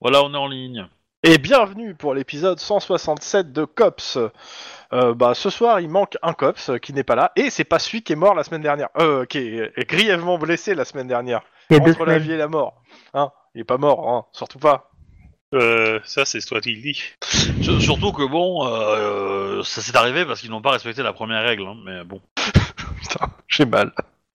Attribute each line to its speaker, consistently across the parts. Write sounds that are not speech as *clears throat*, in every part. Speaker 1: Voilà, on est en ligne.
Speaker 2: Et bienvenue pour l'épisode 167 de Cops. Euh, bah, ce soir, il manque un Cops euh, qui n'est pas là, et c'est pas celui qui est mort la semaine dernière. Euh, qui est, est grièvement blessé la semaine dernière.
Speaker 3: Il y a deux
Speaker 2: Entre la
Speaker 3: semaines.
Speaker 2: vie et la mort. Hein il est pas mort, hein surtout pas.
Speaker 4: Euh, ça, c'est toi qui le dis.
Speaker 1: S- Surtout que bon, euh, euh, ça s'est arrivé parce qu'ils n'ont pas respecté la première règle, hein, mais bon.
Speaker 2: Putain, j'ai mal.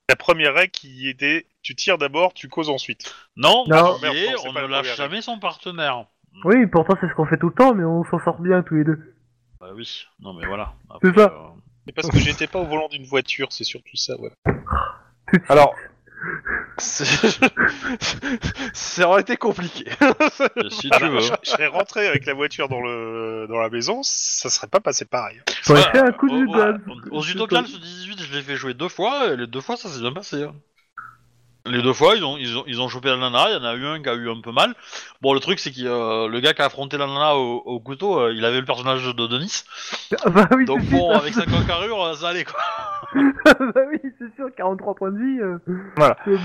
Speaker 4: La première règle qui était tu tires d'abord, tu causes ensuite.
Speaker 1: Non,
Speaker 3: Non.
Speaker 1: qui est,
Speaker 4: Merde, non, c'est
Speaker 1: on
Speaker 4: pas
Speaker 1: ne
Speaker 4: la
Speaker 1: lâche
Speaker 4: première
Speaker 1: jamais son partenaire.
Speaker 3: Oui, pourtant c'est ce qu'on fait tout le temps, mais on s'en sort bien tous les deux. *laughs*
Speaker 1: Bah oui, non mais voilà.
Speaker 3: C'est ça.
Speaker 1: euh,
Speaker 4: C'est parce que j'étais pas au volant d'une voiture, c'est surtout ça, ouais.
Speaker 3: Tout de suite.
Speaker 2: Alors. *laughs* c'est- ça aurait été compliqué.
Speaker 1: euh, si
Speaker 4: Ah
Speaker 1: tu *laughs*
Speaker 4: bah,
Speaker 1: veux.
Speaker 4: Je, je serais rentré avec la voiture dans, le, dans la maison, ça serait pas passé pareil.
Speaker 3: J'aurais
Speaker 1: Ah,
Speaker 3: fait un coup de
Speaker 1: au-
Speaker 3: gueule.
Speaker 1: Au Utopia, ce 18, je l'ai fait jouer deux fois, et les deux fois, ça s'est bien passé. hein. Les deux fois, ils ont, ils ont, ils ont chopé la nana, il y en a eu un qui a eu un peu mal. Bon, le truc, c'est que euh, le gars qui a affronté la nana au, au couteau, euh, il avait le personnage de Denis.
Speaker 3: Ah bah oui,
Speaker 1: Donc
Speaker 3: c'est
Speaker 1: bon,
Speaker 3: sûr.
Speaker 1: avec
Speaker 3: *laughs*
Speaker 1: sa cocarure, euh, ça allait quoi.
Speaker 3: bah oui, c'est sûr, 43 points de vie. euh,
Speaker 2: Voilà.
Speaker 3: euh,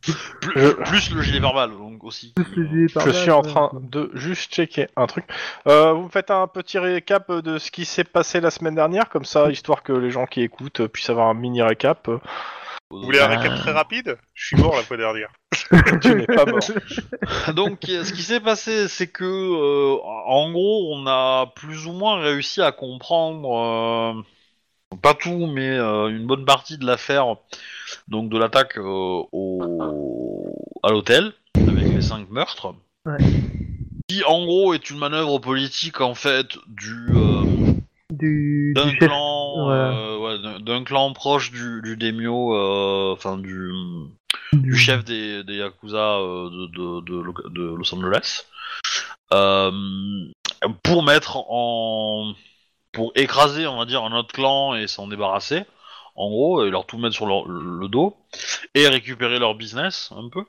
Speaker 1: Plus,
Speaker 2: Je-
Speaker 1: plus le gilet verbal, donc aussi. Euh,
Speaker 3: plus les gilets
Speaker 2: Je
Speaker 3: pare-balles,
Speaker 2: suis en
Speaker 3: ouais.
Speaker 2: train de juste checker un truc. Euh, vous me faites un petit récap de ce qui s'est passé la semaine dernière, comme ça, histoire que les gens qui écoutent euh, puissent avoir un mini récap. euh,
Speaker 4: Vous voulez un récap
Speaker 2: Ah.
Speaker 4: très rapide Je suis mort la fois dernière.
Speaker 2: tu n'es pas mort.
Speaker 1: *laughs* Donc, euh, ce qui s'est passé, c'est que, euh, en gros, on a plus ou moins réussi à comprendre, euh, pas tout, mais euh, une bonne partie de l'affaire, donc de l'attaque euh, au... à l'hôtel, avec les cinq meurtres.
Speaker 3: Ouais.
Speaker 1: Qui, en gros, est une manœuvre politique, en fait, du... euh,
Speaker 3: Du,
Speaker 1: d'un
Speaker 3: du chef.
Speaker 1: clan,
Speaker 3: ouais.
Speaker 1: euh, ouais, d'un- d'un clan proche du, du daimyo, euh, enfin du,
Speaker 3: Mm.
Speaker 1: du chef des, des yakuza euh, de, de, de Lo- de Los Angeles, euh, pour mettre en, pour écraser, on va dire, un autre clan et s'en débarrasser. En gros, et leur tout mettre sur leur- le dos et récupérer leur business un peu.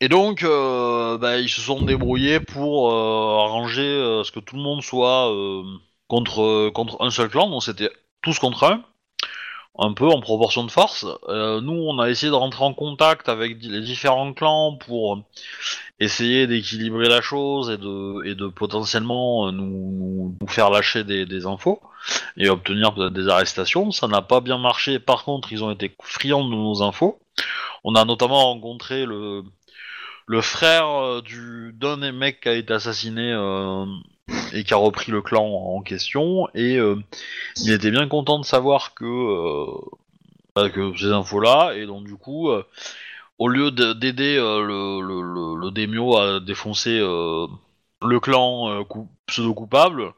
Speaker 1: Et donc, euh, bah, ils se sont débrouillés pour euh, arranger euh, ce que tout le monde soit euh, contre, contre un seul clan. Donc, c'était tous contre un, un peu en proportion de force. Euh, nous, on a essayé de rentrer en contact avec di- les différents clans pour euh, essayer d'équilibrer la chose et de, et de potentiellement euh, nous, nous faire lâcher des, des infos et obtenir peut-être des arrestations. Ça n'a pas bien marché. Par contre, ils ont été friands de nos infos. On a notamment rencontré le, le frère euh, du d'un des mecs qui a été assassiné euh, et qui a repris le clan en question et euh, il était bien content de savoir que euh, bah, que ces infos là et donc du coup euh, au lieu de- d'aider euh, le, le, le, le daimyo à défoncer euh, le clan pseudo coupable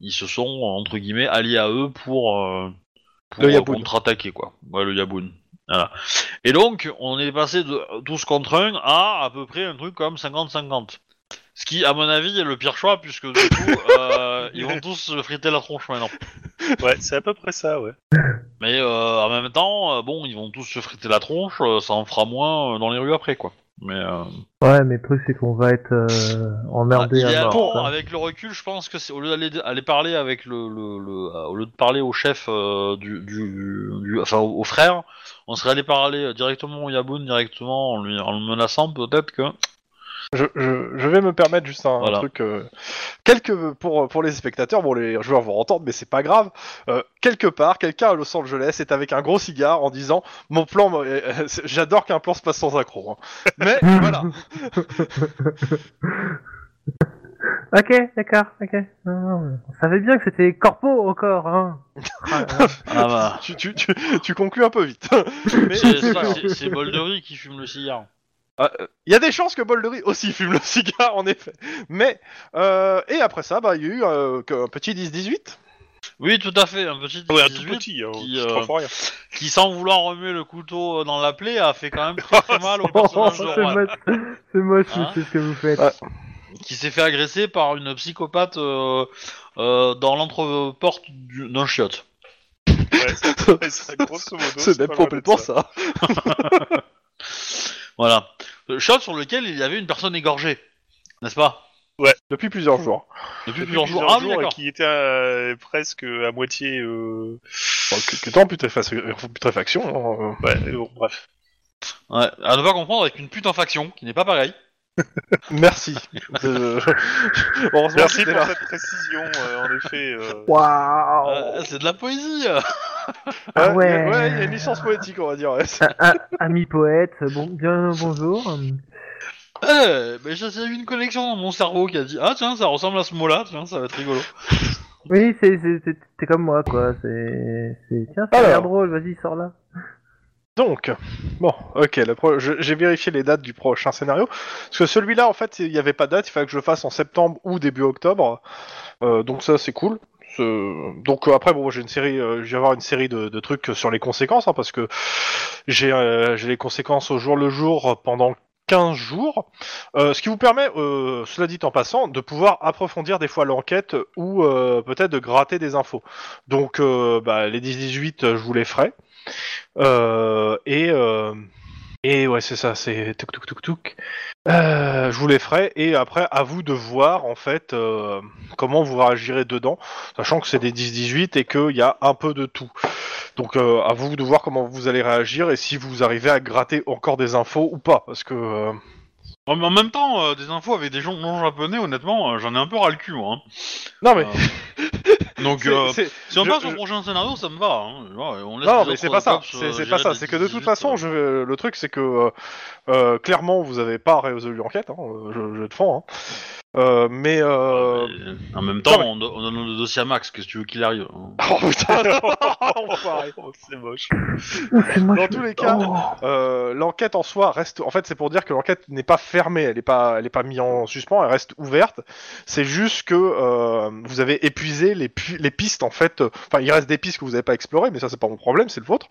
Speaker 1: ils se sont entre guillemets alliés à eux pour euh, pour
Speaker 2: Le
Speaker 1: euh,
Speaker 2: Yaboun.
Speaker 1: contre-attaquer quoi ouais le Yaboun voilà. Et donc, on est passé de 12 contre 1 à à peu près un truc comme 50-50. Ce qui, à mon avis, est le pire choix, puisque du coup,
Speaker 2: *laughs*
Speaker 1: euh, ils vont tous se friter la tronche maintenant.
Speaker 4: Ouais, c'est à peu près ça, ouais.
Speaker 1: Mais euh, en même temps, euh, bon, ils vont tous se friter la tronche, euh, ça en fera moins euh, dans les rues après, quoi. Mais euh,
Speaker 3: Ouais, mais le truc c'est qu'on va être euh, emmerdé à
Speaker 1: idéalement,
Speaker 3: mort. hein.
Speaker 1: avec le recul, je pense que c'est au lieu d'aller aller parler avec le, le- le- euh, au lieu de parler au chef euh, du, du- du- du- enfin au, au frère, on serait allé parler euh, directement au Yaboun directement en lui en le menaçant peut-être que.
Speaker 2: Je, je- je vais me permettre juste un, un
Speaker 1: Voilà.
Speaker 2: truc. euh, quelque, pour, pour les spectateurs, bon, les joueurs vont entendre, mais c'est pas grave. Euh, quelque part, quelqu'un à Los Angeles est avec un gros cigare en disant Mon plan, moi, euh, *laughs* euh, c'est- j'adore qu'un plan se passe sans accro. hein. Mais
Speaker 3: *laughs*
Speaker 2: voilà.
Speaker 3: Ok, d'accord, ok. Non, non, mais on savait bien que c'était corpo encore,
Speaker 1: *laughs*
Speaker 3: hein. Ah, là, là.
Speaker 1: Ah bah.
Speaker 2: tu, tu, tu, tu conclus un peu vite. *laughs*
Speaker 1: *laughs*
Speaker 2: Mais
Speaker 1: C'est-
Speaker 2: c'est pas grave.
Speaker 1: C'est c'est Boldery qui fume le cigare.
Speaker 2: Ah, euh, Il y a des chances que Boldery aussi *laughs* fume le cigare, en effet. Mais, euh, et après ça, bah, il y a eu euh, que- un petit 10-18.
Speaker 1: Oui, tout à fait, un petit
Speaker 4: Ouais, un tout
Speaker 1: 18
Speaker 4: petit, hein,
Speaker 1: qui,
Speaker 4: qui
Speaker 1: euh,
Speaker 4: se prend pour rien.
Speaker 1: qui, sans vouloir remuer le couteau euh, dans la plaie, a fait quand même très, *laughs* très mal au
Speaker 3: Oh,
Speaker 1: personnage de
Speaker 3: *laughs* c'est
Speaker 1: Rouen,
Speaker 3: moche, c'est moche,
Speaker 1: Hein
Speaker 3: c'est ce que vous faites.
Speaker 2: Ouais.
Speaker 1: qui s'est fait agresser par une psychopathe euh, euh, dans l'entreporte du- d'un chiotte.
Speaker 4: Ouais, c'est-
Speaker 2: *laughs*
Speaker 4: c'est grosso modo,
Speaker 2: ben, C'est même
Speaker 4: pas loin de
Speaker 2: complètement ça.
Speaker 1: Voilà. Le chiotte sur lequel il y avait une personne égorgée, n'est-ce pas
Speaker 2: Depuis plusieurs jours. *laughs*
Speaker 1: Depuis,
Speaker 4: Depuis
Speaker 1: plusieurs jours. Ah oui,
Speaker 4: et
Speaker 1: d'accord.
Speaker 4: qui était euh, presque à moitié. euh,
Speaker 2: Bon, Oh, que, que tant putréfaction. putréfaction hein, euh.
Speaker 4: Ouais, bon, bref.
Speaker 1: Ouais, à ne pas comprendre avec une pute en faction, qui n'est pas pareil.
Speaker 2: Merci. *laughs* Euh, heureusement que
Speaker 4: Merci
Speaker 2: t'es
Speaker 4: pour
Speaker 2: là.
Speaker 4: cette précision, euh, en effet. euh.
Speaker 3: Waouh
Speaker 1: Euh, c'est de la poésie *laughs*
Speaker 3: Ah ouais.
Speaker 2: Ouais, il y a une licence poétique, on va dire. ouais.
Speaker 3: Ah, ah, Ami poète, bon, bien bonjour.
Speaker 1: Eh, mais j'ai j'ai eu une connexion dans mon cerveau qui a dit Ah tiens, ça ressemble à ce mot-là, tiens, ça va être rigolo.
Speaker 3: Oui, c'est c'est- c'est- t'es comme moi, quoi. C'est c'est- tiens, ça a
Speaker 2: Alors.
Speaker 3: l'air drôle. Vas-y, sors là.
Speaker 2: Donc, bon, ok, le pro- je- j'ai vérifié les dates du prochain scénario. Parce que celui-là, en fait, il n'y avait pas de date, il fallait que je le fasse en septembre ou début octobre. Euh, donc ça, c'est cool. C'est- Donc euh, après, bon, j'ai une série, euh, je vais avoir une série de, de trucs sur les conséquences, hein, parce que j'ai euh, j'ai les conséquences au jour le jour pendant 15 jours. Euh, ce qui vous permet, euh, cela dit en passant, de pouvoir approfondir des fois l'enquête ou euh, peut-être de gratter des infos. Donc euh, bah, les 18, euh, je vous les ferai. Euh, et, euh, et ouais, c'est ça, c'est touk touk touk touk. Euh, je vous les ferai et après à vous de voir en fait euh, comment vous réagirez dedans, sachant que c'est des 10-18 et qu'il y a un peu de tout. Donc euh, à vous de voir comment vous allez réagir et si vous arrivez à gratter encore des infos ou pas, parce que euh,
Speaker 1: Oh, mais en même temps, euh, des infos avec des gens non japonais, honnêtement, euh, j'en ai un peu ras le cul, moi. hein.
Speaker 2: non mais
Speaker 1: *laughs* Donc,
Speaker 2: c'est-
Speaker 1: euh,
Speaker 2: c'est-
Speaker 1: si on
Speaker 2: je-
Speaker 1: part sur le
Speaker 2: je-
Speaker 1: prochain scénario, ça me va. hein. Ouais, on laisse
Speaker 2: non
Speaker 1: les
Speaker 2: mais c'est
Speaker 1: autres
Speaker 2: pas ça,
Speaker 1: cops, euh,
Speaker 2: c'est c'est
Speaker 1: gérer
Speaker 2: pas ça,
Speaker 1: les
Speaker 2: c'est que de toute
Speaker 1: 18,
Speaker 2: façon,
Speaker 1: euh.
Speaker 2: je, le truc c'est que euh, euh, clairement vous avez pas résolu l'enquête, hein, je, je te fends, hein. Euh, mais euh,
Speaker 1: Ouais, mais En même
Speaker 2: non,
Speaker 1: temps,
Speaker 2: mais-
Speaker 1: on, do- on donne le dossier à Max, qu'est-ce que tu veux qu'il arrive hein.
Speaker 2: *laughs* Oh putain
Speaker 4: Oh, *laughs* c'est moche.
Speaker 3: Ouh, c'est moche.
Speaker 2: Dans tous les cas,
Speaker 3: Oh.
Speaker 2: euh, l'enquête en soi reste. En fait, c'est pour dire que l'enquête n'est pas fermée, elle n'est pas, elle est pas mise en suspens, elle reste ouverte. C'est juste que euh, vous avez épuisé les, pu- les pistes en fait. euh, Enfin, il reste des pistes que vous n'avez pas explorées, mais ça c'est pas mon problème, c'est le vôtre.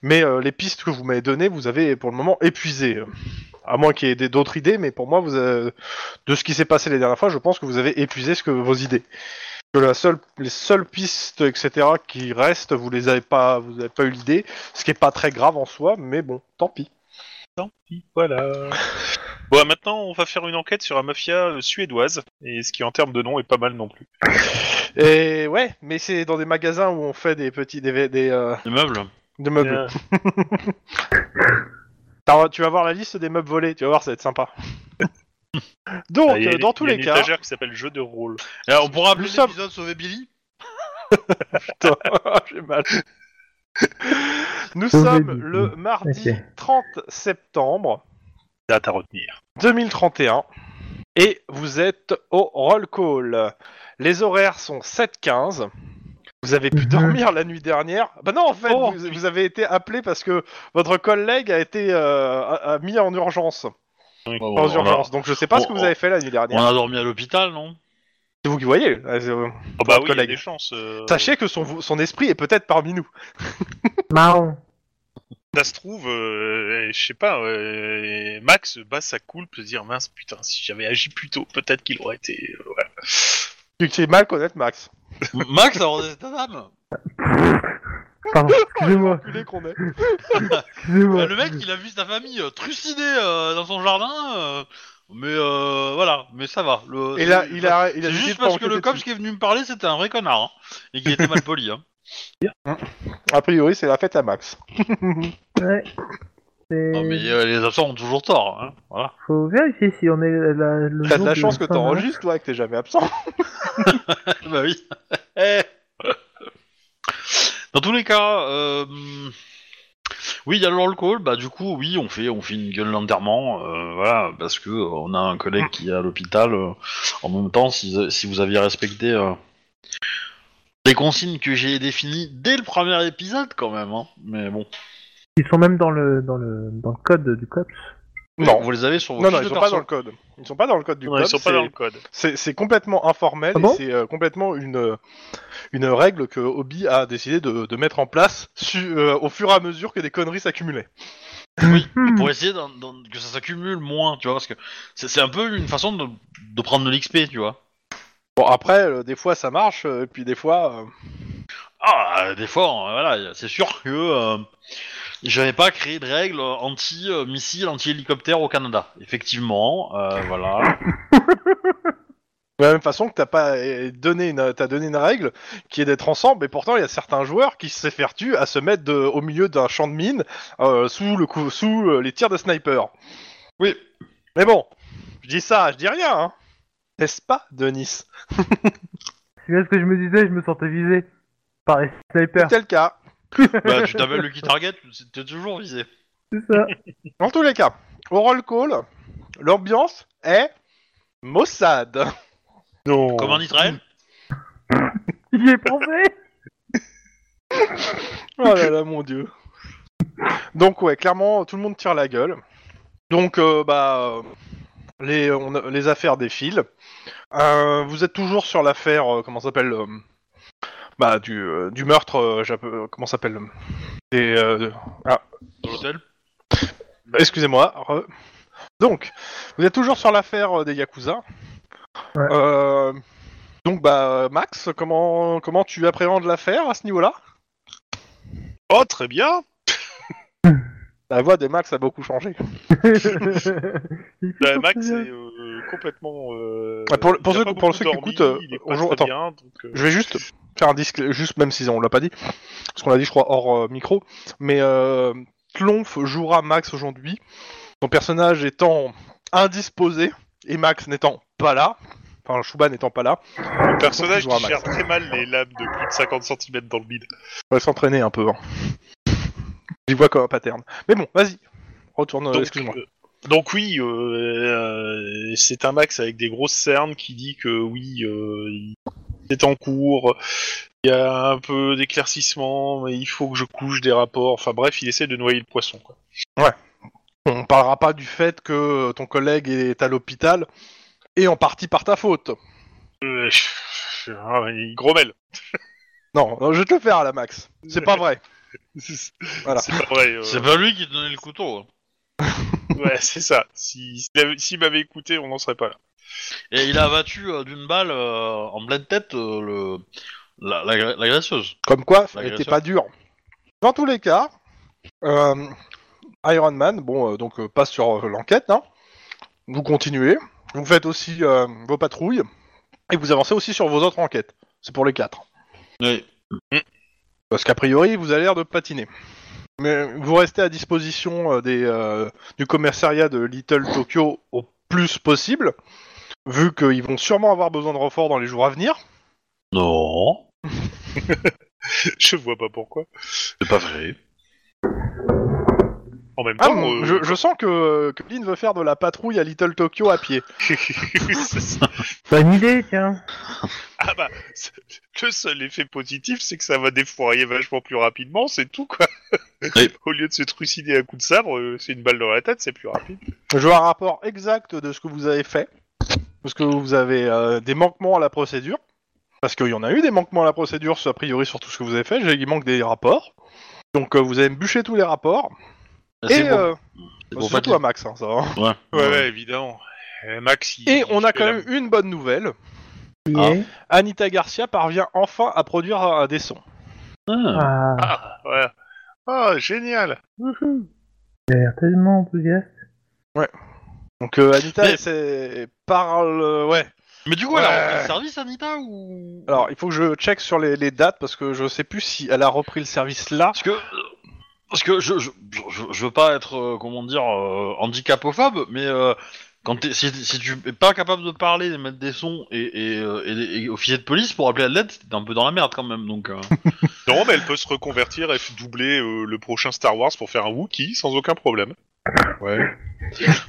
Speaker 2: Mais euh, les pistes que vous m'avez données, vous avez pour le moment épuisées. À moins qu'il y ait des- d'autres idées, mais pour moi, vous avez- de ce qui s'est passé les dernières fois, je pense que vous avez épuisé ce que vos idées. Que la seule, les seules pistes, etc., qui restent, vous les avez pas, vous avez pas eu l'idée. Ce qui est pas très grave en soi, mais bon, tant pis.
Speaker 4: Tant pis, voilà. *laughs* Bon, maintenant, on va faire une enquête sur la mafia euh, suédoise, et ce qui, en termes de nom, est pas mal non plus.
Speaker 2: Et ouais, mais c'est dans des magasins où on fait des petits des, des, euh,
Speaker 1: Des meubles
Speaker 2: des meubles.
Speaker 4: Euh,
Speaker 2: T'as- Tu vas voir la liste des meubles volés, tu vas voir, ça va être
Speaker 4: *laughs*
Speaker 2: sympa. Donc,
Speaker 4: Ah, il y a
Speaker 2: euh,
Speaker 4: une-
Speaker 2: dans tous
Speaker 4: il y a
Speaker 2: les
Speaker 4: une
Speaker 2: cas,
Speaker 4: étagère qui s'appelle jeu de rôle.
Speaker 1: Et alors, on pourra appeler
Speaker 2: Nous sommes-
Speaker 1: l'épisode Sauver Billy
Speaker 2: Ah, j'ai mal. Nous
Speaker 3: Je vais
Speaker 2: sommes
Speaker 3: dire.
Speaker 2: le mardi
Speaker 3: Ok.
Speaker 2: 30 septembre
Speaker 4: Date à retenir.
Speaker 2: 2031 et vous êtes au roll call. Les horaires sont 7-15. Vous avez pu
Speaker 3: Mhm.
Speaker 2: dormir la nuit dernière. Bah non, en fait,
Speaker 4: Oh,
Speaker 2: vous, vous avez été appelé parce que votre collègue a été euh, a- a mis en urgence.
Speaker 1: Oh,
Speaker 2: En
Speaker 1: on, a,
Speaker 2: urgence. Donc je sais pas ce que
Speaker 1: on-
Speaker 2: vous avez fait la nuit dernière.
Speaker 1: on a dormi à l'hôpital, non
Speaker 2: C'est vous qui voyez. euh, c'est- euh,
Speaker 4: Oh, bah oui, il y a
Speaker 2: collègue.
Speaker 4: des chances. euh,
Speaker 2: Sachez que son, son esprit est peut-être parmi nous.
Speaker 3: Marron.
Speaker 4: Ça se trouve, euh, je sais pas, euh, Max bat sa coule, peut se dire mince putain, si j'avais agi plus tôt, peut-être qu'il aurait été. euh, voilà.
Speaker 2: Tu sais mal connaître Max.
Speaker 1: M- *laughs* Max, alors, c'est ta dame
Speaker 3: Pardon, excusez-moi,
Speaker 2: Culé qu'on est.
Speaker 1: Euh,
Speaker 3: excusez-moi.
Speaker 1: Le mec, il a vu sa famille euh, trucidée euh, dans son jardin, euh, mais euh, voilà, mais ça va. Le,
Speaker 2: Et là,
Speaker 1: c'est-
Speaker 2: il a, il
Speaker 1: C'est
Speaker 2: a décidé
Speaker 1: juste
Speaker 2: de pas
Speaker 1: parce que le
Speaker 2: enquêter
Speaker 1: copse qui est venu me parler, c'était un vrai connard, hein, et qu'il était mal poli.
Speaker 2: *laughs*
Speaker 1: Hein.
Speaker 2: dessus. A priori, c'est la fête à Max.
Speaker 3: Ouais.
Speaker 1: Non,
Speaker 3: C'est-
Speaker 1: mais euh, les absents ont toujours tort, hein, voilà.
Speaker 3: Faut vérifier si on est la, le
Speaker 2: T'as de
Speaker 3: jour
Speaker 2: la chance que
Speaker 3: fin, hein.
Speaker 2: t'enregistres, toi, et que t'es jamais absent.
Speaker 1: *laughs* bah oui. Eh. Dans tous les cas, euh, oui, il y a le roll call. Bah du coup, oui, on fait, on fait une gueule d'enterrement, euh, voilà, parce que euh, on a un collègue qui est à l'hôpital. euh, en même temps, si, si vous aviez respecté euh, les consignes que j'ai définies dès le premier épisode, quand même. Hein. Mais bon,
Speaker 3: Ils sont même dans le dans le dans le code du COPS.
Speaker 2: Non.
Speaker 1: vous les avez sur vos
Speaker 2: Non,
Speaker 1: fiches
Speaker 2: non, ils
Speaker 1: de
Speaker 2: sont pas
Speaker 1: perso.
Speaker 2: dans le code. Ils sont pas dans le code du
Speaker 4: Non,
Speaker 2: code.
Speaker 4: ils sont pas
Speaker 2: c'est-
Speaker 4: dans le code.
Speaker 2: C'est c'est complètement informel
Speaker 3: Ah bon
Speaker 2: et c'est euh, complètement une, euh, une règle que Obi a décidé de, de mettre en place su- euh, au fur et à mesure que des conneries s'accumulaient.
Speaker 3: Hmm.
Speaker 1: pour essayer d'en- d'en- que ça s'accumule moins, tu vois, parce que c'est c'est un peu une façon de, de prendre de l'XP, tu vois.
Speaker 2: Bon, après, euh, des fois ça marche, euh, et puis des fois. euh,
Speaker 1: Ah, euh, des fois, euh, voilà, c'est sûr que euh, j'avais pas créé de règles anti-missile, anti-hélicoptère au Canada. Effectivement, euh,
Speaker 2: *laughs*
Speaker 1: voilà.
Speaker 2: De la même façon que t'as pas euh, donné une, t'as donné une règle qui est d'être ensemble, et pourtant il y a certains joueurs qui s'effertuent à se mettre de- au milieu d'un champ de mine euh, sous, le coup, sous euh, les tirs de sniper.
Speaker 1: Oui.
Speaker 2: Mais bon, Je dis ça, je dis rien, hein. N'est-ce pas, Denis
Speaker 3: C'est bien ce que je me disais, je me sentais visé par les snipers.
Speaker 2: C'était le cas.
Speaker 1: Bah, tu t'appelles Lucky Target, tu- t'es toujours visé.
Speaker 3: C'est ça.
Speaker 2: En tous les cas, au roll call, l'ambiance est Mossad.
Speaker 4: Non.
Speaker 1: Comme en Israël
Speaker 3: J'y ai pensé
Speaker 2: Oh là là, mon dieu. Donc ouais, clairement, tout le monde tire la gueule. Donc euh, bah euh, les on a- les affaires défilent. Euh, vous êtes toujours sur l'affaire euh, comment ça s'appelle euh, bah du, euh, du meurtre euh, j'app- euh, comment ça s'appelle euh, des euh,
Speaker 1: Dans l'hôtel
Speaker 2: Bah, Excusez-moi. re- Donc, vous êtes toujours sur l'affaire euh, des Yakuza.
Speaker 3: Ouais.
Speaker 2: Euh, donc, bah, Max, comment, comment tu appréhendes l'affaire à ce niveau-là
Speaker 4: Oh, très bien.
Speaker 2: La voix de Max a beaucoup changé.
Speaker 4: Bah, Max est euh, complètement. euh,
Speaker 2: Ah, pour le- pour
Speaker 4: il a
Speaker 2: ceux-
Speaker 4: pas
Speaker 2: pour
Speaker 4: beaucoup
Speaker 2: ceux qui
Speaker 4: dormi,
Speaker 2: écoutent, euh,
Speaker 4: il est pas
Speaker 2: aujourd'hui- attends.
Speaker 4: très bien, donc, euh,
Speaker 2: Je vais juste faire un disque, juste même si on l'a pas dit, parce qu'on l'a dit, je crois, hors euh, micro. Mais euh, Clonf jouera Max aujourd'hui. Son personnage étant indisposé et Max n'étant pas là. Enfin, Shuba n'étant pas là.
Speaker 4: le personnage
Speaker 2: toujours à
Speaker 4: qui
Speaker 2: Max.
Speaker 4: gère très mal les lames de plus de 50 cm dans le bide.
Speaker 2: On va s'entraîner un peu. Hein. J'y vois comme un pattern. Mais bon, vas-y. Retourne, euh,
Speaker 4: Donc,
Speaker 2: excuse-moi.
Speaker 4: euh, donc oui, euh, euh, c'est un Max avec des grosses cernes qui dit que oui, euh, il- c'est en cours, il y a un peu d'éclaircissement, mais il faut que je couche des rapports. Enfin bref, il essaie de noyer le poisson. Quoi.
Speaker 2: On parlera pas du fait que ton collègue est à l'hôpital et en partie par ta faute.
Speaker 4: Euh, *laughs* ah, il grommelle.
Speaker 2: Non, non, je vais te le faire à la Max. C'est pas vrai.
Speaker 4: *laughs* C'est
Speaker 2: Voilà.
Speaker 4: c'est pas vrai. euh,
Speaker 1: C'est pas lui qui te donnait le couteau.
Speaker 4: ouais, c'est ça. Si- S'il avait- s'il m'avait écouté, on n'en serait pas là. *laughs*
Speaker 1: Et il a abattu euh, d'une balle euh, en pleine tête euh, le la, la, l'agresseuse.
Speaker 2: Comme quoi, ça
Speaker 1: L'agresseur.
Speaker 2: n'était pas dur. Dans tous les cas, euh, Iron Man, bon, euh, donc euh, passe sur euh, l'enquête. hein. Vous continuez. Vous faites aussi euh, vos patrouilles et vous avancez aussi sur vos autres enquêtes. C'est pour les quatre.
Speaker 1: Oui.
Speaker 2: Parce qu'a priori, vous avez l'air de patiner. Mais vous restez à disposition euh, des, euh, du commissariat de Little Tokyo au plus possible, vu qu'ils vont sûrement avoir besoin de renforts dans les jours à venir.
Speaker 1: Non,
Speaker 4: Je vois pas pourquoi.
Speaker 1: c'est pas vrai.
Speaker 4: En même
Speaker 2: Ah,
Speaker 4: temps,
Speaker 2: bon,
Speaker 4: euh, *laughs*
Speaker 2: je, je sens que, euh, que Lynn veut faire de la patrouille à Little Tokyo à pied.
Speaker 4: c'est ça.
Speaker 3: Bonne idée, tiens.
Speaker 4: Ah bah, c'est- le seul effet positif, c'est que ça va défourailler vachement plus rapidement, c'est tout quoi.
Speaker 1: Oui.
Speaker 4: *laughs* Au lieu de se trucider à coups de sabre, euh, c'est une balle dans la tête, c'est plus rapide.
Speaker 2: Je veux un rapport exact de ce que vous avez fait, parce que vous avez euh, des manquements à la procédure. Parce qu'il y en a eu des manquements à la procédure, a priori, sur tout ce que vous avez fait. J'ai- Il manque des rapports. Donc euh, vous avez bûché tous les rapports. Et,
Speaker 1: C'est pour-
Speaker 2: euh,
Speaker 1: c'est
Speaker 2: Bah,
Speaker 1: pour
Speaker 2: C'est surtout
Speaker 1: pas
Speaker 2: à Max, hein, ça va.
Speaker 1: dire- ouais.
Speaker 4: Ouais, ouais, évidemment. Euh, Max, il-
Speaker 2: Et on
Speaker 4: il
Speaker 2: a
Speaker 4: fait
Speaker 2: quand
Speaker 4: la-
Speaker 2: même une bonne nouvelle.
Speaker 3: Qui
Speaker 1: Ah.
Speaker 3: est
Speaker 2: Anita Garcia parvient enfin à produire euh, des sons.
Speaker 1: Ah.
Speaker 3: Ah,
Speaker 4: Ah, ouais. Ah, génial
Speaker 3: il a l'air tellement enthousiaste.
Speaker 2: Donc euh, Anita,
Speaker 1: Mais-
Speaker 2: elle s'est- parle... euh, ouais.
Speaker 1: Mais du coup, elle
Speaker 2: Ouais.
Speaker 1: a repris le service, Anita, ou
Speaker 2: Alors, il faut que je check sur les, les dates parce que je sais plus si elle a repris le service là.
Speaker 1: Parce que euh, parce que je je, je- je veux pas être euh, comment dire euh, handicapophobe, mais euh, quand t'es- si, si tu es pas capable de parler, de mettre des sons et, et, euh, et- et officier de police pour appeler à de l'aide, t'es un peu dans la merde quand même. Donc *laughs* euh,
Speaker 4: Non, mais elle peut se reconvertir et f- doubler euh, le prochain Star Wars pour faire un Wookiee sans aucun problème.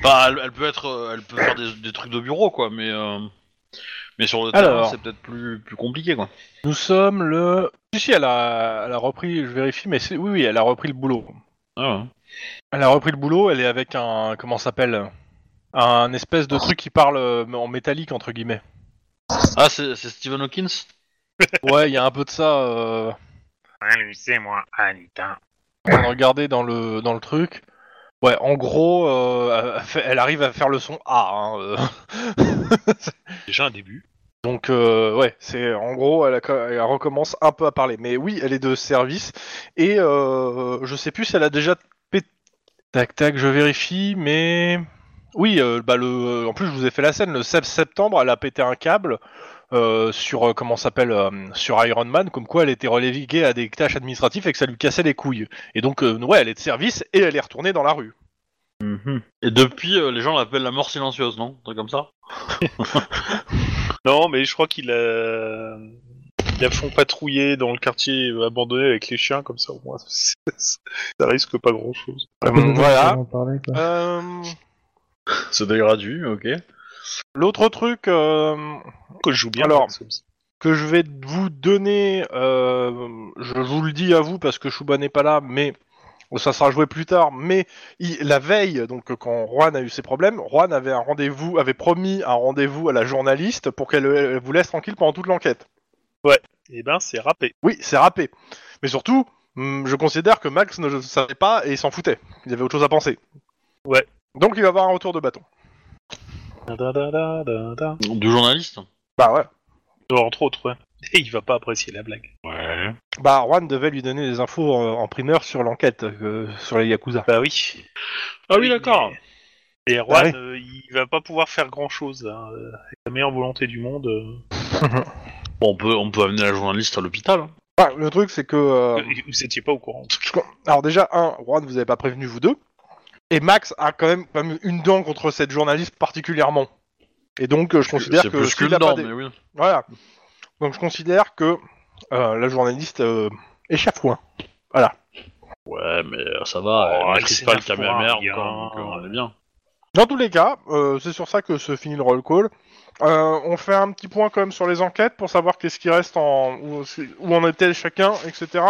Speaker 1: Bah, elle, elle peut être, euh, elle peut faire des, des trucs de bureau, quoi, mais euh, mais sur le
Speaker 2: Alors.
Speaker 1: terrain, c'est peut-être plus plus compliqué, quoi.
Speaker 2: Nous sommes le... Si, si, elle a, elle a repris, je vérifie, mais c'est- oui, oui, elle a repris le boulot.
Speaker 1: Ah ouais.
Speaker 2: Elle a repris le boulot, elle est avec un... Comment ça s'appelle Un espèce de truc qui parle euh, en métallique, entre guillemets.
Speaker 1: Ah, c'est c'est Stephen Hawkins.
Speaker 2: Ouais, il y a un peu de ça... euh,
Speaker 4: c'est moi, Anita.
Speaker 2: train de regarder dans le, dans le truc. Ouais, en gros, euh, elle, fait- elle arrive à faire le son A. hein, euh. *laughs*
Speaker 4: Déjà un début.
Speaker 2: Donc, euh, ouais, c'est en gros, elle, a- elle recommence un peu à parler. Mais oui, elle est de service. Et euh, je sais plus si elle a déjà. pé- Tac, tac, je vérifie, mais. Oui, euh, bah le, en plus, je vous ai fait la scène. Le 7 septembre, elle a pété un câble euh, sur, euh, comment ça s'appelle, euh, sur Iron Man, comme quoi elle était reléguée à des tâches administratives et que ça lui cassait les couilles. Et donc, euh, ouais, elle est de service et elle est retournée dans la rue.
Speaker 1: Et depuis, euh, les gens l'appellent la mort silencieuse, non Un truc comme ça
Speaker 4: Non, mais je crois qu'ils la... ils la font patrouiller dans le quartier abandonné avec les chiens, comme ça au moins. *laughs* ça risque pas grand chose.
Speaker 2: Euh, Mm, voilà.
Speaker 5: On parlait, quoi.
Speaker 2: Euh,
Speaker 1: C'est dégradu, ok.
Speaker 2: L'autre truc euh,
Speaker 4: Que je joue bien.
Speaker 2: Alors,
Speaker 4: par exemple.
Speaker 2: que je vais vous donner, euh, je vous le dis à vous parce que Shuba n'est pas là, mais ça sera joué plus tard. Mais il- la veille, donc euh, quand Juan a eu ses problèmes, Juan avait un rendez-vous, avait promis un rendez-vous à la journaliste pour qu'elle euh, vous laisse tranquille pendant toute l'enquête.
Speaker 4: Eh ben, c'est râpé.
Speaker 2: Oui, c'est râpé. Mais surtout, hum, je considère que Max ne le savait pas et il s'en foutait. Il avait autre chose à penser.
Speaker 4: Ouais.
Speaker 2: Donc il va avoir un retour de bâton.
Speaker 4: Non,
Speaker 1: Du journaliste
Speaker 2: Bah ouais.
Speaker 4: Entre autres, ouais. Et il va pas apprécier la blague.
Speaker 1: Ouais.
Speaker 2: Bah Juan devait lui donner des infos euh, en primeur sur l'enquête euh, sur les Yakuza.
Speaker 4: Bah oui.
Speaker 1: Ah oui, d'accord.
Speaker 4: Et et
Speaker 2: Bah
Speaker 4: Erwan,
Speaker 2: oui.
Speaker 4: euh, il va pas pouvoir faire grand chose. Hein. euh, Avec la meilleure volonté du monde. euh.
Speaker 1: Bon, on peut, on peut amener la journaliste à l'hôpital. hein.
Speaker 2: Bah, le truc c'est que euh,
Speaker 4: Vous étiez pas au courant.
Speaker 2: Alors déjà, un, Juan, vous avez pas prévenu vous deux. Et Max a quand même, quand même une dent contre cette journaliste particulièrement. Et donc, euh, je considère
Speaker 1: C'est
Speaker 2: que...
Speaker 1: plus
Speaker 2: s'il
Speaker 1: qu'une
Speaker 2: a pas
Speaker 1: dent,
Speaker 2: des-
Speaker 1: mais oui.
Speaker 2: Voilà. Donc je considère que euh, la journaliste euh, est chafouin.
Speaker 1: Ouais, mais euh, ça va,
Speaker 4: Oh,
Speaker 1: elle
Speaker 4: elle
Speaker 1: maîtrise pas le
Speaker 4: s'énerve pour
Speaker 1: caméra
Speaker 4: un gars.
Speaker 1: encore, donc euh, on est bien.
Speaker 2: Dans tous les cas, euh, c'est sur ça que se finit le roll call. Euh, on fait un petit point quand même sur les enquêtes pour savoir qu'est-ce qui reste en... où, où en est-elle chacun, etc.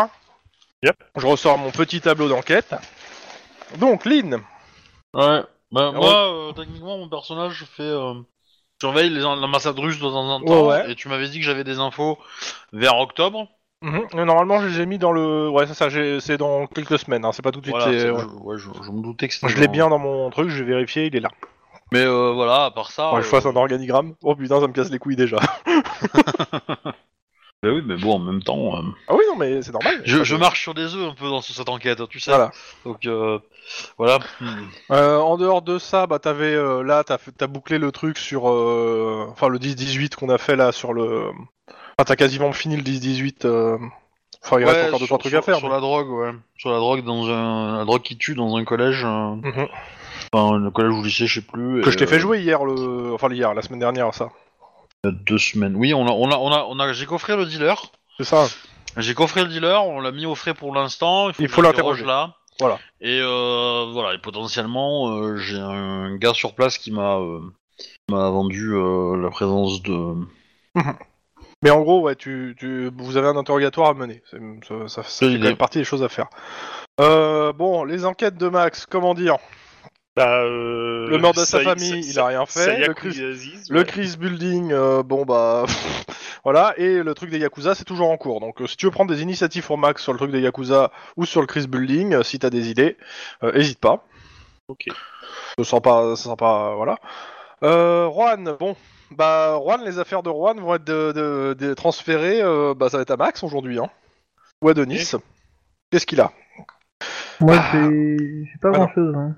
Speaker 4: Yep.
Speaker 2: Je ressors mon petit tableau d'enquête. Donc, Lynn,
Speaker 1: Ouais. Bah,
Speaker 2: Ouais.
Speaker 1: moi, euh, techniquement, mon personnage fait. Euh, surveille les en- l'ambassade russe de temps en
Speaker 2: Ouais,
Speaker 1: temps.
Speaker 2: ouais.
Speaker 1: Et tu m'avais dit que j'avais des infos vers octobre.
Speaker 2: Mhm. Et Normalement, je les ai mis dans le. Ouais, c'est ça, j'ai- c'est dans quelques semaines, hein, c'est pas tout de suite.
Speaker 1: Voilà,
Speaker 2: c'est-
Speaker 1: c'est-
Speaker 2: ouais.
Speaker 1: je, ouais, je- je me doutais que
Speaker 2: je
Speaker 1: c'était.
Speaker 2: l'ai
Speaker 1: dans-
Speaker 2: bien dans mon truc, j'ai vérifié, il est là.
Speaker 1: Mais euh, voilà, à part ça.
Speaker 2: Faudrait que je fasse un organigramme. Oh putain, ça me casse les couilles déjà.
Speaker 1: Bah oui, mais bon, en même temps. euh,
Speaker 2: ah oui, non, mais c'est normal.
Speaker 1: Je, je marche sur des œufs un peu dans ce- cette enquête, hein, tu sais.
Speaker 2: Voilà.
Speaker 1: Donc, euh, voilà. Hmm.
Speaker 2: Euh, en dehors de ça, bah t'avais euh, là, t'as fait- t'as bouclé le truc sur, euh, enfin le 10-18 qu'on a fait là sur le, enfin t'as quasiment fini le 10-18. euh, Enfin, il reste
Speaker 1: Ouais,
Speaker 2: encore deux
Speaker 1: sur-
Speaker 2: trois trucs
Speaker 1: sur-
Speaker 2: à faire.
Speaker 1: Sur
Speaker 2: mais-
Speaker 1: la drogue, ouais. Sur la drogue, dans un, la drogue qui tue dans un collège. euh,
Speaker 2: Mhm.
Speaker 1: Enfin, le collège ou lycée, je sais plus.
Speaker 2: Que
Speaker 1: et,
Speaker 2: je t'ai fait
Speaker 1: euh,
Speaker 2: jouer hier, le, enfin hier, la semaine dernière, ça.
Speaker 1: il y a Deux semaines. Oui, on a, on a, on a, on a- j'ai coffré le dealer.
Speaker 2: C'est ça.
Speaker 1: J'ai coffré le dealer, on l'a mis au frais pour l'instant. que
Speaker 2: Il faut
Speaker 1: je
Speaker 2: l'interroger.
Speaker 1: l'interroge là.
Speaker 2: Voilà.
Speaker 1: Et euh, voilà, et potentiellement, euh, j'ai un gars sur place qui m'a euh, qui m'a vendu euh, la présence de.
Speaker 2: Mais en gros, ouais, tu, tu, vous avez un interrogatoire à mener. C'est- Ça, ça, ça fait
Speaker 1: idée.
Speaker 2: quand même partie des choses à faire. Euh, bon, les enquêtes de Max, comment dire
Speaker 4: Bah, euh,
Speaker 2: Le meurtre de sa
Speaker 4: Saïd-
Speaker 2: famille,
Speaker 4: Sa-
Speaker 2: il a rien fait.
Speaker 4: Saïd
Speaker 2: Le Chris-
Speaker 4: Aziz,
Speaker 2: Le
Speaker 4: ouais.
Speaker 2: Chris Building, euh, bon bah. *laughs* voilà, et le truc des Yakuza, c'est toujours en cours. Donc euh, si tu veux prendre des initiatives pour Max sur le truc des Yakuza ou sur le Chris Building, euh, si t'as des idées, euh, hésite pas.
Speaker 4: Ok.
Speaker 2: Ça sent pas. Ça sent pas voilà. Euh, Juan, bon. Bah, Juan, les affaires de Juan vont être de, de- de- transférées. euh, bah, ça va être à Max aujourd'hui, hein. Ou à Denis. Qu'est-ce qu'il a
Speaker 3: Moi, j'ai j'ai pas
Speaker 2: Ah non.
Speaker 3: grand chose. Hein.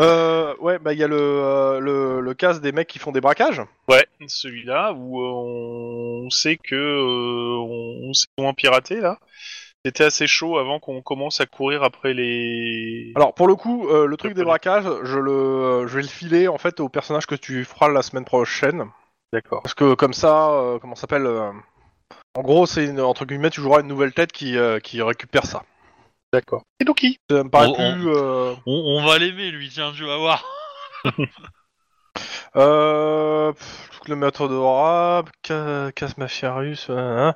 Speaker 2: euh, Ouais, bah, il y a le, euh, le, le casse des mecs qui font des braquages.
Speaker 4: Ouais, celui-là où euh, on sait que euh, on, on s'est moins piraté là. C'était assez chaud avant qu'on commence à courir après les.
Speaker 2: Alors, pour le coup, euh, le truc
Speaker 4: Je
Speaker 2: des
Speaker 4: connais.
Speaker 2: braquages, je, le, euh, je vais le filer, en fait, au personnage que tu feras la semaine prochaine.
Speaker 4: D'accord.
Speaker 2: Parce que comme ça, euh, comment ça s'appelle euh, En gros, c'est une, entre guillemets, tu joueras une nouvelle tête qui, euh, qui récupère ça.
Speaker 4: D'accord. Et donc il.
Speaker 2: Ça me paraît
Speaker 1: On-
Speaker 2: plus. euh,
Speaker 1: On, on va l'aimer, lui, tiens, tu vas voir.
Speaker 2: euh, pff, le meurtre d'Aura, ca- casse mafia russe, hein, hein.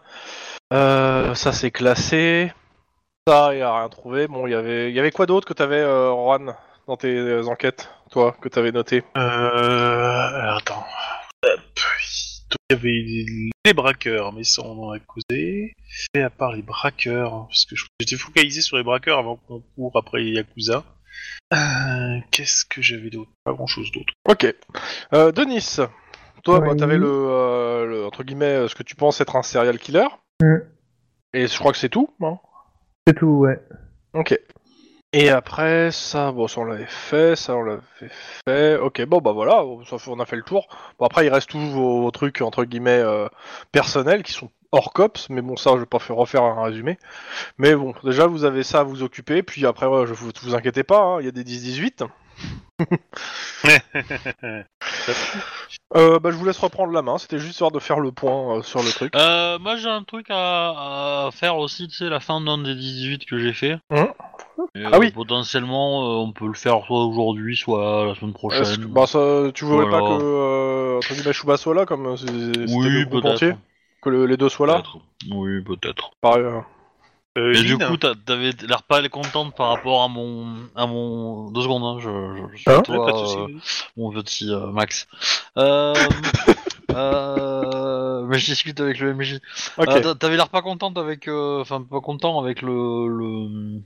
Speaker 2: Euh, ça c'est classé. Ça, il a rien trouvé. Bon, il y avait, il y avait quoi d'autre que t'avais, euh, Juan, dans tes euh, enquêtes, toi, que t'avais noté
Speaker 4: Euh... alors, Attends. Hop. Donc, Il y avait les- les braqueurs, mais ça on en a causé. Et à part les braqueurs, hein, parce que je- j'étais focalisé sur les braqueurs avant qu'on court après les Yakuza. Euh, Qu'est-ce que j'avais d'autre Pas grand-chose d'autre.
Speaker 2: Ok. Euh, Denis, toi,
Speaker 3: Oui.
Speaker 2: bah, t'avais le, euh, le- entre guillemets, euh, ce que tu penses être un serial killer.
Speaker 3: Mm.
Speaker 2: Et je crois que c'est tout. hein.
Speaker 3: C'est
Speaker 2: *laughs*
Speaker 3: tout, ouais.
Speaker 2: Ok. Et après, ça, bon, ça on l'avait fait, ça on l'avait fait. Ok, bon, bah voilà, ça fait- on a fait le tour. Bon, après, il reste tous vos, vos trucs, entre guillemets, euh, personnels qui sont hors cops, mais bon, ça, je vais pas faire refaire un résumé. Mais bon, déjà, vous avez ça à vous occuper, puis après, ouais, je vous, vous inquiétez pas, hein, il y a des 10-18. Euh, bah, je vous laisse reprendre la main, c'était juste histoire de faire le point euh, sur le truc.
Speaker 1: Euh, moi j'ai un truc à, à faire aussi, tu sais, la fin d'un des 18 que j'ai fait.
Speaker 2: Hein
Speaker 1: Et,
Speaker 2: Ah oui.
Speaker 1: Potentiellement, euh, on peut le faire soit aujourd'hui, soit la semaine
Speaker 2: Est-ce que-
Speaker 1: prochaine.
Speaker 2: bah, ça, tu voulais
Speaker 1: Euh, Voilà.
Speaker 2: pas que euh, entre guillemets, Chouba soit là, comme euh, c'est- c'était
Speaker 1: oui,
Speaker 2: le groupe
Speaker 1: peut-être.
Speaker 2: entier Que le- les deux soient là
Speaker 1: Peut-être. Oui, peut-être.
Speaker 2: Par- euh,
Speaker 4: Euh,
Speaker 1: Mais du
Speaker 4: Lynn,
Speaker 1: coup, t'as- t'avais l'air pas contente par rapport à mon, à mon. Deux secondes, hein, je, je, je suis
Speaker 2: Hein
Speaker 1: toi,
Speaker 4: ouais, pas de soucis,
Speaker 1: euh,
Speaker 4: vas-y.
Speaker 1: mon petit euh, Max.
Speaker 2: *laughs*
Speaker 1: Euh, euh, mais je discute avec le MJ.
Speaker 2: Ok.
Speaker 1: Ah, t'a- T'avais l'air pas contente avec, euh, enfin pas content avec le, le-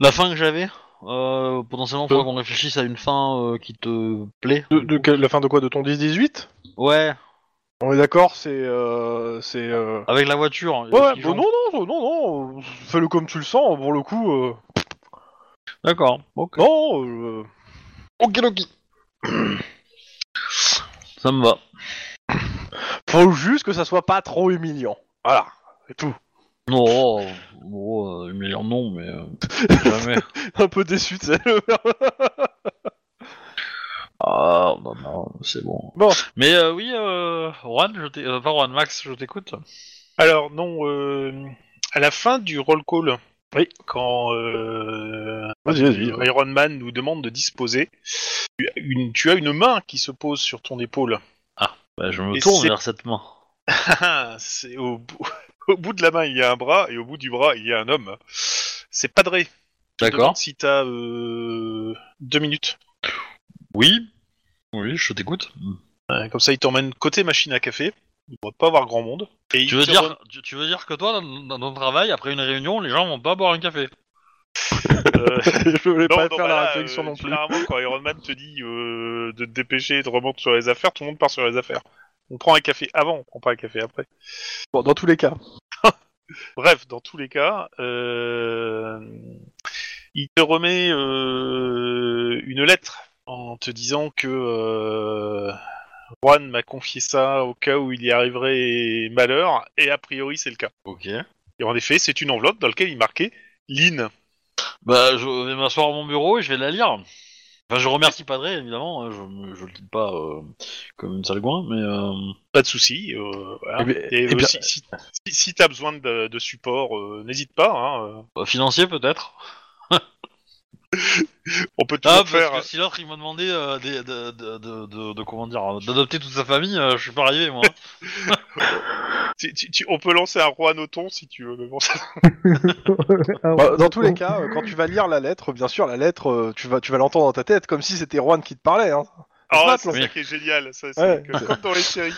Speaker 1: la fin que j'avais. Euh, potentiellement, faudra qu'on réfléchisse à une fin euh, qui te plaît.
Speaker 2: de, de quelle- la fin de quoi De ton 10-18
Speaker 1: Ouais,
Speaker 2: On est d'accord, c'est. euh, c'est euh,
Speaker 1: avec la voiture.
Speaker 2: Ouais,
Speaker 1: parce
Speaker 2: ouais,
Speaker 1: qu'ils
Speaker 2: bah
Speaker 1: ont-
Speaker 2: non, non, non, non, euh, fais-le comme tu le sens, pour le coup. euh,
Speaker 1: D'accord. Ok.
Speaker 2: Non, euh,
Speaker 1: Ok, ok. Ça me va.
Speaker 2: faut juste que ça soit pas trop humiliant. Voilà, c'est tout. *laughs*
Speaker 1: Non, oh, oh, euh, humiliant, non, mais euh,
Speaker 2: *laughs*
Speaker 1: jamais.
Speaker 2: Un peu déçu, tu sais.
Speaker 1: Ah, non, non, c'est bon.
Speaker 2: Bon.
Speaker 1: Mais euh, oui, euh, Juan, je t'ai- euh, pas Juan, Max, je t'écoute.
Speaker 4: Alors non, euh, à la fin du roll call,
Speaker 2: Oui.
Speaker 4: quand euh,
Speaker 2: Vas-y, vas-y.
Speaker 4: euh, Iron Man nous demande de disposer, tu as une, tu as une main qui se pose sur ton épaule.
Speaker 1: Bah, je me
Speaker 4: Et
Speaker 1: tourne
Speaker 4: c'est-
Speaker 1: vers cette main.
Speaker 4: Ah, C'est au, bou- *laughs* au bout de la main il y a un bras et au bout du bras il y a un homme. C'est Padré. Je te demande
Speaker 1: D'accord.
Speaker 4: Si t'as euh, deux minutes,
Speaker 1: Oui. Oui, je t'écoute.
Speaker 4: Euh, comme ça il t'emmène côté machine à café. Il ne pas avoir grand monde. Et il
Speaker 1: Tu veux
Speaker 4: te
Speaker 1: dire, tu, tu veux dire que toi, dans, dans ton travail, après une réunion, les gens vont pas boire un café.
Speaker 4: re-
Speaker 2: *laughs* *laughs* je voulais
Speaker 4: euh, Non,
Speaker 2: pas
Speaker 4: non,
Speaker 2: faire
Speaker 4: bah
Speaker 2: la
Speaker 4: là,
Speaker 2: réflexion
Speaker 4: euh,
Speaker 2: non plus.
Speaker 4: Généralement, quand Iron Man te dit euh, de te dépêcher et de remonter sur les affaires, tout le monde part sur les affaires. On prend un café avant, on prend pas un café après.
Speaker 2: Bon, dans tous les cas.
Speaker 4: Bref, dans tous les cas, euh, il te remet euh, une lettre en te disant que euh, Juan m'a confié ça au cas où il y arriverait malheur, et a priori c'est le cas.
Speaker 1: Ok.
Speaker 4: Et en effet, c'est une enveloppe dans laquelle il marquait Lynn.
Speaker 1: Bah, je vais m'asseoir à mon bureau et je vais la lire. Enfin, je remercie Padré, évidemment. hein, je, me- je le quitte pas euh, comme une sale goin, mais. euh,
Speaker 4: Pas de souci. euh, voilà.
Speaker 2: Eh bien-
Speaker 4: Et,
Speaker 2: eh
Speaker 4: euh,
Speaker 2: bien-
Speaker 4: si, si, si- si t'as besoin de, de support, euh, n'hésite pas. hein,
Speaker 1: bah, financier, peut-être.
Speaker 4: euh, on peut toujours
Speaker 1: Ah, parce
Speaker 4: faire.
Speaker 1: que si l'autre, il m'a demandé euh, des- de, de, de- de- de- comment dire, euh, d'adopter toute sa famille, euh, je suis pas arrivé, moi.
Speaker 4: *laughs* tu- tu- tu- on peut lancer un roi noton si tu veux. mais bon, ça-
Speaker 3: Ah,
Speaker 2: Bah, dans tous les cas, euh, quand tu vas lire la lettre, bien sûr, la lettre, euh, tu vas, tu vas l'entendre dans ta tête comme si c'était Juan qui te parlait. Hein.
Speaker 4: Ah,
Speaker 2: Snap,
Speaker 4: c'est ça
Speaker 1: oui.
Speaker 4: qui est génial. ça, c'est
Speaker 2: Ouais.
Speaker 4: que- comme dans les séries.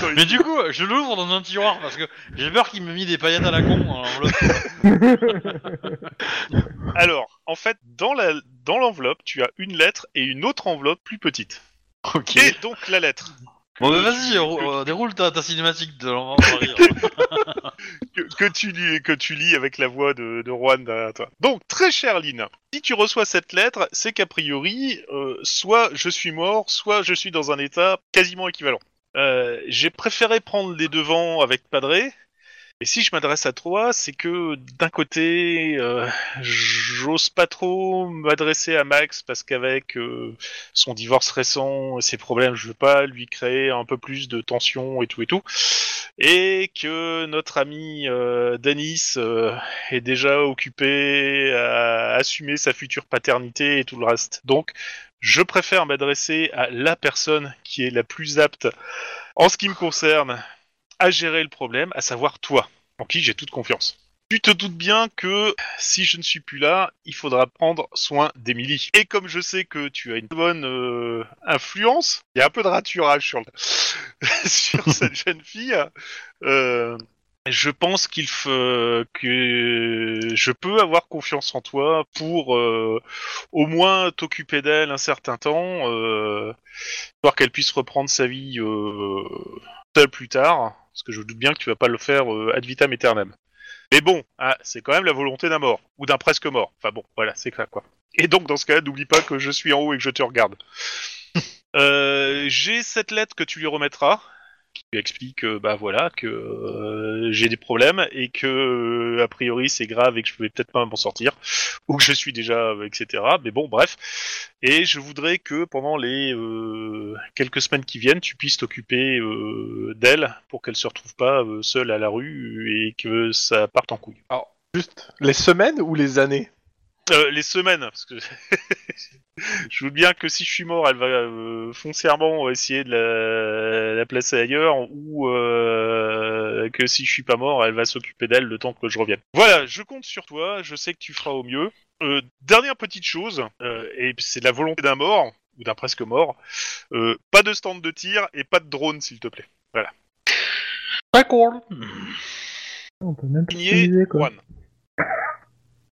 Speaker 4: Dans les-
Speaker 1: mais du coup, euh, je l'ouvre dans un tiroir parce que j'ai peur qu'il me mit des paillettes à la con. hein, dans l'enveloppe.
Speaker 4: Alors, en fait, dans la dans l'enveloppe, tu as une lettre et une autre enveloppe plus petite.
Speaker 1: *laughs* ok.
Speaker 4: Et donc la lettre
Speaker 1: Bon, bah, vas-y, euh, déroule ta, ta cinématique de l'enfant on va rire.
Speaker 4: que, que tu lis que tu lis avec la voix de, de Juan derrière toi. Donc, très chère Lynn, si tu reçois cette lettre, c'est qu'a priori, euh, soit je suis mort, soit je suis dans un état quasiment équivalent. Euh, J'ai préféré prendre les devants avec Padré. Et si je m'adresse à toi, c'est que d'un côté, euh, j'ose pas trop m'adresser à Max parce qu'avec euh, son divorce récent, et ses problèmes, je veux pas lui créer un peu plus de tension et tout et tout. Et que notre ami euh, Danis euh, est déjà occupé à assumer sa future paternité et tout le reste. Donc, je préfère m'adresser à la personne qui est la plus apte, en ce qui me concerne, à gérer le problème, à savoir toi, en qui j'ai toute confiance. Tu te doutes bien que si je ne suis plus là, il faudra prendre soin d'Emily. Et comme je sais que tu as une bonne euh, influence, il y a un peu de raturage sur, le- *laughs* sur cette jeune fille. euh, je pense qu'il faut que je peux avoir confiance en toi pour euh, au moins t'occuper d'elle un certain temps, euh, histoire qu'elle puisse reprendre sa vie euh, seule plus tard. Parce que je doute bien que tu vas pas le faire euh, ad vitam aeternam. Mais bon, ah, c'est quand même la volonté d'un mort, ou d'un presque mort. Enfin bon, voilà, c'est clair quoi. Et donc dans ce cas, n'oublie pas que je suis en haut et que je te regarde. Euh, J'ai cette lettre que tu lui remettras, qui lui explique, euh, bah voilà, que euh, j'ai des problèmes et que euh, a priori c'est grave et que je vais peut-être pas m'en sortir ou que je suis déjà, euh, etc. Mais bon, bref. Et je voudrais que pendant les euh, quelques semaines qui viennent, tu puisses t'occuper euh, d'elle pour qu'elle se retrouve pas euh, seule à la rue et que ça parte en couille.
Speaker 2: Juste les semaines ou les années
Speaker 4: Euh, les semaines, parce que *laughs* je veux bien que si je suis mort, elle va euh, foncièrement essayer de la, la placer ailleurs, ou euh, que si je suis pas mort, elle va s'occuper d'elle le temps que je revienne. Voilà, je compte sur toi, je sais que tu feras au mieux. Euh, dernière petite chose, euh, et c'est la volonté d'un mort, ou d'un presque mort, euh, pas de stand de tir et pas de drone, s'il te plaît.
Speaker 1: D'accord.
Speaker 3: On peut même pas
Speaker 4: Signé
Speaker 3: utiliser, quoi.
Speaker 4: Juan.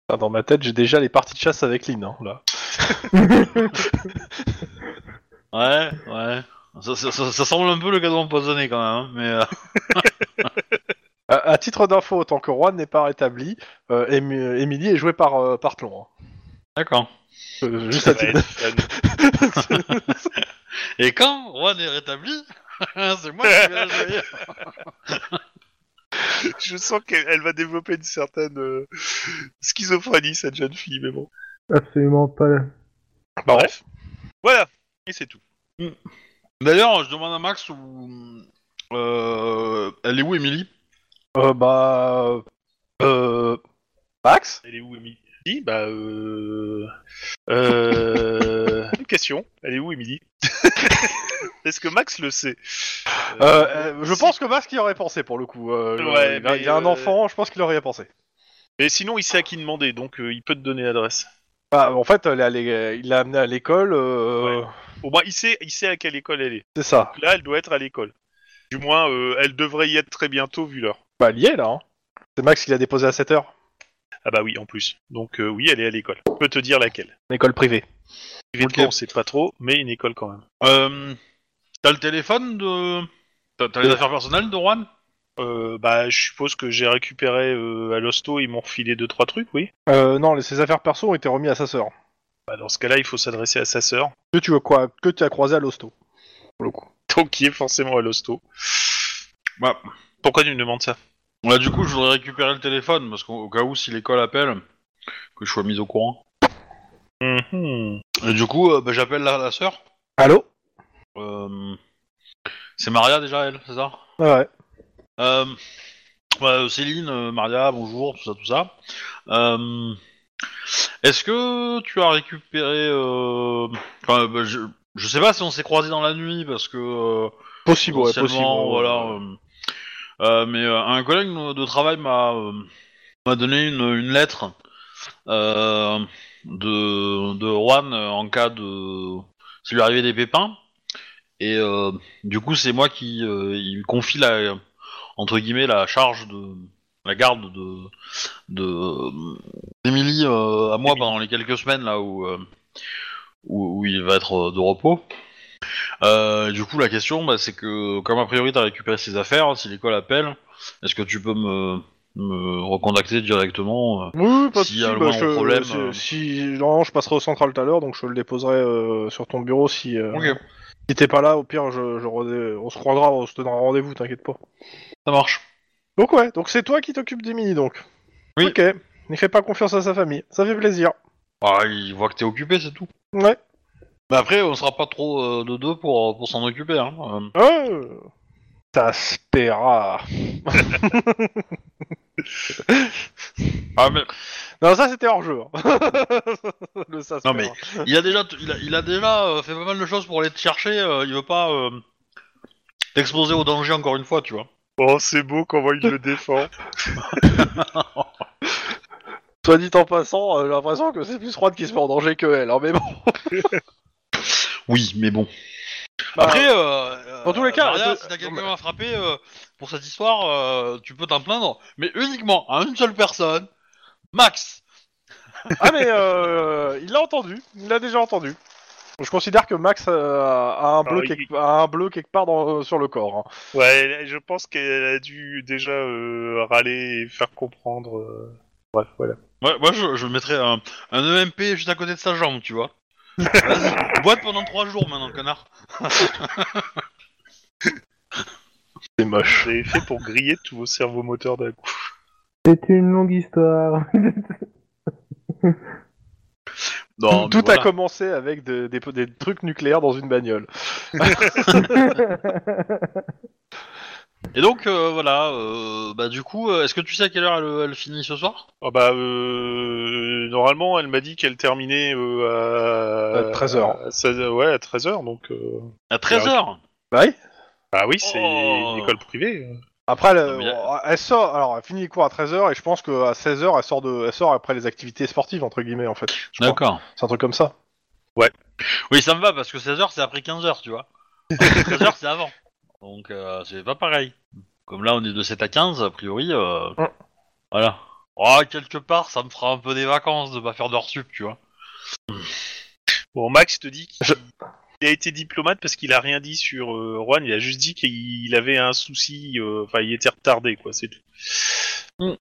Speaker 2: Ah, Dans ma tête, j'ai déjà les parties de chasse avec Lynn, hein, là.
Speaker 1: Ouais, ouais. Ça, ça- ça- ça semble un peu le cadeau empoisonné quand même, hein, mais euh,
Speaker 2: À, à titre d'info, tant que Juan n'est pas rétabli, euh, Em- Emily est jouée par, euh, par Tlon. hein.
Speaker 1: d'accord.
Speaker 2: Euh, juste
Speaker 4: Ça
Speaker 2: à
Speaker 4: va
Speaker 2: titre
Speaker 4: être fun.
Speaker 1: Et quand Juan est rétabli, *laughs* c'est moi qui vais la jouer.
Speaker 4: *laughs* je sens qu'elle elle va développer une certaine euh, schizophrénie, cette jeune fille, mais bon.
Speaker 3: *laughs* Absolument pas.
Speaker 2: Bon.
Speaker 4: Bref. Voilà. Et c'est tout.
Speaker 1: *laughs* D'ailleurs, je demande à Max où. euh, elle est où, Emily
Speaker 2: Euh, bah. Euh. Max
Speaker 4: Elle est où, Emily Bah, euh... *laughs* Euh... Une question. Elle est où, Emily *laughs* Est-ce que Max le sait
Speaker 2: euh, euh, Je pense que Max y aurait pensé pour le coup. Euh, il,
Speaker 4: Ouais,
Speaker 2: a,
Speaker 4: mais,
Speaker 2: il a un
Speaker 4: euh,
Speaker 2: enfant, je pense qu'il aurait pensé.
Speaker 4: Mais sinon, il sait à qui demander, donc euh, il peut te donner l'adresse.
Speaker 2: Bah, en fait, elle est allée- il l'a amené à l'école. euh,
Speaker 4: Au moins, il sait, il sait à quelle école elle est.
Speaker 2: C'est ça.
Speaker 4: Là, elle doit être à l'école. Du moins, euh, elle devrait y être très bientôt, vu l'heure.
Speaker 2: Bah, lié là. hein. C'est Max qui l'a déposé à 7h.
Speaker 4: Ah bah oui, en plus. Donc euh, oui, elle est à l'école. Je peux te dire laquelle.
Speaker 2: École privée.
Speaker 4: Évidemment,
Speaker 1: Ok.
Speaker 4: on sait pas trop, mais une école quand même.
Speaker 1: euh, T'as le téléphone de. T'as t'as les affaires personnelles de Juan
Speaker 4: Euh, bah, je suppose que j'ai récupéré euh, à l'hosto, ils m'ont refilé deux trois trucs, oui.
Speaker 2: Euh, non, les- ses affaires perso ont été remises à sa sœur.
Speaker 4: Bah, dans ce cas-là, il faut s'adresser à sa sœur, *laughs*
Speaker 2: Que tu veux quoi Que tu as croisé à l'hosto. Pour le coup.
Speaker 4: donc qui est forcément à l'hosto.
Speaker 1: Bah.
Speaker 4: Pourquoi tu me demandes ça
Speaker 1: Ouais, du coup, je voudrais récupérer le téléphone, parce qu'au au cas où, si l'école appelle, que je sois mis au courant.
Speaker 4: Mhm.
Speaker 1: Et du coup, euh, bah, j'appelle la, la sœur.
Speaker 2: Allô
Speaker 1: Euh, c'est Maria déjà, elle, c'est ça
Speaker 2: Ouais.
Speaker 1: Euh, bah, Céline, euh, Maria, bonjour, tout ça, tout ça. Euh, Est-ce que tu as récupéré... euh, enfin, bah, je, je sais pas si on s'est croisé dans la nuit, parce que... euh,
Speaker 2: Possible, ouais, possible.
Speaker 1: potentiellement, Voilà, euh, euh, mais euh, un collègue de travail m'a euh, m'a donné une, une lettre euh, de, de Juan euh, en cas de... s'il lui arrivait des pépins. Et euh, du coup, c'est moi qui euh, il me confie la, euh, entre guillemets, la charge de la garde de de d'Emily, euh, à moi pendant les quelques semaines là où euh, où, où il va être euh, de repos. Euh, du coup, la question, bah, c'est que comme a priori t'as récupéré ses affaires, hein, si l'école appelle, est-ce que tu peux me me recontacter directement euh
Speaker 2: Oui, oui, pas de
Speaker 1: S'il y a
Speaker 2: souci,
Speaker 1: le
Speaker 2: bah,
Speaker 1: moindre
Speaker 2: je-
Speaker 1: problème,
Speaker 2: si-
Speaker 1: euh.
Speaker 2: si- non, je passerai au central tout à l'heure, donc je le déposerai euh, sur ton bureau si, euh, si t'es pas là. Au pire, je, je redé- on se croisera, on se donnera rendez-vous, t'inquiète pas.
Speaker 1: ça marche.
Speaker 2: Donc ouais, donc c'est toi qui t'occupes d'Emily, donc.
Speaker 1: Oui.
Speaker 2: Ok. Ne fais pas confiance à sa famille, ça fait plaisir.
Speaker 1: Bah, il voit que t'es occupé, c'est tout.
Speaker 2: Ouais.
Speaker 1: Mais après, on sera pas trop euh, de deux pour pour s'en occuper. Hein. Euh,
Speaker 2: Euh, Ça se paiera.
Speaker 1: ah, mais
Speaker 2: Non, ça c'était hors jeu. hein. *laughs* Le ça se
Speaker 1: Non,
Speaker 2: paiera.
Speaker 1: Il a déjà, il a, il a déjà euh, fait pas mal de choses pour aller te chercher. euh, il veut pas euh, t'exposer au danger encore une fois, tu vois.
Speaker 4: Oh, c'est beau comment il le défend.
Speaker 2: Soit dit en passant, euh, j'ai l'impression que c'est plus Juan qui se met en danger que elle. hein, mais bon.
Speaker 1: Oui, mais bon. Après, euh,
Speaker 2: Bah, dans tous les
Speaker 1: euh,
Speaker 2: cas,
Speaker 1: Maria,
Speaker 2: de-
Speaker 1: si t'as quelqu'un à frapper euh, pour cette histoire, euh, tu peux t'en plaindre, mais uniquement à une seule personne, Max.
Speaker 2: Ah mais euh, il l'a entendu, il l'a déjà entendu. Je considère que Max euh,
Speaker 1: Ah,
Speaker 2: a, un bleu
Speaker 4: oui.
Speaker 2: quelque, a un bleu quelque part dans- sur le corps. hein.
Speaker 4: *laughs* Ouais, elle- je pense qu'elle a dû déjà euh, râler et faire comprendre. euh, Bref, voilà.
Speaker 1: Ouais, moi, je, je mettrais un, un EMP juste à côté de sa jambe, tu vois. Vas-y, boite pendant trois jours maintenant, connard.
Speaker 2: C'est moche.
Speaker 4: Vous avez fait pour griller tous vos cerveaux moteurs d'un coup.
Speaker 3: C'est une longue histoire.
Speaker 1: Non, mais
Speaker 2: tout
Speaker 1: Oh, voilà.
Speaker 2: a commencé avec des, des- des trucs nucléaires dans une bagnole.
Speaker 1: Et donc, euh, voilà, euh, bah du coup, euh, est-ce que tu sais à quelle heure elle, elle finit ce soir
Speaker 4: Ah bah, euh, normalement, elle m'a dit qu'elle terminait euh, à...
Speaker 2: À 13 heures.
Speaker 4: à 16 ouais, à 13h, donc... euh,
Speaker 1: À 13h
Speaker 2: Bah oui.
Speaker 4: Ah oui, c'est
Speaker 1: Oh.
Speaker 4: une école privée.
Speaker 2: Après, elle,
Speaker 1: Non, Ah, mais-
Speaker 2: euh, elle sort. Alors, elle finit les cours à 13h et je pense qu'à 16h, elle sort de, elle sort après les activités sportives entre guillemets en fait. Je crois.
Speaker 1: D'accord.
Speaker 2: C'est un truc comme ça.
Speaker 1: Oui, ça me va, parce que 16h, c'est après 15h, tu *laughs* vois. 16h, c'est avant. Donc, euh, c'est pas pareil. Comme là, on est de 7 à 15, a priori, euh,
Speaker 3: Ouais.
Speaker 1: voilà. Oh, quelque part, ça me fera un peu des vacances de pas faire d'heures sup, tu vois.
Speaker 4: Bon, Max te dit qu'il il a été diplomate parce qu'il a rien dit sur euh, Juan, il a juste dit qu'il avait un souci, euh, enfin, il était retardé, quoi, c'est tout.
Speaker 1: Très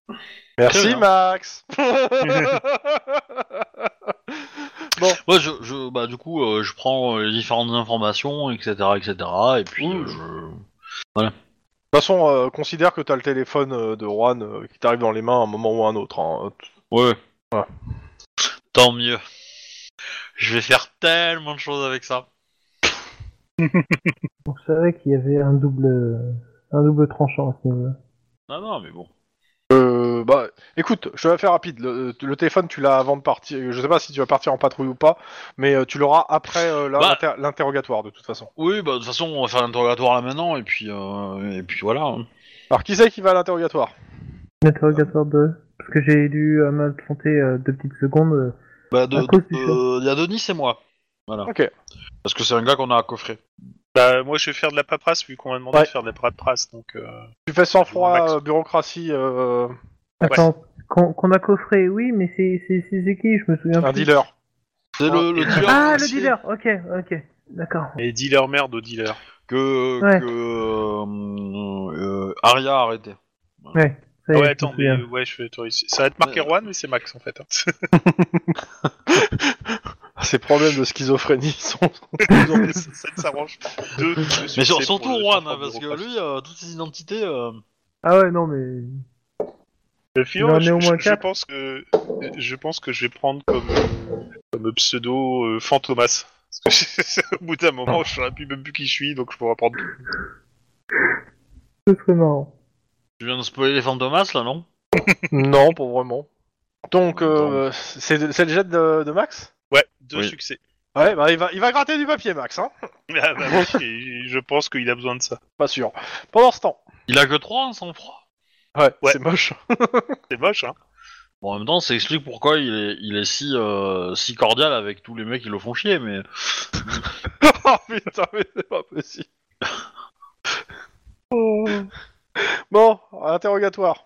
Speaker 2: Merci
Speaker 1: bien.
Speaker 2: Max.
Speaker 1: Ouais, je, je- bah, du coup, euh, je prends euh, les différentes informations, etc., etc., et puis,
Speaker 2: Ouh.
Speaker 1: euh, je...
Speaker 2: De toute façon, euh, considère que t'as le téléphone euh, de Juan euh, qui t'arrive dans les mains à un moment ou à un autre. hein.
Speaker 1: Ouais.
Speaker 2: Ouais.
Speaker 1: Tant mieux. Je vais faire tellement de choses avec ça.
Speaker 3: On savait qu'il y avait un double, un double tranchant à ce niveau
Speaker 1: Non, non, mais bon.
Speaker 2: Euh, bah, écoute, je te la fais rapide. Le, le téléphone, tu l'as avant de partir. Je sais pas si tu vas partir en patrouille ou pas, mais euh, tu l'auras après euh, la-
Speaker 1: Bah.
Speaker 2: l'inter- l'interrogatoire de toute façon.
Speaker 1: Oui, bah, de toute façon, on va faire l'interrogatoire là maintenant, et puis, euh, et puis voilà. hein.
Speaker 2: Alors, qui c'est qui va à l'interrogatoire
Speaker 3: L'interrogatoire de... Parce que j'ai dû euh, m'affronter euh, deux petites secondes. euh,
Speaker 1: Bah, de,
Speaker 3: À cause du
Speaker 1: de- il y a Denis et moi. Voilà.
Speaker 2: Ok.
Speaker 1: Parce que c'est un gars qu'on a à coffrer.
Speaker 4: Bah, moi, je vais faire de la paperasse vu qu'on m'a demandé
Speaker 2: Ouais.
Speaker 4: de faire de la paperasse, donc... euh,
Speaker 2: Tu fais sans froid,
Speaker 4: Max.
Speaker 2: euh, bureaucratie, euh,
Speaker 3: Attends, qu'on qu'on a coffré, oui, mais c'est c'est- c'est- c'est qui Je me souviens
Speaker 2: un
Speaker 3: plus.
Speaker 2: dealer. *laughs*
Speaker 1: C'est le, le dealer
Speaker 3: Ah, le
Speaker 1: financier
Speaker 3: dealer Ok, ok, d'accord.
Speaker 4: Et dealer merde au dealer.
Speaker 1: que,
Speaker 3: Ouais.
Speaker 1: que euh, euh, Aria a arrêté.
Speaker 3: Ouais, ça y est,
Speaker 4: ouais,
Speaker 3: je
Speaker 4: attends,
Speaker 3: me
Speaker 4: mais,
Speaker 3: souviens.
Speaker 4: euh, ouais, je vais autoriser. Ça va te marquer
Speaker 1: Ouais.
Speaker 4: Juan, mais c'est Max en fait. hein. *laughs*
Speaker 2: Ces problèmes de schizophrénie sont. *laughs*
Speaker 4: ça ne s'arrange pas. Deux, deux
Speaker 1: Mais
Speaker 4: succès
Speaker 1: sur-
Speaker 4: pour
Speaker 1: surtout
Speaker 4: le
Speaker 1: Juan,
Speaker 4: champion
Speaker 1: hein, parce que
Speaker 4: bureaucratique.
Speaker 1: lui, euh, toutes ses identités. euh,
Speaker 3: Ah ouais, non, mais... Il
Speaker 4: Le
Speaker 3: en
Speaker 4: film,
Speaker 3: est
Speaker 4: je,
Speaker 3: au moins
Speaker 4: je- je
Speaker 3: quatre.
Speaker 4: pense que je pense que je vais prendre comme, comme pseudo euh, Fantomas. Parce que *laughs* au bout d'un moment, je saurais plus même plus qui je suis, donc je pourrais prendre. tout.
Speaker 3: Ce serait marrant.
Speaker 1: Tu viens de spoiler les Fantomas là, non
Speaker 2: non, pas vraiment. Donc, euh, c'est c'est le jet de, de Max
Speaker 4: Ouais, deux
Speaker 1: Oui.
Speaker 4: succès. *laughs*
Speaker 2: Ouais, bah il va, il va gratter du papier, Max, hein
Speaker 4: Ah bah oui, et je pense qu'il a besoin de ça.
Speaker 2: Pas sûr. Pendant ce temps.
Speaker 1: Il a que hein, 3 en sang-froid.
Speaker 2: Ouais,
Speaker 4: Ouais.
Speaker 2: c'est moche.
Speaker 4: C'est moche, hein.
Speaker 1: Bon, en même temps, ça explique pourquoi il est, il est si, euh, si cordial avec tous les mecs qui le font chier, mais.
Speaker 2: oh putain, mais c'est pas possible.
Speaker 3: Oh.
Speaker 2: Bon, interrogatoire.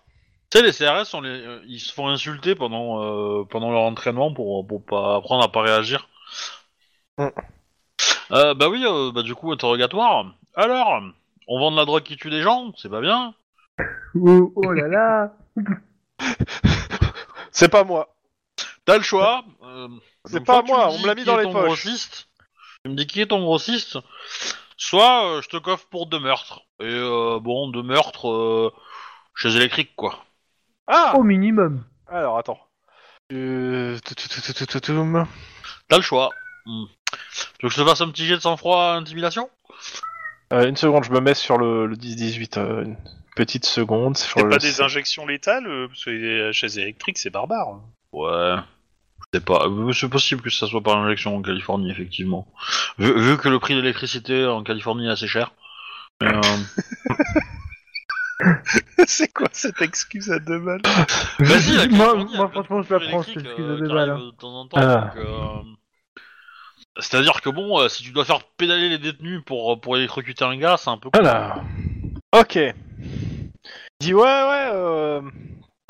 Speaker 1: Tu sais, les CRS, on les, euh, ils se font insulter pendant, euh, pendant leur entraînement pour, pour pas apprendre à pas réagir.
Speaker 2: Mm.
Speaker 1: Euh, bah oui, euh, bah du coup, interrogatoire. Alors, on vend de la drogue qui tue des gens, c'est pas bien.
Speaker 3: Oh, oh là là
Speaker 2: C'est pas moi.
Speaker 1: T'as le choix. euh,
Speaker 2: C'est
Speaker 1: donc,
Speaker 2: pas
Speaker 1: soit tu
Speaker 2: moi,
Speaker 1: me
Speaker 2: on
Speaker 1: dis
Speaker 2: me l'a mis
Speaker 1: qui
Speaker 2: dans
Speaker 1: est
Speaker 2: les
Speaker 1: ton
Speaker 2: poches.
Speaker 1: Grossiste, tu me dis qui est ton grossiste, soit euh, je te coffre pour deux meurtres. Et euh, bon, deux meurtres euh, chez Electric, quoi.
Speaker 2: Ah
Speaker 3: Au minimum.
Speaker 2: Alors, attends. Euh, tout, tout, tout, tout, tout, tout, toum.
Speaker 1: T'as le choix. Mm. Tu veux que je te fasse un petit jet de sang-froid, intimidation
Speaker 2: Euh, une seconde, je me mets sur le, le 10-18. euh, une petite seconde. sur
Speaker 4: C'est
Speaker 2: le-
Speaker 4: pas des injections létales, euh, parce que les chaises électriques, c'est barbare. hein.
Speaker 1: Ouais. Je sais pas. Euh, C'est possible que ça soit par injection en Californie, effectivement. Vu, vu que le prix de l'électricité en Californie est assez cher. Mais, euh,
Speaker 4: *laughs* c'est quoi cette excuse à deux balles
Speaker 1: *laughs* Vas-y, la
Speaker 3: Moi-
Speaker 1: Californie,
Speaker 3: moi,
Speaker 1: elle fait
Speaker 3: franchement,
Speaker 1: des
Speaker 3: je la
Speaker 1: coupures
Speaker 3: prends, cette
Speaker 1: électriques,
Speaker 3: excuse
Speaker 1: euh,
Speaker 3: de
Speaker 1: qui
Speaker 3: balle,
Speaker 1: arrivent De temps en temps.
Speaker 2: Ah.
Speaker 1: donc, euh, C'est-à-dire que bon, euh, si tu dois faire pédaler les détenus pour, euh, pour électrocuter un gars, c'est un peu. con.
Speaker 2: Alors. Ok. Dis ouais, ouais. euh,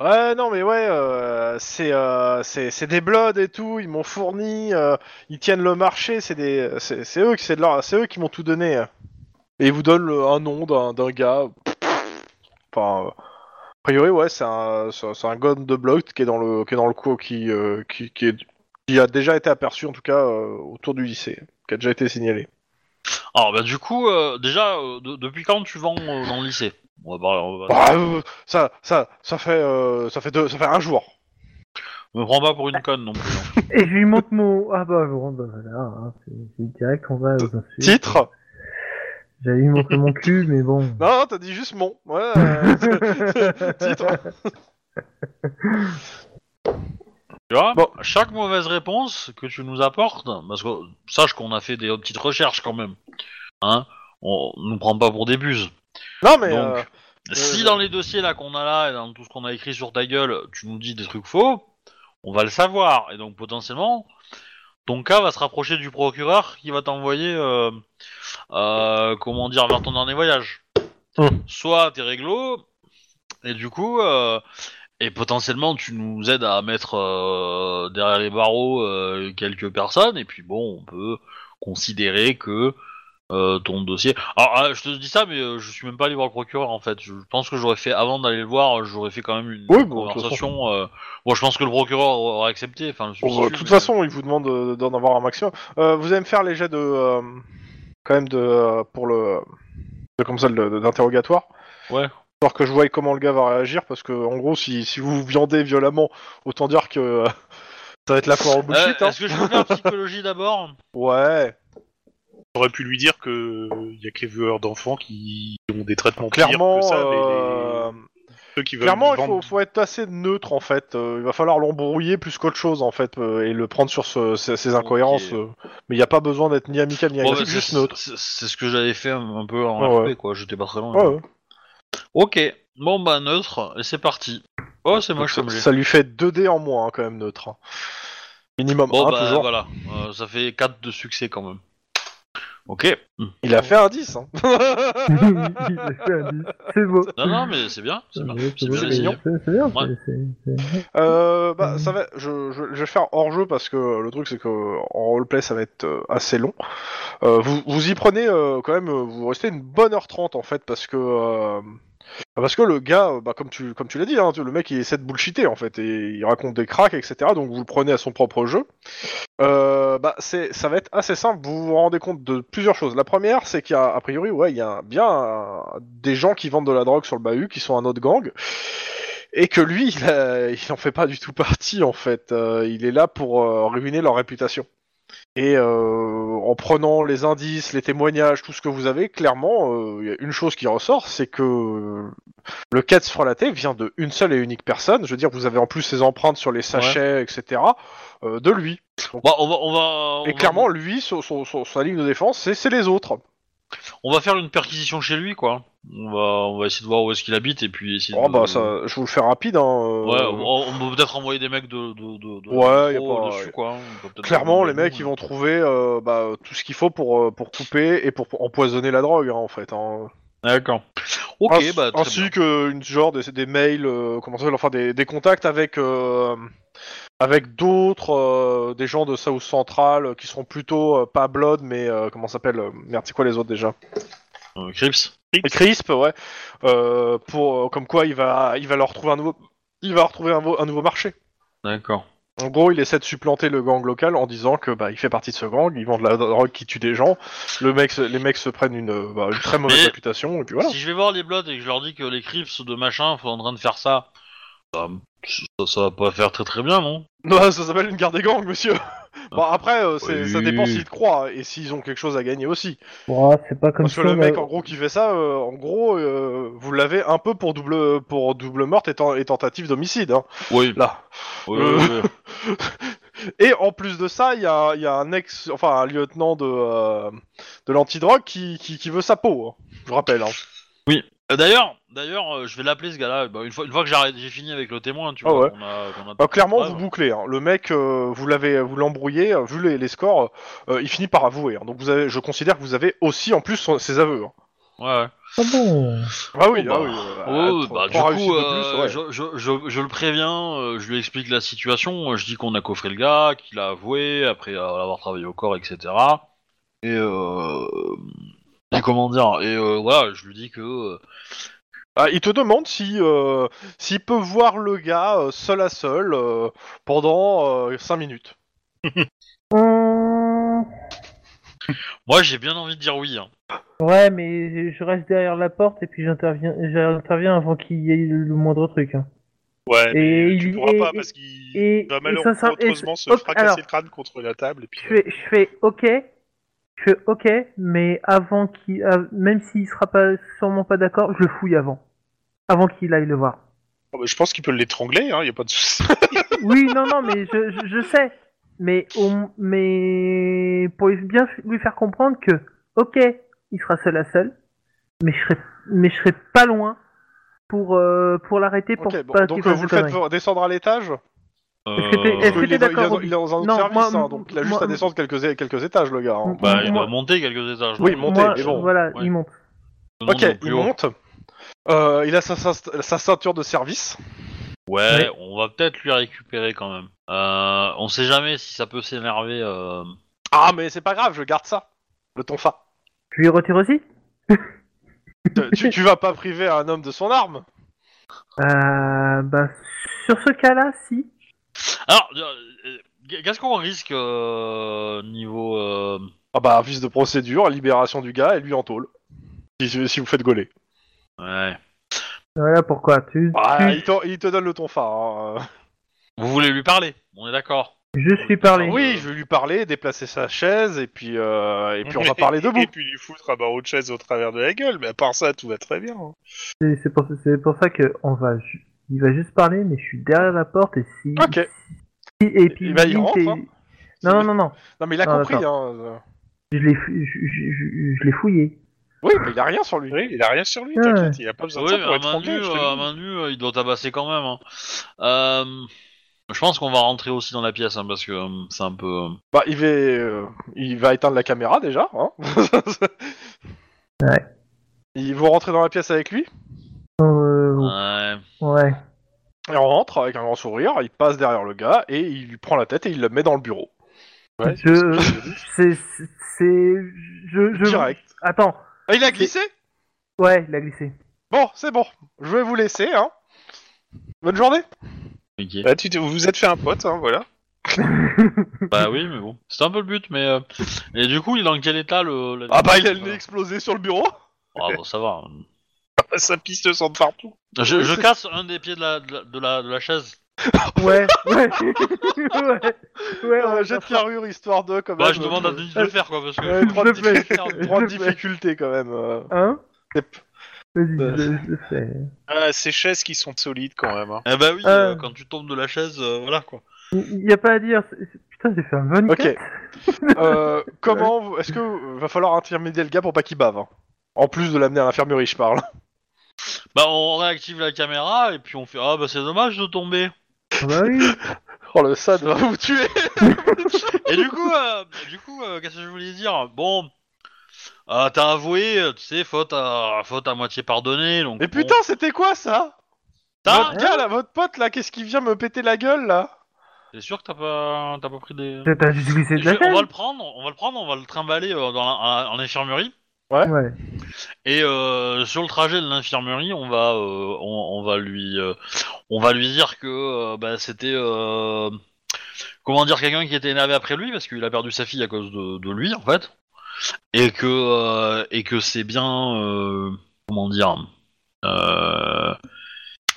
Speaker 2: Ouais, non, mais ouais, euh, c'est euh, c'est c'est des bloods et tout. Ils m'ont fourni. euh, Ils tiennent le marché. C'est des c'est c'est eux qui c'est de leur- c'est eux qui m'ont tout donné. euh. Et ils vous donnent le- un nom d'un d'un gars. Enfin. euh, A priori, ouais, c'est un, c'est un- c'est un gun de bloc qui est dans le, qui est dans le coup, qui, euh, qui, qui, est- qui a déjà été aperçu, en tout cas, euh, autour du lycée, qui a déjà été signalé.
Speaker 1: Alors, bah, du coup, euh, déjà, euh, de- depuis quand tu vends euh, dans le lycée On va parler- on va-
Speaker 2: Bah, euh, ça, ça, ça fait, euh, ça fait deux, ça fait un jour.
Speaker 1: Me prends pas pour une conne non plus. hein.
Speaker 3: Et je lui montre mon. Ah bah bon, bah voilà, hein, c'est c'est direct, on va aux insultes.
Speaker 2: Titre
Speaker 3: J'allais lui montrer mon cul, mais bon.
Speaker 1: *laughs*
Speaker 2: Non, non, t'as dit juste mon. Ouais. euh, *laughs* titre.
Speaker 1: Tu vois
Speaker 2: Bon.
Speaker 1: Chaque mauvaise réponse que tu nous apportes, parce que sache qu'on a fait des euh, petites recherches quand même. Hein on nous prend pas pour des buses.
Speaker 2: Non mais.
Speaker 1: Donc,
Speaker 2: euh,
Speaker 1: si
Speaker 2: euh,
Speaker 1: dans les dossiers là qu'on a là et dans tout ce qu'on a écrit sur ta gueule, tu nous dis des trucs faux, on va le savoir et donc potentiellement ton cas va se rapprocher du procureur qui va t'envoyer euh, euh, comment dire vers ton dernier voyage. Soit t'es réglo et du coup euh, et potentiellement tu nous aides à mettre euh, derrière les barreaux euh, quelques personnes et puis bon on peut considérer que euh, ton dossier. Alors, ah, je te dis ça, mais euh, je suis même pas allé voir le procureur en fait. Je pense que j'aurais fait avant d'aller le voir, euh, j'aurais fait quand même une
Speaker 2: Oui, bon, de toute
Speaker 1: conversation. euh, Bon, je pense que le procureur aura accepté. Enfin, le
Speaker 2: bon,
Speaker 1: substitut,
Speaker 2: bah, de
Speaker 1: mais-
Speaker 2: toute façon, il vous demande euh, d'en avoir un maximum. Euh, vous allez me faire les jets de, euh, quand même de, euh, pour le, de, comme ça, de- de- d'interrogatoire.
Speaker 1: Ouais.
Speaker 2: Histoire que je voie comment le gars va réagir, parce que en gros, si, si vous vous viandez violemment, autant dire que euh, *laughs* ça va être la foire au
Speaker 1: Euh,
Speaker 2: bullshit. hein.
Speaker 1: Est-ce que je peux faire psychologie d'abord
Speaker 2: Ouais.
Speaker 4: J'aurais pu lui dire que il y a que les violeurs d'enfants qui ont des traitements
Speaker 2: Clairement.
Speaker 4: pires que ça. les-
Speaker 2: euh,
Speaker 4: les- ceux qui veulent
Speaker 2: Clairement, il
Speaker 4: vendre-
Speaker 2: faut, faut être assez neutre en fait. Euh, il va falloir l'embrouiller plus qu'autre chose en fait euh, et le prendre sur ce- ses, ses incohérences.
Speaker 1: Ok.
Speaker 2: euh. mais il n'y a pas besoin d'être ni amical ni
Speaker 1: Bon,
Speaker 2: agressif,
Speaker 1: bah,
Speaker 2: juste
Speaker 1: c'est-
Speaker 2: neutre. Ah,
Speaker 1: c'est- C'est ce que j'avais fait un, un peu en
Speaker 2: Ouais, Ah,
Speaker 1: RP, quoi. J'étais pas très loin.
Speaker 2: Ouais, ouais.
Speaker 1: Ok. Bon, bah neutre. Et c'est parti. Oh, c'est moche
Speaker 2: ça,
Speaker 1: comme j'ai.
Speaker 2: ça lui fait 2 dés en moins hein, quand même neutre. hein. Minimum
Speaker 1: Bon,
Speaker 2: un,
Speaker 1: bah
Speaker 2: toujours.
Speaker 1: voilà. Euh, ça fait 4 de succès quand même. Ok.
Speaker 2: Il a fait un 10. hein.
Speaker 3: Il a fait un dix. *laughs* c'est beau.
Speaker 1: Non, non, mais c'est bien. C'est bien.
Speaker 3: C'est
Speaker 1: C'est
Speaker 3: beau,
Speaker 1: bien,
Speaker 3: c'est-
Speaker 1: c'est mignon.
Speaker 3: c'est- c'est bien,
Speaker 1: Ouais.
Speaker 3: c'est- c'est- c'est-
Speaker 2: Euh, bah,
Speaker 3: Mhm.
Speaker 2: ça va, je, je, je vais faire hors jeu parce que le truc c'est que en roleplay ça va être euh, assez long. Euh, vous, vous y prenez euh, quand même, euh, vous restez une bonne heure trente en fait parce que euh, parce que le gars, euh, bah, comme tu comme tu l'as dit, hein, tu- le mec il essaie de bullshiter en fait et il raconte des cracks etc. Donc vous le prenez à son propre jeu. Euh, bah c'est ça va être assez simple. Vous vous rendez compte de plusieurs choses. La première c'est qu'il y a a priori ouais il y a un- bien un- des gens qui vendent de la drogue sur le bahut qui sont un autre gang et que lui, il, a- il en fait pas du tout partie en fait. Euh, il est là pour euh, ruiner leur réputation. Et euh, en prenant les indices, les témoignages, tout ce que vous avez, clairement, euh, il y a une chose qui ressort, c'est que euh, le Cats frelaté vient de une seule et unique personne. Je veux dire, vous avez en plus ses empreintes sur les sachets, etc. euh, de lui.
Speaker 1: Bon, Bah, on va, on va, on
Speaker 2: Et
Speaker 1: va-
Speaker 2: clairement, lui, son, son- son- sa ligne de défense, c'est c'est les autres.
Speaker 1: on va faire une perquisition chez lui, quoi. On va, on va essayer de voir où est-ce qu'il habite et puis essayer.
Speaker 2: Oh
Speaker 1: de...
Speaker 2: bah, ça, je vous le fais rapide. Hein, euh,
Speaker 1: Ouais, on, on peut peut-être envoyer des mecs de, de, de, de
Speaker 2: Ouais, y a
Speaker 1: pro
Speaker 2: pas-
Speaker 1: dessus, quoi. On peut peut-être
Speaker 2: Clairement,
Speaker 1: envoyer
Speaker 2: les mecs,
Speaker 1: nous,
Speaker 2: ils
Speaker 1: ouais.
Speaker 2: vont trouver euh, bah, tout ce qu'il faut pour, euh, pour couper et pour empoisonner la drogue, hein, en fait. hein.
Speaker 1: D'accord. Ok,
Speaker 2: Ainsi-
Speaker 1: bah très bien.
Speaker 2: ainsi que une genre des, des mails, euh, comment ça s'appelle, enfin des, des contacts avec euh, avec d'autres, euh, des gens de South Central euh, qui seront plutôt euh, pas Blood, mais euh, comment ça s'appelle euh, Merde, c'est quoi les autres déjà
Speaker 1: Euh, Crips.
Speaker 2: Crisp, ouais. Euh, pour euh, comme quoi, il va il va leur trouver un nouveau il va retrouver un, vo- un nouveau marché.
Speaker 1: D'accord.
Speaker 2: En gros, il essaie de supplanter le gang local en disant que bah il fait partie de ce gang, ils vendent de la drogue qui tue des gens. Le mec, se- les mecs se prennent une, euh, bah, une très mauvaise
Speaker 1: Mais-
Speaker 2: réputation et puis voilà.
Speaker 1: Si je vais voir les Bloods et que je leur dis que les Crips de machin sont en train de faire ça, bah, ça, ça va pas faire très très bien, non
Speaker 2: Non, ça s'appelle une guerre des gangs, monsieur. bon après, euh, c'est-
Speaker 1: Ah. Oui.
Speaker 2: ça dépend s'ils te croient hein, et s'ils ont quelque chose à gagner aussi.
Speaker 3: Oh, c'est pas comme
Speaker 2: Parce que
Speaker 3: ça. bah,
Speaker 2: le
Speaker 3: là.
Speaker 2: mec, en gros, qui fait ça, euh, en gros, euh, vous l'avez un peu pour double pour double morte et, ten- et tentative d'homicide. hein,
Speaker 1: Oui,
Speaker 2: là.
Speaker 1: oui,
Speaker 2: Euh.
Speaker 1: oui,
Speaker 2: *laughs*
Speaker 1: oui.
Speaker 2: Et en plus de ça, il y a, il y a un ex, enfin un lieutenant de euh, de l'antidrogue qui, qui qui veut sa peau. hein. Je vous rappelle. hein.
Speaker 1: Euh, D'ailleurs, d'ailleurs, euh, je vais l'appeler ce gars-là. Bah, une fois, une fois que j'arrête- j'ai fini avec le témoin, tu
Speaker 2: Ah
Speaker 1: vois.
Speaker 2: ouais.
Speaker 1: qu'on a- qu'on a-
Speaker 2: Bah, clairement,
Speaker 1: Ouais,
Speaker 2: vous
Speaker 1: ouais.
Speaker 2: bouclez. hein. Le mec, euh, vous l'avez, vous l'embrouillez. euh, Vu les, les scores, euh, il finit par avouer. hein. Donc vous avez, je considère que vous avez aussi en plus son- ses aveux. hein.
Speaker 1: Ouais.
Speaker 3: Ah bon
Speaker 2: Ah oui,
Speaker 1: Bon,
Speaker 2: ah
Speaker 1: bah.
Speaker 2: oui.
Speaker 1: Ouais,
Speaker 2: euh,
Speaker 1: ouais,
Speaker 2: trois-
Speaker 1: bah, du
Speaker 2: trois réussites
Speaker 1: coup,
Speaker 2: de plus,
Speaker 1: euh,
Speaker 2: ouais.
Speaker 1: je, je, je, je le préviens, euh, je lui explique la situation, euh, je dis qu'on a coffré le gars, qu'il a avoué, après euh, avoir travaillé au corps, etc. Et, euh, et comment dire Et euh, voilà, je lui dis que... euh,
Speaker 2: Ah, il te demande si euh, s'il peut voir le gars euh, seul à seul euh, pendant 5 minutes.
Speaker 3: Hum,
Speaker 1: Moi, j'ai bien envie de dire oui. hein.
Speaker 3: Euh, Ouais, mais je reste derrière la porte et puis j'interviens, j'interviens avant qu'il y ait le moindre truc. hein.
Speaker 4: Ouais,
Speaker 3: Et
Speaker 4: Eh, mais tu
Speaker 3: il-
Speaker 4: pourras
Speaker 3: et-
Speaker 4: pas
Speaker 3: et-
Speaker 4: parce qu'il
Speaker 3: et-
Speaker 4: va
Speaker 3: et
Speaker 4: malheureusement
Speaker 3: sincère- et-
Speaker 4: se
Speaker 3: hop,
Speaker 4: fracasser
Speaker 3: alors.
Speaker 4: le crâne contre la table. Et puis,
Speaker 3: Je fais, je fais ok, je fais ok, mais avant qu'il, av- même s'il sera pas sûrement pas d'accord, je le fouille avant, avant qu'il aille le voir.
Speaker 4: Oh, bah, je pense qu'il peut l'étrangler, il hein, y a pas de souci.
Speaker 3: Oui, non, non, mais je, je, je sais. Mais, on, mais pour lui- bien lui faire comprendre que, ok, il sera seul à seul, mais je serai, mais je serai pas loin pour, euh, pour l'arrêter pour
Speaker 2: Ok, bon,
Speaker 3: pas qu'il
Speaker 2: donc euh,
Speaker 3: fasse
Speaker 2: vous
Speaker 3: de
Speaker 2: le faites
Speaker 3: conneries.
Speaker 2: descendre à l'étage
Speaker 3: Est-ce que t'es-
Speaker 1: Euh,
Speaker 2: il,
Speaker 3: est-ce que
Speaker 2: est
Speaker 3: t'es
Speaker 2: dans, il est
Speaker 3: d'accord,
Speaker 2: dans- il est dans un autre
Speaker 3: Non,
Speaker 2: service,
Speaker 3: moi-
Speaker 2: hein, donc il a juste
Speaker 3: moi-
Speaker 2: à descendre quelques, é- quelques étages, le gars. hein.
Speaker 1: Bah, il
Speaker 3: moi-
Speaker 1: doit monter hein, quelques étages.
Speaker 2: Oui,
Speaker 1: non
Speaker 2: monter,
Speaker 3: Moi,
Speaker 2: mais bon.
Speaker 3: Voilà,
Speaker 1: Ouais.
Speaker 3: il monte.
Speaker 1: Non,
Speaker 2: Ok,
Speaker 1: non, plus
Speaker 2: il
Speaker 1: haut.
Speaker 2: monte. Euh, il a sa, sa- sa ceinture de service.
Speaker 1: Ouais, on va peut-être lui récupérer quand même. Euh, on sait jamais si ça peut s'énerver. euh.
Speaker 2: Ah, mais c'est pas grave, je garde ça. Le *laughs* tonfa.
Speaker 3: Je lui retire aussi
Speaker 2: Tu- tu, tu vas pas priver un homme de son arme
Speaker 3: euh, bah, Sur ce cas-là, si.
Speaker 1: Alors, euh, euh, qu'est-ce qu'on risque euh, niveau. euh,
Speaker 2: Ah bah, vice de procédure, libération du gars et lui en tôle. Si, si vous faites gauler.
Speaker 1: Ouais.
Speaker 3: Voilà pourquoi. Tu,
Speaker 2: Ah,
Speaker 3: tu-
Speaker 2: il, te, il te donne le tonfa. hein.
Speaker 1: Vous voulez lui parler On est d'accord.
Speaker 3: je suis parlé.
Speaker 2: Oui, je vais lui parler, déplacer sa chaise et puis, euh, et puis
Speaker 4: *laughs*
Speaker 2: on va parler debout.
Speaker 4: Et puis lui foutre un barreau de chaise au travers de la gueule, mais à part ça, tout va très bien. hein.
Speaker 3: C'est c'est pour, c'est pour ça que on va, ju- il va juste parler, mais je suis derrière la porte et si.
Speaker 2: Ok.
Speaker 3: si- et puis.
Speaker 2: Eh ben, il
Speaker 3: si
Speaker 2: rentre,
Speaker 3: t'es-
Speaker 2: hein.
Speaker 3: Non, non, non, non.
Speaker 2: Non, mais il a
Speaker 3: Ah,
Speaker 2: compris. Hein.
Speaker 3: Je l'ai, fou- je, je- je- je l'ai fouillé.
Speaker 2: Oui, mais il a rien sur lui.
Speaker 4: Oui, il a rien sur lui,
Speaker 3: Ouais.
Speaker 4: t'inquiète, il a pas besoin de
Speaker 1: Oui,
Speaker 4: ça
Speaker 1: mais
Speaker 4: pour
Speaker 1: à
Speaker 4: être
Speaker 1: main, nue,
Speaker 4: engueulé, je te le
Speaker 1: euh, à
Speaker 4: dis.
Speaker 1: main nue, euh, il doit tabasser quand même. hein. Euh, je pense qu'on va rentrer aussi dans la pièce hein, parce que euh, c'est un peu. euh,
Speaker 2: Bah, il va, euh, il va éteindre la caméra déjà. Hein.
Speaker 3: Ouais.
Speaker 2: Ils vont rentrer dans la pièce avec lui.
Speaker 3: Euh,
Speaker 1: Ouais.
Speaker 2: Ah.
Speaker 3: Ouais.
Speaker 2: Et on rentre avec un grand sourire. Il passe derrière le gars et il lui prend la tête et il le met dans le bureau.
Speaker 4: Ouais,
Speaker 3: je. C'est. c'est- c'est- Je, je.
Speaker 2: Direct.
Speaker 3: Attends.
Speaker 2: Ah, il a glissé
Speaker 3: Ouais, il a glissé.
Speaker 2: Bon, c'est bon. Je vais vous laisser. Hein. Bonne journée.
Speaker 1: ok.
Speaker 4: Bah, tu t'es- vous vous êtes fait un pote, hein, voilà.
Speaker 1: bah oui, mais bon. C'était un peu le but, mais. euh, Et du coup, il est dans quel état le. le-
Speaker 2: Ah bah,
Speaker 4: Euh,
Speaker 2: il a le nez explosé sur le
Speaker 4: *laughs*
Speaker 2: bureau.
Speaker 1: Ah bon, ça va.
Speaker 4: Ça pisse le sang de partout.
Speaker 1: Je, je casse un des pieds de la, de la, de la, de la chaise.
Speaker 3: Ouais. *laughs* Ouais. ouais. Ouais, on va
Speaker 2: Euh,
Speaker 3: faire
Speaker 2: Jet de
Speaker 3: ça.
Speaker 2: carrure histoire 2 quand même. Euh,
Speaker 1: Bah, je demande à Denis de le faire, quoi, parce que.
Speaker 2: Ouais, trois
Speaker 3: Je le
Speaker 2: difficultés-
Speaker 1: fais.
Speaker 2: trois
Speaker 3: Je le fais.
Speaker 2: difficultés quand même. euh.
Speaker 3: Hein
Speaker 2: Yep.
Speaker 3: Vas-y,
Speaker 2: Euh.
Speaker 3: je, je le fais.
Speaker 4: Ah, ces chaises qui sont solides quand même. hein.
Speaker 1: Eh bah oui,
Speaker 3: Euh.
Speaker 1: euh, quand tu tombes de la chaise, euh, voilà quoi.
Speaker 3: Il n'y a pas à dire. c'est- c'est- Putain, j'ai fait un 24.
Speaker 2: Ok. *laughs* Euh, comment vous- Est-ce que vous- va falloir intimider le gars pour pas qu'il bave hein En plus de l'amener à l'infirmerie, je parle. *laughs*
Speaker 1: Bah on réactive la caméra et puis on fait ah bah c'est dommage de tomber.
Speaker 3: Ah Bah oui.
Speaker 2: Oh le sad va vous tuer
Speaker 1: Et du coup, euh, du coup, euh, qu'est-ce que je voulais dire Bon, euh, t'as avoué, euh, tu sais, faute à faute à moitié pardonnée, donc.
Speaker 2: Mais
Speaker 1: bon.
Speaker 2: putain, c'était quoi ça
Speaker 1: T'as-
Speaker 2: Votre gars là, votre pote là, qu'est-ce qui vient me péter la gueule là
Speaker 1: T'es sûr que t'as pas t'as pas pris des.
Speaker 3: T'as- T'as juste glissé de la
Speaker 1: Je- on va le
Speaker 3: tête.
Speaker 1: prendre, on va le prendre, on va le trimballer euh, dans la- en- en infirmerie.
Speaker 3: Ouais.
Speaker 1: Et euh, sur le trajet de l'infirmerie, on va euh, on, on va lui euh, on va lui dire que euh, bah, c'était euh, comment dire quelqu'un qui était énervé après lui parce qu'il a perdu sa fille à cause de, de lui en fait et que euh, et que c'est bien euh, comment dire euh,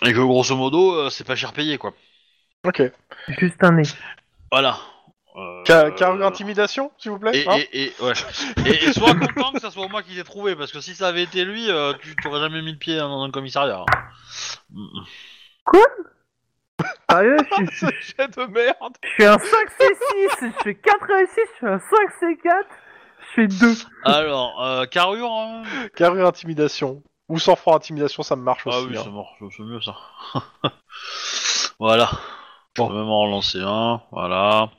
Speaker 1: et que grosso modo euh, c'est pas cher payé quoi.
Speaker 2: Ok.
Speaker 3: Juste un nez.
Speaker 1: Voilà. Euh,
Speaker 2: Ca- Carrure intimidation, s'il vous plaît
Speaker 1: et,
Speaker 2: *laughs* hein
Speaker 1: et, et, ouais. et, et sois content que ça soit moi qui l'ai trouvé, parce que si ça avait été lui, euh, tu t'aurais jamais mis le pied dans un commissariat. hein.
Speaker 3: Sérieux, Ah, je, je-
Speaker 2: Ce jet de merde
Speaker 3: je suis un 5C6, je fais 4 réussites, je fais un 5C4, je fais 2.
Speaker 1: Alors, euh, carrure hein
Speaker 2: Carrure intimidation. Ou sans froid intimidation, ça me marche aussi.
Speaker 1: Ah oui,
Speaker 2: hein.
Speaker 1: c'est mort, c'est- c'est mieux ça. *laughs* voilà. Bon. Je vais même en relancer un, voilà.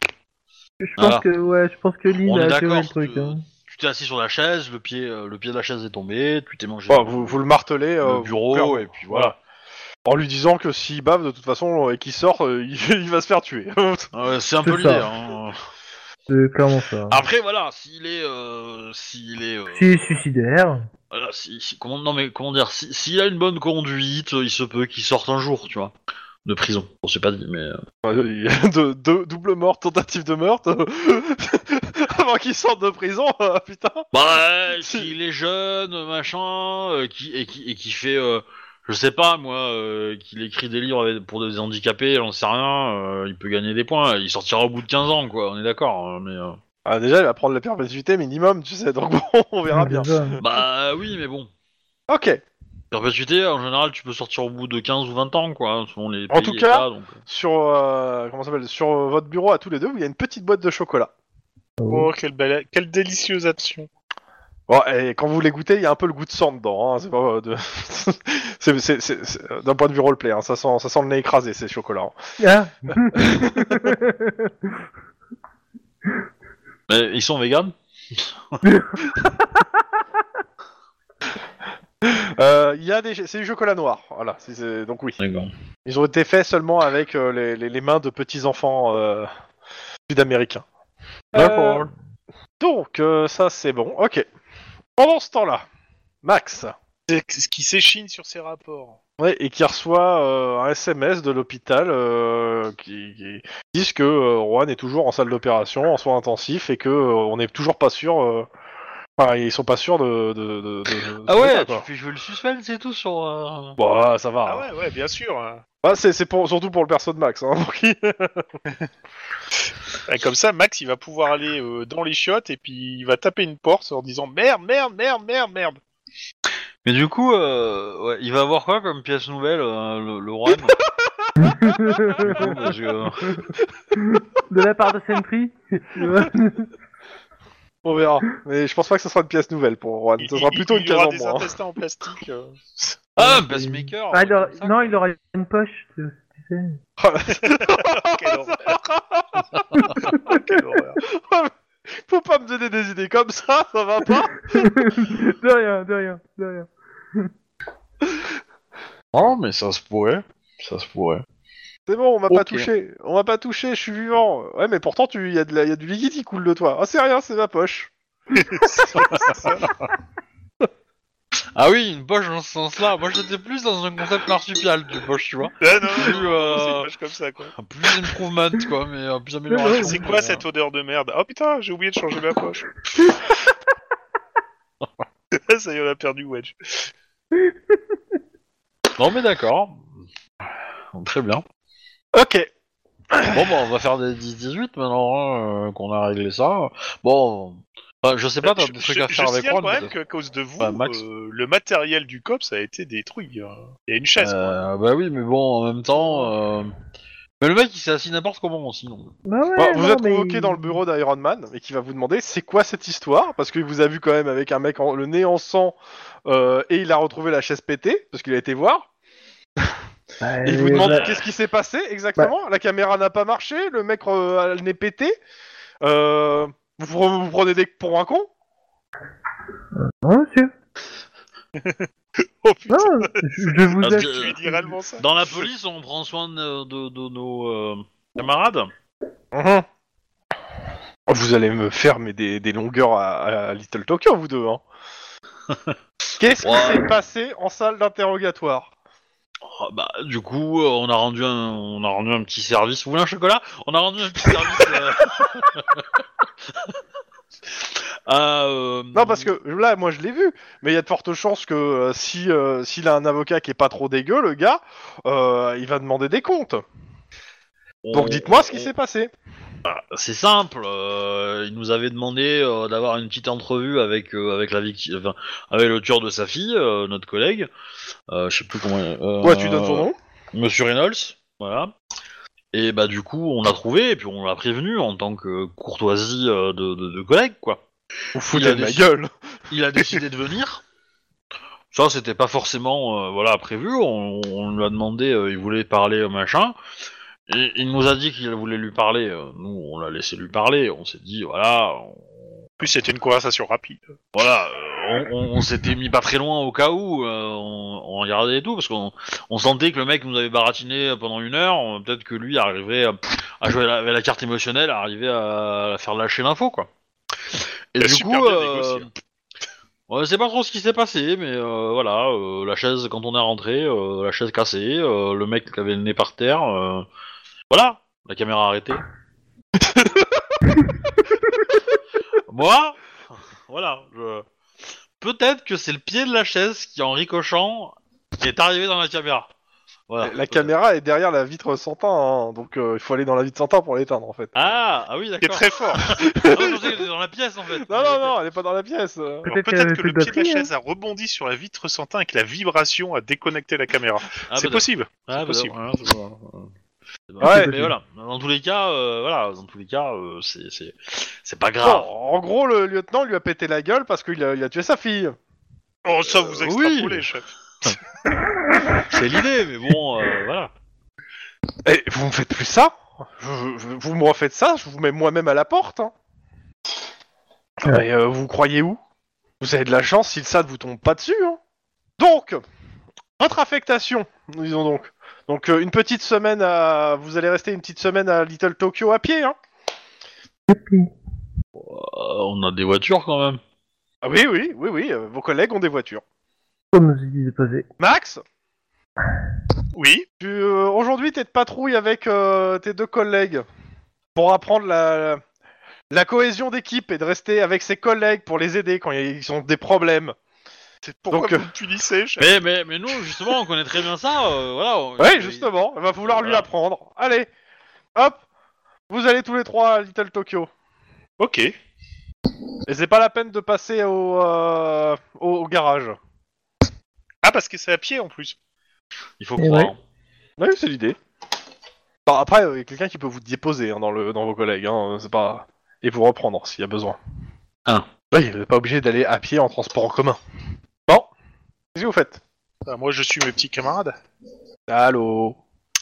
Speaker 3: Je pense
Speaker 1: Voilà.
Speaker 3: que, ouais, je pense que
Speaker 1: On
Speaker 3: Lynn
Speaker 1: est
Speaker 3: a
Speaker 1: d'accord,
Speaker 3: théorie le truc.
Speaker 1: tu-
Speaker 3: hein.
Speaker 1: Tu t'es assis sur la chaise, le pied, euh, le pied de la chaise est tombé, tu t'es mangé
Speaker 2: Bon, vous, vous le martelez
Speaker 1: le
Speaker 2: euh,
Speaker 1: bureau,
Speaker 2: clairement.
Speaker 1: et puis voilà.
Speaker 2: En lui disant que s'il bave de toute façon et qu'il sort, euh, *laughs* il, il va se faire tuer. *laughs*
Speaker 1: Euh, c'est un
Speaker 3: C'est
Speaker 1: peu
Speaker 3: ça.
Speaker 1: l'idée. hein.
Speaker 3: C'est Euh, clairement ça.
Speaker 2: Ah.
Speaker 1: Après, voilà, s'il est... euh, s'il est... euh,
Speaker 3: Si, suicidaire.
Speaker 1: Voilà, si, si- comment, non mais comment dire, si- s'il a une bonne conduite, il se peut qu'il sorte un jour, tu vois. de prison. On s'est pas dit, mais. euh,
Speaker 2: *laughs* de, de- double mort, tentative de meurtre, *laughs* avant qu'il sorte de prison, *laughs* euh, putain.
Speaker 1: *laughs* Bah, ouais, s'il est jeune, machin, euh, qui, et, qui, et qui fait, euh, je sais pas, moi, euh, qu'il écrit des livres avec- pour des handicapés, j'en sais rien, euh, il peut gagner des points, il sortira au bout de 15 ans, quoi, on est d'accord, hein, mais... *laughs* euh,
Speaker 2: Ah, déjà, il va prendre la perpétuité minimum, tu sais, donc bon, *laughs* on verra bien.
Speaker 3: Ça.
Speaker 1: Bah oui, mais bon,
Speaker 2: Ok,
Speaker 1: perpétuité, en général, tu peux sortir au bout de 15 ou 20 ans, quoi, hein, selon les
Speaker 2: En
Speaker 1: pays
Speaker 2: tout
Speaker 1: et
Speaker 2: cas-
Speaker 1: États, donc...
Speaker 2: sur, euh, comment ça s'appelle sur euh, votre bureau à tous les deux, il y a une petite boîte de chocolat.
Speaker 4: Oh, quelle, belle... quelle délicieuse action.
Speaker 2: Bon, et quand vous les goûtez, il y a un peu le goût de sang dedans. Hein. C'est pas de... *laughs* c'est- c'est- c'est- c'est- d'un point de vue roleplay. Hein. Ça sent, ça sent le nez écrasé ces chocolats. hein.
Speaker 3: Ah.
Speaker 1: Mais ils sont véganes
Speaker 2: Euh, Il y a des, c'est du chocolat noir. Voilà. c'est- c'est- donc oui.
Speaker 1: D'accord.
Speaker 2: Ils ont été faits seulement avec euh, les, les- les mains de petits enfants euh, sud-américains. Euh, donc euh, ça c'est bon. Ok. Pendant ce temps-là, Max.
Speaker 4: C'est ce qui s'échine sur ses rapports.
Speaker 2: Ouais, et qui reçoit euh, un SMS de l'hôpital euh, qui, qui disent que euh, Juan est toujours en salle d'opération, en soins intensifs, et que euh, on n'est toujours pas sûr. euh, Enfin, ils sont pas sûrs de. de, de- de- de-
Speaker 1: Ah ouais,
Speaker 2: de- quoi.
Speaker 1: tu veux le suspense et tout sur... euh,
Speaker 2: Bah, ça va.
Speaker 4: Ah
Speaker 2: hein.
Speaker 4: ouais, ouais, bien sûr. hein.
Speaker 2: Bah, c'est c'est pour, surtout pour le perso de Max. Hein, *laughs* pour qui-
Speaker 4: Et comme ça, Max, il va pouvoir aller euh, dans les chiottes et puis il va taper une porte en disant merde, merde, merde, merde, merde.
Speaker 1: Mais du coup, euh, ouais, il va avoir quoi comme pièce nouvelle, euh, le, le *laughs* Juan Du coup, parce que-
Speaker 3: *laughs* de la part de
Speaker 2: *laughs*
Speaker 3: Sentry.
Speaker 2: on verra. Mais je pense pas que ce sera une pièce nouvelle pour Juan. Ce sera plutôt
Speaker 4: il,
Speaker 2: une
Speaker 4: il
Speaker 2: pièce
Speaker 4: aura
Speaker 2: en
Speaker 4: des
Speaker 2: moins. hein.
Speaker 4: intestins en plastique. euh.
Speaker 1: Ah, pacemaker
Speaker 3: Ah, il aura-
Speaker 1: comme ça,
Speaker 3: Non,
Speaker 1: quoi.
Speaker 3: il aura une
Speaker 2: *laughs*
Speaker 3: poche. tu sais.
Speaker 4: Quelle horreur. Quelle horreur.
Speaker 2: Faut pas me donner des idées comme ça, ça va pas.
Speaker 3: de rien, de rien, de rien.
Speaker 1: Non, Ah, mais ça se pourrait. Ça se pourrait.
Speaker 2: C'est bon, on m'a pas
Speaker 1: Ok.
Speaker 2: touché. On m'a pas touché, je suis vivant. Ouais, mais pourtant, tu y a, de la- y a du liquide qui coule de toi. Ah, c'est rien, c'est ma poche.
Speaker 1: Ah oui, une poche dans ce sens-là. Moi, j'étais plus dans un concept marsupial du poche, tu vois.
Speaker 4: Ah, non, non,
Speaker 1: Plus, euh,
Speaker 4: non, c'est une poche comme ça, quoi.
Speaker 1: Plus improvement, quoi, mais euh, plus
Speaker 3: Ouais,
Speaker 1: amélioration.
Speaker 4: C'est
Speaker 1: Mais,
Speaker 4: quoi
Speaker 1: euh,
Speaker 4: cette odeur de merde Oh putain, j'ai oublié de changer
Speaker 1: *laughs*
Speaker 4: ma poche. ça y est, on a perdu Wedge.
Speaker 1: Non, mais d'accord. Très bien.
Speaker 2: Ok.
Speaker 1: Bon, bah, on va faire des 10-18 maintenant hein, euh, qu'on a réglé ça. Bon, enfin, je sais pas, t'as
Speaker 4: je
Speaker 1: des trucs
Speaker 4: je-
Speaker 1: à
Speaker 4: je
Speaker 1: faire avec
Speaker 4: signale
Speaker 1: Ron.
Speaker 4: quand même
Speaker 1: peut-être.
Speaker 4: qu'à cause de vous,
Speaker 1: Enfin, Max.
Speaker 4: euh, le matériel du COPS a été détruit. hein. Il y a une chaise, quoi.
Speaker 1: Euh, bah oui, mais bon, en même temps. euh, Mais le mec, il s'est assis n'importe comment, sinon.
Speaker 3: Bah ouais,
Speaker 2: Bon, vous
Speaker 3: non,
Speaker 2: êtes
Speaker 3: mais-
Speaker 2: convoqué dans le bureau d'Iron Man et qui va vous demander c'est quoi cette histoire parce qu'il vous a vu quand même avec un mec en- le nez en sang euh, et il a retrouvé la chaise pétée parce qu'il a été voir.
Speaker 3: Bah,
Speaker 2: Et il vous
Speaker 3: euh,
Speaker 2: demande
Speaker 3: bah,
Speaker 2: qu'est-ce qui s'est passé exactement. La caméra n'a pas marché, le mec euh, a le nez pété. Euh, vous, pre- vous prenez des pour un con
Speaker 3: Non, monsieur.
Speaker 4: Oh putain,
Speaker 3: Non, je, je vous
Speaker 1: Ah,
Speaker 3: ai-
Speaker 1: tu-
Speaker 4: tu lui dis réellement ça
Speaker 1: Dans la police, on prend soin de, de- de nos euh, camarades.
Speaker 2: Mhm. Oh, Vous allez me faire mais des, des longueurs à, à Little Tokyo vous deux. Hein. *laughs* qu'est-ce qui
Speaker 1: Ouais.
Speaker 2: s'est passé en salle d'interrogatoire
Speaker 1: Oh, bah, du coup, euh, on a rendu un, on a rendu un petit service. Vous voulez un chocolat On a rendu un petit service.
Speaker 2: *laughs*
Speaker 1: euh, à, euh,
Speaker 2: Non, parce que là, moi, je l'ai vu, mais il y a de fortes chances que euh, si euh, s'il a un avocat qui est pas trop dégueu, le gars, euh, il va demander des comptes.
Speaker 1: on-
Speaker 2: Donc, dites-moi ce qui
Speaker 1: on-
Speaker 2: s'est passé.
Speaker 1: C'est simple. euh, il nous avait demandé euh, d'avoir une petite entrevue avec euh, avec la victime, enfin, avec le tueur de sa fille, euh, notre collègue. Euh, je sais plus comment. euh,
Speaker 2: Toi, tu donnes son nom
Speaker 1: Monsieur Reynolds, voilà. Et bah du coup, on l'a trouvé et puis on l'a prévenu en tant que courtoisie euh, de, de, de collègue, quoi. il
Speaker 2: Vous
Speaker 1: a
Speaker 2: foutez de ma
Speaker 1: des-
Speaker 2: gueule
Speaker 1: Il a décidé de venir. Ça, c'était pas forcément euh, voilà prévu. On, on lui a demandé, euh, il voulait parler euh, machin. Et, il nous a dit qu'il voulait lui parler. euh, Nous, on l'a laissé lui parler. On s'est dit voilà, on-
Speaker 4: En plus, c'était une conversation rapide.
Speaker 1: voilà, euh, on, on- on s'était mis pas très loin au cas où, euh, on, on regardait et tout, parce qu'on on sentait que le mec nous avait baratiné pendant une heure, on- peut-être que lui arriverait à, à jouer la- avec la carte émotionnelle, à arriver à, à faire lâcher l'info, quoi. Et
Speaker 4: Il a
Speaker 1: du
Speaker 4: super
Speaker 1: coup, *laughs*
Speaker 4: bien hein.
Speaker 1: euh,
Speaker 4: négocié.
Speaker 1: On ne sait pas trop ce qui s'est passé, mais euh, voilà, euh, la chaise, quand on est rentré, euh, la chaise cassée, euh, le mec qui avait le nez par terre, euh, voilà, la caméra arrêtée. Moi, *laughs* voilà, je- peut-être que c'est le pied de la chaise qui, en ricochant, est arrivé dans la caméra. Voilà.
Speaker 2: La caméra est derrière la vitre Santin, hein, donc euh, il faut aller dans la vitre Santin pour l'éteindre en fait.
Speaker 1: Ah, ah oui,
Speaker 4: C'est
Speaker 1: d'accord.
Speaker 4: très fort.
Speaker 1: Ah, je pensais qu'elle était dans la pièce en fait.
Speaker 2: Non, non, non, elle est pas dans la pièce. euh.
Speaker 4: Alors,
Speaker 3: Peut-être qu'elle
Speaker 4: Peut-être
Speaker 3: avait
Speaker 4: que
Speaker 3: plus
Speaker 4: le
Speaker 3: de
Speaker 4: pied de la
Speaker 3: batterie, hein.
Speaker 4: chaise a rebondi sur la vitre Santin et que la vibration a déconnecté la caméra.
Speaker 1: Ah,
Speaker 4: c'est
Speaker 1: peut-être.
Speaker 4: possible.
Speaker 1: Ah,
Speaker 4: possible.
Speaker 1: bah, ouais, c'est bon, ouais. C'est bon.
Speaker 2: Ouais.
Speaker 1: mais voilà. Dans tous les cas, euh, voilà, dans tous les cas, euh, c'est c'est c'est pas grave.
Speaker 2: Bon, en gros, le lieutenant lui a pété la gueule parce qu'il a, il a tué sa fille.
Speaker 4: Oh, ça vous
Speaker 1: Euh,
Speaker 4: extrapolez,
Speaker 1: oui.
Speaker 4: chef.
Speaker 1: C'est l'idée, mais bon, euh, voilà.
Speaker 2: Et vous me faites plus ça Je- je- Vous me refaites ça Je vous mets moi-même à la porte. hein. Mais euh, vous croyez où Vous avez de la chance si le SAD vous tombe pas dessus. hein. Donc, votre affectation, nous disons donc. Donc, euh, une petite semaine à. Vous allez rester une petite semaine à Little Tokyo à pied, hein
Speaker 1: Euh, on a des voitures quand même.
Speaker 2: Ah oui, oui, oui, oui, euh, vos collègues ont des voitures.
Speaker 3: Comme nous dit de poser.
Speaker 2: Max,
Speaker 4: Oui.
Speaker 2: tu, euh, aujourd'hui t'es de patrouille avec euh, tes deux collègues pour apprendre la, la cohésion d'équipe et de rester avec ses collègues pour les aider quand ils ont des problèmes.
Speaker 4: C'est pourquoi
Speaker 2: Donc,
Speaker 4: vous
Speaker 2: euh,
Speaker 4: me punissez, chef.
Speaker 1: Mais, mais, mais nous, justement, on connaît très bien ça. euh, voilà. on-
Speaker 2: Oui, justement, elle va vouloir lui
Speaker 1: Voilà.
Speaker 2: apprendre. Allez, hop, vous allez tous les trois à Little Tokyo.
Speaker 4: Ok.
Speaker 2: Et c'est pas la peine de passer au, euh, au, au garage.
Speaker 4: Ah, parce que c'est à pied en plus.
Speaker 1: Il faut
Speaker 3: Et
Speaker 1: croire.
Speaker 3: ouais.
Speaker 1: hein.
Speaker 2: Oui, c'est l'idée. Bon, après, il y a quelqu'un qui peut vous déposer hein, dans, le, dans vos collègues, hein, c'est pas... et vous reprendre s'il y a besoin.
Speaker 1: Ah.
Speaker 2: Oui, vous n'êtes pas obligé d'aller à pied en transport en commun. Bon, qu'est-ce que vous faites
Speaker 4: Ah, moi, je suis mes petits camarades.
Speaker 2: Allô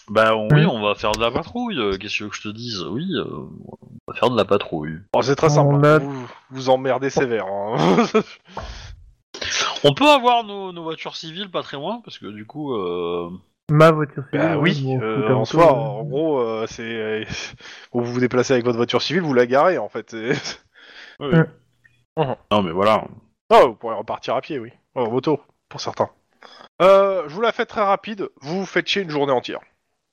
Speaker 1: Bah on- oui, on va faire de la patrouille. euh, Qu'est-ce que tu veux que je te dise Oui, euh, on va faire de la patrouille.
Speaker 2: Bon, C'est très simple,
Speaker 3: On
Speaker 2: hein,
Speaker 3: a-
Speaker 2: vous vous emmerdez sévère.
Speaker 3: *laughs*
Speaker 2: hein. *laughs*
Speaker 1: On peut avoir nos, nos voitures civiles pas très loin, parce que du coup, euh,
Speaker 3: Ma voiture civile.
Speaker 2: bah oui,
Speaker 3: bon,
Speaker 2: euh,
Speaker 3: écoute, un
Speaker 2: en
Speaker 3: peu,
Speaker 2: soi,
Speaker 3: euh,
Speaker 2: en gros, euh, c'est... euh, vous vous déplacez avec votre voiture civile, vous la garez en fait. *laughs* et-
Speaker 1: ouais,
Speaker 3: Mm.
Speaker 1: ouais. non mais voilà.
Speaker 2: Oh, vous pourrez repartir à pied, oui. Oh, en moto, pour certains. Euh, je vous la fais très rapide. Vous vous faites chier une journée entière.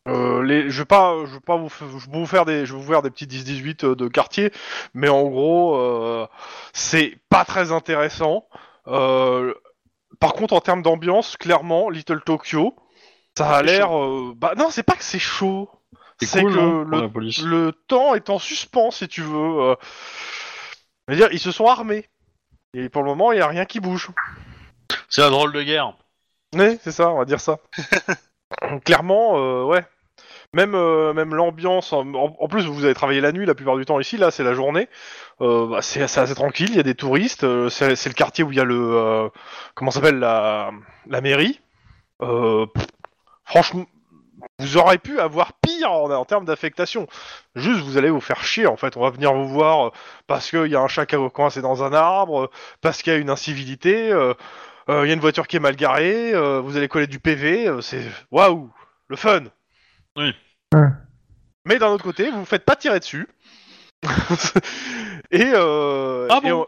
Speaker 2: Euh, les, je vais pas, je vais pas vous, f- je vais vous faire des, je vais vous faire des petits 10-18 euh, de quartier, mais en gros, euh, c'est pas très intéressant. Euh, par contre, en termes d'ambiance, clairement, Little Tokyo, ça a
Speaker 4: C'est
Speaker 2: l'air. euh, bah non, c'est pas que c'est chaud.
Speaker 1: C'est cool, hein. non, pour la police.
Speaker 2: Le temps est en suspens, si tu veux. euh. C'est-à-dire, ils se sont armés. Et pour le moment, il n'y a rien qui bouge.
Speaker 1: C'est la drôle de guerre.
Speaker 2: Oui, c'est ça, on va dire ça. Clairement, euh, ouais. Même, euh, même l'ambiance. En, en- en plus, vous avez travaillé la nuit la plupart du temps ici. Là, c'est la journée. Euh, bah, c'est c'est assez tranquille. Il y a des touristes. euh, c'est c'est le quartier où il y a le euh, comment ça s'appelle la, la mairie. Euh, pff, franchement, vous aurez pu avoir pire en, en termes d'affectation. Juste, vous allez vous faire chier. En fait, on va venir vous voir euh, parce qu'il y a un chat coincé dans un arbre, euh, parce qu'il y a une incivilité. euh, il y a une voiture qui est mal garée, euh, vous allez coller du PV, euh, c'est waouh, le fun.
Speaker 1: Oui.
Speaker 3: Hein.
Speaker 2: Mais d'un autre côté, vous vous faites pas tirer dessus. *laughs* et euh,
Speaker 1: Ah
Speaker 2: et
Speaker 1: bon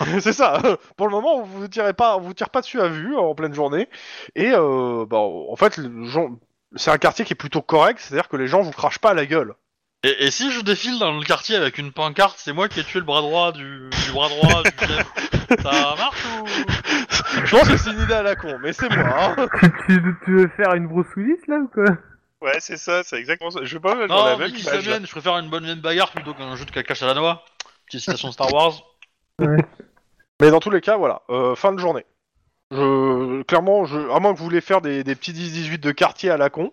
Speaker 2: on- *laughs* c'est ça. Pour le moment, on vous tirez pas, on vous tire pas dessus à vue en pleine journée. Et euh, bah, en fait, le gens- c'est un quartier qui est plutôt correct, c'est-à-dire que les gens vous crachent pas à la gueule.
Speaker 1: Et, et si je défile dans le quartier avec une pancarte, c'est moi qui ai tué le bras droit du, du bras droit du
Speaker 4: *laughs*
Speaker 1: chef. Ça marche ou
Speaker 2: Je pense que c'est une idée à la con, mais c'est moi. hein.
Speaker 3: *laughs* Tu, tu- tu veux faire une Bruce Willis là ou quoi
Speaker 4: Ouais, c'est ça, c'est exactement ça. Je veux pas mettre dans
Speaker 1: Non,
Speaker 4: la
Speaker 1: mais
Speaker 4: même
Speaker 1: qui
Speaker 4: image.
Speaker 1: s'amène, je préfère une bonne veine bagarre plutôt qu'un jeu de cacache à la noix. Petite citation Star Wars.
Speaker 2: Mais dans tous les cas, voilà, euh, fin de journée. Je, clairement, je, à moins que vous voulez faire des, des petits 10-18 de quartier à la con,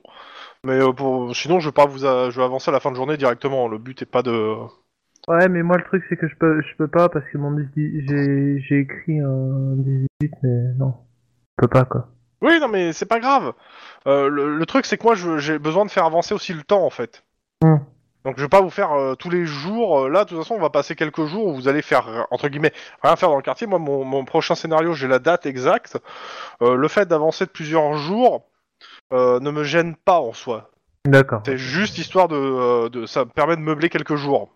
Speaker 2: mais euh, pour, sinon je vais pas vous, a- je vais avancer à la fin de journée directement. hein. Le but est pas de.
Speaker 3: Ouais, mais moi le truc c'est que je peux, je peux pas parce que mon 18 j'ai j'ai écrit un 18, mais non. Je peux pas quoi.
Speaker 2: Oui, non, mais c'est pas grave. Euh, le, le truc, c'est que moi, je- j'ai besoin de faire avancer aussi le temps, en fait.
Speaker 3: Mm.
Speaker 2: Donc, je vais pas vous faire euh, tous les jours. euh, là, de toute façon, on va passer quelques jours où vous allez faire, euh, entre guillemets, rien faire dans le quartier. Moi, mon, mon prochain scénario, j'ai la date exacte. Euh, le fait d'avancer de plusieurs jours euh, ne me gêne pas en soi.
Speaker 3: D'accord.
Speaker 2: C'est juste histoire de, euh, de- Ça me permet de meubler quelques jours.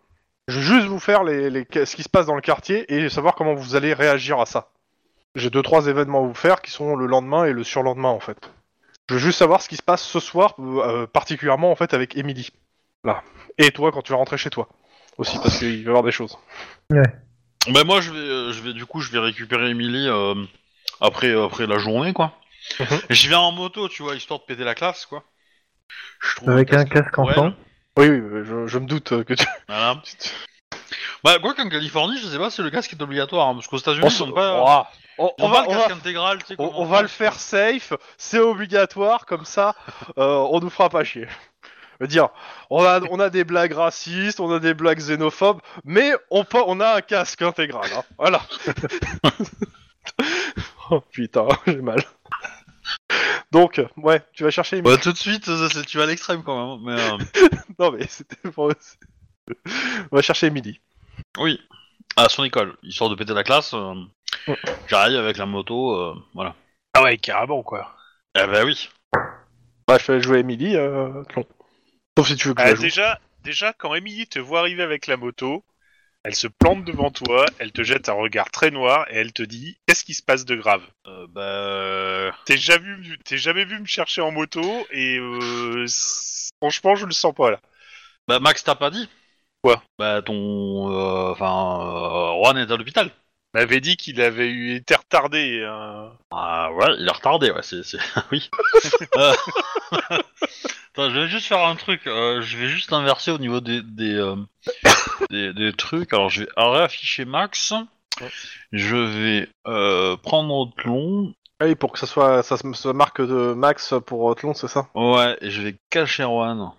Speaker 2: Je vais juste vous faire les, les- ce qui se passe dans le quartier et savoir comment vous allez réagir à ça. J'ai deux trois événements à vous faire qui sont le lendemain et le surlendemain en fait. Je veux juste savoir ce qui se passe ce soir, euh, particulièrement en fait avec Émilie. Là. Et toi quand tu vas rentrer chez toi. Aussi parce qu'il va y avoir des choses.
Speaker 1: Bah moi je vais, euh, je vais du coup je vais récupérer Emily euh, après euh, après la journée quoi.
Speaker 2: Mhm.
Speaker 1: J'y viens en moto tu vois histoire de péter la classe quoi. Je trouve
Speaker 3: Avec un casque
Speaker 1: Noël,
Speaker 3: enfant.
Speaker 2: Oui, oui, je, je me doute euh, que tu.
Speaker 1: Voilà. Bah quoi qu'en Californie je sais pas si le casque est obligatoire hein, parce qu'aux États-Unis ils sont pas.
Speaker 2: *laughs* Ouah. On-
Speaker 1: ils ont
Speaker 2: on va-
Speaker 1: pas
Speaker 2: on
Speaker 1: le
Speaker 2: va
Speaker 1: casque intégral tu sais.
Speaker 2: On,
Speaker 1: comment
Speaker 2: on va
Speaker 1: ça.
Speaker 2: le faire safe, c'est obligatoire, comme ça, euh, on nous fera pas chier. Je veux dire, on a, on a des blagues racistes, on a des blagues xénophobes, mais on, peut- on a un casque intégral, hein. voilà. oh putain, *laughs* j'ai mal. Donc, ouais, tu vas chercher...
Speaker 1: Bah tout de suite ça, c'est- tu vas à l'extrême quand même. Mais, euh,
Speaker 2: Non mais c'était pour... On va chercher Emily. *laughs*
Speaker 1: oui. euh, À son école histoire de péter la classe. euh, J'arrive avec la moto euh, voilà.
Speaker 4: Ah ouais, carrément quoi.
Speaker 1: Ah bah oui.
Speaker 2: Bah, je fais jouer Emily, euh, Tlon. Sauf si tu veux que je la
Speaker 4: Ah,
Speaker 2: joue.
Speaker 4: déjà, déjà, quand Émilie te voit arriver avec la moto, elle se plante devant toi, elle te jette un regard très noir et elle te dit Qu'est-ce qui se passe de grave
Speaker 1: Euh, bah euh,
Speaker 4: T'es jamais, vu- t'es jamais vu me chercher en moto et euh, c- franchement, je le sens pas là.
Speaker 1: bah Max t'as pas dit.
Speaker 4: Quoi
Speaker 1: Bah ton euh, enfin euh, Juan est à l'hôpital.
Speaker 4: Il m'avait dit qu'il avait eu été retardé. hein.
Speaker 1: Ah ouais, il est retardé, ouais, c'est... *laughs* c'est- oui. Euh, *laughs* Attends, je vais juste faire un truc, euh, je vais juste inverser au niveau des, des, euh, des, des trucs. Alors je vais réafficher Max, je vais euh, prendre Tlon,
Speaker 2: Ah Oui, pour que ça soit, ça se se marque de Max pour euh, Tlon, c'est ça
Speaker 1: ouais, et je vais cacher Erwan.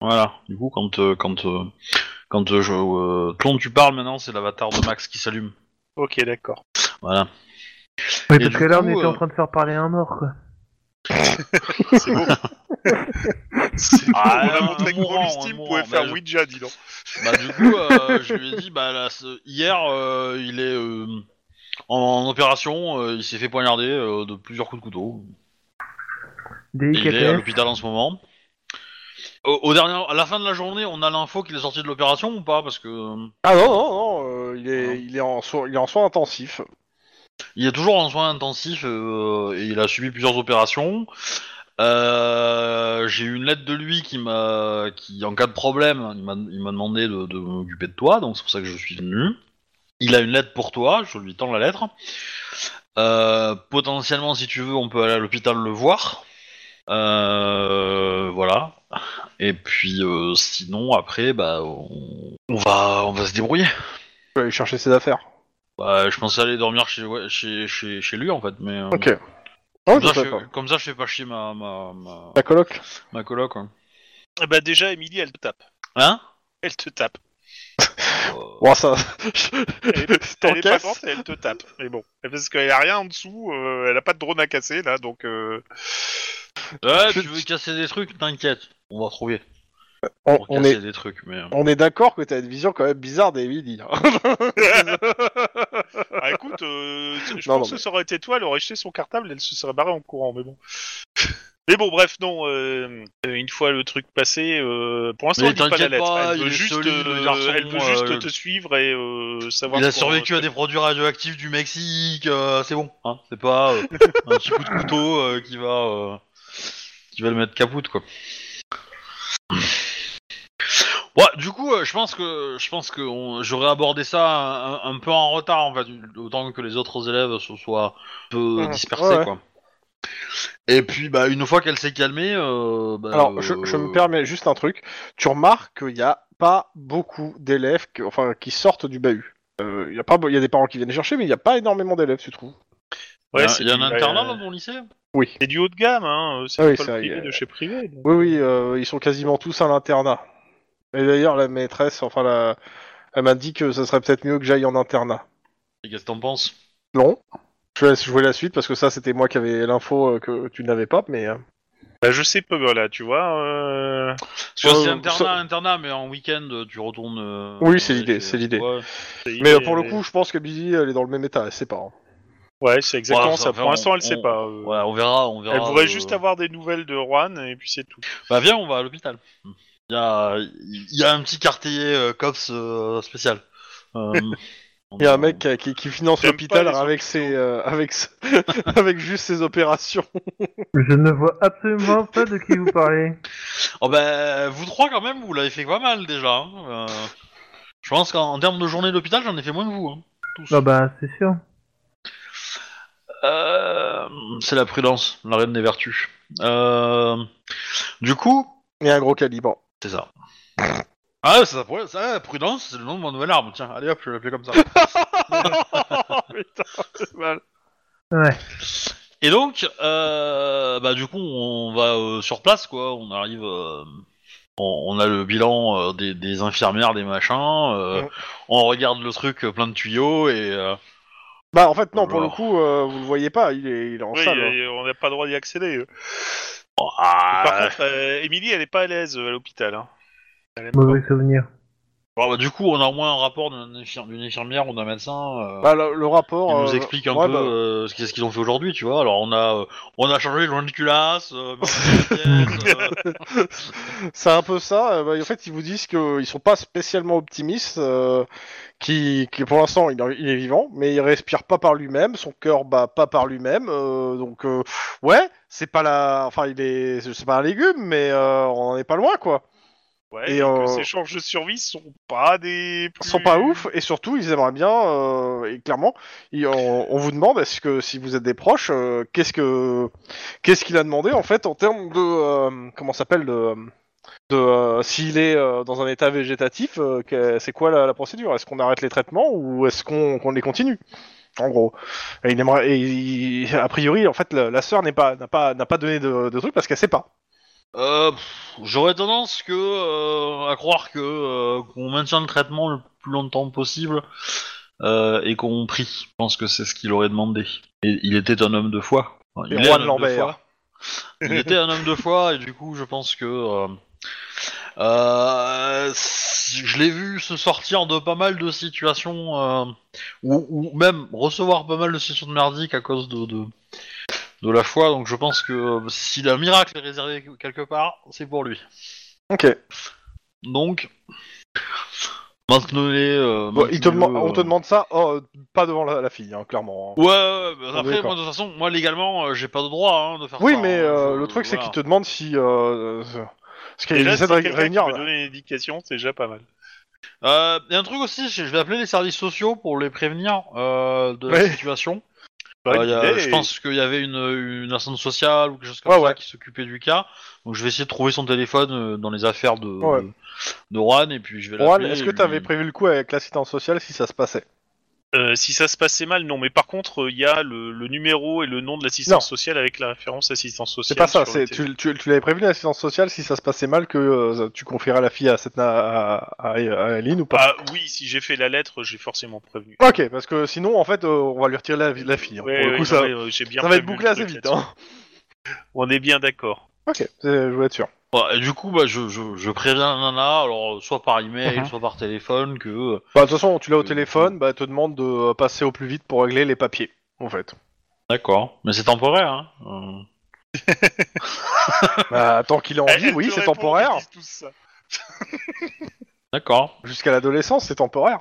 Speaker 1: Voilà, du coup quand euh, quand euh, quand euh, je, euh, Tlon tu parles maintenant, c'est l'avatar de Max qui s'allume.
Speaker 4: Ok, d'accord.
Speaker 1: Voilà.
Speaker 3: Oui,
Speaker 1: Et
Speaker 3: parce
Speaker 1: du
Speaker 3: que là, on
Speaker 1: coup,
Speaker 3: était en
Speaker 1: euh,
Speaker 3: train de faire parler un mort, quoi.
Speaker 4: C'est beau. C'est beau.
Speaker 1: Ah,
Speaker 4: on a
Speaker 1: un
Speaker 4: montré que
Speaker 1: mourant,
Speaker 4: Rolus
Speaker 1: un
Speaker 4: Team
Speaker 1: mourant,
Speaker 4: pouvait faire
Speaker 1: mais-
Speaker 4: Ouija, dis donc.
Speaker 1: Bah du coup, euh, je lui ai dit, bah là, ce- hier, euh, il est euh, en, en opération, euh, il s'est fait poignarder euh, de plusieurs coups de couteau.
Speaker 3: Des
Speaker 1: Et il est à
Speaker 3: IKTF.
Speaker 1: l'hôpital en ce moment. Au, au dernier, à la fin de la journée, on a l'info qu'il est sorti de l'opération ou pas Parce que euh,
Speaker 2: Ah non, non, non, euh, il,
Speaker 1: Non.
Speaker 2: est, il, est en soins, il est en soins intensifs.
Speaker 1: il est toujours en soins intensifs euh, et il a subi plusieurs opérations. Euh, J'ai eu une lettre de lui qui m'a, qui en cas de problème, hein, il m'a il m'a demandé de, de m'occuper de toi, donc c'est pour ça que je suis venu. Il a une lettre pour toi, je lui tends la lettre. Euh, potentiellement, si tu veux, on peut aller à l'hôpital le voir. Euh, voilà. Et puis, euh, sinon, après, bah, on, on va, on va se débrouiller.
Speaker 2: Je vais aller chercher ses affaires.
Speaker 1: Bah, je pensais aller dormir chez, ouais, chez, chez, chez lui en fait, mais euh,
Speaker 2: Ok. Oh,
Speaker 1: comme,
Speaker 2: je
Speaker 1: ça,
Speaker 2: sais
Speaker 1: je,
Speaker 2: pas.
Speaker 1: comme ça, je fais pas chier ma ma ma,
Speaker 2: La coloc
Speaker 1: ma coloc. Hein.
Speaker 4: Eh Bah déjà, Émilie, elle te tape.
Speaker 1: Hein
Speaker 4: Elle te tape.
Speaker 1: Euh,
Speaker 2: Bon, ça.
Speaker 4: Elle est pas
Speaker 2: T'encaisses
Speaker 4: contente et elle te tape. Mais bon, parce qu'elle a rien en dessous, euh, elle a pas de drone à casser là,
Speaker 2: *laughs*
Speaker 4: donc. euh,
Speaker 1: ouais, tu veux casser des trucs, t'inquiète, on va trouver.
Speaker 2: On,
Speaker 1: Pour
Speaker 2: on
Speaker 1: casser
Speaker 2: est,
Speaker 1: des trucs, mais euh,
Speaker 2: on est d'accord que t'as une vision quand même bizarre des midi.
Speaker 4: Ah écoute, euh, je
Speaker 2: Non,
Speaker 4: pense
Speaker 2: non, mais-
Speaker 4: que ça aurait été toi, elle aurait jeté son cartable, elle se serait barrée en courant, mais bon. *laughs* Mais bon, bref, non. euh, euh, une fois le truc passé, euh, pour l'instant,
Speaker 1: Mais
Speaker 4: elle lit pas la
Speaker 1: t'inquiète
Speaker 4: lettre.
Speaker 1: pas,
Speaker 4: elle
Speaker 1: il
Speaker 4: veut
Speaker 1: est
Speaker 4: juste,
Speaker 1: solide, le
Speaker 4: euh,
Speaker 1: garçon,
Speaker 4: elle veut juste
Speaker 1: euh,
Speaker 4: te suivre et euh, savoir.
Speaker 1: il a
Speaker 4: ce qu'on-
Speaker 1: survécu à des produits radioactifs du Mexique, euh, c'est bon, hein, c'est pas
Speaker 4: *laughs*
Speaker 1: euh, un petit coup de couteau euh, qui va euh, qui va le mettre capoute quoi. Ouais, du coup, euh, je pense que je pense que on- j'aurais abordé ça un, un- un peu en retard en fait, autant que les autres élèves se soient un peu
Speaker 2: Mhm,
Speaker 1: dispersés
Speaker 2: ouais, ouais.
Speaker 1: quoi. Et puis bah une fois qu'elle s'est calmée, euh, bah,
Speaker 2: *laughs* Alors, je,
Speaker 1: euh,
Speaker 2: je me permets juste un truc. Tu remarques qu'il n'y a pas beaucoup d'élèves qui, enfin, qui sortent du bahut. Euh, Il y, a pas- il y a des parents qui viennent les chercher, mais il n'y a pas énormément d'élèves, tu trouves
Speaker 1: Il y a-
Speaker 4: Ouais, c'est
Speaker 1: il y a
Speaker 4: du-
Speaker 1: un internat
Speaker 4: euh,
Speaker 1: dans ton lycée
Speaker 2: Oui.
Speaker 4: C'est du haut de gamme, hein. C'est
Speaker 2: Ah oui,
Speaker 4: pas
Speaker 2: c'est
Speaker 4: le
Speaker 2: vrai,
Speaker 4: privé
Speaker 2: il y a-
Speaker 4: de chez privé. donc.
Speaker 2: Oui, oui, euh, ils sont quasiment tous à l'internat. Et d'ailleurs, la maîtresse, enfin, la... elle m'a dit que ça serait peut-être mieux que j'aille en internat.
Speaker 1: Et Qu'est-ce que t'en penses
Speaker 2: Non. Je vais jouer la suite parce que ça, c'était moi qui avais l'info euh, que tu n'avais pas, mais. euh,
Speaker 4: Bah, je sais pas, voilà, tu vois. euh,
Speaker 1: Parce que
Speaker 2: Euh,
Speaker 1: Bah, c'est internat,
Speaker 2: ça-
Speaker 1: internat, mais en week-end, tu retournes. euh,
Speaker 2: Oui, c'est
Speaker 1: chez-
Speaker 2: l'idée,
Speaker 1: chez-
Speaker 2: c'est l'idée.
Speaker 1: Ouais.
Speaker 4: c'est-
Speaker 2: Mais euh, pour le coup, je pense que Billy, elle est dans le même état, elle sait pas. hein.
Speaker 4: Ouais, c'est exactement
Speaker 1: Ouais,
Speaker 4: ça.
Speaker 1: ça,
Speaker 4: Pour
Speaker 1: on-
Speaker 4: l'instant, elle
Speaker 1: on-
Speaker 4: sait pas. euh.
Speaker 1: Ouais, on verra, on verra.
Speaker 4: Elle pourrait
Speaker 1: euh,
Speaker 4: juste avoir des nouvelles de Juan et puis c'est tout. *laughs*
Speaker 1: Bah viens, on va à l'hôpital.
Speaker 2: *laughs*
Speaker 1: Il y a, il y a un petit quartier euh, cops euh, spécial. Euh,
Speaker 2: Il y a un mec qui, qui- qui finance
Speaker 4: J'aime
Speaker 2: l'hôpital
Speaker 4: pas les
Speaker 2: avec ses, euh, avec, ce- *laughs* avec juste ses opérations.
Speaker 3: Je ne vois absolument pas de qui vous parlez.
Speaker 1: Oh ben, vous trois quand même, vous l'avez fait pas mal déjà. hein. Euh, je pense qu'en en termes de journée d'hôpital, j'en ai fait moins que vous. hein, tous.
Speaker 3: Non, bah, c'est sûr.
Speaker 1: Euh, c'est la prudence, la reine des vertus. Euh, du coup,
Speaker 2: Et un gros calibre.
Speaker 1: c'est ça. *clears throat* Ah, c'est ça, pour- ça, la prudence, c'est le nom de mon nouvelle arme. Tiens, allez hop, je vais l'appeler comme ça.
Speaker 2: Putain,
Speaker 4: hein,
Speaker 2: c'est mal.
Speaker 3: Ouais.
Speaker 1: Et donc, euh, bah, du coup, on va euh, sur place, quoi. On arrive, euh, on, on a le bilan euh, des, des infirmières, des machins. euh,
Speaker 2: Ouais.
Speaker 1: On regarde le truc euh, plein de tuyaux et euh,
Speaker 2: Bah en fait non, pour le
Speaker 1: Alors.
Speaker 2: coup, euh, vous le voyez pas, il est, il est en
Speaker 4: Oui,
Speaker 2: salle. hein.
Speaker 4: et on n'a pas le droit d'y accéder.
Speaker 1: oh, ah,
Speaker 4: Par contre, euh, Émilie, elle est pas à l'aise euh, à l'hôpital. hein. Elle aime
Speaker 3: Mauvais souvenir.
Speaker 1: bon, bah, du coup, on a au moins un rapport d'une infir- d'une infirmière ou d'un médecin. euh,
Speaker 2: Bah, le, le rapport.
Speaker 1: qui nous
Speaker 2: euh,
Speaker 1: explique un
Speaker 2: ouais,
Speaker 1: peu
Speaker 2: bah,
Speaker 1: euh, ce qu'ils ce qu'ils ont fait aujourd'hui, tu vois. Alors on a euh, on a changé le joint de culasse, *laughs* euh, mais on a fait la pièce, euh,
Speaker 2: C'est un peu ça. euh, bah, en fait, ils vous disent qu'ils sont pas spécialement optimistes. Euh, qui, qui, pour l'instant, il, il est vivant, mais il respire pas par lui-même. Son cœur bat pas par lui-même. euh, donc, euh, ouais, c'est pas la. Enfin, il est. C'est pas un légume, mais euh, on en est pas loin, quoi.
Speaker 4: Ouais,
Speaker 2: Et,
Speaker 4: et
Speaker 2: euh,
Speaker 4: que ces chances de survie sont pas des.
Speaker 2: Ils
Speaker 4: plus-
Speaker 2: sont pas ouf, et surtout, ils aimeraient bien. euh, et clairement, ils- on, on vous demande est-ce que si vous êtes des proches, euh, qu'est-ce que qu'est-ce qu'il a demandé en fait en termes de euh, comment ça s'appelle de euh, de euh, s'il est euh, dans un état végétatif, euh, que- c'est quoi la, la procédure Est-ce qu'on arrête les traitements ou est-ce qu'on qu'on les continue En gros, et il aimerait. Et il- a priori, en fait, la, la sœur n'est pas n'a pas n'a pas donné de, de truc parce qu'elle sait pas.
Speaker 1: euh, pff, J'aurais tendance que euh, à croire que euh, qu'on maintient le traitement le plus longtemps possible euh, et qu'on prie. Je pense que c'est ce qu'il aurait demandé. Et il était un homme de foi. Enfin, il
Speaker 2: Et
Speaker 1: est un
Speaker 2: Juan
Speaker 1: homme de
Speaker 2: Lambert.
Speaker 1: foi. Il était un homme de foi et du coup, je pense que euh, euh, si- je l'ai vu se sortir de pas mal de situations euh, ou, ou même recevoir pas mal de situations de merdique à cause de de, de la foi. Donc, je pense que euh, si la miracle est réservé quelque part, c'est pour lui.
Speaker 2: Ok.
Speaker 1: Donc, maintenez. euh,
Speaker 2: Bon, il te
Speaker 1: maintenez-le,
Speaker 2: demande- on te
Speaker 1: euh,
Speaker 2: demande ça, oh, pas devant la, la fille, hein, clairement. hein.
Speaker 1: Ouais, ouais, ouais, mais
Speaker 2: Ah,
Speaker 1: après,
Speaker 2: d'accord.
Speaker 1: moi, de toute façon, moi, légalement, euh, j'ai pas de droit hein, de faire
Speaker 2: Oui,
Speaker 1: ça,
Speaker 2: mais
Speaker 1: hein,
Speaker 2: euh,
Speaker 1: je-
Speaker 2: le truc, c'est
Speaker 1: voilà.
Speaker 2: qu'il te demande si. Euh, euh, ce
Speaker 4: Et
Speaker 2: qu'il
Speaker 4: là,
Speaker 2: essaie
Speaker 4: c'est
Speaker 2: de ré-
Speaker 4: quelqu'un qui
Speaker 2: réunir.
Speaker 4: peut
Speaker 2: là.
Speaker 4: donner une indication, c'est déjà pas mal.
Speaker 1: Euh, y a un truc aussi, je je vais appeler les services sociaux pour les prévenir euh, de la
Speaker 2: Ouais.
Speaker 1: situation.
Speaker 4: Bonne
Speaker 1: Euh, y a-
Speaker 4: idée.
Speaker 1: je pense qu'il y avait une, une instance sociale ou quelque chose comme
Speaker 2: Ouais,
Speaker 1: ça
Speaker 2: ouais.
Speaker 1: qui s'occupait du cas. Donc je vais essayer de trouver son téléphone euh, dans les affaires de,
Speaker 2: Ouais.
Speaker 1: de, de Juan et puis je vais
Speaker 2: Juan,
Speaker 1: l'appeler
Speaker 2: est-ce
Speaker 1: et
Speaker 2: que
Speaker 1: lui-
Speaker 2: t'avais prévu le coup avec l'assistance sociale si ça se passait
Speaker 4: Euh, si ça se passait mal, non, mais par contre, il y a le, le numéro et le nom de l'assistance sociale avec la référence assistance
Speaker 2: C'est
Speaker 4: sociale.
Speaker 2: pas ça,
Speaker 4: sur
Speaker 2: c'est
Speaker 4: le téléphone.
Speaker 2: tu, tu, tu l'avais prévu l'assistance sociale si ça se passait mal que euh, tu confierais la fille à cette na- à, à, à Aline ou pas
Speaker 4: Ah oui, si j'ai fait la lettre, j'ai forcément prévenu.
Speaker 2: Ok, parce que sinon, en fait, euh, on va lui retirer la, la fille. hein.
Speaker 4: Ouais,
Speaker 2: Pour
Speaker 4: ouais,
Speaker 2: le coup,
Speaker 4: non,
Speaker 2: ça,
Speaker 4: mais, euh, j'ai bien
Speaker 2: ça va être
Speaker 4: prévenu le
Speaker 2: bouclé assez
Speaker 4: truc
Speaker 2: vite.
Speaker 4: là-dessus.
Speaker 2: hein.
Speaker 4: On est bien d'accord.
Speaker 2: Ok, c'est- je voulais être sûr.
Speaker 1: Ouais, et du coup, bah, je, je, je préviens Nana, alors soit par email, soit par téléphone, que euh,
Speaker 2: Bah, de toute façon, tu l'as au
Speaker 1: Euh,
Speaker 2: téléphone, bah, elle te demande de passer au plus vite pour régler les papiers, en fait.
Speaker 1: D'accord, mais c'est temporaire. Hein. Euh,
Speaker 2: bah, tant qu'il est en
Speaker 4: *laughs* Elle-
Speaker 2: vie,
Speaker 4: elle
Speaker 2: oui,
Speaker 4: te
Speaker 2: c'est
Speaker 4: répond
Speaker 2: temporaire.
Speaker 4: qu'ils disent tous ça.
Speaker 1: D'accord.
Speaker 2: Jusqu'à l'adolescence, c'est temporaire.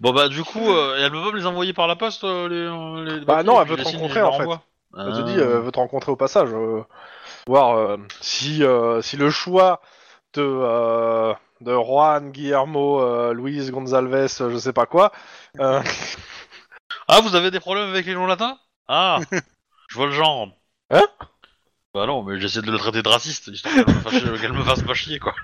Speaker 1: Bon bah du coup, euh, et elle peut pas me les envoyer par la poste euh, les, euh, les
Speaker 2: Bah
Speaker 1: papiers,
Speaker 2: non,
Speaker 1: et
Speaker 2: elle
Speaker 1: puis
Speaker 2: veut
Speaker 1: je
Speaker 2: te
Speaker 1: les signe et je
Speaker 2: rencontrer,
Speaker 1: les
Speaker 2: en fait.
Speaker 1: renvoie
Speaker 2: Elle te
Speaker 1: Ah.
Speaker 2: dit, euh, veut te rencontrer au passage, euh, voir euh, si, euh, si le choix de, euh, de Juan, Guillermo, euh, Luis, Gonzalez, euh, je sais pas quoi, euh, *laughs*
Speaker 1: Ah, vous avez des problèmes avec les noms latins
Speaker 2: *laughs*
Speaker 1: Ah, je vois le genre.
Speaker 2: Hein
Speaker 1: Bah non, mais j'essaie de le traiter de raciste, histoire qu'elle me fasse- *laughs* qu'elle me fasse pas chier, quoi.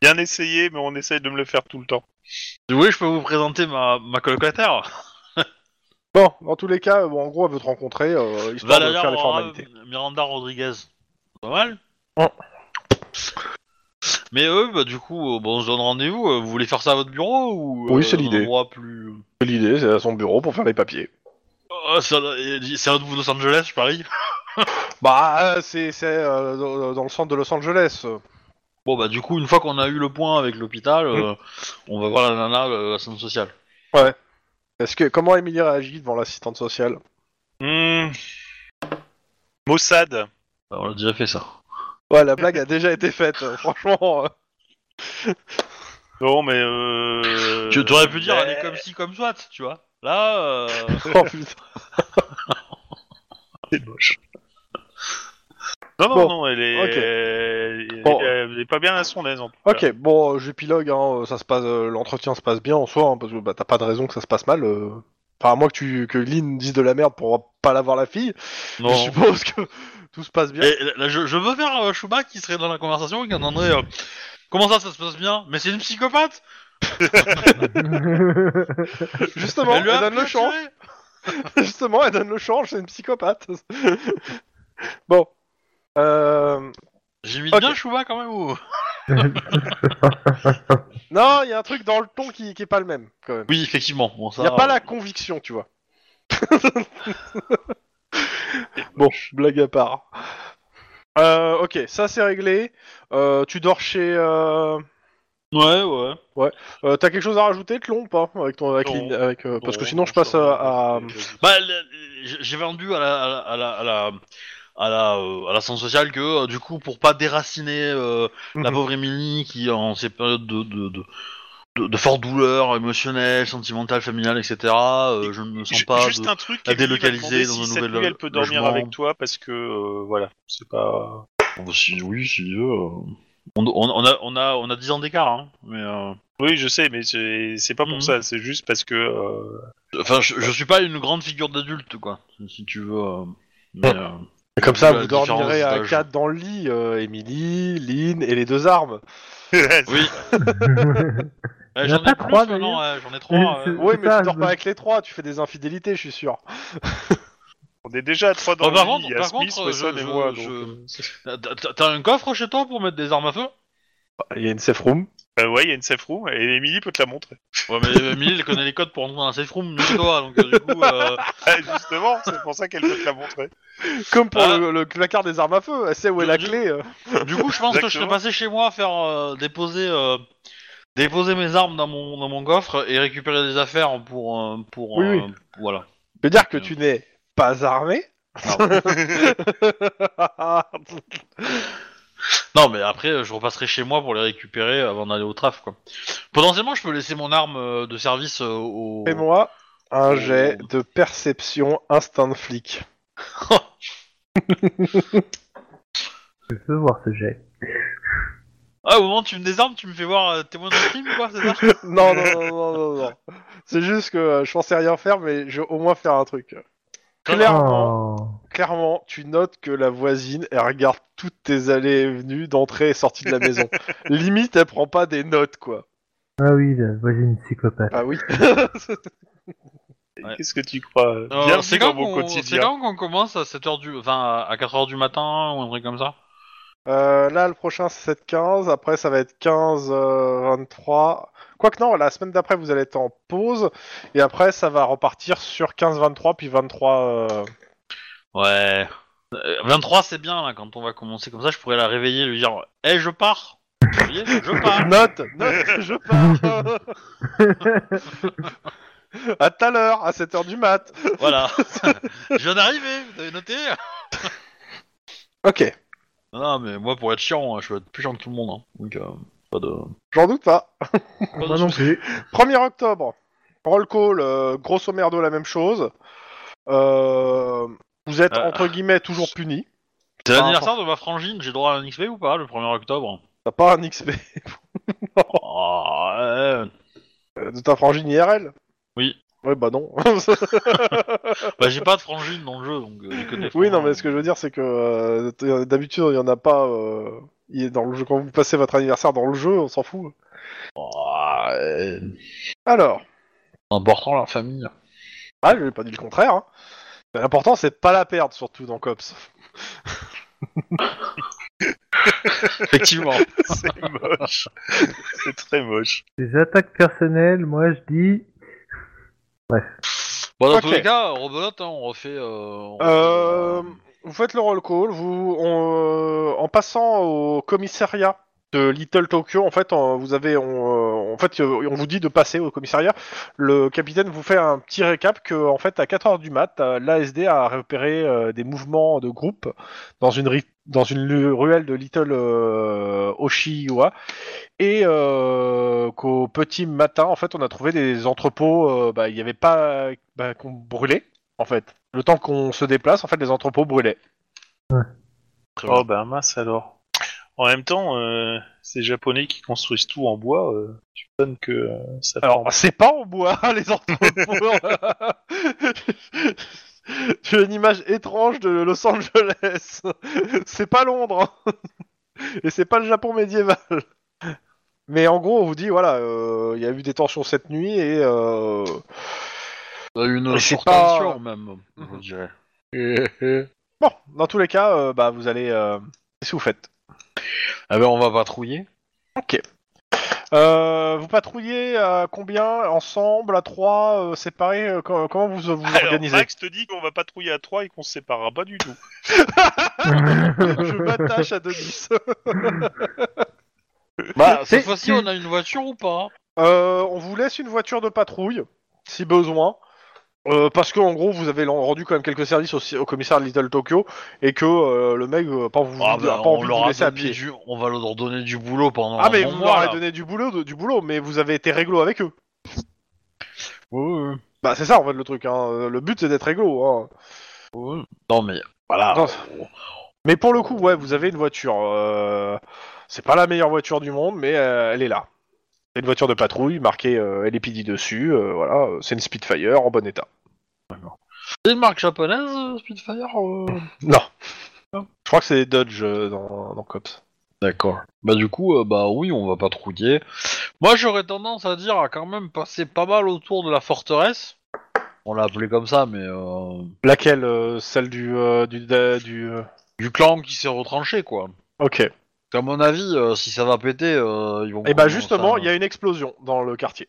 Speaker 4: Bien essayé, mais on essaye de me le faire tout le temps.
Speaker 1: Si vous voulez, je peux vous présenter ma, ma colocataire,
Speaker 2: bon, dans tous les cas, euh, bon, en gros, elle veut te rencontrer, euh, histoire de
Speaker 1: Valeria
Speaker 2: faire les
Speaker 1: Aurora
Speaker 2: formalités.
Speaker 1: Miranda Rodriguez. Pas mal
Speaker 2: Ouais.
Speaker 1: Mais eux, bah du coup, euh, bon, on se donne rendez-vous. euh, Vous voulez faire ça à votre bureau ou
Speaker 2: Oui,
Speaker 1: euh,
Speaker 2: c'est
Speaker 1: un
Speaker 2: l'idée.
Speaker 1: endroit plus... euh,
Speaker 2: L'idée, c'est à son bureau pour faire les papiers.
Speaker 1: Oh, c'est un- c'est un de vous Los Angeles, je parie.
Speaker 2: Bah, euh, c'est c'est, euh, dans- dans le centre de Los Angeles. euh.
Speaker 1: Bon bah du coup une fois qu'on a eu le point avec l'hôpital,
Speaker 2: Mm.
Speaker 1: euh, on va voir la nana euh, la centre sociale.
Speaker 2: Est-ce que comment Émilie réagit devant l'assistante sociale
Speaker 4: Hmm. Mossad.
Speaker 1: Bah, on a déjà fait ça.
Speaker 2: Ouais, la blague a déjà été faite, euh, *laughs* franchement. euh.
Speaker 4: Non, mais. Euh...
Speaker 1: Tu aurais pu dire,
Speaker 4: mais-
Speaker 1: elle est comme ci, comme soit, tu vois. Là, euh,
Speaker 2: *laughs* Oh putain.
Speaker 4: C'est moche. Non, non,
Speaker 2: Bon,
Speaker 4: non, elle est,
Speaker 2: ok.
Speaker 4: elle,
Speaker 2: Bon.
Speaker 4: elle- elle est pas bien à son aise en tout cas.
Speaker 2: Ok, bon, euh, j'épilogue, hein, euh, ça se passe, euh, l'entretien se passe bien en soi, hein, parce que bah, t'as pas de raison que ça se passe mal. euh. Enfin, à moins que, tu, que Lynn dise de la merde pour pas l'avoir la fille,
Speaker 1: non.
Speaker 2: je suppose que *laughs* tout se passe bien.
Speaker 1: Et Eh, là, je, je veux faire euh, Chouba qui serait dans la conversation et qui entendrait. euh, Comment ça, ça se passe bien Mais c'est une psychopathe
Speaker 2: *laughs* Justement, elle,
Speaker 1: lui a
Speaker 2: donne
Speaker 1: appris
Speaker 2: le
Speaker 1: à
Speaker 2: change,
Speaker 1: tirer.
Speaker 2: *laughs* justement, elle donne le change, c'est une psychopathe. *laughs* bon. Euh...
Speaker 1: J'imite
Speaker 2: Ok.
Speaker 1: bien Chouba quand même ou...
Speaker 2: Non, il y a un truc dans le ton qui, qui est pas le même, quand même.
Speaker 1: Oui, effectivement. Bon, ça,
Speaker 2: Il n'y a pas
Speaker 1: euh,
Speaker 2: la conviction, tu vois. bon, blague à part. Euh, ok, ça c'est réglé. Euh, tu dors chez. Euh...
Speaker 1: Ouais, ouais.
Speaker 2: euh, T'as quelque chose à rajouter, Tlon, ou pas Avec ton, avec
Speaker 4: Non.
Speaker 2: Lynn- avec, euh, parce que
Speaker 4: Bon,
Speaker 2: sinon je
Speaker 4: ça
Speaker 2: passe
Speaker 4: va,
Speaker 2: à. à-
Speaker 4: vas-y, vas-y.
Speaker 1: Bah, le- le- j'ai j'ai vendu à la, à la, à la, à la, à la, euh, à la centre sociale que, euh, du coup, pour pas déraciner euh, la
Speaker 2: Mhm.
Speaker 1: pauvre Émilie qui, est en ces périodes de, de, de, de, de forte douleur émotionnelle, sentimentale, familiale, etc., euh, je ne me sens
Speaker 4: Ju-
Speaker 1: pas.
Speaker 4: Juste
Speaker 1: de-
Speaker 4: un truc,
Speaker 1: la
Speaker 4: elle lui va
Speaker 1: délocaliser
Speaker 4: demander
Speaker 1: dans
Speaker 4: si
Speaker 1: un
Speaker 4: cette
Speaker 1: nouvel
Speaker 4: nuit, elle peut dormir
Speaker 1: logement.
Speaker 4: avec toi parce que euh, voilà, c'est pas.
Speaker 1: Bon, si- oui, si veut. On, on, on a, on, a, on a 10 ans d'écart, hein. Mais, euh,
Speaker 4: Oui, je sais, mais c'est c'est pas pour
Speaker 1: Mhm.
Speaker 4: ça. C'est juste parce que euh, *laughs*
Speaker 1: Enfin, je, je suis pas une grande figure d'adulte, quoi, si tu veux. euh, mais, euh,
Speaker 2: Et Comme ça,
Speaker 1: La
Speaker 2: vous
Speaker 1: différence
Speaker 2: dormirez à
Speaker 1: d'âge.
Speaker 2: 4 dans le lit, euh, Emily, Lynn et les deux armes.
Speaker 1: Oui.
Speaker 3: Il y
Speaker 1: Ouais,
Speaker 3: en
Speaker 1: Euh, j'en
Speaker 3: a pas
Speaker 1: ai
Speaker 3: trois,
Speaker 1: trois, non, ouais, j'en ai trois. euh.
Speaker 3: Et
Speaker 1: ouais.
Speaker 3: c'est-
Speaker 2: Oui, mais
Speaker 3: ça,
Speaker 2: tu dors
Speaker 3: je-
Speaker 2: pas avec les trois, tu fais des infidélités, je suis sûr.
Speaker 4: on est déjà à trois dans
Speaker 1: Oh, par
Speaker 4: le lit,
Speaker 1: contre-
Speaker 4: il y a
Speaker 1: par
Speaker 4: Smith,
Speaker 1: contre,
Speaker 4: Wesson
Speaker 1: je-
Speaker 4: et moi.
Speaker 1: je-
Speaker 4: donc, euh,
Speaker 1: T'as- t'as- T'as un coffre chez toi pour mettre des armes à feu
Speaker 2: Il y a une safe room.
Speaker 4: Euh, ouais, il y a une safe room et Emily peut te la *laughs* montrer.
Speaker 1: Ouais, mais Emily, elle connaît les codes pour entrer dans la safe room mieux que toi, donc euh, du coup, euh,
Speaker 4: Ah, justement, c'est pour ça qu'elle peut te la montrer.
Speaker 2: Comme pour
Speaker 1: Ah.
Speaker 2: le, le placard des armes à feu, elle sait où est la
Speaker 1: Je-
Speaker 2: clé. euh.
Speaker 1: du coup, je pense que je serais
Speaker 4: Exactement.
Speaker 1: passé chez moi faire euh, déposer, euh, déposer mes armes dans mon dans mon coffre et récupérer des affaires pour euh, pour
Speaker 2: Oui, oui.
Speaker 1: euh, voilà.
Speaker 2: Je veux dire que tu n'es pas armé. Ah,
Speaker 1: Non, mais après, euh, je repasserai chez moi pour les récupérer avant d'aller au traf, quoi. Potentiellement, je peux laisser mon arme euh, de service euh, au.
Speaker 2: *laughs* Fais-moi un jet de perception instinct de flic.
Speaker 3: *laughs* Je veux voir ce jet.
Speaker 1: Ah, au moment où tu me désarmes, tu me fais voir euh, témoin de crime, quoi, c'est ça
Speaker 2: *laughs* non, non, non, non, non, non. C'est juste que euh, je pensais rien faire, mais je vais au moins faire un truc. Clairement,
Speaker 3: Oh.
Speaker 2: clairement, tu notes que la voisine, elle regarde toutes tes allées et venues d'entrée et sortie de la maison. *laughs* Limite, elle prend pas des notes, quoi.
Speaker 3: Oh. Ah oui, la voisine psychopathe. *laughs*
Speaker 2: Ah oui.
Speaker 1: Ouais.
Speaker 4: Qu'est-ce que tu crois euh,
Speaker 1: Euh,
Speaker 4: bienvenue
Speaker 1: c'est
Speaker 4: dans
Speaker 1: quand
Speaker 4: mon
Speaker 1: qu'on c'est
Speaker 4: quotidien.
Speaker 1: quand qu'on commence à 7 heures du enfin à 4 heures du matin ou un truc comme ça
Speaker 2: Euh, là, le prochain, c'est 7-15. Après, ça va être 15-23. Quoique, non, la semaine d'après, vous allez être en pause. Et après, ça va repartir sur 15-23, puis 23. euh,
Speaker 1: Ouais. Euh, 23 c'est bien là quand on va commencer comme ça je pourrais la réveiller lui dire "Eh je pars." Vous voyez, je
Speaker 2: *laughs*
Speaker 1: pars.
Speaker 2: Note, note, je pars. à tout à l'heure, à 7h du mat.
Speaker 1: voilà. *laughs* je viens d'arriver, vous avez noté
Speaker 2: Ok,
Speaker 1: non, non, mais moi pour être chiant, hein, je veux être plus chiant que tout le monde hein. Donc euh, pas de
Speaker 2: j'en doute pas. Ah,
Speaker 1: pas de
Speaker 3: Moi non
Speaker 1: soucis.
Speaker 3: plus.
Speaker 2: 1er octobre, roll call, euh, grosso merdo, la même chose. Euh, vous êtes,
Speaker 1: Euh.
Speaker 2: entre guillemets, toujours puni.
Speaker 1: C'est l'anniversaire de ma frangine, j'ai droit à un XP ou pas le 1er octobre
Speaker 2: T'as pas un XP
Speaker 1: Ah, ouais.
Speaker 2: euh, de ta frangine IRL
Speaker 1: Oui.
Speaker 2: Ouais, bah non. *laughs*
Speaker 1: Bah j'ai pas de frangine dans le jeu donc euh, j'ai que des
Speaker 2: oui, non,
Speaker 1: frangins.
Speaker 2: mais ce que je veux dire, c'est que euh, t- d'habitude, il y en a pas. euh, il est dans le jeu. Quand vous passez votre anniversaire dans le jeu, on s'en fout.
Speaker 1: Ah, ouais.
Speaker 2: Alors.
Speaker 1: important la famille.
Speaker 2: Ah, je n'ai pas dit le contraire. hein. Mais L'important, c'est de pas la perdre, surtout dans Cops.
Speaker 1: Effectivement.
Speaker 4: *laughs* C'est moche. c'est très moche.
Speaker 3: Des attaques personnelles, moi je dis.
Speaker 1: Bon, dans
Speaker 2: Ok.
Speaker 1: tous les cas, rebelote, hein, on refait. euh, on refait,
Speaker 2: Euh, vous faites le roll call. Vous, on- en passant au commissariat de Little Tokyo, en fait, on, vous avez, on, euh, en fait, euh, on vous dit de passer au commissariat. Le capitaine vous fait un petit récap que, en fait, à 4 heures du mat, euh, l'ASD a repéré euh, des mouvements de groupe dans une, ri- dans une lu- ruelle de Little euh, Oshiwa, et euh, qu'au petit matin, en fait, on a trouvé des entrepôts, euh, bah, il n'y avait pas, bah, qu'on brûlait, en fait. Le temps qu'on se déplace, en fait, les entrepôts brûlaient.
Speaker 4: Oh bah mince alors. En même temps, euh, ces japonais qui construisent tout en bois, euh, tu donnes que euh, ça
Speaker 2: Alors, c'est pas en bois, *laughs* les entrepôts. *laughs* J'ai une image étrange de Los Angeles. *laughs* C'est pas Londres. *laughs* Et c'est pas le Japon médiéval. Mais en gros, on vous dit, voilà, euh, il y a eu des tensions cette nuit et, euh,
Speaker 1: euh, Une
Speaker 2: Mais c'est
Speaker 1: forte
Speaker 2: pas- Mhm.
Speaker 1: tension, même, je dirais. *laughs* Eh
Speaker 2: Bon, dans tous les cas, euh, bah, vous allez... euh, Qu'est-ce que vous faites
Speaker 1: Ah ben, on va patrouiller.
Speaker 2: Euh, Vous patrouillez à combien Ensemble, à trois, euh, séparés euh, co- Comment vous vous
Speaker 4: Alors,
Speaker 2: organisez
Speaker 4: Max te dit qu'on va patrouiller à 3 et qu'on se séparera pas du tout.
Speaker 2: Je m'attache à *laughs* Denis.
Speaker 1: Bah, cette
Speaker 3: C'est-
Speaker 1: fois-ci, on a une voiture ou pas
Speaker 2: Euh, on vous laisse une voiture de patrouille, si besoin. Euh, parce que en gros vous avez rendu quand même quelques services au, au commissaire de Little Tokyo et que euh, le mec euh, pas vous,
Speaker 1: Ah
Speaker 2: a
Speaker 1: bah,
Speaker 2: pas
Speaker 1: on
Speaker 2: envie de vous
Speaker 1: leur a
Speaker 2: laisser à
Speaker 1: donné
Speaker 2: pied.
Speaker 1: du... On va leur donner du boulot pendant
Speaker 2: Ah
Speaker 1: un
Speaker 2: mais
Speaker 1: bon
Speaker 2: vous
Speaker 1: mois,
Speaker 2: leur avez
Speaker 1: là.
Speaker 2: donné du boulot, de- du boulot, mais vous avez été réglo avec eux.
Speaker 1: Ouais, ouais,
Speaker 2: Bah c'est ça en fait le truc. Hein. Euh, Le but c'est d'être réglo. Hein.
Speaker 1: ouais. Non, mais... Voilà.
Speaker 2: Non. Mais pour le coup ouais vous avez une voiture. euh, C'est pas la meilleure voiture du monde mais euh, elle est là. C'est une voiture de patrouille marquée euh, LAPD dessus. euh, voilà euh, c'est une Spitfire en bon état. *laughs*
Speaker 1: C'est une marque japonaise, euh, Spitfire euh
Speaker 2: Non. Je crois que c'est Dodge euh, dans, dans Cops.
Speaker 1: D'accord. Bah du coup, euh, bah oui, on va patrouiller. Moi, j'aurais tendance à dire à quand même passer pas mal autour de la forteresse. On l'a appelé comme ça, mais euh,
Speaker 2: Laquelle euh, Celle du. euh, du, da- du euh,
Speaker 1: du clan qui s'est retranché, quoi.
Speaker 2: Ok.
Speaker 1: À mon avis, euh, si ça va péter, euh, ils vont. hein.
Speaker 2: Et bah justement, il y a une explosion dans le quartier.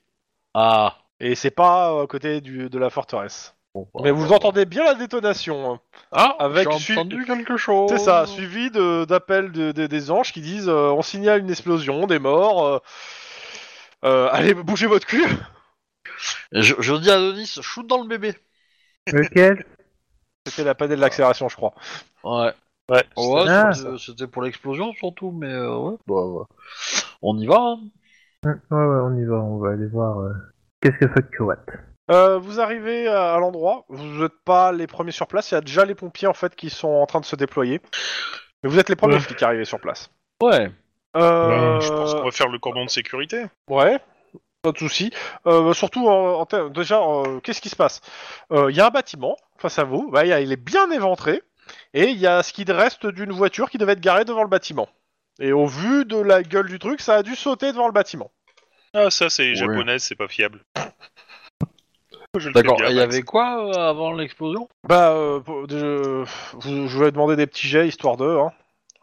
Speaker 1: Ah.
Speaker 2: Et c'est pas euh, à côté du, de la forteresse.
Speaker 1: Bon, bah,
Speaker 2: Mais vous
Speaker 1: bah,
Speaker 2: entendez bien la détonation. hein.
Speaker 1: Ah,
Speaker 2: avec
Speaker 1: j'ai
Speaker 2: su-
Speaker 1: entendu quelque chose.
Speaker 2: C'est ça, suivi de- d'appels de, de- des anges qui disent euh, on signale une explosion, des morts. euh, euh, allez, bougez votre cul *laughs*
Speaker 1: Et Je, je dis à Denis, shoot dans le bébé.
Speaker 3: *laughs* Lequel
Speaker 2: C'était la panne de l'accélération, je crois.
Speaker 1: Ouais.
Speaker 4: Ouais.
Speaker 1: Ouais,
Speaker 3: Ah.
Speaker 1: c'était- c'était pour l'explosion surtout, mais euh, ouais. Bah, ouais. On y va. hein.
Speaker 3: Ouais, ouais, on y va, on va aller voir. euh, Qu'est-ce que fuck que what
Speaker 2: Euh, vous arrivez à, à l'endroit, vous n'êtes pas les premiers sur place, il y a déjà les pompiers en fait qui sont en train de se déployer. Mais vous êtes les premiers
Speaker 4: Ouais. Ben,
Speaker 2: flics arrivés sur place.
Speaker 1: Ouais.
Speaker 2: Euh,
Speaker 4: Bah, Je pense qu'on va faire le cordon de sécurité.
Speaker 2: Ouais, pas de souci. Euh, surtout, en, en ter- déjà, euh, qu'est-ce qui se passe Euh, Il y a un bâtiment face à vous, bah, il y a- il est bien éventré, et il y a ce qui reste d'une voiture qui devait être garée devant le bâtiment. Et au vu de la gueule du truc, ça a dû sauter devant le bâtiment.
Speaker 4: Ah ça c'est
Speaker 1: Ouais.
Speaker 4: les japonaises, c'est pas fiable. Oh, Je le
Speaker 1: D'accord.
Speaker 4: fais bien,
Speaker 1: Et Il y
Speaker 4: Max.
Speaker 1: avait quoi euh, avant l'explosion
Speaker 2: Bah, euh, pour- de- vous- je vais demander des petits jets histoire de. Hein.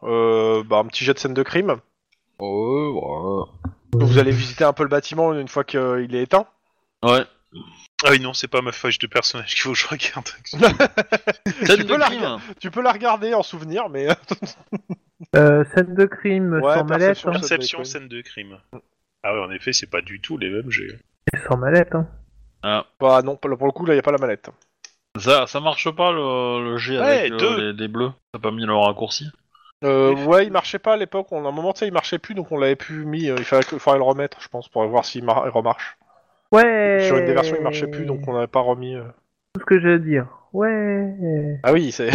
Speaker 2: Euh, bah, un petit jet de scène de crime.
Speaker 1: Ouais.
Speaker 2: Vous allez visiter un peu le bâtiment une fois qu'il est éteint.
Speaker 1: *laughs* Ouais.
Speaker 4: Ah oui non, c'est pas ma fâche de personnage qu'il faut que je *laughs* regarde.
Speaker 1: Scène de
Speaker 2: peux la
Speaker 1: crime.
Speaker 2: Tu peux la regarder en souvenir, mais *laughs*
Speaker 3: euh, Scène de crime
Speaker 2: Ouais,
Speaker 3: sans mallette,
Speaker 2: perception,
Speaker 3: hein.
Speaker 4: Perception,
Speaker 2: déconne.
Speaker 4: scène de crime. Ah oui, en effet, c'est pas du tout les mêmes jets.
Speaker 3: sans mallette. Hein.
Speaker 2: bah non, pour le pour le coup là, il y a pas la mallette.
Speaker 1: Ça, ça marche pas le, le G
Speaker 4: Ouais,
Speaker 1: avec euh,
Speaker 4: deux.
Speaker 1: les, les bleus. T'as pas mis le raccourci
Speaker 2: Euh, ouais, il marchait pas à l'époque. On a un moment, tu sais, il marchait plus, donc on l'avait plus mis. euh, il fallait, que- il faudrait le remettre, je pense, pour voir s'il mar- il remarche.
Speaker 4: Euh,
Speaker 3: Ouais.
Speaker 2: Sur une des versions, il marchait plus, donc on n'avait pas remis. euh.
Speaker 3: Tout ce que j'ai à dire. Ouais.
Speaker 2: Ah oui, c'est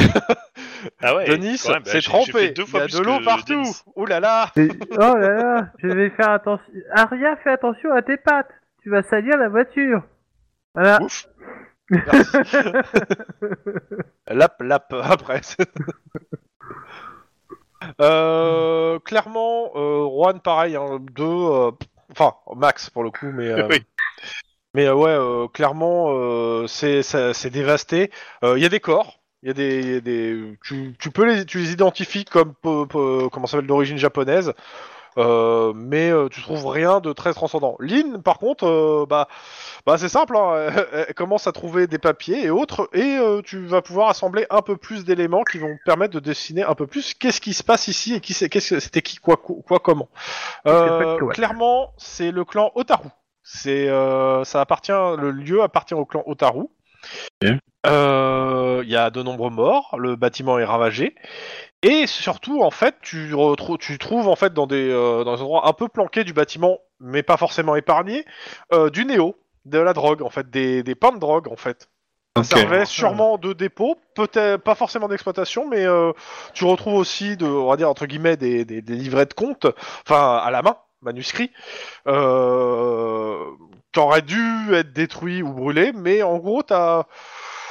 Speaker 4: Ah ouais.
Speaker 2: Denis,
Speaker 4: quand même, bah,
Speaker 2: s'est
Speaker 4: j'ai- j'ai fait
Speaker 2: trompé.
Speaker 4: deux
Speaker 2: Il y
Speaker 4: fois
Speaker 2: a
Speaker 4: plus
Speaker 2: de l'eau
Speaker 4: que
Speaker 2: partout.
Speaker 4: Denis.
Speaker 2: Ouh là là.
Speaker 4: *laughs*
Speaker 3: Et- Oh là là, je vais faire attention. Aria, fais attention à tes pattes. Tu vas salir la voiture. Voilà.
Speaker 2: Ouf. Merci. lap, lap, après. *laughs* Euh, clairement, euh, Juan, pareil, hein, deux, euh, pff, enfin, Max pour le coup, mais, euh,
Speaker 4: *laughs* Oui.
Speaker 2: mais euh, ouais, euh, clairement, euh, c'est ça- c'est dévasté. Euh, Il y a des corps, il y a des, il y a des tu, tu peux les, tu les identifies comme, po- po- comment ça s'appelle, d'origine japonaise. Euh, mais euh, tu trouves rien de très transcendant. Lynn, par contre, euh, bah, bah c'est simple, hein, *laughs* elle, elle commence à trouver des papiers et autres, et euh, tu vas pouvoir assembler un peu plus d'éléments qui vont te permettre de dessiner un peu plus qu'est-ce qui se passe ici et qui c'est, qu'est-ce que- c'était qui, quoi, quoi, quoi, comment. Euh,
Speaker 3: Qu'est-ce que c'est que, ouais.
Speaker 2: clairement, c'est le clan Otaru. C'est, euh, ça appartient, le lieu appartient au clan Otaru.
Speaker 4: Ok.
Speaker 2: Euh, Il y a de nombreux morts, le bâtiment est ravagé. Et surtout, en fait, tu, retrou- tu trouves en fait dans des, euh, dans des endroits un peu planqués du bâtiment, mais pas forcément épargnés, euh, du néo, de la drogue, en fait, des, des pains de drogue, en fait. Ça
Speaker 4: Ok.
Speaker 2: servait sûrement de dépôt, peut-être pas forcément d'exploitation, mais euh, tu retrouves aussi, de, on va dire, entre guillemets, des, des, des livrets de compte, enfin, à la main, manuscrits, euh, qui auraient dû être détruits ou brûlés, mais en gros, t'as.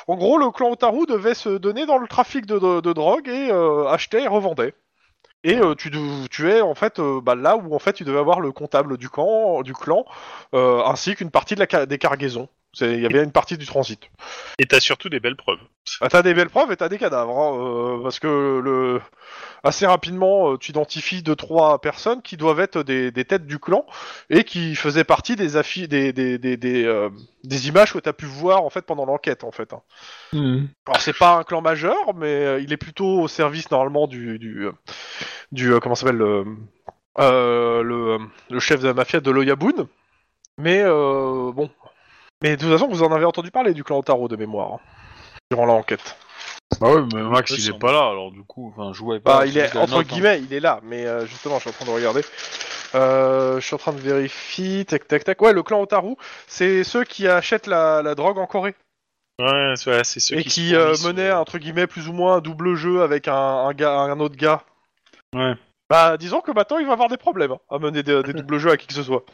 Speaker 2: En gros, le clan Otaru devait se donner dans le trafic de, de- de drogue et euh, acheter et revendait. Et euh, tu, dev- tu es en fait euh, bah, là où en fait tu devais avoir le comptable du clan, du clan euh, ainsi qu'une partie de la ca- des cargaisons. C'est- Il y avait une partie du transit.
Speaker 4: Et t'as surtout des belles preuves.
Speaker 2: Ah, t'as des belles preuves et t'as des cadavres, hein, euh, parce que le assez rapidement euh, tu identifies deux trois personnes qui doivent être des, des têtes du clan et qui faisaient partie des affi- des des, des, des, euh, des images que t'as pu voir en fait pendant l'enquête en fait. hein.
Speaker 1: Hmm.
Speaker 2: Alors c'est pas un clan majeur, mais euh, il est plutôt au service normalement du du, euh, du euh, comment s'appelle le euh, le, euh, le chef de la mafia de l'Oyabun. Mais euh, bon, mais de toute façon vous en avez entendu parler du clan Otaro de mémoire hein, durant l'enquête.
Speaker 1: Bah ouais, mais Max
Speaker 4: Ouais,
Speaker 1: il
Speaker 4: c'est-
Speaker 1: est pas là, alors du coup, enfin, jouez pas.
Speaker 2: Bah il
Speaker 1: c'est
Speaker 2: est
Speaker 1: juste la
Speaker 2: entre
Speaker 1: note, hein.
Speaker 2: guillemets il est là, mais euh, justement je suis en train de regarder. Euh, je suis en train de vérifier. Tac tac tac. Ouais le clan Otaru, c'est ceux qui achètent la- la drogue en Corée.
Speaker 4: Ouais, c'est ouais, c'est ceux
Speaker 2: et
Speaker 4: qui,
Speaker 2: qui
Speaker 4: se
Speaker 2: euh,
Speaker 4: fournissent,
Speaker 2: menait
Speaker 4: euh,
Speaker 2: entre guillemets plus ou moins un double jeu avec un, un gars, un autre gars.
Speaker 1: Ouais.
Speaker 2: Bah disons que maintenant il va avoir des problèmes hein, à mener des, des doubles jeux à qui que ce soit.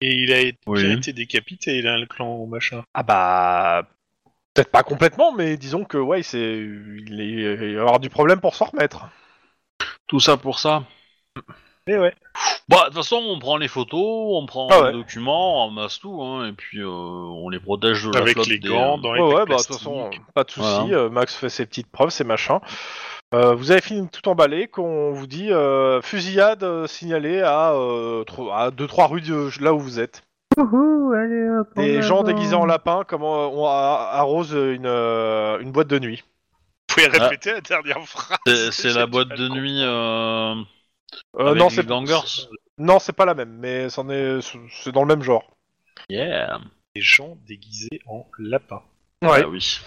Speaker 4: Et il a, été-
Speaker 1: Oui.
Speaker 4: il a été décapité, il a le clan machin.
Speaker 2: Ah bah peut-être pas complètement, mais disons que ouais c'est il, est- il va avoir du problème pour s'en remettre.
Speaker 1: Tout ça pour ça.
Speaker 4: Mais ouais.
Speaker 1: Bah, de toute façon, on prend les photos, on prend
Speaker 2: Eh Ah ouais.
Speaker 1: les documents, on ramasse tout, hein, et puis euh, on les protège de la
Speaker 4: Avec
Speaker 1: flotte
Speaker 4: les
Speaker 1: des- euh,
Speaker 4: gants, dans les
Speaker 2: ouais, ouais,
Speaker 4: plaques
Speaker 2: bah, de toute
Speaker 4: plastiques.
Speaker 2: façon, euh, pas de souci.
Speaker 1: Voilà.
Speaker 2: euh, Max fait ses petites preuves, ses machins. Euh, vous avez fini de tout emballer, qu'on vous dit euh, fusillade euh, signalée à 2-3 rues de- là où vous êtes.
Speaker 3: Wouhou, allez, hop,
Speaker 2: Des
Speaker 3: en
Speaker 2: gens
Speaker 3: avant.
Speaker 2: déguisés en lapins comment euh, on a- arrose une, euh, une boîte de nuit.
Speaker 4: Vous pouvez répéter la dernière phrase.
Speaker 1: Ah. C'est
Speaker 4: *laughs*
Speaker 1: c'est la boîte de
Speaker 4: nuit.
Speaker 1: nuit euh,
Speaker 2: Euh,
Speaker 1: avec
Speaker 2: non,
Speaker 1: les
Speaker 2: c'est
Speaker 1: gangers.
Speaker 2: non, c'est pas la même, mais c'en est c'est dans le même genre.
Speaker 1: Yeah.
Speaker 4: Des gens déguisés en lapin.
Speaker 1: Ah oui.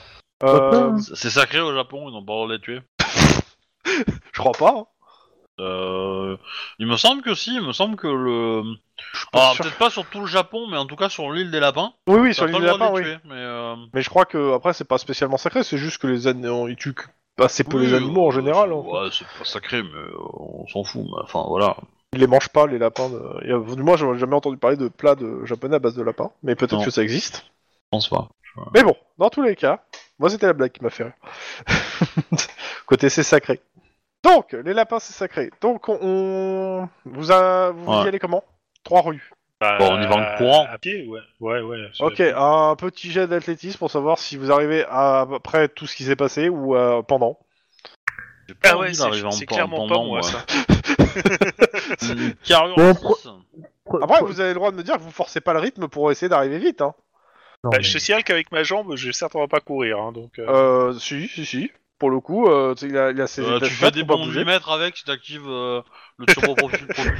Speaker 2: Euh,
Speaker 1: C'est sacré au Japon, ils ont pas le droit de les tuer.
Speaker 2: je crois pas. hein.
Speaker 1: Euh, il me semble que si, il me semble que le.
Speaker 2: pas
Speaker 1: Alors,
Speaker 2: sûr.
Speaker 1: peut-être pas sur tout le Japon, mais en tout cas sur l'île des lapins.
Speaker 2: Oui, oui,
Speaker 1: Ils
Speaker 2: sur
Speaker 1: ont
Speaker 2: l'île
Speaker 1: pas
Speaker 2: des
Speaker 1: le droit
Speaker 2: lapins,
Speaker 1: de les
Speaker 2: oui.
Speaker 1: tuer, mais. euh,
Speaker 2: Mais je crois que après c'est pas spécialement sacré, c'est juste que les animaux ils tuent assez peu les
Speaker 1: oui,
Speaker 2: animaux en
Speaker 1: euh,
Speaker 2: général.
Speaker 1: c'est-
Speaker 2: hein.
Speaker 1: Ouais, c'est pas sacré, mais euh, on s'en fout. mais Enfin, voilà.
Speaker 2: Ils les mangent pas les lapins. de- Il y a- Du moins, j'avais jamais entendu parler de plats de japonais à base de lapins, mais peut-être
Speaker 1: Non.
Speaker 2: que ça existe.
Speaker 1: Je pense pas.
Speaker 2: Mais bon, dans tous les cas, moi c'était la blague qui m'a fait rire. *laughs* Côté c'est sacré. Donc, les lapins c'est sacré. Donc on- on vous a vous
Speaker 1: Ouais.
Speaker 2: y allez comment Trois rues.
Speaker 4: Bah,
Speaker 1: Bon, on y va en courant.
Speaker 4: À pied, ouais. Ouais, ouais.
Speaker 2: Ok, un petit jet d'athlétisme pour savoir si vous arrivez à, à peu près tout ce qui s'est passé ou euh, pendant.
Speaker 1: J'ai pas
Speaker 4: Ah ouais,
Speaker 1: envie
Speaker 4: c'est
Speaker 1: d'arriver en
Speaker 4: c'est
Speaker 1: pan-
Speaker 4: clairement pas
Speaker 1: pendant,
Speaker 4: moi,
Speaker 1: moi. *laughs*
Speaker 4: ça. *laughs*
Speaker 1: Une carrure
Speaker 3: Bon,
Speaker 1: en
Speaker 3: pro-
Speaker 1: six.
Speaker 3: Pro-
Speaker 2: Après,
Speaker 3: pro-
Speaker 2: vous avez le droit de me dire que vous forcez pas le rythme pour essayer d'arriver vite. Hein.
Speaker 3: non,
Speaker 4: Bah,
Speaker 3: mais-
Speaker 4: je te signale qu'avec ma jambe, je vais certainement pas courir. hein, donc, euh,
Speaker 2: Euh, si, si, si. Pour le coup, euh, il a, il a ses
Speaker 1: Euh,
Speaker 2: états
Speaker 1: tu fais
Speaker 2: de
Speaker 1: des
Speaker 2: faut pas
Speaker 1: bons
Speaker 2: bouger.
Speaker 1: 8 mètres avec si t'actives euh, le *laughs* turbopropulseur.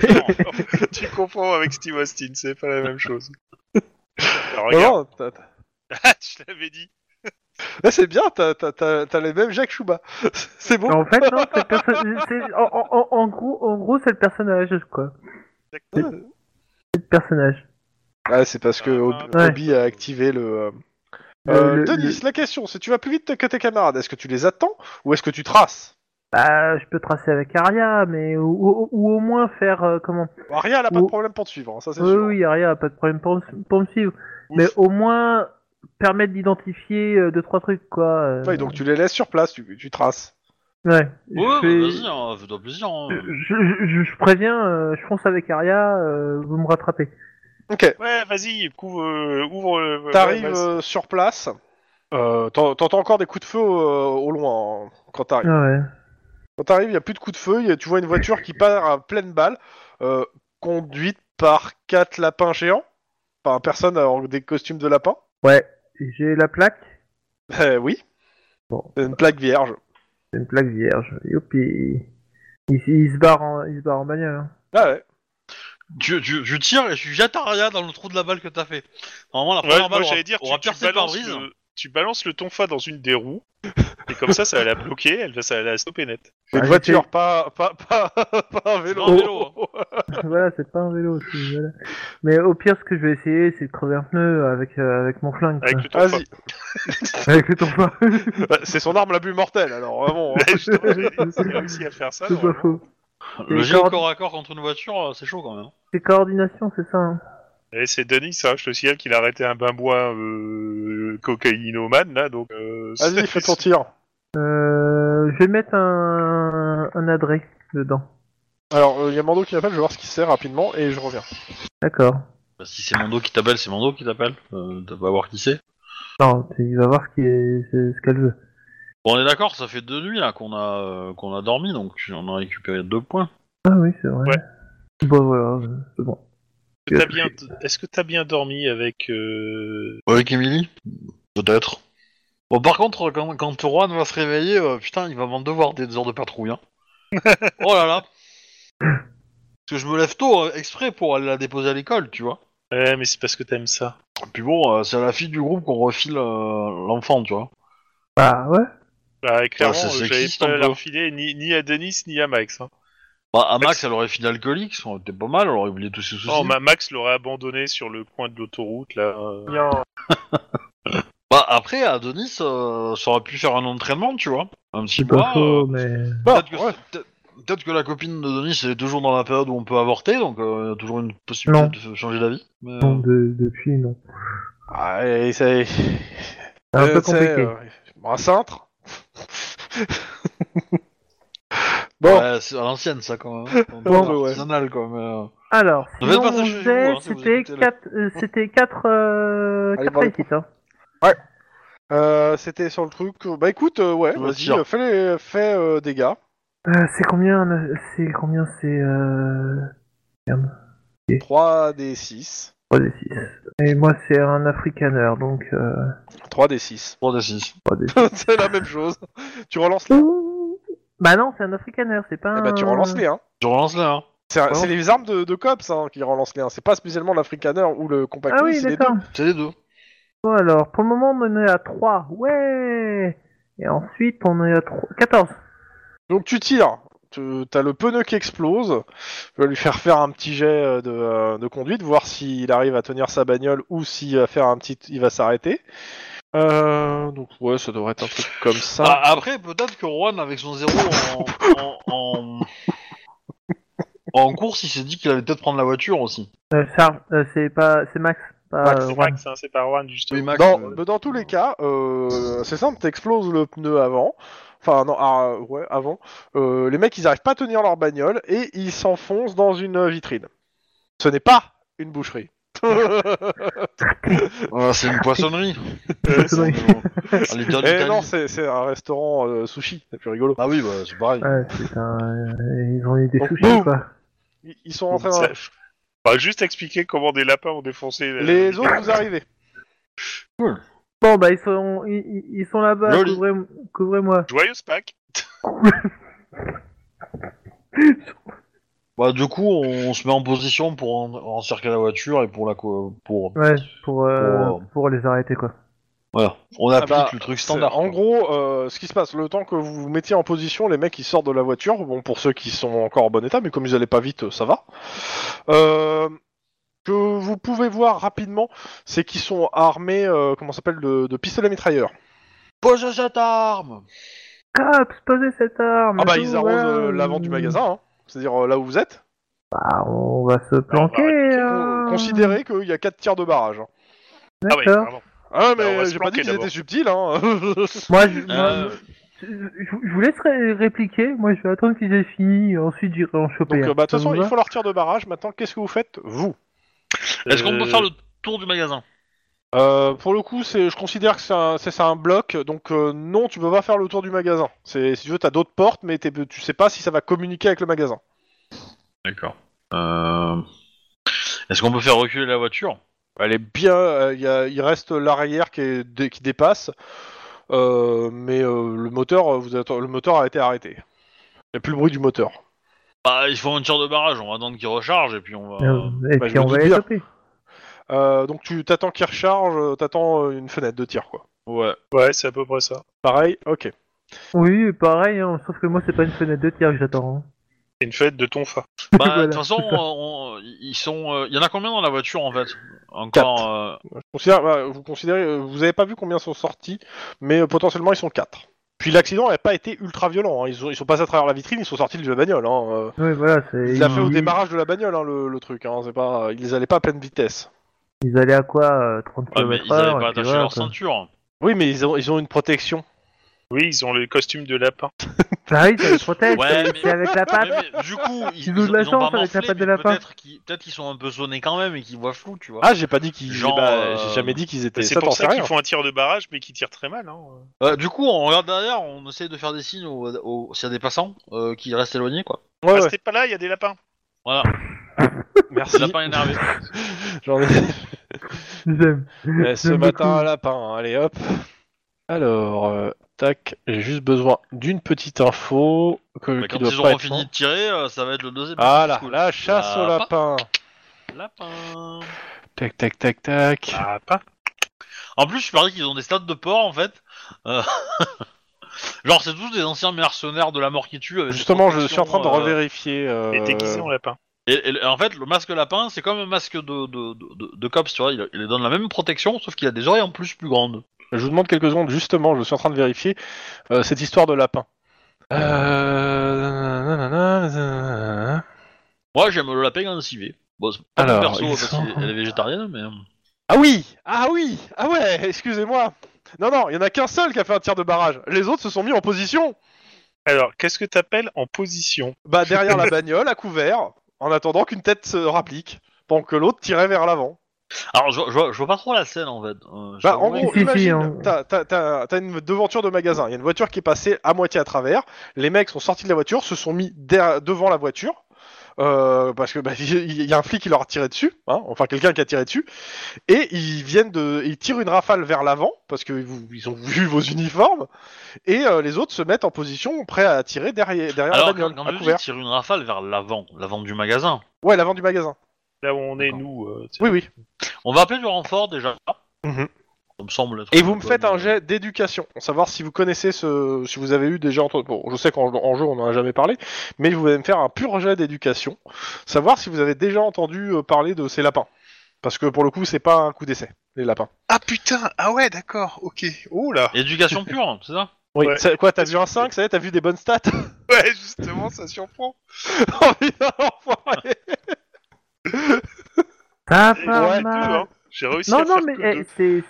Speaker 4: *laughs* tu comprends avec Steve Austin, c'est pas la même *laughs* chose. Alors,
Speaker 2: Non,
Speaker 4: regarde,
Speaker 2: non, t'as- t'as-
Speaker 4: je l'avais dit.
Speaker 2: *laughs* là, c'est bien, t'as- t'as t'as- t'as les mêmes Jacques Chouba. *laughs* c'est bon.
Speaker 3: En fait, non,
Speaker 2: *laughs*
Speaker 3: cette personne, c'est- en, en- en- en gros, en gros, c'est le personnage, quoi.
Speaker 4: Exactement.
Speaker 3: C'est le personnage.
Speaker 2: Ah, c'est parce que
Speaker 4: Euh,
Speaker 2: Ob-
Speaker 3: ouais.
Speaker 2: Obi a activé le. euh,
Speaker 3: Le-
Speaker 2: Euh,
Speaker 3: le-
Speaker 2: Denis, la question, c'est tu vas plus vite que tes camarades. Est-ce que tu les attends ou est-ce que tu traces
Speaker 3: Bah, je peux tracer avec Aria, mais ou, ou- ou au moins faire euh, comment
Speaker 2: Bon, Rien, elle a pas
Speaker 3: Ou-
Speaker 2: de problème pour te suivre, hein, ça c'est
Speaker 3: Oui,
Speaker 2: sûr.
Speaker 3: oui, Aria, pas de problème pour, pour me suivre. Mais au moins permettre d'identifier euh, deux trois trucs, quoi. euh.
Speaker 2: Ouais, donc tu les laisses sur place, tu, tu traces.
Speaker 3: Ouais.
Speaker 1: Ouais,
Speaker 3: Je
Speaker 1: bah,
Speaker 3: fais-
Speaker 1: vas-y, hein, fais-toi plaisir. hein.
Speaker 3: je, je- je- je préviens, euh, je fonce avec Aria, euh, vous me rattrapez.
Speaker 2: Ok,
Speaker 4: Ouais, vas-y, couvre, euh, ouvre. euh,
Speaker 2: Euh, t'arrives
Speaker 4: ouais, vas-y.
Speaker 2: euh, sur place. Euh, t'en- T'entends encore des coups de feu euh, au loin hein, quand t'arrives.
Speaker 3: Ah Ouais.
Speaker 2: Quand Quand t'arrives, il y a plus de coups de feu, il y a- tu vois une voiture qui part à pleine balle, euh, conduite par quatre lapins géants, par personne en des costumes de lapin.
Speaker 3: Ouais. J'ai la plaque.
Speaker 2: *laughs* Euh, oui.
Speaker 3: Bon.
Speaker 2: C'est une plaque vierge.
Speaker 3: C'est une plaque vierge. Youpi. Il, il se barre en, il se barre en bagnole. hein.
Speaker 2: Ah ouais.
Speaker 1: Tu, tu, tu tires et tu jettes Aria dans le trou de la balle que t'as fait. Normalement, la
Speaker 4: Ouais,
Speaker 1: première
Speaker 4: moi,
Speaker 1: balle aura-
Speaker 4: j'allais dire, tu,
Speaker 1: aura
Speaker 4: tu
Speaker 1: percé le
Speaker 4: balances
Speaker 1: pare-brise.
Speaker 4: le, tu balances le tonfa dans une des roues, et comme ça, ça va la bloquer, elle va, ça va la stopper net.
Speaker 2: C'est une
Speaker 3: Ah,
Speaker 2: voiture, pas, pas, pas, *laughs* pas un vélo.
Speaker 1: Non, un
Speaker 4: hein.
Speaker 1: vélo.
Speaker 3: *laughs* voilà, c'est pas un vélo. c'est- voilà. Mais au pire, ce que je vais essayer, c'est de crever un pneu avec, euh, avec mon flingue. quoi.
Speaker 4: Avec le *laughs* tonfa.
Speaker 2: Vas-y.
Speaker 3: Avec le tonfa.
Speaker 2: Bah, C'est son arme la plus mortelle, alors vraiment. hein.
Speaker 4: Il a réussi à faire ça.
Speaker 3: *laughs* c'est pas
Speaker 4: normalement.
Speaker 3: faux.
Speaker 1: Le
Speaker 3: Et
Speaker 1: jet au
Speaker 3: coordin-
Speaker 1: corps à corps contre une voiture, euh, c'est chaud quand même.
Speaker 3: C'est coordination, c'est ça. hein.
Speaker 4: Et c'est Denis, ça, je te signale qu'il a arrêté un bain-bois euh, cocaïnomane, là, donc... euh,
Speaker 2: Vas-y,
Speaker 4: *laughs* c'est-
Speaker 2: Ah, fais ton tir.
Speaker 3: Euh, je vais mettre un, un adré dedans.
Speaker 2: Alors, il y a Mando qui m'appelle, je vais voir ce qu'il sert rapidement et je reviens.
Speaker 3: D'accord.
Speaker 1: Bah, si c'est Mando qui t'appelle, c'est Mando qui t'appelle. Euh, t'as pas à voir qui c'est.
Speaker 3: Non, tu- il va voir ce qui est- ce ce qu'elle veut.
Speaker 1: Bon, on est d'accord, ça fait deux nuits là qu'on a euh, qu'on a dormi, donc tu en as récupéré deux points.
Speaker 3: Ah oui, c'est vrai. Bon, voilà, euh, c'est bon.
Speaker 4: Est-ce que t'as bien, est-ce que t'as bien dormi avec... euh,
Speaker 1: Avec Emily Peut-être. Bon, par contre, quand, quand Juan va se réveiller, euh, putain, il va m'en devoir des heures de patrouille.
Speaker 3: *laughs*
Speaker 1: Hein. oh là là Parce que je me lève tôt euh, exprès pour aller la déposer à l'école, tu vois.
Speaker 4: Ouais, mais c'est parce que t'aimes ça.
Speaker 1: Puis bon, euh, c'est à la fille du groupe qu'on refile euh, l'enfant, tu vois.
Speaker 3: Ah ouais
Speaker 4: Bah, clairement,
Speaker 1: Ouais, c'est
Speaker 4: euh, j'avais
Speaker 1: sexiste,
Speaker 4: pas
Speaker 1: un
Speaker 4: à
Speaker 1: peu.
Speaker 4: la refiler ni, ni à Denis, ni à Max. Hein.
Speaker 1: Bah, à Max, elle aurait fini alcoolique, ça aurait été pas mal, elle aurait oublié tous ses soucis.
Speaker 3: Oh,
Speaker 4: Non, Oh, ma- Max l'aurait abandonné sur le coin de l'autoroute, là. euh.
Speaker 1: Bah, après, à Denis, euh, ça aurait pu faire un entraînement, tu vois. Un petit
Speaker 3: C'est pas
Speaker 1: mois. euh,
Speaker 3: faux, mais.
Speaker 2: Bon,
Speaker 1: Peut-être que,
Speaker 2: Ah, ouais.
Speaker 1: peut-être- peut-être que la copine de Denis elle est toujours dans la période où on peut avorter, donc euh, il y a toujours une possibilité de changer d'avis. mais, euh,
Speaker 3: Non, de- depuis, non.
Speaker 2: Ah, et c'est
Speaker 3: C'est un
Speaker 2: Euh,
Speaker 3: peu
Speaker 2: tu sais,
Speaker 3: compliqué.
Speaker 2: euh, un cintre. *laughs* bon,
Speaker 1: ouais, c'est à l'ancienne, ça, quand même.
Speaker 2: *laughs*
Speaker 1: Un peu
Speaker 2: Bon, bah ouais.
Speaker 1: artisanal, quoi, mais, euh,
Speaker 3: Alors,
Speaker 1: Ne faites
Speaker 3: sinon,
Speaker 1: pas ça
Speaker 3: on
Speaker 1: chez vous,
Speaker 3: faisait-
Speaker 1: hein, si vous
Speaker 3: c'était
Speaker 1: écoutez, là.
Speaker 3: 4 c'était quatre euh,
Speaker 2: Allez,
Speaker 3: quatre
Speaker 2: bravo.
Speaker 3: réussites, hein.
Speaker 2: euh, c'était sur le truc. Bah écoute, euh, ouais,
Speaker 1: Je
Speaker 2: vas-y,
Speaker 1: retire.
Speaker 2: euh, fais, les... fais euh, des gars.
Speaker 3: Euh, c'est combien euh, C'est combien C'est euh...
Speaker 2: 3 des 6.
Speaker 3: 3 des 6. Et moi, c'est un africaner, donc euh...
Speaker 2: 3 des 6.
Speaker 1: 3 des 6.
Speaker 3: 3 des
Speaker 2: *laughs* c'est la même chose. Tu relances les.
Speaker 3: 6. Bah non, c'est un africaner, c'est pas
Speaker 2: Eh
Speaker 3: un...
Speaker 2: bah tu relances les, hein.
Speaker 1: Je relance là, hein.
Speaker 2: C'est un-
Speaker 3: Bon.
Speaker 2: c'est les armes de, de Cops hein, qui relancent les. Hein. C'est pas spécialement l'Africaner ou le compact.
Speaker 3: Ah oui,
Speaker 2: c'est les
Speaker 3: d'accord.
Speaker 1: C'est les deux.
Speaker 3: Bon alors, pour le moment, on en est à 3. Ouais Et ensuite, on est à 3... 14.
Speaker 2: deux. Donc tu tires. Tu- T'as le pneu qui explose. Tu vas lui faire faire un petit jet euh, de, euh, de conduite, voir s'il arrive à tenir sa bagnole ou s'il va faire un petit. Il va s'arrêter. Euh, donc ouais, ça devrait être un truc comme ça.
Speaker 1: Ah, après, peut-être que Juan, avec son zéro en, en, en, en course, il s'est dit qu'il allait peut-être prendre la voiture aussi.
Speaker 3: Euh, Charles, euh, c'est pas... C'est Max, pas
Speaker 4: Max,
Speaker 3: euh,
Speaker 4: c'est
Speaker 3: Juan.
Speaker 4: Max, hein, c'est pas Juan, justement.
Speaker 1: Max,
Speaker 2: dans,
Speaker 1: euh,
Speaker 2: mais dans tous les cas, euh, c'est simple, t'exploses le pneu avant. Enfin, non, ah, ouais, avant. Euh, les mecs, ils arrivent pas à tenir leur bagnole et ils s'enfoncent dans une vitrine. Ce n'est pas une boucherie.
Speaker 1: euh, c'est une
Speaker 2: *laughs*
Speaker 1: poissonnerie.
Speaker 4: Euh,
Speaker 3: c'est vrai.
Speaker 1: À l'Italie.
Speaker 2: Eh non, c'est c'est un restaurant euh, sushi, c'est plus rigolo.
Speaker 1: Ah oui, bah, c'est pareil.
Speaker 3: Ouais, putain, euh, ils ont eu des
Speaker 2: Donc,
Speaker 3: sushis,
Speaker 2: boum.
Speaker 3: quoi.
Speaker 2: Ils, ils sont rentrés dans
Speaker 4: Ça-
Speaker 2: la-
Speaker 4: Bah, juste expliquer comment des lapins ont défoncé. euh,
Speaker 2: Les autres, vous arrivez.
Speaker 3: Bon, bah, ils sont, ils- ils, ils sont là-bas,
Speaker 1: Loli.
Speaker 3: couvrez,
Speaker 4: *laughs*
Speaker 3: couvrez-moi.
Speaker 4: Joyeuse Pâques.
Speaker 1: Bah, du coup, on, se met en position pour en- encercler la voiture et pour la. co- Pour...
Speaker 3: Ouais, pour, euh,
Speaker 1: Pour-
Speaker 3: pour les arrêter, quoi.
Speaker 1: Voilà. On applique
Speaker 2: bah,
Speaker 1: le truc standard.
Speaker 2: C'est- En
Speaker 1: quoi.
Speaker 2: gros, euh, ce qui se passe, le temps que vous vous mettiez en position, les mecs ils sortent de la voiture. Bon, pour ceux qui sont encore en bon état, mais comme ils allaient pas vite, euh, ça va. Euh, que vous pouvez voir rapidement, c'est qu'ils sont armés, euh, comment ça s'appelle, de, de pistolets mitrailleurs.
Speaker 1: Pose cette arme
Speaker 3: Cops, posez cette arme.
Speaker 2: Ah bah
Speaker 3: et
Speaker 2: ils
Speaker 3: tout,
Speaker 2: arrosent
Speaker 3: voilà.
Speaker 2: euh, l'avant du magasin, hein. c'est-à-dire euh, là où vous êtes.
Speaker 3: Bah, on va se planquer.
Speaker 2: Euh,
Speaker 3: euh.
Speaker 2: Considérez qu'il y a quatre tirs de barrage. hein.
Speaker 4: Ah ouais,
Speaker 3: D'accord.
Speaker 4: pardon.
Speaker 2: Ah mais
Speaker 4: Bah, on va se
Speaker 2: j'ai pas dit
Speaker 4: planquer
Speaker 2: qu'ils étaient
Speaker 4: d'abord.
Speaker 2: subtils. Hein. *laughs*
Speaker 3: Moi, je, moi,
Speaker 1: Euh,
Speaker 3: je, je- je vous laisse ré- répliquer. Moi, je vais attendre qu'ils aient fini. et Ensuite, j'irai en choper.
Speaker 2: Donc
Speaker 3: un.
Speaker 2: euh, bah de toute
Speaker 3: Ça vous
Speaker 2: façon ils
Speaker 3: va
Speaker 2: font leur tir de barrage. Maintenant qu'est-ce que vous faites vous
Speaker 1: Est-ce qu'on
Speaker 4: Euh,
Speaker 1: peut faire le tour du magasin
Speaker 2: Euh, pour le coup, c'est, je considère que c'est un, c'est, c'est un bloc, donc euh, non, tu peux pas faire le tour du magasin. C'est, si tu veux, t'as d'autres portes, mais t'es- tu sais pas si ça va communiquer avec le magasin.
Speaker 1: D'accord. Euh, Est-ce qu'on peut faire reculer la voiture
Speaker 2: Elle est bien, euh, y a- il reste l'arrière qui, est dé- qui dépasse, euh, mais euh, le moteur, euh, vous êtes- le moteur a été arrêté. Il n'y a plus le bruit du moteur.
Speaker 1: Bah, ils font une tir de barrage, on va attendre qu'ils rechargent et puis on va.
Speaker 3: et
Speaker 2: bah, je
Speaker 3: puis
Speaker 2: me
Speaker 3: on
Speaker 2: doute
Speaker 3: va les
Speaker 2: bien.
Speaker 3: taper.
Speaker 2: Euh, donc tu t'attends qu'il recharge, euh, t'attends euh, une fenêtre de tir quoi.
Speaker 1: Ouais.
Speaker 4: Ouais, c'est à peu près ça.
Speaker 2: Pareil, ok.
Speaker 3: Oui, pareil, hein, sauf que moi, c'est pas une fenêtre de tir que j'attends. hein.
Speaker 4: C'est une fête de ton fa.
Speaker 1: Bah, de
Speaker 3: *laughs* Voilà,
Speaker 1: toute façon,
Speaker 3: c'est ça.
Speaker 1: on- on- ils sont. euh, Il y en a combien dans la voiture en fait Encore. euh,
Speaker 2: Je considère- bah, vous considérez, euh, vous avez pas vu combien sont sortis, mais euh, potentiellement ils sont quatre. Puis l'accident n'a pas été ultra violent. hein. Ils, ont- ils sont passés à travers la vitrine, ils sont sortis de la bagnole. Hein. euh.
Speaker 3: Oui, voilà, c'est.
Speaker 2: Il l'a fait au
Speaker 3: ils-
Speaker 2: démarrage de la bagnole hein, le, le truc. Hein. C'est pas, ils allaient pas à pleine vitesse.
Speaker 3: Ils allaient à quoi euh, 30
Speaker 1: ouais,
Speaker 3: km/h
Speaker 1: mais ils avaient
Speaker 3: et
Speaker 1: pas
Speaker 3: puis
Speaker 1: attaché
Speaker 3: voilà,
Speaker 1: leur
Speaker 3: quoi.
Speaker 1: ceinture.
Speaker 2: Oui, mais ils ont, ils ont une protection.
Speaker 4: Oui, ils ont les costumes de lapin.
Speaker 3: Bah oui, t'as les prothèses,
Speaker 1: Ouais,
Speaker 3: t'as-
Speaker 1: mais-
Speaker 3: c'est avec la patte.
Speaker 1: Ouais, mais du coup, ils,
Speaker 3: *laughs* Ils ont de la
Speaker 1: ils ont pas
Speaker 3: chance avec la
Speaker 1: morflé,
Speaker 3: patte de
Speaker 1: mais
Speaker 3: lapin.
Speaker 1: Peut-être qu'ils peut-être qu'ils sont un peu sonnés quand même et qu'ils voient flou, tu vois.
Speaker 2: Ah, j'ai pas dit qu'ils.
Speaker 1: Genre,
Speaker 2: bah,
Speaker 1: euh,
Speaker 2: J'ai jamais dit qu'ils étaient.
Speaker 4: C'est
Speaker 2: ça, t'en
Speaker 4: pour
Speaker 2: sais
Speaker 4: ça qu'ils
Speaker 2: rien.
Speaker 4: font un tir de barrage, mais qui tirent très mal. Hein.
Speaker 1: Euh, du coup, on regarde derrière, on essaye de faire des signes aux- aux- s'il y a des passants euh, qui restent éloignés, quoi.
Speaker 2: Ouais, ouais.
Speaker 4: Restez Ah, pas là, il y a des lapins.
Speaker 1: Voilà,
Speaker 2: Merci.
Speaker 1: c'est lapin énervé.
Speaker 2: J'en ai-
Speaker 3: J'aime.
Speaker 2: Eh, ce
Speaker 3: J'aime
Speaker 2: matin,
Speaker 3: beaucoup.
Speaker 2: un lapin, hein. allez hop. Alors, euh, tac, j'ai juste besoin d'une petite info que,
Speaker 1: Bah,
Speaker 2: qui
Speaker 1: quand
Speaker 2: doit
Speaker 1: ils
Speaker 2: pas
Speaker 1: auront
Speaker 2: être
Speaker 1: fini
Speaker 2: longue.
Speaker 1: de tirer, euh, ça va être le deuxième.
Speaker 2: Ah là,
Speaker 1: Parce que-
Speaker 2: la chasse au lapin.
Speaker 1: Lapin.
Speaker 2: Tac, tac, tac, tac.
Speaker 4: Ah, pas.
Speaker 1: En plus, je parie qu'ils ont des stats de porc, en fait. Euh, *laughs* Genre, c'est tous des anciens mercenaires de la mort qui tue. avec des
Speaker 2: Justement, je suis en train de
Speaker 1: protections, euh,
Speaker 2: revérifier. euh,
Speaker 4: Et déguisé en lapin.
Speaker 1: Et, et- et en fait, le masque lapin, c'est comme un masque de, de, de, de- de cops, tu vois. Il, il lui donne la même protection, sauf qu'il a des oreilles en plus plus grandes.
Speaker 2: Je vous demande quelques secondes, justement, je suis en train de vérifier euh, cette histoire de lapin. Euh, nanana, nanana.
Speaker 1: Moi, j'aime le lapin en civet. Bon, c'est pas
Speaker 2: Alors,
Speaker 1: mon perso,
Speaker 2: ils
Speaker 1: parce
Speaker 2: sont-
Speaker 1: qu'elle est végétarienne, mais... euh.
Speaker 2: Ah oui Ah oui Ah ouais, excusez-moi Non, non, il y en a qu'un seul qui a fait un tir de barrage. Les autres se sont mis en position
Speaker 4: Alors, qu'est-ce que t'appelles en position
Speaker 2: Bah derrière la bagnole, à couvert, en attendant qu'une tête se rapplique, pendant que l'autre tirait vers l'avant.
Speaker 1: Alors, je, je vois- je vois pas trop la scène, en fait. Euh, je
Speaker 2: Bah en
Speaker 1: t'avoue.
Speaker 2: gros,
Speaker 3: Si, si,
Speaker 2: imagine,
Speaker 3: si, on-
Speaker 2: t'as- t'as t'as- t'as une devanture de magasin, il y a une voiture qui est passée à moitié à travers, les mecs sont sortis de la voiture, se sont mis der- devant la voiture, euh, parce que bah, *laughs* il y a un flic qui leur a tiré dessus, hein, enfin quelqu'un qui a tiré dessus, et ils viennent de... ils tirent une rafale vers l'avant, parce que vous- ils ont vu vos uniformes, et euh, les autres se mettent en position, prêts à tirer derrière, derrière la
Speaker 1: Alors, quand,
Speaker 2: bagnole,
Speaker 1: quand
Speaker 2: à
Speaker 1: je dis
Speaker 2: couvert.
Speaker 1: tire une rafale vers l'avant, l'avant du magasin,
Speaker 2: Ouais, l'avant du magasin.
Speaker 4: Là où on est,
Speaker 1: D'accord.
Speaker 4: nous. euh, tu sais.
Speaker 2: Oui, oui.
Speaker 1: on va appeler du renfort, déjà.
Speaker 2: Mhm.
Speaker 1: Ça me semble être-
Speaker 2: Et vous me faites un
Speaker 1: Ouais,
Speaker 2: jet d'éducation, pour savoir si vous connaissez ce, si vous avez eu déjà entendu. Bon, je sais qu'en en jeu on n'en a jamais parlé, mais vous allez me faire un pur jet d'éducation, savoir si vous avez déjà entendu euh, parler de ces lapins, parce que pour le coup c'est pas un coup d'essai, les lapins.
Speaker 4: Ah putain, ah ouais, d'accord, ok. Oh là
Speaker 1: Éducation pure, c'est ça
Speaker 2: Oui.
Speaker 4: Ouais.
Speaker 2: ça- quoi, t'as vu un 5, ça y est, t'as vu des bonnes stats
Speaker 4: *laughs*
Speaker 2: *laughs*
Speaker 4: Ouais, justement, ça surprend.
Speaker 2: Oh, putain, l'enfoiré.
Speaker 3: Ça
Speaker 4: ouais,
Speaker 3: part
Speaker 4: deux,
Speaker 3: mal.
Speaker 4: hein. J'ai réussi à
Speaker 3: Ah, Non, non,
Speaker 4: faire
Speaker 3: mais
Speaker 4: que
Speaker 3: eh,
Speaker 4: deux.
Speaker 3: c'est.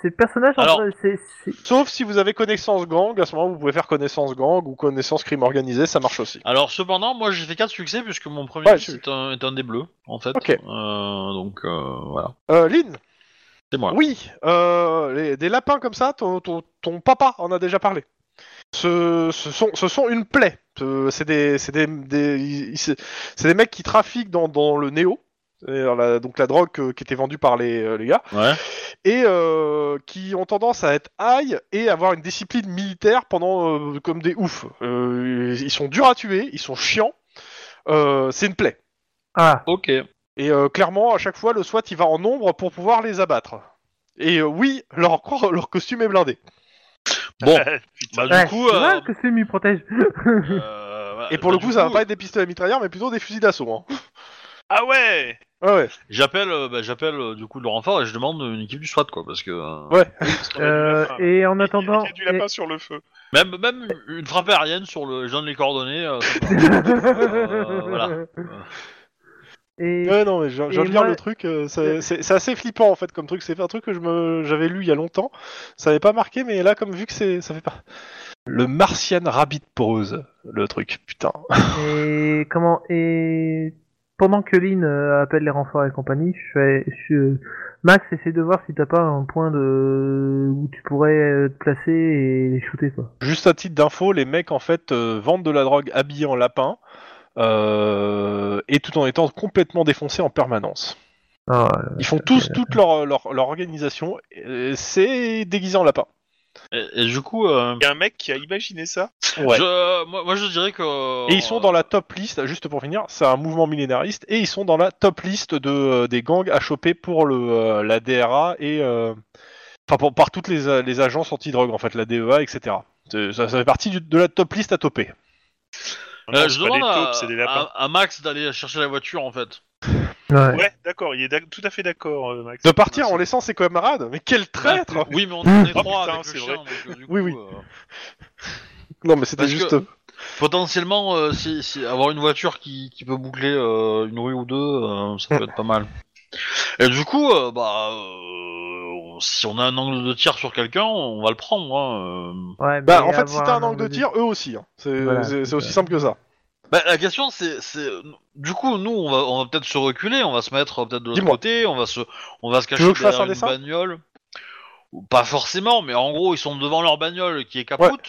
Speaker 3: C'est le personnage en
Speaker 1: Alors-
Speaker 3: train- c'est- c'est-
Speaker 2: Sauf si vous avez connaissance gang, à ce moment vous pouvez faire connaissance gang ou connaissance crime organisé, ça marche aussi.
Speaker 1: Alors cependant, moi j'ai fait 4 succès puisque mon premier
Speaker 2: Ouais,
Speaker 1: succès
Speaker 2: je-
Speaker 1: est un, est un des bleus en fait.
Speaker 2: Ok.
Speaker 1: Euh, donc euh, voilà,
Speaker 2: Euh, Lynn,
Speaker 1: c'est moi.
Speaker 2: Oui, euh, les- des lapins comme ça, ton, ton- ton papa en a déjà parlé. Ce, ce sont, ce sont une plaie. Ce- C'est des, c'est des, des- ils- ils- c'est des mecs qui trafiquent dans, dans le néo, c'est-à-dire la- donc la drogue que- qui était vendue par les, euh, les gars,
Speaker 1: Ouais.
Speaker 2: et euh, qui ont tendance à être high et avoir une discipline militaire pendant euh, comme des oufs. Euh, ils sont durs à tuer, ils sont chiants. Euh, c'est une plaie.
Speaker 3: Ah,
Speaker 2: *laughs*
Speaker 1: Ok.
Speaker 2: Et euh, clairement, à chaque fois, le SWAT il va en nombre pour pouvoir les abattre. Et euh, oui, *laughs* leur, cro- leur costume est blindé.
Speaker 4: *laughs*
Speaker 1: Bon,
Speaker 4: Ah,
Speaker 1: bah
Speaker 4: putain.
Speaker 1: du
Speaker 3: ouais,
Speaker 1: coup,
Speaker 3: c'est
Speaker 1: euh,
Speaker 3: vrai que c'est mi protège.
Speaker 1: euh, voilà.
Speaker 2: Et pour
Speaker 1: Bah,
Speaker 2: le Ah, coup,
Speaker 1: du
Speaker 2: ça va pas être des pistolets mitrailleurs, mais plutôt des fusils d'assaut. Hein.
Speaker 4: Ah ouais
Speaker 2: *laughs* Ouais, ouais.
Speaker 1: J'appelle, euh, bah, j'appelle euh, du coup le renfort et je demande une équipe du SWAT quoi, parce que euh,
Speaker 2: Ouais.
Speaker 3: Euh, et en attendant.
Speaker 4: Il y a du lapin sur le feu.
Speaker 1: même même une frappe aérienne sur le, je donne les coordonnées. euh, ça
Speaker 3: et- *laughs*
Speaker 1: me va. Euh, voilà.
Speaker 3: Et
Speaker 2: Ouais, non, mais je, je
Speaker 3: et
Speaker 2: reviens
Speaker 3: moi-
Speaker 2: le truc. euh, c'est c'est- c'est assez flippant en fait comme truc. C'est un truc que je me- j'avais lu il y a longtemps. Ça n'avait pas marqué, mais là, comme vu que c'est, ça fait pas. Le Martian Rabbit Pose, le truc. Putain.
Speaker 3: Et comment Et pendant que Lynn euh, appelle les renforts et compagnie, je fais, je, Max, essaie de voir si t'as pas un point de où tu pourrais euh, te placer et les shooter quoi.
Speaker 2: Juste à titre d'info, les mecs en fait euh, vendent de la drogue habillés en lapin euh, et tout en étant complètement défoncés en permanence.
Speaker 3: Ah,
Speaker 2: Ils font tous toute leur, leur, leur organisation, euh, c'est déguisé en lapin.
Speaker 1: Et, et du coup, euh,
Speaker 4: Il y a un mec qui a imaginé ça
Speaker 1: je- moi, moi, je dirais que.
Speaker 2: Et ils sont dans la top liste, juste pour finir, c'est un mouvement millénariste, et ils sont dans la top liste de, euh, des gangs à choper pour le, euh, la DRA et. euh, Enfin, pour- par toutes les, euh, les agences anti-drogue, en fait, la E DEA, etc. C'est- Ça, ça fait partie du- de la top liste à toper.
Speaker 1: Euh,
Speaker 4: Non,
Speaker 1: je
Speaker 4: c'est pas
Speaker 1: demande
Speaker 4: des taupes,
Speaker 1: à-
Speaker 4: c'est des lapins.
Speaker 1: à- à Max d'aller chercher la voiture en fait.
Speaker 3: ouais.
Speaker 4: Ouais, d'accord, il est d'ac- tout à fait d'accord, euh, Max.
Speaker 2: De partir en laissant ses camarades Mais quel traître
Speaker 1: Oui,
Speaker 2: *laughs*
Speaker 1: mais on en est
Speaker 4: Oh,
Speaker 1: trois
Speaker 4: putain,
Speaker 1: avec le
Speaker 4: c'est
Speaker 1: chien, donc, euh, du coup,
Speaker 2: Oui, oui.
Speaker 1: euh,
Speaker 2: Non, mais c'était
Speaker 1: Parce
Speaker 2: juste. euh,
Speaker 1: que- potentiellement, euh, si, si- avoir une voiture qui, qui peut boucler euh, une rue ou deux, euh,
Speaker 2: *laughs*
Speaker 1: ça peut être pas mal. Et du coup, euh, bah, euh, si on a un angle de tir sur quelqu'un, on va le prendre. hein, euh.
Speaker 3: Ouais,
Speaker 2: Bah,
Speaker 3: mais
Speaker 2: en fait, si
Speaker 3: avoir
Speaker 2: t'as un angle de tir, eux aussi. hein. C'est
Speaker 3: Voilà,
Speaker 2: c'est-
Speaker 3: c'est
Speaker 2: c'est aussi
Speaker 3: ça.
Speaker 2: simple que ça.
Speaker 1: Bah, la question, c'est, c'est- du coup, nous, on va, on va peut-être se reculer, on va se mettre euh, peut-être de l'autre
Speaker 2: Dis-moi.
Speaker 1: côté, on va se, on va se cacher
Speaker 2: veux que je fasse
Speaker 1: derrière
Speaker 2: un
Speaker 1: une
Speaker 2: dessin
Speaker 1: bagnole. Ou Pas forcément, mais en gros, ils sont devant leur bagnole qui est capote.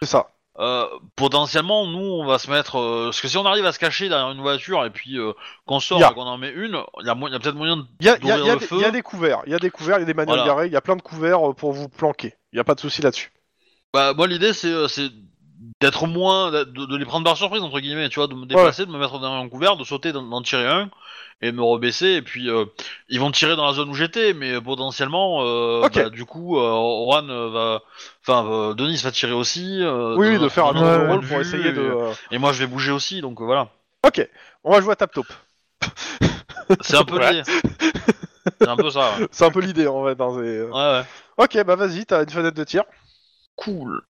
Speaker 2: C'est ça.
Speaker 1: Euh, potentiellement, nous, on va se mettre. euh, parce que si on arrive à se cacher derrière une voiture et puis euh, qu'on sort
Speaker 2: Y a-
Speaker 1: et qu'on en met une, il y a, mo- y a peut-être moyen de.
Speaker 2: Il y a, il y a-
Speaker 1: d'ouvrir
Speaker 2: il y a
Speaker 1: le
Speaker 2: des-
Speaker 1: feu.
Speaker 2: il y a des couverts, il y a des couverts, il y a des manuels
Speaker 1: Voilà.
Speaker 2: garés, il y a plein de couverts euh, pour vous planquer. Il n'y a pas de souci là-dessus.
Speaker 1: Bah, moi, l'idée, c'est, euh, c'est d'être moins. De, de les prendre par surprise, entre guillemets, tu vois, de me déplacer, de me mettre derrière un couvert, de sauter, d'en, d'en tirer un et me rebaisser. Et puis, euh, ils vont tirer dans la zone où j'étais, mais potentiellement, euh,
Speaker 2: Ok.
Speaker 1: bah, du coup, euh, Juan euh, va. Enfin, euh, Denis va tirer aussi. euh,
Speaker 2: Oui, oui,
Speaker 1: dans
Speaker 2: de faire un
Speaker 1: dans
Speaker 3: autre
Speaker 2: double
Speaker 1: point
Speaker 2: rôle
Speaker 1: de
Speaker 2: pour
Speaker 1: vue,
Speaker 2: essayer de.
Speaker 1: et-
Speaker 2: euh,
Speaker 1: Et, moi, je vais bouger aussi, donc euh,
Speaker 2: *laughs*
Speaker 1: voilà.
Speaker 2: Ok, on va jouer à tap-top.
Speaker 1: C'est un peu
Speaker 4: Ouais.
Speaker 1: l'idée. C'est un peu ça. ouais.
Speaker 2: C'est un peu l'idée en fait. hein, c'est, euh.
Speaker 1: Ouais, ouais.
Speaker 2: Ok, bah vas-y, t'as une fenêtre de tir.
Speaker 1: Cool.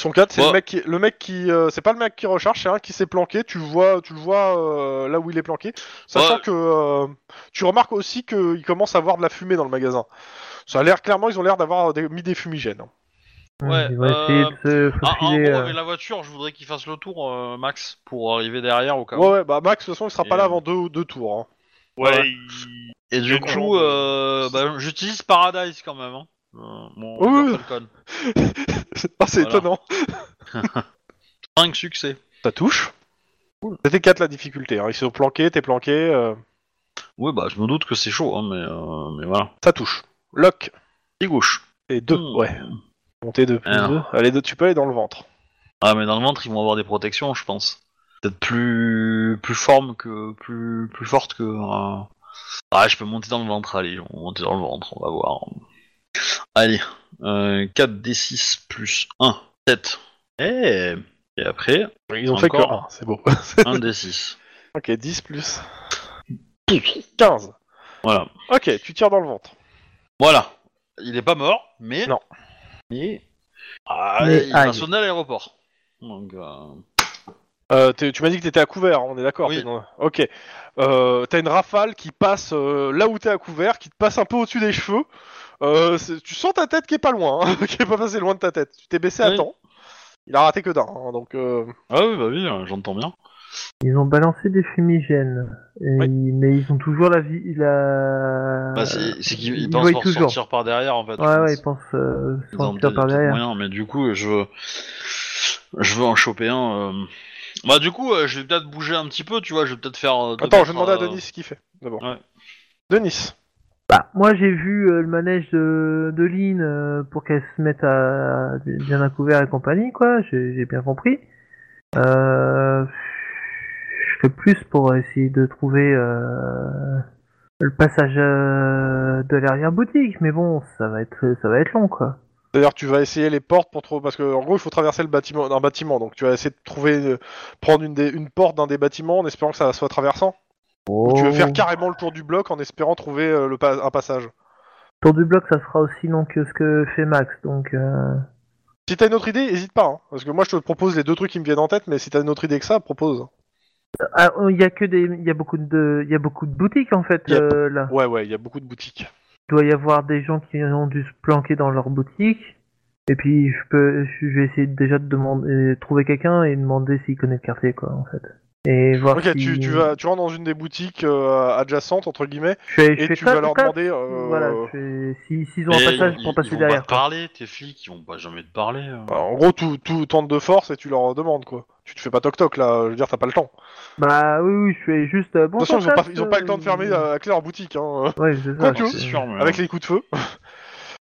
Speaker 2: Son 4, c'est
Speaker 1: Ouais.
Speaker 2: le mec qui. Le mec qui euh, c'est pas le mec qui recharge, c'est un qui s'est planqué. Tu le vois, tu le vois euh, là où il est planqué. Sachant
Speaker 1: Ouais.
Speaker 2: que. euh, tu remarques aussi qu'il commence à avoir de la fumée dans le magasin. Ça a l'air, clairement, ils ont l'air d'avoir euh, des- mis des fumigènes. hein.
Speaker 1: Ouais,
Speaker 3: Ils vont essayer de se
Speaker 1: Ah, en
Speaker 3: faufiler.
Speaker 1: gros,
Speaker 3: euh,
Speaker 1: avec la voiture, je voudrais qu'il fasse le tour, euh, Max, pour arriver derrière au cas où.
Speaker 2: Ouais, ouais, bah Max, de toute façon, il sera pas
Speaker 1: Et- euh.
Speaker 2: là avant deux, deux tours. hein. *laughs*
Speaker 4: Ouais,
Speaker 1: Ouais.
Speaker 4: il-
Speaker 1: Et du
Speaker 4: Quel
Speaker 1: coup,
Speaker 4: genre de-
Speaker 1: euh, bah, j'utilise Paradise quand même. Hein. Euh, mon
Speaker 2: Oui, oui.
Speaker 1: mon Falcon.
Speaker 2: Ah, c'est
Speaker 1: Voilà.
Speaker 2: étonnant.
Speaker 1: Cinq succès.
Speaker 2: Ça touche. C'était 4 la difficulté. hein. Ils sont planqués, t'es planqué. euh,
Speaker 1: Oui, bah, je me doute que c'est chaud, hein, mais, euh, mais voilà.
Speaker 2: Ça touche. Lock.
Speaker 1: Et gauche.
Speaker 2: Et 2.
Speaker 1: Hmm.
Speaker 2: Ouais. Monter 2 plus
Speaker 1: Alors.
Speaker 2: 2. Allez, deux, tu peux aller dans le ventre.
Speaker 1: Ah, mais dans le ventre, ils vont avoir des protections, je pense. Peut-être plus plus forme que plus plus forte que. euh, Ah, je peux monter dans le ventre. Allez, on monte dans le ventre. On va voir. Allez, euh, 4 d6 plus 1, 7. Eh Et
Speaker 3: *laughs*
Speaker 1: après,
Speaker 2: Ils ont fait que
Speaker 1: Encore.
Speaker 2: 1, c'est
Speaker 1: *laughs*
Speaker 2: beau.
Speaker 1: 1 d6.
Speaker 2: ok, 10 plus. 15.
Speaker 1: Voilà.
Speaker 2: Ok, tu tires dans le ventre.
Speaker 1: Voilà. Il est pas mort, mais.
Speaker 2: Non.
Speaker 1: Mais. Ah,
Speaker 3: Mais
Speaker 1: il va
Speaker 3: aïe.
Speaker 1: sonner à l'aéroport. Donc, euh,
Speaker 2: Euh, t'es- tu m'as dit que t'étais à couvert, on est d'accord.
Speaker 1: Oui.
Speaker 2: t'es dans- Ok. Euh, t'as une rafale qui passe euh, là où t'es à couvert, qui te passe un peu au-dessus des cheveux. Euh, c'est- tu sens ta tête qui est pas loin, hein, *laughs* qui est pas passée loin de ta tête. Tu t'es baissé à
Speaker 1: Oui.
Speaker 2: temps. Il a raté que d'un, hein, donc. euh,
Speaker 1: Ah oui, bah oui, euh, j'entends bien.
Speaker 3: Ils ont balancé des fumigènes, Et
Speaker 2: Oui.
Speaker 3: ils- mais ils ont toujours la vie. La...
Speaker 1: Bah, c'est c'est qu'il
Speaker 3: ils
Speaker 1: il pense
Speaker 3: voient
Speaker 1: pour
Speaker 3: toujours.
Speaker 1: sortir par derrière, en fait. je
Speaker 3: ouais,
Speaker 1: pense.
Speaker 3: ouais, ils pensent euh,
Speaker 1: Ils ont
Speaker 3: sortir
Speaker 1: peut-être
Speaker 3: par
Speaker 1: des
Speaker 3: derrière.
Speaker 1: moyens, mais du coup, je veux, je veux en choper un. euh. Bah, du coup, euh, je vais peut-être bouger un petit peu, tu vois, je vais peut-être faire. euh, deux,
Speaker 2: Attends, je
Speaker 1: quatre,
Speaker 2: vais demander à
Speaker 1: euh,
Speaker 2: Denis ce qu'il fait d'abord.
Speaker 1: ouais.
Speaker 2: Denis.
Speaker 3: Bah, moi, j'ai vu euh, le manège de, de Lynn euh, pour qu'elle se mette à, bien à couvert et compagnie, quoi. J'ai j'ai bien compris. Euh, je fais plus pour essayer de trouver euh, le passage euh, de l'arrière-boutique, mais bon, ça va être ça va être long, quoi.
Speaker 2: D'ailleurs, tu vas essayer les portes pour trouver parce que en gros, il faut traverser le bâtiment d'un bâtiment. Donc, tu vas essayer de trouver, euh, prendre une, des, une porte d'un des bâtiments en espérant que ça soit traversant. Ou tu veux
Speaker 3: Oh.
Speaker 2: faire carrément le tour du bloc en espérant trouver euh, le pa- un passage.
Speaker 3: Oh. Tour du bloc, ça sera aussi long que ce que fait Max, donc. Euh...
Speaker 2: Si t'as une autre idée, hésite pas. hein, parce que moi, je te propose les deux trucs qui me viennent en tête, mais si t'as une autre idée que ça, propose.
Speaker 3: Ah, il y a que des, il y a beaucoup de, il y a beaucoup de boutiques en fait
Speaker 2: Yep.
Speaker 3: euh, là.
Speaker 2: Ouais, ouais, il y a beaucoup de boutiques.
Speaker 3: Il doit y avoir des gens qui ont dû se planquer dans leur boutique. Et puis je peux, je vais essayer déjà de demander, euh, trouver quelqu'un et demander s'il connaît le quartier quoi en fait. Et voir
Speaker 2: Ok,
Speaker 3: si-
Speaker 2: tu, tu vas, tu rentres dans une des boutiques euh, adjacentes entre guillemets
Speaker 3: Je fais, je
Speaker 2: et
Speaker 3: fais
Speaker 2: tu
Speaker 3: ça,
Speaker 2: vas leur
Speaker 3: ça.
Speaker 2: demander. euh,
Speaker 3: Voilà, je fais- si- s'ils ont un passage
Speaker 1: ils,
Speaker 3: pour
Speaker 1: ils
Speaker 3: passer
Speaker 1: vont
Speaker 3: derrière.
Speaker 1: pas te parler, tes flics, ils vont pas jamais te parler. euh.
Speaker 2: bah, en gros, tout, tout tente de force et tu leur demandes quoi. Tu te fais pas toc toc là. Je veux dire, t'as pas le temps.
Speaker 3: Bah oui, oui, je fais juste. euh, bon,
Speaker 2: De toute façon, ils ont
Speaker 3: contact,
Speaker 2: pas, ils ont pas le temps de
Speaker 3: euh,
Speaker 2: fermer à clé leur boutique. Hein.
Speaker 3: Ouais, c'est
Speaker 2: Quoi
Speaker 3: ça.
Speaker 2: que,
Speaker 1: c'est sûr, mais.
Speaker 2: avec les coups de feu. *laughs*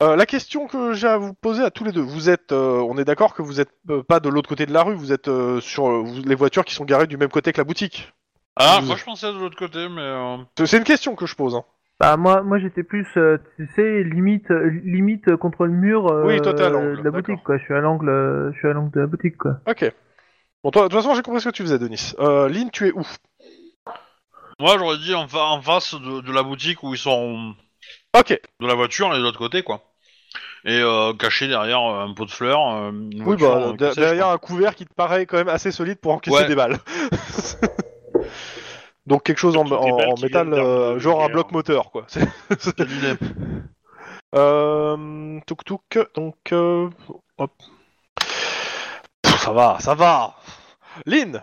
Speaker 2: Euh, la question que j'ai à vous poser à tous les deux, vous êtes, euh, on est d'accord que vous êtes euh, pas de l'autre côté de la rue, vous êtes euh, sur euh, vous- les voitures qui sont garées du même côté que la boutique.
Speaker 1: Ah,
Speaker 2: Vous-
Speaker 1: moi je pensais de l'autre côté, mais. euh,
Speaker 2: C'est- C'est une question que je pose. Hein.
Speaker 3: Bah moi, moi j'étais plus, euh, tu sais, limite, euh, limite euh, contre le mur euh,
Speaker 2: Oui, toi, t'es à l'angle,
Speaker 3: de la
Speaker 2: d'accord.
Speaker 3: boutique quoi. Je suis à l'angle, euh, je suis à l'angle de la boutique quoi.
Speaker 2: Ok. Bon, toi, de toute façon, j'ai compris ce que tu faisais, Denis. Euh, Lynn, tu es où
Speaker 1: Moi j'aurais dit en, fa- en face de, de la boutique où ils sont.
Speaker 2: Ok.
Speaker 1: De la voiture, et de l'autre côté, quoi. Et euh, caché derrière euh, un pot de fleurs. euh, une
Speaker 2: Oui,
Speaker 1: voiture,
Speaker 2: bah,
Speaker 1: euh,
Speaker 2: de-
Speaker 1: que sais-je,
Speaker 2: derrière un couvert qui te paraît quand même assez solide pour encaisser
Speaker 1: Ouais.
Speaker 2: des
Speaker 4: *laughs*
Speaker 2: balles. Donc quelque chose en,
Speaker 4: Surtout des
Speaker 2: en-
Speaker 4: balles
Speaker 2: en
Speaker 4: qui
Speaker 2: métal,
Speaker 4: viennent d'armes
Speaker 2: euh,
Speaker 4: de
Speaker 2: genre un
Speaker 4: guerre.
Speaker 2: bloc moteur, quoi. *laughs* C'est-
Speaker 1: quoi. Quelle idée.
Speaker 2: Euh, tuk tuk, donc euh, hop. Pff, ça va, ça va. Lynn.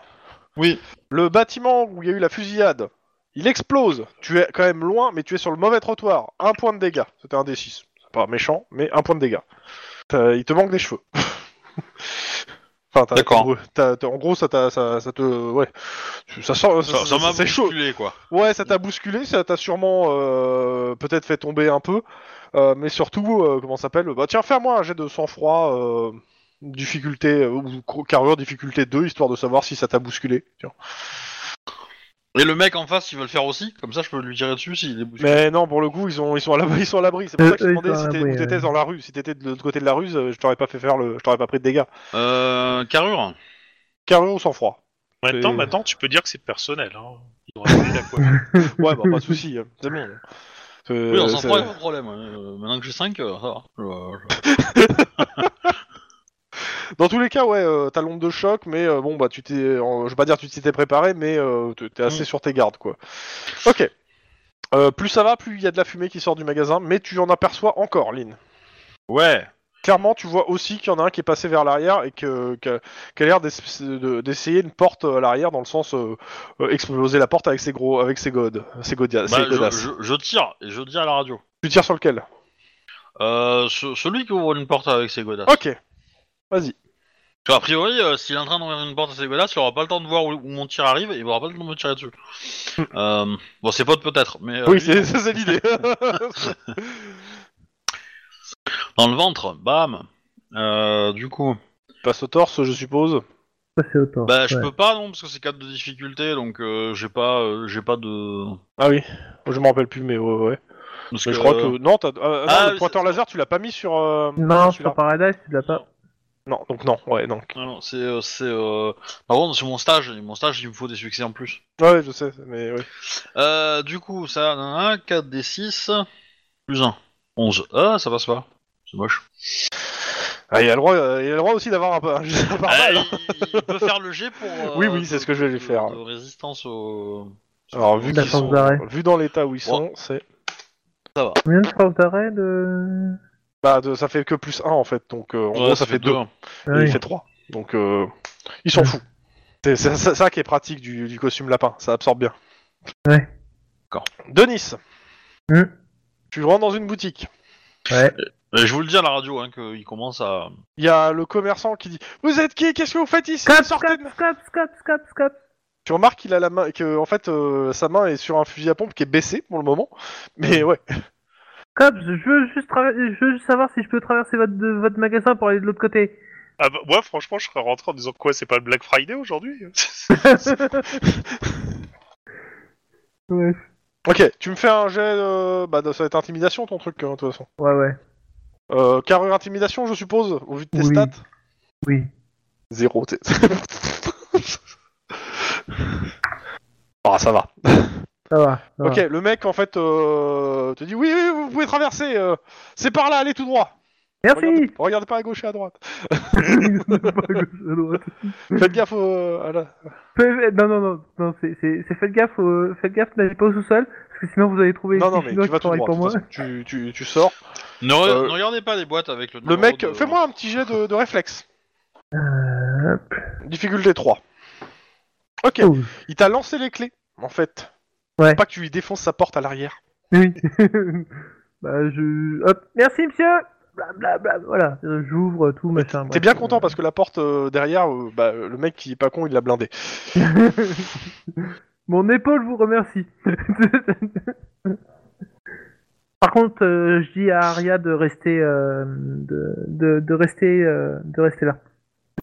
Speaker 1: Oui.
Speaker 2: Le bâtiment où il y a eu la fusillade, il explose. Tu es quand même loin, mais tu es sur le mauvais trottoir. Un point de dégâts. C'était un D6. C'est pas méchant, mais un point de dégâts. T'as- Il te manque des cheveux. *laughs* Enfin, t'as-
Speaker 1: D'accord.
Speaker 2: t'as- t'as- En gros, ça, t'a- ça, ça te, ouais, ça sent,
Speaker 1: Ça ça m'a
Speaker 2: c'est chaud.
Speaker 1: bousculé, quoi.
Speaker 2: Ouais, ça t'a bousculé, ça t'a sûrement euh, peut-être fait tomber un peu, euh, mais surtout, euh, comment ça s'appelle Bah tiens, fais-moi un jet de sang-froid, euh, difficulté, euh, ou cro- carrure difficulté 2, histoire de savoir si ça t'a bousculé. Tiens.
Speaker 1: Et le mec en face, il veut le faire aussi Comme ça, je peux lui tirer dessus s'il est bousculé.
Speaker 2: Mais non, pour le coup, ils, ont, ils sont à l'abri, *laughs* ils sont à l'abri. C'est pour
Speaker 3: Euh,
Speaker 2: ça que je te
Speaker 3: eux, ils
Speaker 2: demandais
Speaker 3: sont à
Speaker 2: si t'es-
Speaker 3: l'abri,
Speaker 2: où t'étais
Speaker 3: ouais.
Speaker 2: dans la rue. Si t'étais de l'autre côté de la rue, je t'aurais pas fait faire le, je t'aurais pas pris de dégâts.
Speaker 1: Euh. Carrure
Speaker 2: Carrure ou sang-froid
Speaker 4: Maintenant,
Speaker 2: C'est-
Speaker 4: maintenant, tu peux dire que c'est personnel. Hein. Il aura fait la
Speaker 2: *laughs*
Speaker 4: quoi.
Speaker 2: Ouais, bah pas de souci, euh, c'est bon. Euh,
Speaker 1: Oui, on s'en
Speaker 2: c'est-
Speaker 1: prend, y a pas de problème. Euh, maintenant que j'ai 5, ça va. Euh, je-
Speaker 2: Dans tous les cas, ouais, euh, t'as l'ombre de choc, mais euh, bon, bah, tu t'es, euh, je veux pas dire tu t'étais préparé, mais euh, t'es t'es assez
Speaker 1: Mm.
Speaker 2: sur tes gardes, quoi. Ok. Euh, plus ça va, plus il y a de la fumée qui sort du magasin, mais tu en aperçois encore, Lynn.
Speaker 1: Ouais.
Speaker 2: Clairement, tu vois aussi qu'il y en a un qui est passé vers l'arrière et que, que- qui a l'air d'ess- de- d'essayer une porte à l'arrière, dans le sens euh, euh, exploser la porte avec ses gros, avec ses godes, ses godia- ses
Speaker 1: Bah, je,
Speaker 2: godasses.
Speaker 1: je- je tire, et je dis à la radio.
Speaker 2: Tu tires sur lequel
Speaker 1: Euh, ce- celui qui ouvre une porte avec ses godasses.
Speaker 2: Ok. Vas-y.
Speaker 1: Parce qu'a priori, euh, s'il est en train d'ouvrir une porte à ses godasses, il aura pas le temps de voir où, où mon tir arrive, et il aura pas le temps de me tirer
Speaker 2: *laughs*
Speaker 1: dessus. Euh, bon, c'est potes peut-être, mais euh,
Speaker 2: oui, c'est *laughs* ça,
Speaker 1: *laughs*
Speaker 2: c'est l'idée.
Speaker 1: dans le ventre, bam. Euh, du coup,
Speaker 2: Passe au torse, je suppose.
Speaker 3: Ça c'est autant.
Speaker 1: bah je
Speaker 3: ouais.
Speaker 1: peux pas non parce que c'est 4 de difficulté donc euh, j'ai pas euh, j'ai pas de
Speaker 2: Ah oui. Je me rappelle plus, mais ouais, ouais.
Speaker 1: parce
Speaker 2: Mais je crois que non, t'as- euh, non,
Speaker 1: Ah,
Speaker 2: le
Speaker 1: oui,
Speaker 2: pointeur laser, tu l'as pas mis sur. euh,
Speaker 3: Non,
Speaker 2: celui-là.
Speaker 3: sur Paradise, tu l'as pas.
Speaker 2: Non, donc non, ouais, non.
Speaker 1: Non, non, c'est euh, c'est euh, par contre sur mon stage, et mon stage il me faut des succès en plus.
Speaker 2: Ouais, je sais, mais ouais.
Speaker 1: Euh, du coup, ça, nanana, 4 des 6, plus 1, 11. Ah, ça passe pas. C'est moche.
Speaker 2: Ah, il a le droit, euh, il a le droit aussi d'avoir hein. un, peu- *laughs* un jet par
Speaker 1: Ah,
Speaker 2: balle.
Speaker 1: il, il peut faire le G pour. euh,
Speaker 2: Oui, oui, c'est ce que je vais lui
Speaker 1: de-
Speaker 2: faire.
Speaker 1: De, résistance au.
Speaker 2: Alors, vu,
Speaker 3: La
Speaker 2: qu'ils
Speaker 3: force
Speaker 2: sont-
Speaker 3: d'arrêt.
Speaker 2: vu dans l'état où ils sont, c'est.
Speaker 3: Combien de force d'arrêt de
Speaker 2: Bah, de- ça fait que plus 1 en fait, donc euh, en gros, ça fait hein. 2.
Speaker 1: hein.
Speaker 3: Ah
Speaker 2: Et
Speaker 3: oui.
Speaker 2: il fait 3. Donc, euh, il s'en fout. C'est c'est ça, ça qui est pratique du, du costume lapin, ça absorbe bien.
Speaker 3: Ouais.
Speaker 1: D'accord.
Speaker 2: Denis,
Speaker 3: Hmm.
Speaker 2: tu rentres dans une boutique.
Speaker 3: Ouais.
Speaker 1: Euh, je vous le dis à la radio, hein, qu'il commence à.
Speaker 2: Il y a le commerçant qui dit Vous êtes qui Qu'est-ce que vous faites ici
Speaker 3: Scop,
Speaker 2: Sortez de
Speaker 3: scop, scop, scop, scop, scop.
Speaker 2: Tu remarques qu'il a la main, que en fait euh, sa main est sur un fusil à pompe qui est baissé pour le moment. Mais ouais,
Speaker 3: Cops, je veux juste traver- je veux juste savoir si je peux traverser votre, de- votre magasin pour aller de l'autre
Speaker 2: *laughs*
Speaker 3: côté.
Speaker 4: Ah bah, moi, franchement, je serais rentré en disant quoi, c'est pas le Black Friday aujourd'hui *laughs*
Speaker 3: Ouais,
Speaker 2: ok. Tu me fais un jet, euh, bah ça va être intimidation ton truc hein, de toute façon.
Speaker 3: ouais, ouais.
Speaker 2: Euh, carrure intimidation, je suppose, au vu de tes
Speaker 3: Oui.
Speaker 2: stats.
Speaker 3: oui.
Speaker 2: Zéro. t'es- *laughs* Ah ça va.
Speaker 3: Ça va. ça
Speaker 2: Ok, le mec en fait euh, te dit oui, oui, vous pouvez traverser. euh, c'est par là, allez tout droit.
Speaker 3: va.
Speaker 2: Regardez,
Speaker 3: *laughs*
Speaker 2: *laughs*
Speaker 3: Merci.
Speaker 2: regardez pas à gauche et à droite.
Speaker 3: À droite.
Speaker 2: Faites gaffe. euh, à la-
Speaker 3: Fais- Non, non, non, non c'est, c'est, c'est faites gaffe, euh, faites gaffe, n'allez pas au sous-sol, parce que sinon vous allez trouver
Speaker 2: Non
Speaker 3: des
Speaker 2: non mais
Speaker 3: Chinois
Speaker 2: tu
Speaker 3: qui
Speaker 2: vas tout
Speaker 3: travaillent
Speaker 2: droit.
Speaker 3: pour
Speaker 2: de
Speaker 3: moi.
Speaker 2: toute façon. Tu, tu, tu sors.
Speaker 1: Ne, re-
Speaker 2: Euh,
Speaker 1: ne regardez pas les boîtes avec le.
Speaker 2: Le
Speaker 1: numéro
Speaker 2: mec,
Speaker 1: de-
Speaker 2: fais-moi un petit jet de, de réflexe.
Speaker 3: Euh, hop.
Speaker 2: Difficulté 3. Ok,
Speaker 3: Ouh.
Speaker 2: il t'a lancé les clés, en fait.
Speaker 3: Ouais.
Speaker 2: Faut Pas que tu lui défonces sa porte à l'arrière.
Speaker 3: Oui. *laughs* bah, je. Hop. Merci, monsieur Blablabla. Voilà. Euh, J'ouvre tout, machin.
Speaker 2: T'es bien content parce que la porte euh, derrière, euh, bah, le mec qui est pas con, il l'a blindé.
Speaker 3: *laughs* Mon épaule vous remercie. *laughs* Par contre, euh, je dis à Aria de rester, euh, de, de, de rester, euh, de rester là,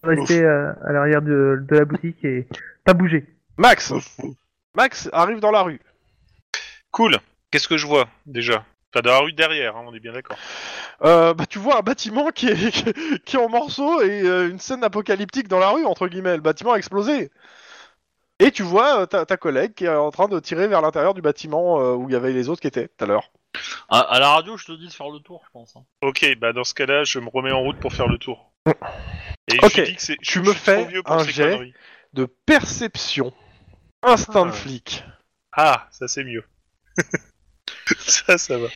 Speaker 3: de rester euh, à l'arrière de, de la boutique et pas bouger.
Speaker 2: Max Max arrive dans la rue.
Speaker 4: Cool. Qu'est-ce que je vois déjà Enfin, dans la rue derrière, hein, on est bien d'accord.
Speaker 2: Euh, bah, tu vois un bâtiment qui est, *laughs* qui est en morceaux et euh, une scène apocalyptique dans la rue, entre guillemets. Le bâtiment a explosé. Et tu vois euh, ta, ta collègue qui est en train de tirer vers l'intérieur du bâtiment euh, où il y avait les autres qui étaient tout à l'heure.
Speaker 1: À, à la radio, je te dis de faire le tour, je pense. hein.
Speaker 4: Ok, bah dans ce cas-là, je me remets en route pour faire le tour. Et
Speaker 2: Ok,
Speaker 4: je dis que c'est-
Speaker 2: tu
Speaker 4: je
Speaker 2: me
Speaker 4: suis trop
Speaker 2: fais
Speaker 4: vieux pour
Speaker 2: un
Speaker 4: ces
Speaker 2: jet.
Speaker 4: conneries.
Speaker 2: De perception. Instinct de
Speaker 4: Ah.
Speaker 2: flic.
Speaker 4: Ah, ça c'est mieux. *laughs* ça, ça va.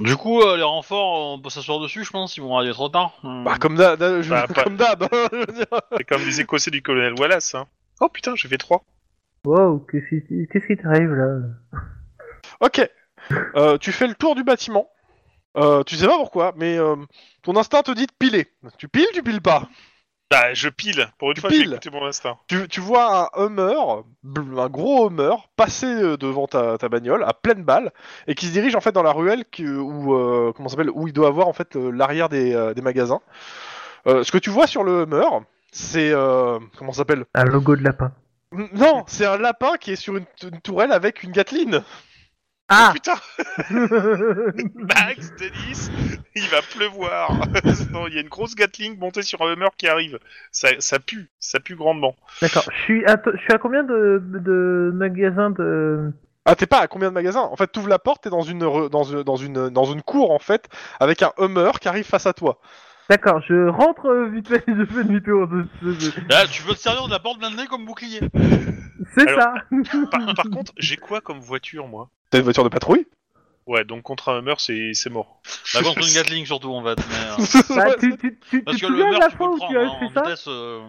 Speaker 1: Du coup, euh, les renforts, on peut s'asseoir dessus, je pense, ils vont arriver trop tard. Euh,
Speaker 2: Bah, comme d'hab. je-
Speaker 4: Bah, pas-
Speaker 2: comme d'hab, hein, je veux dire.
Speaker 4: C'est comme les Écossais du colonel Wallace. Hein. Oh putain, j'ai fait 3.
Speaker 3: Wow, qu'est-ce qui- qu'est-ce qui t'arrive là
Speaker 2: Ok. Euh, tu fais le tour du bâtiment. Euh, tu sais pas pourquoi, mais euh, ton instinct te dit de piler. Tu piles, tu piles pas.
Speaker 4: Bah, je pile. Pour une
Speaker 2: Tu
Speaker 4: fois, j'ai
Speaker 2: piles.
Speaker 4: écouté mon instinct.
Speaker 2: Tu, tu vois un Hummer, bl- un gros Hummer, passer euh, devant ta, ta bagnole à pleine balle et qui se dirige en fait dans la ruelle que- où euh, comment ça s'appelle où il doit avoir en fait euh, l'arrière des, euh, des magasins. Euh, ce que tu vois sur le Hummer, c'est euh, comment ça s'appelle
Speaker 3: Un logo de lapin.
Speaker 2: Non, *laughs* c'est un lapin qui est sur une, t- une tourelle avec une Gatling.
Speaker 3: Ah
Speaker 4: Oh, Putain,
Speaker 3: *laughs*
Speaker 4: Max, Denis, il va pleuvoir. *laughs* Non, il y a une grosse Gatling montée sur un Hummer qui arrive. Ça, ça pue, ça pue grandement.
Speaker 3: D'accord. Je suis à, to- je suis à combien de, de magasins de
Speaker 2: Ah, t'es pas à combien de magasins En fait, t'ouvres la porte, t'es dans une, re- dans, une, dans, une, euh, dans une cour, en fait, avec un Hummer qui arrive face à toi.
Speaker 3: D'accord, je rentre euh, vite fait, *laughs* je fais demi-tour. de- de- de-
Speaker 1: Là, tu veux te servir de la porte blindée comme bouclier
Speaker 3: C'est
Speaker 4: Alors-
Speaker 3: ça *laughs*
Speaker 4: Par, par contre, j'ai quoi comme voiture, moi
Speaker 2: T'as une voiture
Speaker 1: *laughs*
Speaker 2: de patrouille
Speaker 4: Ouais, donc contre un Hummer, c'est c'est mort.
Speaker 1: Bah, contre une Gatling, surtout, en fait.
Speaker 3: *laughs*
Speaker 1: mais, euh,
Speaker 3: Bah, tu, tu, tu, tu
Speaker 1: Parce
Speaker 3: te
Speaker 1: que le
Speaker 3: souviens de
Speaker 1: Hummer,
Speaker 3: la
Speaker 1: tu peux
Speaker 3: fois
Speaker 1: le
Speaker 3: où tu
Speaker 1: prendre hein,
Speaker 3: avais
Speaker 1: en
Speaker 3: fait ça
Speaker 1: vitesse. euh,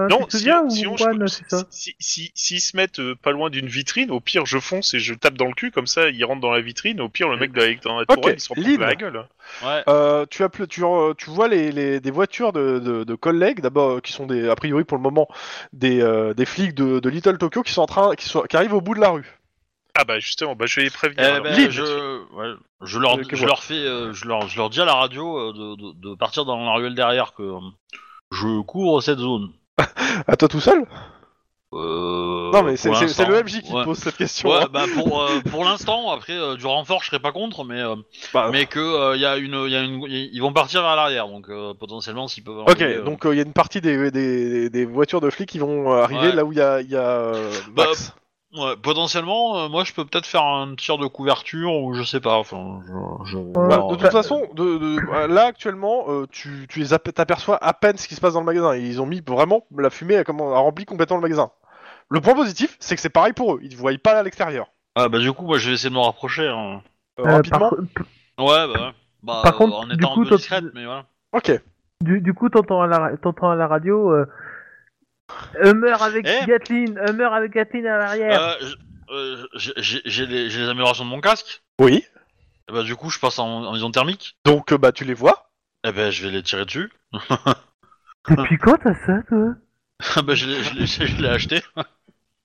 Speaker 3: Hein,
Speaker 4: Non,
Speaker 3: Tu te
Speaker 4: si-
Speaker 3: souviens
Speaker 4: si
Speaker 3: ou
Speaker 4: on-
Speaker 3: pas
Speaker 4: je-
Speaker 3: non, c'est ça Euh,
Speaker 4: si- si- S'ils se mettent euh, pas loin d'une vitrine, au pire, je fonce et je tape dans le cul, comme ça, ils rentrent dans la vitrine. Au pire, le mec de la- dans la
Speaker 2: Ok,
Speaker 4: tourelle, il se reprend
Speaker 2: Lynn.
Speaker 4: plein la gueule.
Speaker 1: Ouais.
Speaker 2: Euh, tu, appelles- tu, euh, tu vois les, les- des voitures de, de- de collègues, d'abord euh, qui sont des, a priori pour le moment des, euh, des flics de, de Little Tokyo qui sont en train, qui, sont- qui arrivent au bout de la rue.
Speaker 4: Ah bah justement, bah je vais les prévenir.
Speaker 1: Eh
Speaker 4: alors.
Speaker 1: ben,
Speaker 2: Lynn.
Speaker 1: je, ouais, je leur,
Speaker 2: Ok,
Speaker 1: je
Speaker 2: voilà.
Speaker 1: leur fais, euh, je leur, je leur dis à la radio euh, de, de- de partir dans la ruelle derrière que euh, je couvre cette zone.
Speaker 2: À toi tout seul
Speaker 1: Euh,
Speaker 2: Non mais
Speaker 1: pour
Speaker 2: c'est c'est- c'est
Speaker 1: l'instant.
Speaker 2: le MJ qui
Speaker 1: Ouais.
Speaker 2: te pose cette question.
Speaker 1: Ouais,
Speaker 2: hein.
Speaker 1: bah pour, euh, pour l'instant, après euh, du renfort, je serais pas contre, mais euh,
Speaker 2: Bah,
Speaker 1: mais que euh, y a une, y a une, y- ils vont partir vers l'arrière, donc euh, potentiellement s'ils peuvent.
Speaker 2: Ok,
Speaker 1: envoyer, euh,
Speaker 2: donc il y a une partie des, des- des voitures de flics qui vont euh, arriver
Speaker 1: Ouais.
Speaker 2: là où il y a, il y a, euh,
Speaker 1: Bah,
Speaker 2: Max.
Speaker 1: ouais, potentiellement, euh, moi je peux peut-être faire un tir de couverture ou je sais pas. Enfin, je, je-
Speaker 2: Bah,
Speaker 1: non,
Speaker 2: de
Speaker 1: euh,
Speaker 2: toute façon, de, de- bah, là actuellement, euh, tu, tu les appe- t'aperçois à peine ce qui se passe dans le magasin. Ils ont mis vraiment la fumée a, comment- a rempli complètement le magasin. Le point positif, c'est que c'est pareil pour eux. Ils ne voient pas à l'extérieur.
Speaker 1: ah, bah du coup, moi je vais essayer de me rapprocher. hein.
Speaker 2: Euh,
Speaker 3: Euh,
Speaker 2: rapidement.
Speaker 3: par- p-
Speaker 1: Ouais, bah. ouais. Bah,
Speaker 3: Par
Speaker 1: euh,
Speaker 3: contre,
Speaker 1: en
Speaker 3: du
Speaker 1: étant
Speaker 3: coup,
Speaker 1: un peu
Speaker 3: toi,
Speaker 1: discrète,
Speaker 3: tu-
Speaker 1: mais voilà.
Speaker 2: Ok.
Speaker 3: du, du coup, t'entends à, la ra- t'entends à la radio euh, Hummer avec
Speaker 1: Eh
Speaker 3: Gatlin, Hummer avec Gatlin à l'arrière.
Speaker 1: Euh, j- euh, j'ai- j'ai j'ai les, j'ai les améliorations de mon casque.
Speaker 2: Oui.
Speaker 1: Et bah du coup, je passe en, en vision thermique.
Speaker 2: Donc euh, bah tu les vois.
Speaker 1: Et ben je vais les tirer dessus. *laughs*
Speaker 3: Depuis quand t'as ça, toi
Speaker 1: Ah bah je l'ai- je l'ai je l'ai acheté.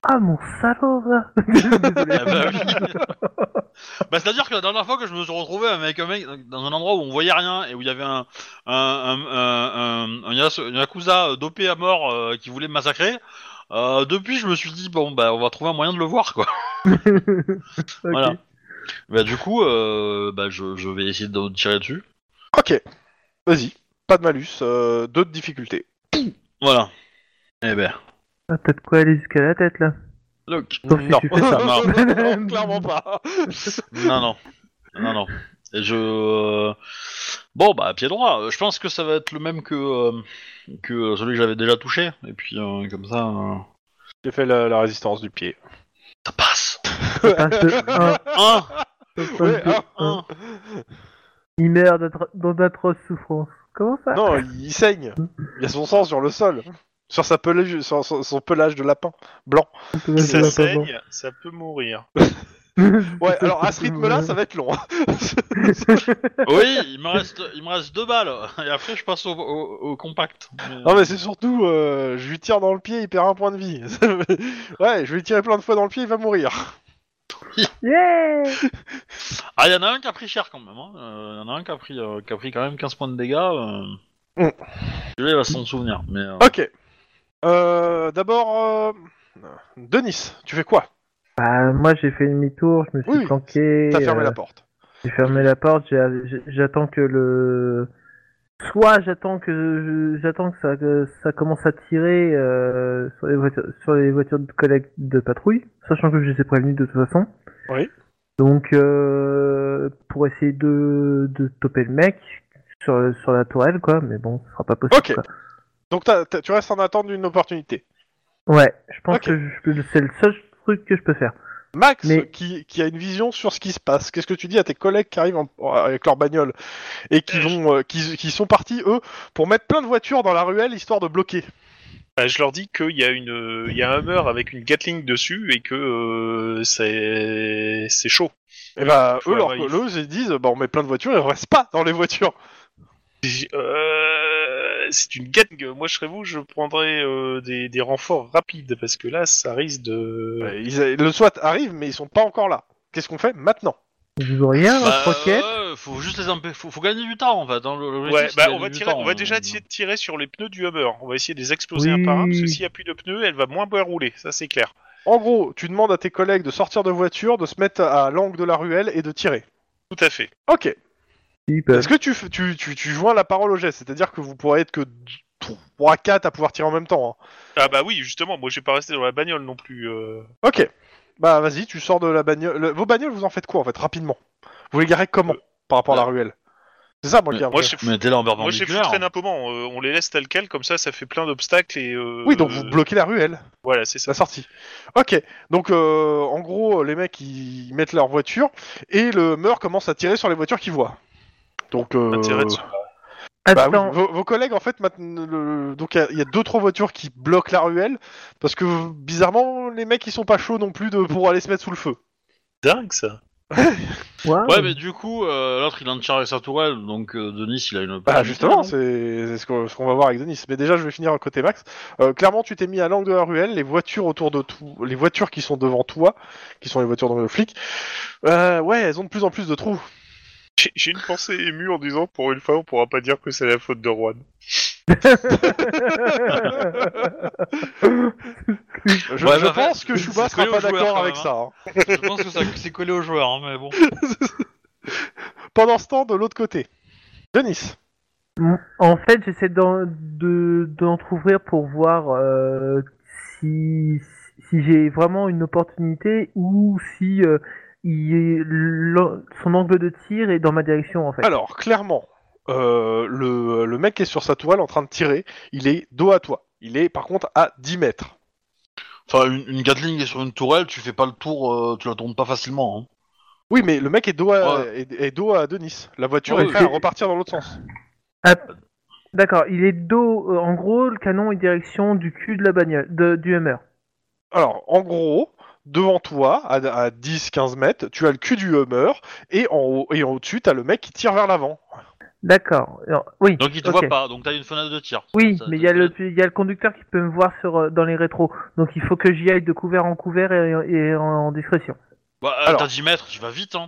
Speaker 3: Ah, mon salaud, va Désolé.
Speaker 1: Ah bah oui. Bah, c'est-à-dire que la dernière fois que je me suis retrouvé avec un mec dans un endroit où on voyait rien et où il y avait un, un, un- un- un- un yas- un yakuza dopé à mort euh, qui voulait me massacrer, euh, depuis je me suis dit bon bah on va trouver un moyen de le voir quoi.
Speaker 3: Ok.
Speaker 1: Voilà. Bah du coup euh, bah, je, je vais essayer de tirer dessus.
Speaker 2: Ok. Vas-y. Pas de malus. Euh, deux de difficulté.
Speaker 1: Voilà. Eh ben.
Speaker 3: Ah, T'as de quoi aller jusqu'à la tête, là
Speaker 1: Donc.
Speaker 3: Sauf si
Speaker 2: *laughs* Non.
Speaker 3: tu fais ça.
Speaker 1: *laughs* Non.
Speaker 2: Non,
Speaker 3: *laughs*
Speaker 2: clairement pas.
Speaker 1: Non non. Non non. Et je. euh, Bon bah pied droit. Euh, Je pense que ça va être le même que euh, que celui que j'avais déjà touché. Et puis euh, comme ça. euh,
Speaker 2: J'ai fait la, la résistance du pied.
Speaker 1: Ça passe Hein
Speaker 3: Ah, ce- un,
Speaker 2: *laughs*
Speaker 1: Un
Speaker 3: un,
Speaker 2: Ouais,
Speaker 3: deux,
Speaker 2: un,
Speaker 3: un. Il meurt d'atro- dans d'atroces souffrances. Comment ça
Speaker 2: Non, il saigne. Il y a son sang sur le sol. Sur sa pelage, sur son, son pelage de lapin blanc.
Speaker 4: Si ça saigne, ça peut mourir.
Speaker 2: Ouais, alors à ce rythme-là, ça va être long. hein.
Speaker 1: Oui, il me reste, il me reste deux balles. Et après, je passe au, au- au compact. Mais-
Speaker 2: *laughs* Non mais c'est surtout, euh, je lui tire dans le pied, il perd un point de vie. *laughs* ouais, je vais lui tirer plein de fois dans le pied, il va mourir.
Speaker 3: *laughs* Yeah
Speaker 1: Ah, il y en a un qui a pris cher quand même. Il y en a un qui a pris, euh, qui a pris quand même 15 points de dégâts. euh.
Speaker 2: Mm.
Speaker 1: Celui-là, il va s'en souvenir. Mais, euh,
Speaker 2: Ok. Euh, D'abord, euh, Denis, tu fais quoi
Speaker 3: Bah, moi j'ai fait demi-tour, je me suis
Speaker 2: Oui, oui.
Speaker 3: planqué.
Speaker 2: T'as fermé
Speaker 3: euh,
Speaker 2: la porte.
Speaker 3: J'ai fermé la porte, j'ai- j'ai- j'attends que le. Soit j'attends que j'attends que ça, que ça commence à tirer euh, sur, les voitures, sur les voitures de collègues de patrouille, sachant que je les ai prévenus de toute façon.
Speaker 2: Oui.
Speaker 3: Donc euh, pour essayer de, de toper le mec sur, sur la tourelle quoi, mais bon, ce sera pas possible.
Speaker 2: Ok.
Speaker 3: quoi.
Speaker 2: Donc t'as- t'as- tu restes en attente d'une opportunité.
Speaker 3: Ouais, je pense
Speaker 2: Ok.
Speaker 3: que je peux- c'est le seul truc que je peux faire.
Speaker 2: Max,
Speaker 3: Mais-
Speaker 2: qui, qui a une vision sur ce qui se passe, qu'est-ce que tu dis à tes collègues qui arrivent en- avec leur bagnole et qui, vont, euh, qui, qui sont partis, eux, pour mettre plein de voitures dans la ruelle histoire de bloquer
Speaker 4: Bah, je leur dis qu'il y a une, euh, il y a un meurtre avec une Gatling dessus et que euh, c'est, c'est chaud.
Speaker 2: Et bah,
Speaker 4: Faut
Speaker 2: eux, leur,
Speaker 4: avoir-
Speaker 2: eux, ils disent, bah, on met plein de voitures et on reste pas dans les voitures.
Speaker 4: Euh, c'est une Gatling. Moi, je serais vous, je prendrais euh, des, des renforts rapides parce que là, ça risque de.
Speaker 1: Bah,
Speaker 2: Euh, ils- le SWAT arrive, mais ils sont pas encore là. Qu'est-ce qu'on fait maintenant
Speaker 3: Je vous rien,
Speaker 1: bah,
Speaker 3: roquette.
Speaker 1: ouais, faut juste les empê- faut, faut gagner du temps en fait. hein. Le- l'objectif,
Speaker 4: Ouais,
Speaker 1: c'est de
Speaker 4: bah,
Speaker 1: gagner
Speaker 4: on va
Speaker 1: du
Speaker 4: tirer,
Speaker 1: temps,
Speaker 4: on va
Speaker 1: euh.
Speaker 4: déjà essayer de tirer sur les pneus du Hummer. On va essayer de les exploser
Speaker 3: Oui.
Speaker 4: un par un parce que s'il n'y a plus de pneus, elle va moins bien rouler. Ça, c'est clair.
Speaker 2: En gros, tu demandes à tes collègues de sortir de voiture, de se mettre à l'angle de la ruelle et de tirer.
Speaker 4: Tout à fait.
Speaker 2: Ok.
Speaker 3: Ils peuvent.
Speaker 2: Est-ce que tu, f- tu, tu, tu joins la parole au geste C'est-à-dire que vous pourrez être que 3-4 à pouvoir tirer en même temps. hein.
Speaker 4: Ah bah oui, justement. Moi, je vais pas rester dans la bagnole non plus. euh.
Speaker 2: Ok. Bah vas-y, tu sors de la bagnole. le- Vos bagnoles, vous en faites quoi en fait Rapidement. Vous les garez comment par rapport à la ruelle C'est ça, moi, qui
Speaker 1: Ouais,
Speaker 2: ai un
Speaker 4: Euh, Moi,
Speaker 2: peu-
Speaker 4: je sais
Speaker 1: Mais t'es là en
Speaker 4: Moi, j'ai plus
Speaker 1: perpendiculaire.
Speaker 4: très impôment. Euh, on les laisse tel quel, comme ça, ça fait plein d'obstacles et. euh,
Speaker 2: Oui, donc vous bloquez la ruelle.
Speaker 4: Voilà, c'est ça.
Speaker 2: la sortie. Ok, donc euh, en gros, les mecs ils mettent leur voiture et le meur commence à tirer sur les voitures qu'ils voient. Donc, euh,
Speaker 4: L'intérêt de ce-
Speaker 2: bah oui,
Speaker 3: Attends,
Speaker 2: vos, vos collègues en fait, maintenant, le- donc il y a- il y, a deux trois voitures qui bloquent la ruelle parce que bizarrement les mecs ils sont pas chauds non plus de,
Speaker 4: *laughs*
Speaker 2: pour aller se mettre sous le feu.
Speaker 4: Dingue ça.
Speaker 3: Waouh.
Speaker 1: Ouais, mais du coup, euh, l'autre il a un tir avec sa tourelle, donc euh, Denis il a une.
Speaker 2: Bah justement, c'est c'est ce qu'on ce qu'on va voir avec Denis. Mais déjà, je vais finir côté Max. Euh, clairement, tu t'es mis à l'angle de la ruelle, les voitures autour de tout, les voitures qui sont devant toi, qui sont les voitures de le flic. Euh, ouais, elles ont de plus en plus de trous.
Speaker 4: J'ai- J'ai une pensée émue en disant, pour une fois, on pourra pas dire que c'est la faute de Juan.
Speaker 2: *laughs*
Speaker 3: *laughs*
Speaker 2: Je,
Speaker 1: Ouais,
Speaker 2: je
Speaker 1: bah,
Speaker 2: pense
Speaker 1: ouais, c'est-
Speaker 2: que Chouba
Speaker 1: c'est
Speaker 2: sera
Speaker 1: collé
Speaker 2: pas
Speaker 1: au joueur,
Speaker 2: d'accord
Speaker 1: quand
Speaker 2: avec
Speaker 1: même,
Speaker 2: ça. hein.
Speaker 1: Je pense que ça c'est collé au joueur, hein, mais bon.
Speaker 2: Pendant ce temps, de l'autre côté, Denis.
Speaker 3: En fait, j'essaie d'en de, d'entrouvrir pour voir euh, si, si j'ai vraiment une opportunité ou si euh, il est- l'an- son angle de tir est dans ma direction en
Speaker 1: Ah.
Speaker 3: fait.
Speaker 2: Alors, clairement, euh, le, le mec qui est sur sa toile en train de tirer, il est dos à toi. Il est par contre à 10 mètres.
Speaker 1: Enfin, une, une Gatling est sur une tourelle, tu fais pas le tour, euh, tu la tournes pas facilement. hein.
Speaker 2: Oui, mais le mec est dos à,
Speaker 1: Ouais.
Speaker 2: est- est dos à Denis. La voiture
Speaker 1: Ouais,
Speaker 2: est
Speaker 1: ouais.
Speaker 2: prête à repartir dans l'autre sens.
Speaker 3: D'accord, il est dos, euh, en gros, le canon est direction du cul de la bagnole, de, du Hummer.
Speaker 2: Alors, en gros, devant toi, à, à 10-15 mètres, tu as le cul du Hummer, et en haut et en au-dessus, t'as le mec qui tire vers l'avant.
Speaker 3: D'accord, Alors, oui.
Speaker 1: Donc il te
Speaker 3: ok.
Speaker 1: voit pas, donc t'as une fenêtre de tir.
Speaker 3: Oui,
Speaker 1: Ça-
Speaker 3: mais il
Speaker 1: ça-
Speaker 3: y, a le, il y a le conducteur qui peut me voir sur, euh, dans les rétros, donc il faut que j'y aille de couvert en couvert et, et en, en discrétion.
Speaker 1: Bah, euh,
Speaker 2: Alors.
Speaker 1: t'as 10 mètres, tu vas vite, hein.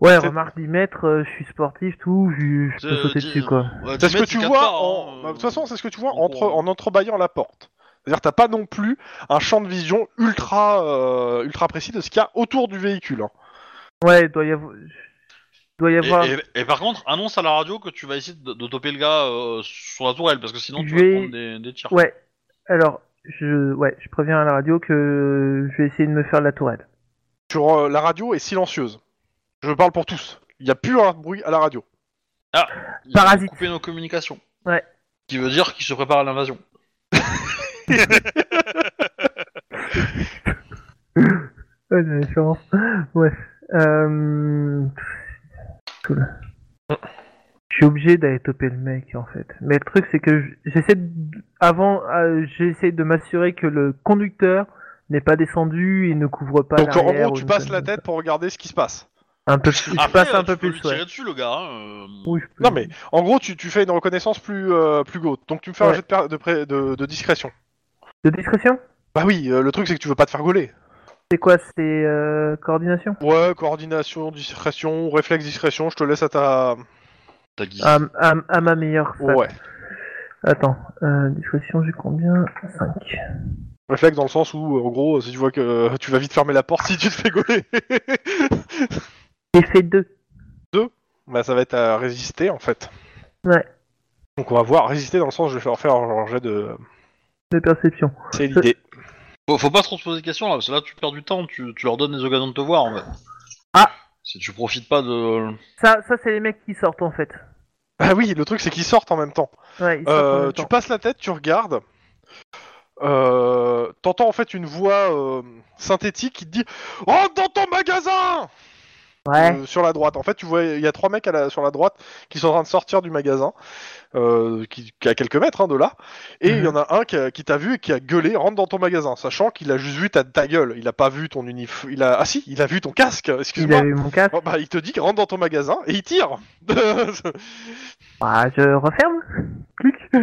Speaker 3: Ouais,
Speaker 2: C'est-
Speaker 3: remarque 10 mètres, euh, je suis sportif, tout, je, je peux
Speaker 1: Euh,
Speaker 3: sauter
Speaker 1: dis-
Speaker 3: dessus quoi.
Speaker 1: Ouais, 10
Speaker 2: C'est ce que
Speaker 1: mètres,
Speaker 2: tu
Speaker 1: captes
Speaker 2: vois
Speaker 1: pas,
Speaker 2: en...
Speaker 1: hein,
Speaker 2: bah, De toute façon, c'est ce que tu vois
Speaker 1: en
Speaker 2: entre,
Speaker 1: courant.
Speaker 2: en entrebâillant la porte. C'est-à-dire t'as pas non plus un champ de vision ultra, euh, ultra précis de ce qu'il y a autour du véhicule. hein.
Speaker 3: Ouais, il doit y avoir. Doit y
Speaker 1: Et-
Speaker 3: avoir.
Speaker 1: Et, et par contre, annonce à la radio que tu vas essayer de, de toper le gars euh, sur la tourelle, parce que sinon tu
Speaker 3: Je
Speaker 1: vas
Speaker 3: vais-
Speaker 1: prendre des, des tirs.
Speaker 3: Ouais, alors, je, ouais, je préviens à la radio que je vais essayer de me faire la tourelle.
Speaker 2: Sur euh, la radio est silencieuse. Je parle pour tous. Il n'y a plus un bruit à la radio.
Speaker 1: Ils vont
Speaker 3: Parasite.
Speaker 1: couper nos communications.
Speaker 3: Ouais.
Speaker 1: Qui veut dire qu'ils se préparent à l'invasion.
Speaker 3: Ouais, la différence. Ouais. Euh... cool. suis obligé d'aller toper le mec en fait. Mais le truc c'est que j- j'essaie de- avant euh, j'essaie de m'assurer que le conducteur n'est pas descendu et ne couvre pas
Speaker 2: Donc en
Speaker 3: l'arrière
Speaker 2: gros,
Speaker 3: ou
Speaker 2: tu
Speaker 3: une
Speaker 2: passes
Speaker 3: conne-
Speaker 2: la tête euh, pour regarder ce qui se passe.
Speaker 3: un peu plus, je
Speaker 1: Après,
Speaker 3: passe un
Speaker 1: tu
Speaker 3: peu
Speaker 1: peux lui
Speaker 3: plus
Speaker 1: tirer
Speaker 3: ouais.
Speaker 1: dessus, le gars. hein, euh,
Speaker 3: Oui, je peux-
Speaker 2: Non mais en gros, tu, tu fais une reconnaissance plus euh, plus haute. Donc tu me fais un
Speaker 3: Ouais.
Speaker 2: jet de, per- de, pré- de- de discrétion.
Speaker 3: de discrétion
Speaker 2: Bah oui, euh, le truc c'est que tu veux pas te faire gauler.
Speaker 3: C'est quoi C'est euh, coordination
Speaker 2: Ouais, coordination, discrétion, réflexe, discrétion. Je te laisse à ta.
Speaker 1: ta guise.
Speaker 3: à, à, à Ah, ma meilleure stat.
Speaker 2: Ouais.
Speaker 3: Attends, euh, discrétion j'ai combien 5.
Speaker 2: Réflexe dans le sens où, euh, en gros, si tu vois que euh, tu vas vite fermer la porte si tu te fais gauler. *laughs*
Speaker 3: J'ai fait 2.
Speaker 2: bah ça va être à résister en fait.
Speaker 3: Ouais.
Speaker 2: Donc on va voir résister dans le sens je vais leur faire un jet de.
Speaker 3: de perception.
Speaker 2: C'est *laughs* l'idée.
Speaker 1: Faut, faut pas trop se poser de questions là, parce que là tu perds du temps, tu, tu leur donnes des occasions de te voir en fait.
Speaker 3: Ah.
Speaker 1: Si tu profites pas de.
Speaker 3: Ça, ça c'est les mecs qui sortent en fait.
Speaker 2: Bah oui, le truc c'est qu'ils sortent en même temps.
Speaker 3: Ouais, ils sortent en
Speaker 2: Euh,
Speaker 3: même
Speaker 2: tu
Speaker 3: temps.
Speaker 2: passes la tête, tu regardes. Euh, T'entends en fait une voix euh, synthétique qui te dit Rentre dans ton magasin
Speaker 3: Ouais.
Speaker 2: Euh, Sur la droite. En fait, tu vois, il y a trois mecs à la- sur la droite qui sont en train de sortir du magasin, euh, qui, qui est à quelques mètres hein, de là. Et il y en a un qui, a- qui t'a vu et qui a gueulé Rentre dans ton magasin, sachant qu'il a juste vu ta, ta gueule. Il a pas vu ton unif. Il a... Ah si, il a vu ton casque,
Speaker 3: Il
Speaker 2: excuse-moi.
Speaker 3: avait mon casque.
Speaker 2: Oh, bah, il te dit Rentre dans ton magasin et il tire *laughs*
Speaker 3: Bah, je referme. *laughs* Clic.
Speaker 2: Tu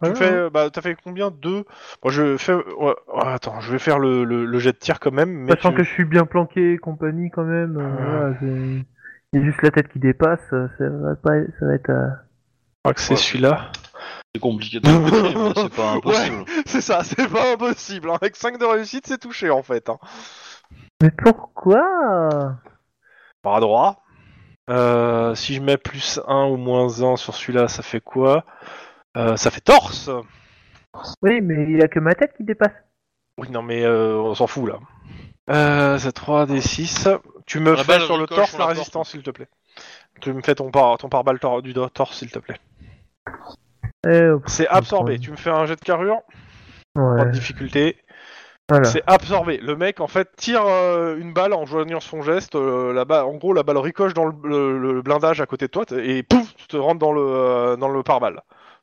Speaker 3: Voilà.
Speaker 2: fais, euh, bah, t'as fait combien Deux. Moi, je fais. ouais, ouais, attends, je vais faire le, le, le jet de tir quand même. Mais
Speaker 3: Sachant
Speaker 2: tu-
Speaker 3: que je suis bien planqué et compagnie quand même. euh,
Speaker 2: Ah.
Speaker 3: voilà, c'est- Il y a juste la tête qui dépasse. euh, Ça va pas. Ça va être. euh,
Speaker 2: je crois que c'est
Speaker 1: Ouais.
Speaker 2: celui-là.
Speaker 1: C'est compliqué de mais bon, c'est *laughs* pas impossible.
Speaker 2: *laughs* C'est ça, c'est pas impossible. hein. Avec 5 de réussite, c'est touché en fait. Hein.
Speaker 3: Mais pourquoi
Speaker 2: Bras droit. Euh, si je mets plus 1 ou moins 1 sur celui-là, ça fait quoi Euh, Ça fait torse
Speaker 3: Oui, mais il y a que ma tête qui dépasse.
Speaker 2: Oui, non, mais euh, on s'en fout là. Euh, c'est 3 des 6. Tu me
Speaker 1: La
Speaker 2: fais
Speaker 1: balle
Speaker 2: sur le
Speaker 1: ricoche
Speaker 2: torse
Speaker 1: sur
Speaker 2: la,
Speaker 1: la porte.
Speaker 2: résistance, s'il te plaît. Tu me fais ton, par... ton pare-balles tor- du do- torse, s'il te plaît.
Speaker 3: Eh,
Speaker 2: C'est absorbé.
Speaker 3: Ouais.
Speaker 2: Tu me fais un jet de carrure Pas
Speaker 3: ouais,
Speaker 2: de difficulté.
Speaker 3: voilà.
Speaker 2: Oh, C'est absorbé. Le mec, en fait, tire euh, une balle en joignant son geste. euh, la balle- en gros, la balle ricoche dans le, le- le blindage à côté de toi t- et pouf, tu te rentres dans le, euh, dans le pare-balles.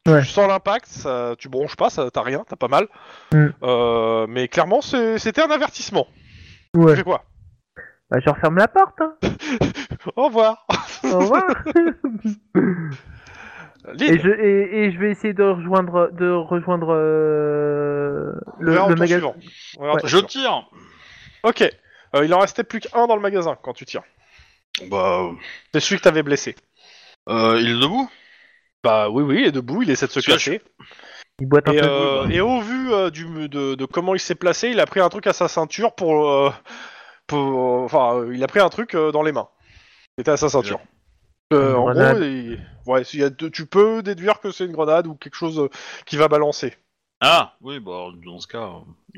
Speaker 3: Ouais.
Speaker 2: Tu sens l'impact, ça- tu bronches pas, ça- t'as rien, t'as pas mal.
Speaker 3: Mm.
Speaker 2: Euh, mais clairement, c'est- c'était un avertissement. Tu
Speaker 3: Ouais.
Speaker 2: fais quoi
Speaker 3: Bah, je referme la porte. Hein.
Speaker 2: Au revoir.
Speaker 3: Au revoir.
Speaker 2: *laughs* Lynn,
Speaker 3: et, je, et, et je vais essayer de rejoindre de rejoindre euh,
Speaker 2: on
Speaker 3: le,
Speaker 2: verra au
Speaker 3: le
Speaker 2: tour
Speaker 3: magasin.
Speaker 2: suivant. On verra au
Speaker 3: Ouais.
Speaker 2: tour
Speaker 1: Je
Speaker 2: suivant.
Speaker 1: tire
Speaker 2: Ok. Euh, il en restait plus qu'un dans le magasin quand tu tires.
Speaker 1: Bah.
Speaker 2: C'est celui que t'avais blessé.
Speaker 1: Euh, il est debout
Speaker 2: Bah oui, oui, il est debout, il essaie de se
Speaker 1: Celui-là,
Speaker 2: cacher.
Speaker 3: Il boite un
Speaker 2: Et,
Speaker 3: peu.
Speaker 2: euh, et au vu euh, du, de, de comment il s'est placé, il a pris un truc à sa ceinture pour. euh, pour- enfin, euh, il a pris un truc euh, dans les mains. C'était à sa ceinture. Euh, en
Speaker 3: Grenade.
Speaker 2: gros, il- ouais, s'il y a deux- tu peux déduire que c'est une grenade ou quelque chose euh, qui va balancer.
Speaker 1: Ah Oui, bah dans ce cas, euh,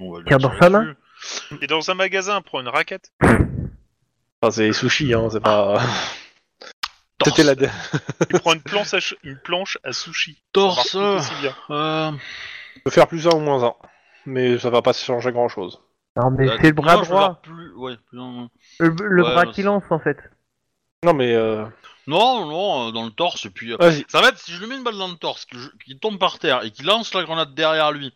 Speaker 1: on va lui
Speaker 3: Tire dans
Speaker 1: tirer
Speaker 3: sa main.
Speaker 1: dessus.
Speaker 4: Et dans un magasin, prends une raquette.
Speaker 2: Enfin, c'est sushi, hein, c'est pas. *laughs* C'était la.
Speaker 4: Tu prends une planche à, ch- une planche à sushi.
Speaker 1: Torse
Speaker 4: Ça marche tout aussi bien.
Speaker 1: euh,
Speaker 2: peux faire plus un ou moins un. Mais ça va pas changer grand chose.
Speaker 3: Non mais
Speaker 1: euh,
Speaker 3: c'est le bras
Speaker 1: non, je veux
Speaker 3: droit,
Speaker 1: dire plus- ouais, plus en-
Speaker 3: le, le
Speaker 1: Ouais,
Speaker 3: bras
Speaker 1: non,
Speaker 3: qui
Speaker 1: c'est-
Speaker 3: lance en fait.
Speaker 2: Non, mais. euh,
Speaker 1: Non, non, euh, dans le torse, et puis. euh,
Speaker 2: Vas-y.
Speaker 1: Ça va être si je lui mets une balle dans le torse, que je- qu'il tombe par terre et qu'il lance la grenade derrière lui.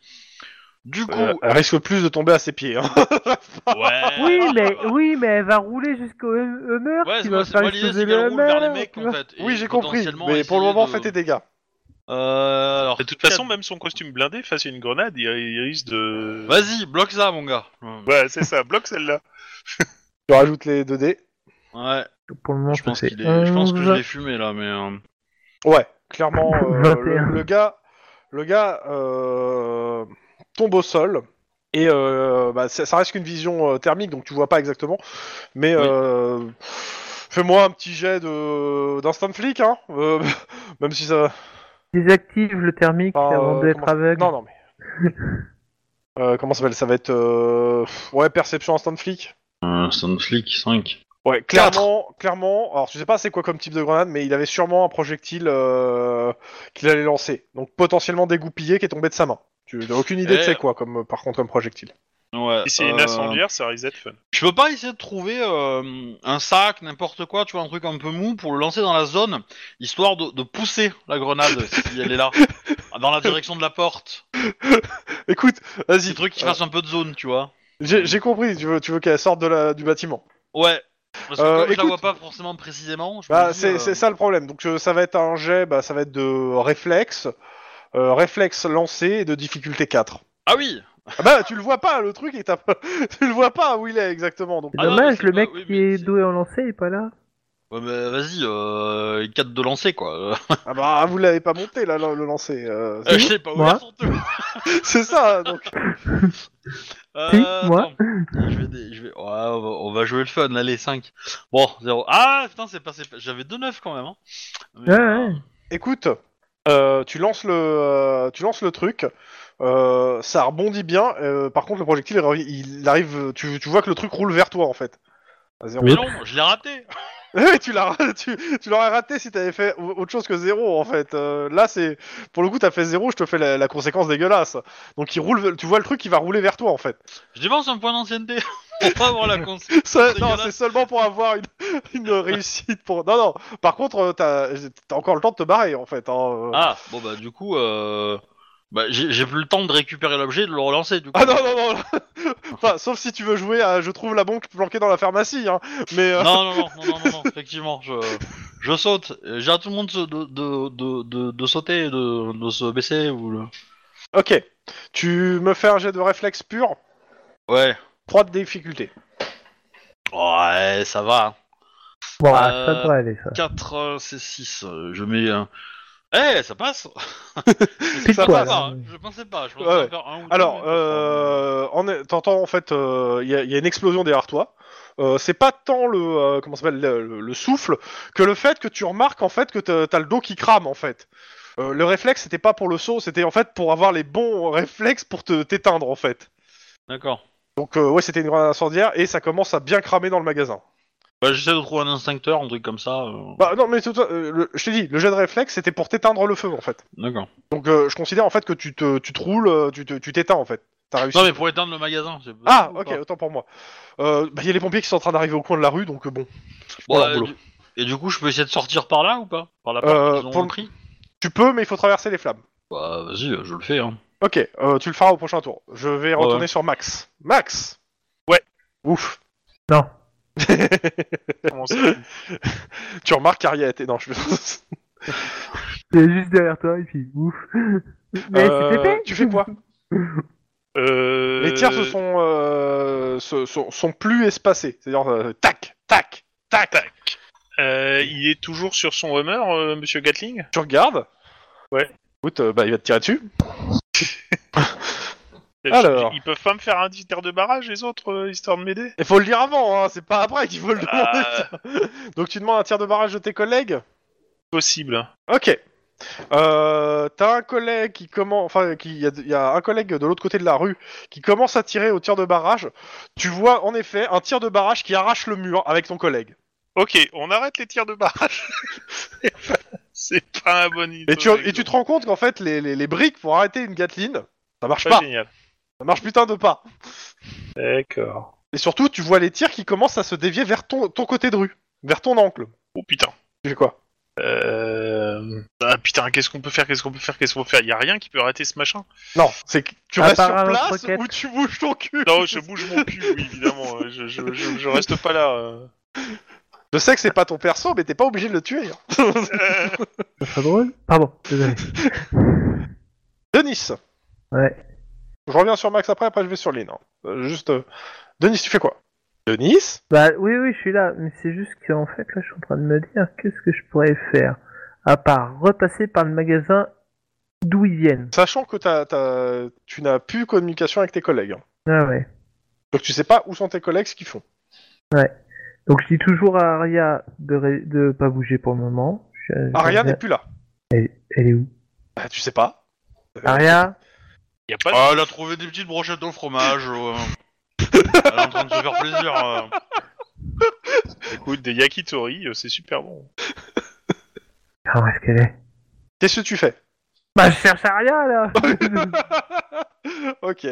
Speaker 1: Du coup.
Speaker 2: Euh, elle risque plus de tomber à ses pieds. hein.
Speaker 1: Ouais *laughs*
Speaker 3: Oui mais oui mais elle va rouler jusqu'au euh, humeur.
Speaker 1: Ouais, c'est moi, c'est moi l'idée, c'est qu'elle roule vers les mecs en fait. et
Speaker 2: oui, j'ai compris.
Speaker 1: potentiellement
Speaker 2: Mais pour le
Speaker 1: essayer
Speaker 2: moment,
Speaker 1: de-
Speaker 2: fais tes dégâts.
Speaker 1: Euh, alors.
Speaker 4: De toute façon, même son costume blindé face à une grenade, il, il risque de.
Speaker 1: Vas-y, bloque ça, mon gars.
Speaker 4: Ouais, c'est ça, bloque celle-là.
Speaker 2: Tu rajoutes les 2D.
Speaker 1: Ouais,
Speaker 3: Pour le moment
Speaker 1: je pense,
Speaker 3: c'est
Speaker 1: qu'il est... je pense que je
Speaker 3: 11.
Speaker 1: l'ai fumé là, mais. euh,
Speaker 2: Ouais,
Speaker 3: *laughs*
Speaker 2: clairement, euh,
Speaker 3: 21.
Speaker 2: le, le gars, le gars euh, tombe au sol. Et euh, bah, ça, ça reste qu'une vision euh, thermique, donc tu vois pas exactement. Mais
Speaker 1: Oui.
Speaker 2: euh, fais-moi un petit jet de d'instant flic, hein. euh, *laughs* même si ça.
Speaker 3: Désactive le thermique
Speaker 2: enfin,
Speaker 3: avant
Speaker 2: euh,
Speaker 3: d'être
Speaker 2: comment-
Speaker 3: aveugle.
Speaker 2: Non, non, mais. Euh, comment ça s'appelle Ça va être euh, ouais perception instant flic.
Speaker 1: Euh, Stone Flick 5.
Speaker 2: Ouais,
Speaker 1: Quatre.
Speaker 2: clairement, clairement. Alors, je sais pas c'est quoi comme type de grenade, mais il avait sûrement un projectile euh, qu'il allait lancer. Donc potentiellement dégoupillé qui est tombé de sa main. Tu n'as aucune idée
Speaker 1: Eh.
Speaker 2: de c'est quoi comme par euh, contre comme projectile.
Speaker 1: Ouais,
Speaker 4: Si c'est une
Speaker 1: euh,
Speaker 4: assemblière, ça risque d'être fun.
Speaker 1: Je peux pas essayer de trouver euh, un sac, n'importe quoi, tu vois, un truc un peu mou pour le lancer dans la zone, histoire de, de pousser la *laughs* grenade si elle est là, dans la direction de la porte.
Speaker 2: Écoute,
Speaker 1: Des
Speaker 2: vas-y.
Speaker 1: trucs qui
Speaker 2: euh,
Speaker 1: fassent un peu de zone, tu vois.
Speaker 2: J'ai j'ai compris, tu veux, tu veux qu'elle sorte de la, du bâtiment.
Speaker 1: Ouais. Parce que
Speaker 2: Euh,
Speaker 1: comme je la
Speaker 2: écoute.
Speaker 1: vois pas forcément précisément, je me
Speaker 2: Bah,
Speaker 1: dis,
Speaker 2: c'est
Speaker 1: euh,
Speaker 2: c'est ça le problème. Donc euh, ça va être un jet, bah, ça va être de réflexe, euh, réflexe lancé et de difficulté 4.
Speaker 1: Ah oui
Speaker 2: Ah bah tu le vois pas le truc et t'as pas- *laughs* tu le vois pas où il est exactement. Donc
Speaker 3: C'est
Speaker 1: Ah non, mais
Speaker 3: dommage,
Speaker 1: c'est
Speaker 3: le
Speaker 1: pas-
Speaker 3: mec
Speaker 1: oui,
Speaker 3: qui
Speaker 1: mais
Speaker 3: est
Speaker 1: c'est-
Speaker 3: doué en lancer est pas là.
Speaker 1: Ouais, mais vas-y, euh, 4 de lancer
Speaker 3: *laughs*
Speaker 1: quoi.
Speaker 2: ah bah vous l'avez pas monté là le, le lancer. euh,
Speaker 1: Euh, je l'ai pas ouvert
Speaker 3: Moi *laughs*
Speaker 1: son truc.
Speaker 2: c'est- c'est ça. hein, Donc
Speaker 1: Euh,
Speaker 3: Si, moi.
Speaker 1: attends. Je vais, dé- je vais... ouais, on, va, on va jouer le fun, allez, 5. Bon, 0. Ah putain, c'est passé. J'avais 2 9 quand même. Hein. Mais,
Speaker 3: Ouais,
Speaker 1: euh,
Speaker 3: ouais.
Speaker 2: écoute, euh, tu lances le euh, tu lances le truc. euh, ça rebondit bien. euh, par contre, le projectile, il rev- il arrive. Tu, tu vois que le truc roule vers toi en fait. À zéro. *laughs*
Speaker 1: Mais non, je l'ai raté.
Speaker 2: Oui, tu l'as, tu, tu l'aurais raté si t'avais fait au- autre chose que zéro en fait. Euh, là, c'est pour le coup, t'as fait zéro. Je te fais la, la conséquence dégueulasse. Donc, il roule. Tu vois le truc, il va rouler vers toi
Speaker 1: *laughs*
Speaker 2: en fait.
Speaker 1: Je dépense un point d'ancienneté *laughs* pour pas avoir la consigne.
Speaker 2: Ça-
Speaker 1: C'est
Speaker 2: non,
Speaker 1: dégueulasse.
Speaker 2: c'est seulement pour avoir une, *laughs* une réussite. Pour... Non, non. Par contre, euh, t'as t'as encore le temps de te barrer, en fait. hein, euh. Ah.
Speaker 1: Ah, bon bah du coup, euh... bah, j'ai j'ai plus le temps de récupérer l'objet et de le relancer du coup.
Speaker 2: Ah non, non, non. *laughs* enfin, sauf si tu veux jouer à Je trouve la banque planquée dans la pharmacie. Hein. Mais
Speaker 3: Ah,
Speaker 2: euh,
Speaker 1: Non, non, non, non, non, non, non, effectivement, je, je saute. Euh, J'ai à tout le monde de, de, de, de, de sauter, de, de se baisser ou le...
Speaker 2: ok. Tu me fais un jet de réflexe pur.
Speaker 1: Ouais.
Speaker 2: 3 de difficulté.
Speaker 1: Ouais, ça va. hein.
Speaker 3: Bon, ah,
Speaker 1: Euh,
Speaker 3: ça devrait aller, ça.
Speaker 1: 4, euh, c'est 6. euh, Je mets un. Eh, ça passe
Speaker 3: Pile
Speaker 1: Ça
Speaker 2: Ça
Speaker 3: poil,
Speaker 1: passe
Speaker 2: passe.
Speaker 1: pas,
Speaker 3: hein.
Speaker 1: je pensais pas, je pensais
Speaker 2: Ouais, ouais.
Speaker 1: faire un ou deux,
Speaker 2: Alors,
Speaker 1: mais-
Speaker 2: euh, en- t'entends en fait, euh, il y, a- il y a une explosion derrière toi. Euh, c'est pas tant le euh, comment ça s'appelle le, le- le souffle que le fait que tu remarques en fait que t'as t'as le dos qui crame en fait. Euh, le réflexe c'était pas pour le saut, c'était en fait pour avoir les bons réflexes pour te t'éteindre en fait.
Speaker 1: D'accord.
Speaker 2: Donc euh, ouais, c'était une grenade incendiaire et ça commence à bien cramer dans le magasin.
Speaker 1: Bah, j'essaie de trouver un instincteur, un truc comme ça. euh,
Speaker 2: Bah non mais tout- euh, le- je t'ai dit, le jet de réflexe c'était pour t'éteindre le feu en fait.
Speaker 1: D'accord.
Speaker 2: Donc euh, je considère en fait que tu te tu te roules, euh, tu te- tu t'éteins en fait. T'as réussi.
Speaker 1: Non, mais pour éteindre le magasin. c'est possible
Speaker 2: Ah,
Speaker 1: ou
Speaker 2: ok,
Speaker 1: pas
Speaker 2: autant pour moi. Euh, bah, Il y a les pompiers qui sont en train d'arriver au coin de la rue, donc euh, bon.
Speaker 1: Bon,
Speaker 2: leur
Speaker 1: euh,
Speaker 2: boulot.
Speaker 1: du- Et du coup, je peux essayer de sortir par là ou pas Par la porte
Speaker 2: Euh,
Speaker 1: qu'ils ont
Speaker 2: pour le-
Speaker 1: pris
Speaker 2: Tu peux, mais il faut traverser les flammes.
Speaker 1: Bah, vas-y, euh, je le fais. Hein.
Speaker 2: Ok, euh, tu le feras au prochain tour. Je vais
Speaker 1: Ouais.
Speaker 2: retourner sur Max. Max
Speaker 4: Ouais.
Speaker 2: Ouf.
Speaker 3: Non.
Speaker 4: Comment ça
Speaker 2: Tu remarques qu'Aria était. Non, je
Speaker 3: Il est juste derrière toi, et puis ouf. *laughs* Mais
Speaker 2: Euh,
Speaker 3: c'était fait
Speaker 2: tu fais quoi
Speaker 4: Euh,
Speaker 2: Les tirs se sont, euh, se- sont, sont plus espacés. C'est-à-dire, euh, tac, tac, tac, tac.
Speaker 4: euh, il est toujours sur son Hummer, euh, Monsieur Gatling
Speaker 2: Tu regardes
Speaker 4: Ouais.
Speaker 2: Écoute, euh, bah, il va te tirer dessus.
Speaker 4: Ils-
Speaker 2: Alors.
Speaker 4: Ils peuvent pas me faire un tir de barrage, les autres, euh, histoire de m'aider
Speaker 2: Il faut le dire avant, hein, c'est pas après qu'il faut le demander.
Speaker 4: *laughs* Ah.
Speaker 2: ça. Donc, tu demandes un tir de barrage de tes collègues
Speaker 4: Possible.
Speaker 2: Ok. Euh, T'as un collègue qui commence, enfin, qui y a, y a un collègue de l'autre côté de la rue qui commence à tirer au tir de barrage. Tu vois en effet un tir de barrage qui arrache le mur avec ton collègue.
Speaker 4: Ok, on arrête les tirs de barrage. *laughs* C'est pas un bon idée.
Speaker 2: Et tu, et tu te rends compte qu'en fait les, les, les briques pour arrêter une Gatling, ça marche pas,
Speaker 4: génial.
Speaker 2: ça marche putain de pas.
Speaker 4: D'accord.
Speaker 2: Et surtout tu vois les tirs qui commencent à se dévier vers ton, ton côté de rue, vers ton oncle.
Speaker 4: Oh putain.
Speaker 2: Tu fais quoi
Speaker 4: Euh... Ah putain, qu'est-ce qu'on peut faire Qu'est-ce qu'on peut faire Qu'est-ce qu'on peut faire Il y a rien qui peut arrêter
Speaker 2: *laughs*
Speaker 4: ce machin.
Speaker 2: Non, c'est que tu
Speaker 3: À
Speaker 2: restes
Speaker 3: part
Speaker 2: sur
Speaker 3: un
Speaker 2: place
Speaker 3: lance-roquette.
Speaker 2: ou tu bouges ton cul.
Speaker 4: Non, je bouge mon cul, oui, évidemment. euh, Je, je, je, je reste pas là.
Speaker 2: *laughs*
Speaker 4: euh.
Speaker 2: Je sais que c'est pas ton perso, mais t'es pas obligé de le tuer. hein.
Speaker 4: Euh,
Speaker 3: Ça serait drôle Pardon, désolé.
Speaker 2: Denis.
Speaker 3: Ouais.
Speaker 2: Je reviens sur Max après, après je vais sur Lynn. hein. Euh, juste. euh, Denis, tu fais quoi Denis
Speaker 3: Bah oui, oui, je suis là, mais c'est juste qu'en fait, là, je suis en train de me dire, qu'est-ce que je pourrais faire À part repasser par le magasin d'où ils viennent.
Speaker 2: Sachant que t'as- t'as- tu n'as plus communication avec tes collègues. hein.
Speaker 3: Ah ouais.
Speaker 2: Donc tu sais pas où sont tes collègues, ce qu'ils font.
Speaker 3: Donc je dis toujours à Aria de, ré- de pas bouger pour le moment. Je-
Speaker 2: Aria
Speaker 3: je-
Speaker 2: n'est plus là.
Speaker 3: Elle est où
Speaker 2: Bah, tu sais pas.
Speaker 3: Aria
Speaker 4: y a pas de-
Speaker 1: Ah, elle a trouvé des petites brochettes au fromage.
Speaker 2: *laughs*
Speaker 1: euh, elle est en train de se faire plaisir. euh.
Speaker 4: Écoute, des yakitori, euh, c'est super bon.
Speaker 3: Ah, où est-ce qu'elle est
Speaker 2: Qu'est-ce que tu fais *laughs*
Speaker 3: Bah je cherche Aria là
Speaker 2: Ok.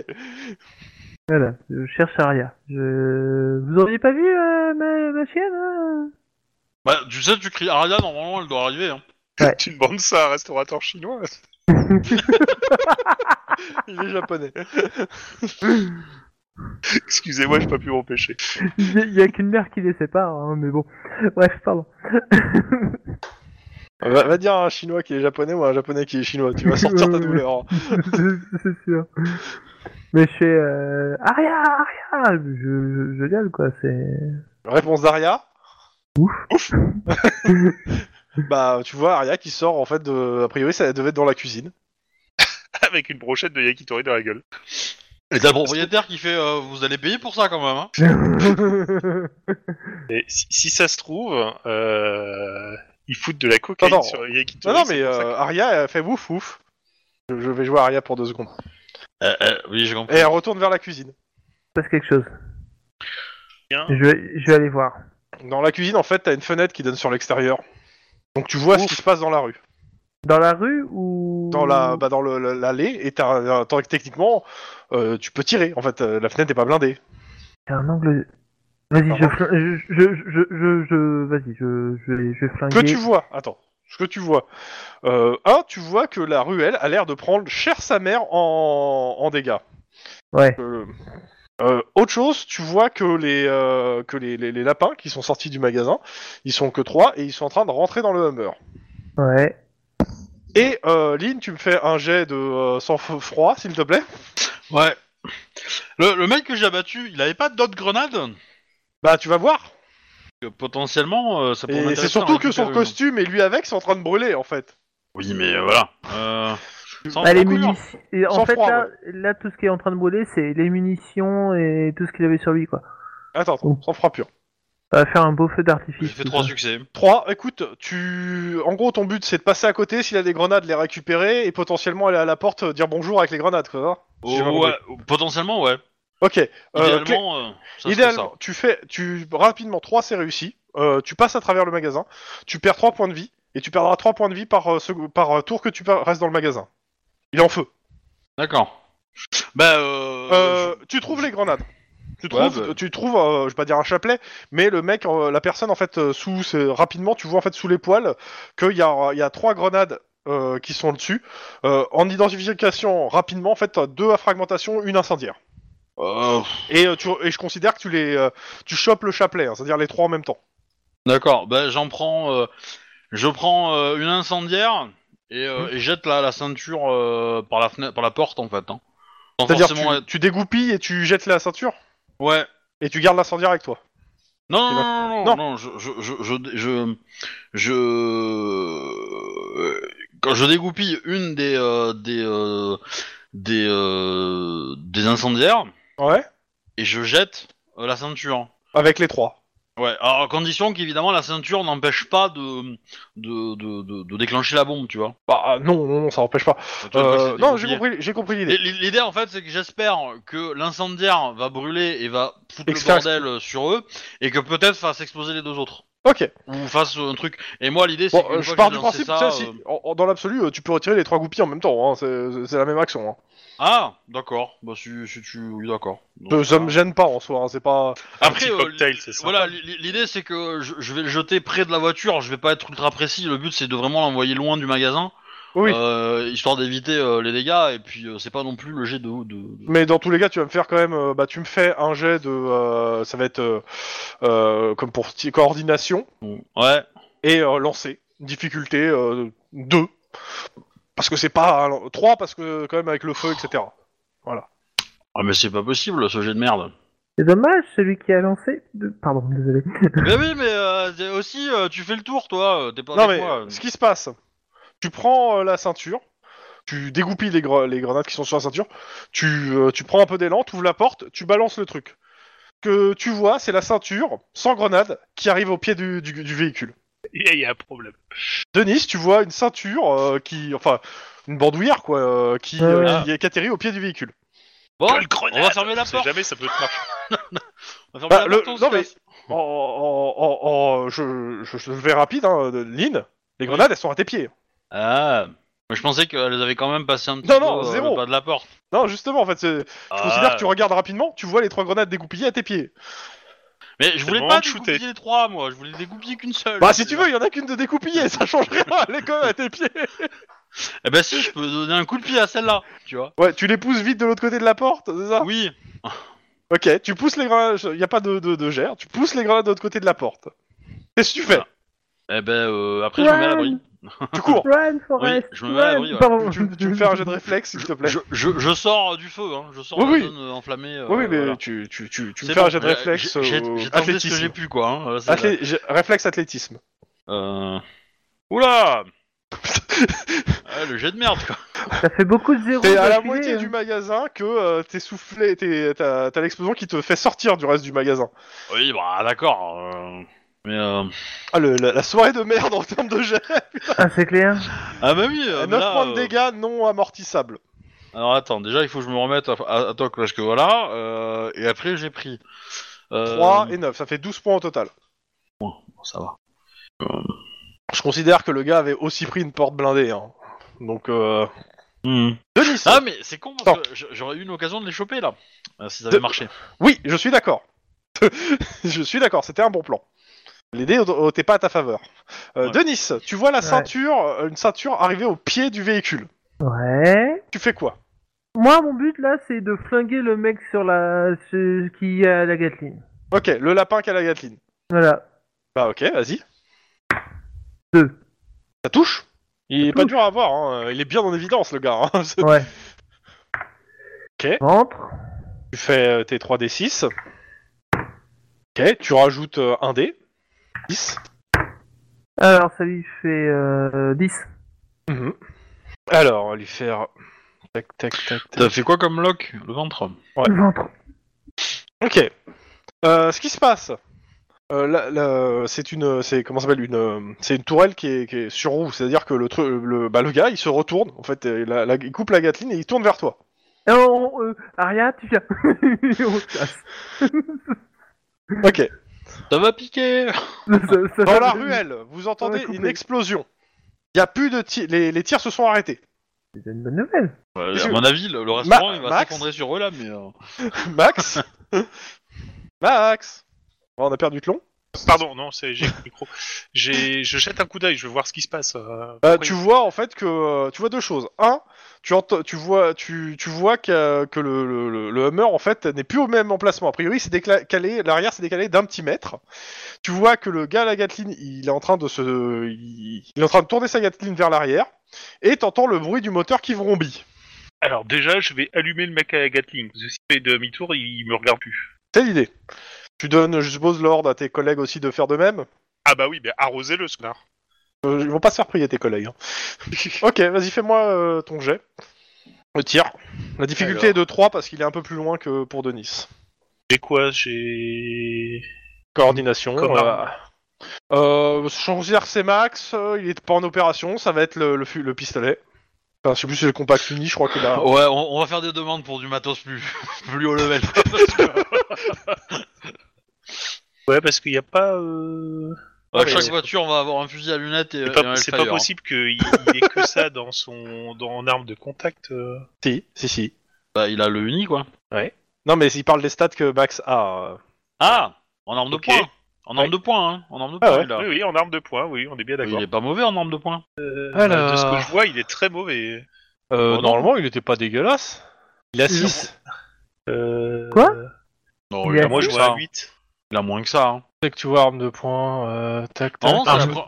Speaker 3: Voilà, je cherche Aria. Je... Vous auriez pas vu euh, ma, ma chienne hein *laughs*
Speaker 1: Bah, tu sais, tu cries Aria, normalement, elle doit arriver. Hein.
Speaker 3: Ouais.
Speaker 4: Tu demandes ça à un restaurateur chinois
Speaker 2: Il est japonais.
Speaker 4: Excusez-moi, j'ai pas pu m'empêcher. *laughs*
Speaker 3: Il y a- il y a qu'une mère qui les sépare, hein, mais bon. Bref, pardon.
Speaker 2: Va, va dire à un chinois qui est japonais ou à un japonais qui est chinois, tu vas sortir ta douleur. hein.
Speaker 3: c'est sûr. Mais je fais euh, Aria, Aria, je, je, je gueule quoi, c'est.
Speaker 2: Réponse d'Aria
Speaker 3: Ouf.
Speaker 2: *laughs* Bah, tu vois Aria qui sort en fait de. A priori, ça devait être dans la cuisine.
Speaker 4: Avec une brochette de yakitori dans la gueule.
Speaker 1: Et t'as le propriétaire qui fait euh, Vous allez payer pour ça quand même. Hein.
Speaker 4: Et si, si ça se trouve, euh, ils foutent de la cocaïne
Speaker 2: Non, non.
Speaker 4: sur le
Speaker 2: Non,
Speaker 4: yakitori.
Speaker 2: non,
Speaker 4: c'est
Speaker 2: mais
Speaker 4: pour ça
Speaker 2: euh, Aria elle fait ouf ouf. Je, je vais jouer Aria pour deux secondes.
Speaker 1: Euh, euh, oui, j'ai compris.
Speaker 2: Et elle retourne vers la cuisine.
Speaker 3: Il se *laughs* passe quelque chose.
Speaker 4: Bien.
Speaker 3: Je, vais- je vais aller voir.
Speaker 2: Dans la cuisine, en fait, t'as une fenêtre qui donne sur l'extérieur. Donc tu vois ce qui se passe dans la rue.
Speaker 3: Dans la rue ou.
Speaker 2: Dans la, bah, dans le- le- l'allée, et t'as, t'as- techniquement, euh, tu peux tirer. En fait, euh, la fenêtre n'est pas blindée.
Speaker 3: C'est un angle. Vas-y, je,
Speaker 2: Pardon
Speaker 3: fl- je, je, je, je, je- vas-y, je, je, vais- je vais flinguer.
Speaker 2: que tu vois, attends, ce que tu vois. Euh, un, tu vois que la ruelle a l'air de prendre cher sa mère en, en dégâts.
Speaker 3: Ouais.
Speaker 2: Euh, euh, autre chose, tu vois que les euh, que les, les- les lapins qui sont sortis du magasin, ils sont que trois et ils sont en train de rentrer dans le Hummer.
Speaker 3: Ouais.
Speaker 2: Et euh, Lynn, tu me fais un jet de euh, sang f- froid, s'il te plaît.
Speaker 1: Ouais. Le, le mec que j'ai abattu, il avait pas d'autres grenades
Speaker 2: Bah, tu vas voir.
Speaker 1: Que Potentiellement, euh, ça pourrait
Speaker 2: Et
Speaker 1: m'intéresser
Speaker 2: c'est
Speaker 1: d'en
Speaker 2: surtout que son
Speaker 1: récupérer une.
Speaker 2: costume et lui avec sont en train de brûler en fait.
Speaker 1: Oui, mais euh, voilà. Euh, sans
Speaker 3: Bah, les
Speaker 1: couleur.
Speaker 3: munitions. et En
Speaker 2: Sans
Speaker 3: fait,
Speaker 2: froid,
Speaker 3: là, là, tout ce qui est en train de brûler, c'est les munitions et tout ce qu'il avait sur lui, quoi.
Speaker 2: Attends, attends, sang froid pur.
Speaker 3: Ça va faire un beau feu
Speaker 1: J'ai
Speaker 3: d'artifice.
Speaker 1: fait
Speaker 3: tout
Speaker 1: trois
Speaker 3: ça.
Speaker 1: succès.
Speaker 2: 3, écoute, tu. En gros, ton but c'est de passer à côté, s'il a des grenades, les récupérer et potentiellement aller à la porte euh, dire bonjour avec les grenades, quoi. hein Si j'ai pas
Speaker 1: Oh, ouais, potentiellement, ouais.
Speaker 2: ok, euh, Clé-
Speaker 1: Idéalement, euh, ça serait
Speaker 2: idéalement, tu fais. tu Rapidement, 3 c'est réussi. Euh, tu passes à travers le magasin, tu perds 3 points de vie et tu perdras 3 points de vie par, euh, sec- par euh, tour que tu pa- restes dans le magasin. Il est en feu.
Speaker 1: ça. D'accord. Bah, euh,
Speaker 2: Euh, tu trouves les grenades. Tu
Speaker 1: Ouais,
Speaker 2: trouves,
Speaker 1: bah.
Speaker 2: tu trouves euh, je vais pas dire un chapelet, mais le mec, euh, la personne, en fait, euh, sous, c'est- rapidement, tu vois, en fait, sous les poils, qu'il y a, il y a trois grenades euh, qui sont dessus. Euh, en identification, rapidement, en fait, t'as deux à fragmentation, une incendiaire.
Speaker 1: je- euh,
Speaker 2: Et, euh, tu, et je considère que tu les, euh, tu chopes le chapelet, hein, c'est-à-dire les trois en même temps.
Speaker 1: D'accord, bah, j'en prends. euh, je prends euh, une incendiaire et, euh,
Speaker 2: Hmm.
Speaker 1: et jette la, la ceinture euh, par, la fenêtre, par la porte en fait. Hein. Sans
Speaker 2: C'est-à-dire que
Speaker 1: forcément
Speaker 2: tu, tu dégoupilles et tu jettes la ceinture,
Speaker 1: être- Ouais.
Speaker 2: et tu gardes l'incendiaire avec toi.
Speaker 1: Non,
Speaker 2: Tu
Speaker 1: non,
Speaker 2: vas-
Speaker 1: non, non, non, non, je. Je. Je. je, je, je- euh, Quand je dégoupille une des. euh, des. euh, des. euh, des incendiaires
Speaker 2: Ouais.
Speaker 1: et je jette euh, la ceinture.
Speaker 2: Avec les trois.
Speaker 1: Ouais, alors à condition qu'évidemment la ceinture n'empêche pas de de, de, de de déclencher la bombe, tu vois.
Speaker 2: Bah euh, non, non, non, ça empêche pas.
Speaker 1: Tu vois,
Speaker 2: Euh,
Speaker 1: c'est
Speaker 2: non, j'ai
Speaker 1: dégoupillé.
Speaker 2: compris, j'ai compris l'idée.
Speaker 1: Et l'i- L'idée en fait, c'est que j'espère que l'incendiaire va brûler et va foutre le
Speaker 2: Extra-
Speaker 1: bordel euh, sur eux, et que peut-être fasse exploser les deux autres,
Speaker 2: Ok.
Speaker 1: ou fasse euh, un truc. Et moi, l'idée, c'est
Speaker 2: Bon,
Speaker 1: que
Speaker 2: euh,
Speaker 1: une
Speaker 2: je
Speaker 1: fois que
Speaker 2: pars
Speaker 1: j'ai
Speaker 2: du
Speaker 1: lancé
Speaker 2: principe,
Speaker 1: ça,
Speaker 2: tu sais,
Speaker 1: euh,
Speaker 2: si- en- en- dans l'absolu, euh, tu peux retirer les trois goupilles en même temps, hein, c'est c'est la même action. Hein.
Speaker 1: ah, d'accord. Bah si, si tu, oui, d'accord. Donc,
Speaker 2: Euh, ça
Speaker 1: voilà.
Speaker 2: me gêne pas en soi, hein, c'est pas.
Speaker 1: Après,
Speaker 4: petit
Speaker 1: euh,
Speaker 4: cocktail,
Speaker 1: l'i-
Speaker 4: c'est sympa.
Speaker 1: voilà, l'i- l'idée, c'est que je, je vais le jeter près de la voiture. Je vais pas être ultra précis. Le but, c'est de vraiment l'envoyer loin du magasin,
Speaker 2: Oui,
Speaker 1: euh, histoire d'éviter euh, les dégâts. Et puis, euh, c'est pas non plus le jet de, de- de-
Speaker 2: mais dans tous les cas, tu vas me faire quand même. euh, bah, tu me fais un jet de. euh, ça va être euh, euh, comme pour ti- coordination
Speaker 1: Ouais.
Speaker 2: et euh, lancer. Difficulté 2. parce que c'est pas. 3 parce que quand même avec le feu, etc.
Speaker 1: Ah mais c'est pas possible, ce jet de merde.
Speaker 3: C'est dommage, celui qui a lancé. de- Pardon, désolé.
Speaker 1: Bah oui, mais euh, c'est aussi, euh, tu fais le tour, toi. euh, T'es pas
Speaker 2: Non
Speaker 1: avec
Speaker 2: mais
Speaker 1: moi.
Speaker 2: ce qui se passe, tu prends euh, la ceinture, tu dégoupilles les, gre- les grenades qui sont sur la ceinture, tu, euh, tu prends un peu d'élan, tu ouvres la porte, tu balances le truc. Que tu vois, c'est la ceinture sans grenade qui arrive au pied du, du- du véhicule.
Speaker 4: *laughs* Il y a un problème.
Speaker 2: Denis, tu vois une ceinture euh, qui, enfin, une bandoulière quoi, euh, qui,
Speaker 3: Ouais,
Speaker 2: euh,
Speaker 1: ouais.
Speaker 2: qui- qui atterrit au pied du véhicule.
Speaker 1: Bon,
Speaker 4: Quelle
Speaker 1: on
Speaker 4: grenade
Speaker 1: va fermer la
Speaker 4: On sait
Speaker 1: porte.
Speaker 4: jamais, ça peut te marcher.
Speaker 1: on va fermer
Speaker 2: Bah,
Speaker 1: la
Speaker 2: le-
Speaker 1: porte, on se
Speaker 2: non, mais-
Speaker 1: casse.
Speaker 2: En, euh, en- en- en- je, je, je vais rapide, hein, de- Lynn. Les grenades, elles sont à tes pieds.
Speaker 1: Ah. Mais je pensais qu'elles avaient quand même passé un petit
Speaker 2: Non,
Speaker 1: peu
Speaker 2: non,
Speaker 1: euh,
Speaker 2: zéro.
Speaker 1: le bas de la porte.
Speaker 2: Non, justement, en fait, c'est- je considère
Speaker 1: Ah,
Speaker 2: que tu regardes rapidement, tu vois les trois grenades dégoupillées à tes pieds.
Speaker 1: Mais je
Speaker 4: le
Speaker 1: voulais
Speaker 4: moment
Speaker 1: pas
Speaker 4: de shooter.
Speaker 1: dégoupiller les trois, moi. Je voulais dégoupiller qu'une
Speaker 2: *laughs*
Speaker 1: seule.
Speaker 2: Bah, si tu veux, il y en a qu'une de dégoupillée, ça change rien, *laughs* elle est quand même à tes pieds.
Speaker 1: Eh ben si, je peux donner un coup de pied à celle-là, tu vois.
Speaker 2: Ouais, tu les pousses vite de l'autre côté de la porte, c'est ça
Speaker 1: Oui.
Speaker 2: Ok, tu pousses les grenades, il n'y a pas de, de, de gère, tu pousses les grenades de l'autre côté de la porte. Qu'est-ce que tu fais
Speaker 1: Eh ben euh, après je me mets à l'abri.
Speaker 2: Tu
Speaker 3: *laughs*
Speaker 2: cours
Speaker 3: Run, Forest.
Speaker 1: je me mets à
Speaker 3: run.
Speaker 1: l'abri, ouais.
Speaker 3: Pardon.
Speaker 2: tu, tu me fais un jeu de réflexe, s'il te plaît.
Speaker 1: Je, je, je sors euh, du feu, hein. Je sors
Speaker 2: Oui,
Speaker 1: de
Speaker 2: oui.
Speaker 1: la zone euh, enflammée. euh,
Speaker 2: Oui, oui, mais
Speaker 1: voilà.
Speaker 2: tu, tu, tu, tu me
Speaker 1: C'est
Speaker 2: fais un
Speaker 1: bon,
Speaker 2: jet de
Speaker 1: euh,
Speaker 2: réflexe.
Speaker 1: j'ai- j'ai-
Speaker 2: euh,
Speaker 1: J'ai tenté ce que
Speaker 2: athlétisme.
Speaker 1: j'ai pu, quoi. hein, euh, c'est ça.
Speaker 2: Athlé- j'ai- Réflexe athlétisme.
Speaker 1: Euh... Oula Ah, Le jet de merde, quoi.
Speaker 3: Ça fait beaucoup de zéro.
Speaker 2: T'es à la
Speaker 3: d'affilée,
Speaker 2: moitié
Speaker 3: hein.
Speaker 2: du magasin que euh, t'es soufflé, t'es- t'as t'as l'explosion qui te fait sortir du reste du magasin.
Speaker 1: Oui, bah d'accord. euh, Mais euh...
Speaker 2: Ah, le- la, la soirée de merde en termes de jet
Speaker 3: Ah, c'est clair.
Speaker 1: Ah bah oui. euh,
Speaker 2: 9
Speaker 1: mais là,
Speaker 2: points de
Speaker 1: euh,
Speaker 2: dégâts non amortissables.
Speaker 1: Alors attends, déjà il faut que je me remette à, à, à toc parce que voilà. euh, Et après j'ai pris. Euh...
Speaker 2: 3 et 9, ça fait 12 points au total.
Speaker 1: bon, ça va.
Speaker 2: Je considère que le gars avait aussi pris une porte blindée. Hein. Donc, euh... Denis
Speaker 1: Ah mais c'est con
Speaker 2: Attends.
Speaker 1: parce que j- j'aurais eu une occasion de les choper là. euh, si ça avait
Speaker 2: De-
Speaker 1: marché.
Speaker 2: Oui, je suis d'accord. *laughs* je suis d'accord, c'était un bon plan. Les dés au- au- t'es pas à ta faveur. Euh,
Speaker 1: Ouais.
Speaker 2: Denis, tu vois la
Speaker 3: Ouais.
Speaker 2: ceinture, euh, une ceinture arriver au pied du véhicule.
Speaker 3: Ouais.
Speaker 2: Tu fais quoi
Speaker 3: Moi, mon but là, c'est de flinguer le mec sur la. ce- qui a la Gatling.
Speaker 2: Ok, le lapin qui a la Gatling.
Speaker 3: Voilà.
Speaker 2: Bah ok, vas-y.
Speaker 3: Deux.
Speaker 2: Ça touche Il est
Speaker 3: Ça
Speaker 2: pas
Speaker 3: touche.
Speaker 2: dur à avoir, hein. il est bien en évidence le gars. hein. *laughs*
Speaker 3: Ouais.
Speaker 2: Ok.
Speaker 3: Ventre.
Speaker 2: tu fais euh, tes 3d6. Ok, tu rajoutes euh, un dé. 10.
Speaker 3: Alors, ça lui fait euh, 10.
Speaker 2: Mhm. Alors, on va lui faire. Tac, tac, tac, tac.
Speaker 1: T'as fait quoi comme lock Le ventre.
Speaker 2: Ouais.
Speaker 3: Ventre.
Speaker 2: Ok. Euh, ce qui se passe, euh, là- là, c'est une, c'est comment ça s'appelle une, euh, c'est une tourelle qui est, qui est sur roue. C'est-à-dire que le tru- le, bah, le gars, il se retourne. En fait, et la- la- il coupe la gatline et il tourne vers toi.
Speaker 3: Et on- euh, Aria, tu viens. *laughs* on se casse.
Speaker 2: Ok.
Speaker 1: Ça va piquer.
Speaker 3: Ça- ça- *laughs*
Speaker 2: Dans la ruelle, vous entendez
Speaker 3: Ouais, coupé.
Speaker 2: une explosion. Il y a plus de tirs. Les, les tirs se sont arrêtés. *laughs*
Speaker 3: C'est une bonne nouvelle.
Speaker 1: Ouais,
Speaker 2: Je-
Speaker 1: à mon avis, le, le restaurant
Speaker 2: Ma-
Speaker 1: il va
Speaker 2: Max
Speaker 1: s'effondrer sur eux là, mais. euh,
Speaker 2: Max. Max. Bon, on a perdu Tlon.
Speaker 4: Pardon, non, c'est j'ai le micro. J'ai, je jette un coup d'œil, je veux voir ce qui se passe. euh,
Speaker 2: Euh,
Speaker 4: oui.
Speaker 2: tu vois en fait que euh, tu vois deux choses. Un, tu entends, tu vois, tu, tu vois que, euh, que le, le- le- le Hummer en fait n'est plus au même emplacement. A priori, c'est décalé, l'arrière s'est décalé d'un petit mètre. Tu vois que le gars à la Gatling, il est en train de se, il, il est en train de tourner sa Gatling vers l'arrière. Et t'entends le bruit du moteur qui vrombit.
Speaker 4: Alors déjà, je vais allumer le mec à la Gatling. Parce que s'il fait demi-tour, il me regarde plus.
Speaker 2: C'est l'idée. Tu donnes, je suppose, l'ordre à tes collègues aussi de faire de même.
Speaker 4: Ah bah oui, mais arrosez-le, ce connard.
Speaker 2: Euh, ils vont pas se faire prier tes collègues. *laughs* hein. ok, vas-y, fais-moi euh, ton jet. Le tir. La difficulté
Speaker 4: Alors.
Speaker 2: est de 3 parce qu'il est un peu plus loin que pour Denis.
Speaker 4: J'ai quoi J'ai.
Speaker 2: Coordination.
Speaker 4: Comme
Speaker 2: Euh, euh, changer RC Max, euh, il est pas en opération, ça va être le, le, fu- le pistolet. Enfin, je sais plus si c'est le compact uni, je crois qu'il *laughs* a.
Speaker 1: Ouais, on, on va faire des demandes pour du matos plus *laughs* plus haut level. Parce que, euh,
Speaker 4: Ouais, parce qu'il n'y a pas. euh,
Speaker 2: Ah, mais
Speaker 1: chaque
Speaker 2: c'est-
Speaker 1: voiture va avoir un fusil à lunettes et,
Speaker 4: C'est
Speaker 1: et
Speaker 4: pas,
Speaker 1: un
Speaker 4: c'est pas
Speaker 1: Hellfire, hein.
Speaker 4: possible qu'il il ait que ça dans son dans en arme de contact. euh.
Speaker 2: Si, si, si.
Speaker 1: Bah, il a le uni quoi.
Speaker 2: Non, mais il parle des stats que Max a. euh.
Speaker 1: Ah, en arme de
Speaker 4: Ok.
Speaker 1: poing. En arme
Speaker 4: Ouais.
Speaker 1: de poing, hein. En arme de
Speaker 2: Ah
Speaker 1: poing.
Speaker 2: ouais.
Speaker 1: il a.
Speaker 4: Oui, oui, en arme de poing, oui, on est bien d'accord.
Speaker 1: Il est pas mauvais en arme de poing.
Speaker 4: Euh,
Speaker 2: Alors.
Speaker 4: De ce que je vois, il est très mauvais.
Speaker 2: Euh,
Speaker 1: Oh,
Speaker 2: normalement, il était pas dégueulasse. Il a 6.
Speaker 4: Euh,
Speaker 3: Quoi
Speaker 1: Non,
Speaker 3: Il
Speaker 1: il
Speaker 3: a
Speaker 1: a
Speaker 4: bah, Moi,
Speaker 1: moins
Speaker 4: je
Speaker 1: que
Speaker 4: vois
Speaker 1: ça. hein.
Speaker 4: un 8.
Speaker 1: Il a moins que ça. hein.
Speaker 2: Dès que tu vois arme de poing, tac,
Speaker 1: Non, c'est
Speaker 2: Ah,
Speaker 1: la
Speaker 2: je-
Speaker 1: pre-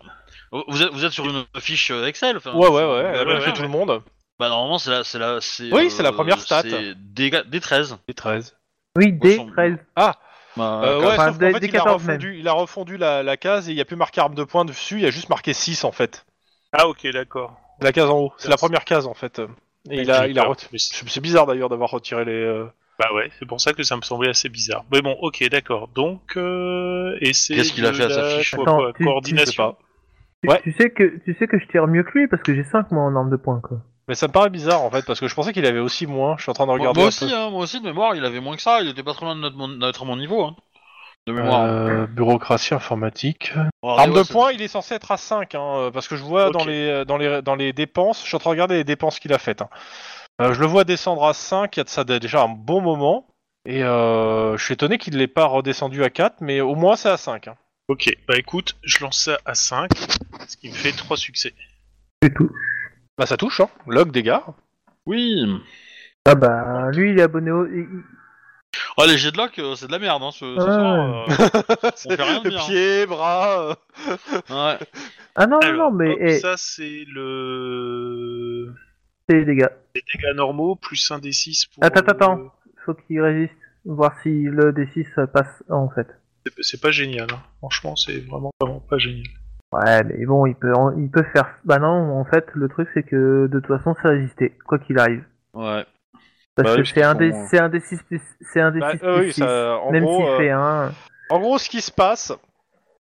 Speaker 1: vous, êtes, vous êtes sur une fiche euh, Excel. enfin,
Speaker 2: Ouais, ouais,
Speaker 1: c'est-
Speaker 2: ouais, elle
Speaker 4: ouais,
Speaker 2: a fait
Speaker 4: ouais.
Speaker 2: tout le monde.
Speaker 1: Bah normalement c'est la, c'est la, c'est. euh,
Speaker 2: Oui, c'est la première stat.
Speaker 1: C'est des, ga- des 13.
Speaker 2: Les 13.
Speaker 3: Oui,
Speaker 1: Ressemble.
Speaker 3: D13.
Speaker 1: Bah,
Speaker 2: Euh,
Speaker 1: comme-
Speaker 2: ouais,
Speaker 3: Enfin,
Speaker 2: sauf qu'en
Speaker 3: des-
Speaker 2: fait,
Speaker 3: des
Speaker 2: il a
Speaker 3: 14 même.
Speaker 2: refondu, il a refondu la, la case et il n'y a plus marqué arme de poing dessus, il y a juste marqué 6 en fait.
Speaker 4: Ah, ok, d'accord.
Speaker 2: C'est La case en haut, c'est la
Speaker 4: Merci.
Speaker 2: première case en fait. Et il
Speaker 4: J'ai
Speaker 2: a, il a
Speaker 4: peur.
Speaker 2: retiré.
Speaker 4: Mais c'est-
Speaker 2: C'est bizarre d'ailleurs d'avoir retiré les. euh,
Speaker 4: Bah ouais, c'est pour ça que ça me semblait assez bizarre. Mais bon, ok, d'accord. Donc, euh, et c'est
Speaker 1: Qu'est-ce qu'il a
Speaker 4: de
Speaker 1: fait à sa
Speaker 4: la
Speaker 1: fiche
Speaker 4: co-
Speaker 3: Attends,
Speaker 4: co-
Speaker 3: tu-
Speaker 2: Je
Speaker 3: tu-
Speaker 2: sais
Speaker 4: coordination.
Speaker 2: pas.
Speaker 3: Tu,
Speaker 2: Ouais.
Speaker 3: tu sais que tu sais que je tire mieux que lui parce que j'ai 5 moi en arme de poing quoi.
Speaker 2: Mais ça me paraît bizarre en fait parce que je pensais qu'il avait aussi moins. Je suis en train de
Speaker 1: moi,
Speaker 2: regarder.
Speaker 1: moi
Speaker 2: un
Speaker 1: aussi,
Speaker 2: peu.
Speaker 1: hein, moi aussi de mémoire, il avait moins que ça. Il était pas trop loin de notre mon- d'être à mon niveau. Hein. de mémoire.
Speaker 2: Euh, bureaucratie informatique.
Speaker 1: Regardez,
Speaker 2: Arme de
Speaker 1: ouais, c'est-
Speaker 2: poing, il est censé être à 5, hein, euh, parce que je vois
Speaker 4: Ok.
Speaker 2: dans, les, dans, les, dans les dépenses, je suis en train de regarder les dépenses qu'il a faites. hein. Euh, je le vois descendre à 5, il y a de ça déjà un bon moment, et euh, je suis étonné qu'il ne l'ait pas redescendu à 4, mais au moins c'est à 5. hein.
Speaker 4: Ok, bah écoute, je lance ça à 5, ce qui me fait 3 succès.
Speaker 3: C'est tout.
Speaker 2: Bah ça touche, hein. log dégâts.
Speaker 1: Oui.
Speaker 3: Ah bah, lui, il est abonné au. il- il-
Speaker 1: Oh, les jets de lock, euh, c'est de la merde, hein, ce, ce
Speaker 3: Ouais.
Speaker 1: soir, euh,
Speaker 2: *laughs* C'est
Speaker 1: fait rien dire, hein.
Speaker 2: Pieds, bras... euh.
Speaker 1: ouais.
Speaker 3: *laughs* Ah non, non,
Speaker 4: Alors,
Speaker 3: non, mais
Speaker 4: hop,
Speaker 3: eh,
Speaker 4: ça c'est le...
Speaker 3: c'est les gars.
Speaker 4: Les dégâts normaux, plus 1 des 6 pour... euh,
Speaker 3: Attends,
Speaker 4: le-
Speaker 3: attends. Faut qu'il résiste, voir si le D6 passe en fait.
Speaker 4: C'est- C'est pas génial, hein. franchement, c'est vraiment, vraiment pas génial.
Speaker 3: Ouais, mais bon, il peut, en- il peut faire. Bah non, en fait, le truc c'est que de toute façon, c'est résisté, quoi qu'il arrive.
Speaker 1: Ouais.
Speaker 3: Parce
Speaker 1: Bah oui,
Speaker 3: que
Speaker 1: parce
Speaker 3: c'est un,
Speaker 1: qu'ils
Speaker 3: des,
Speaker 1: sont-
Speaker 3: c'est un des 6 plus, c'est un des
Speaker 2: Bah,
Speaker 3: 6
Speaker 2: euh,
Speaker 3: plus
Speaker 2: oui,
Speaker 3: 6,
Speaker 2: ça, en
Speaker 3: même
Speaker 2: gros,
Speaker 3: s'il
Speaker 2: euh,
Speaker 3: fait
Speaker 2: *laughs*
Speaker 3: un.
Speaker 2: En gros, ce qui se passe,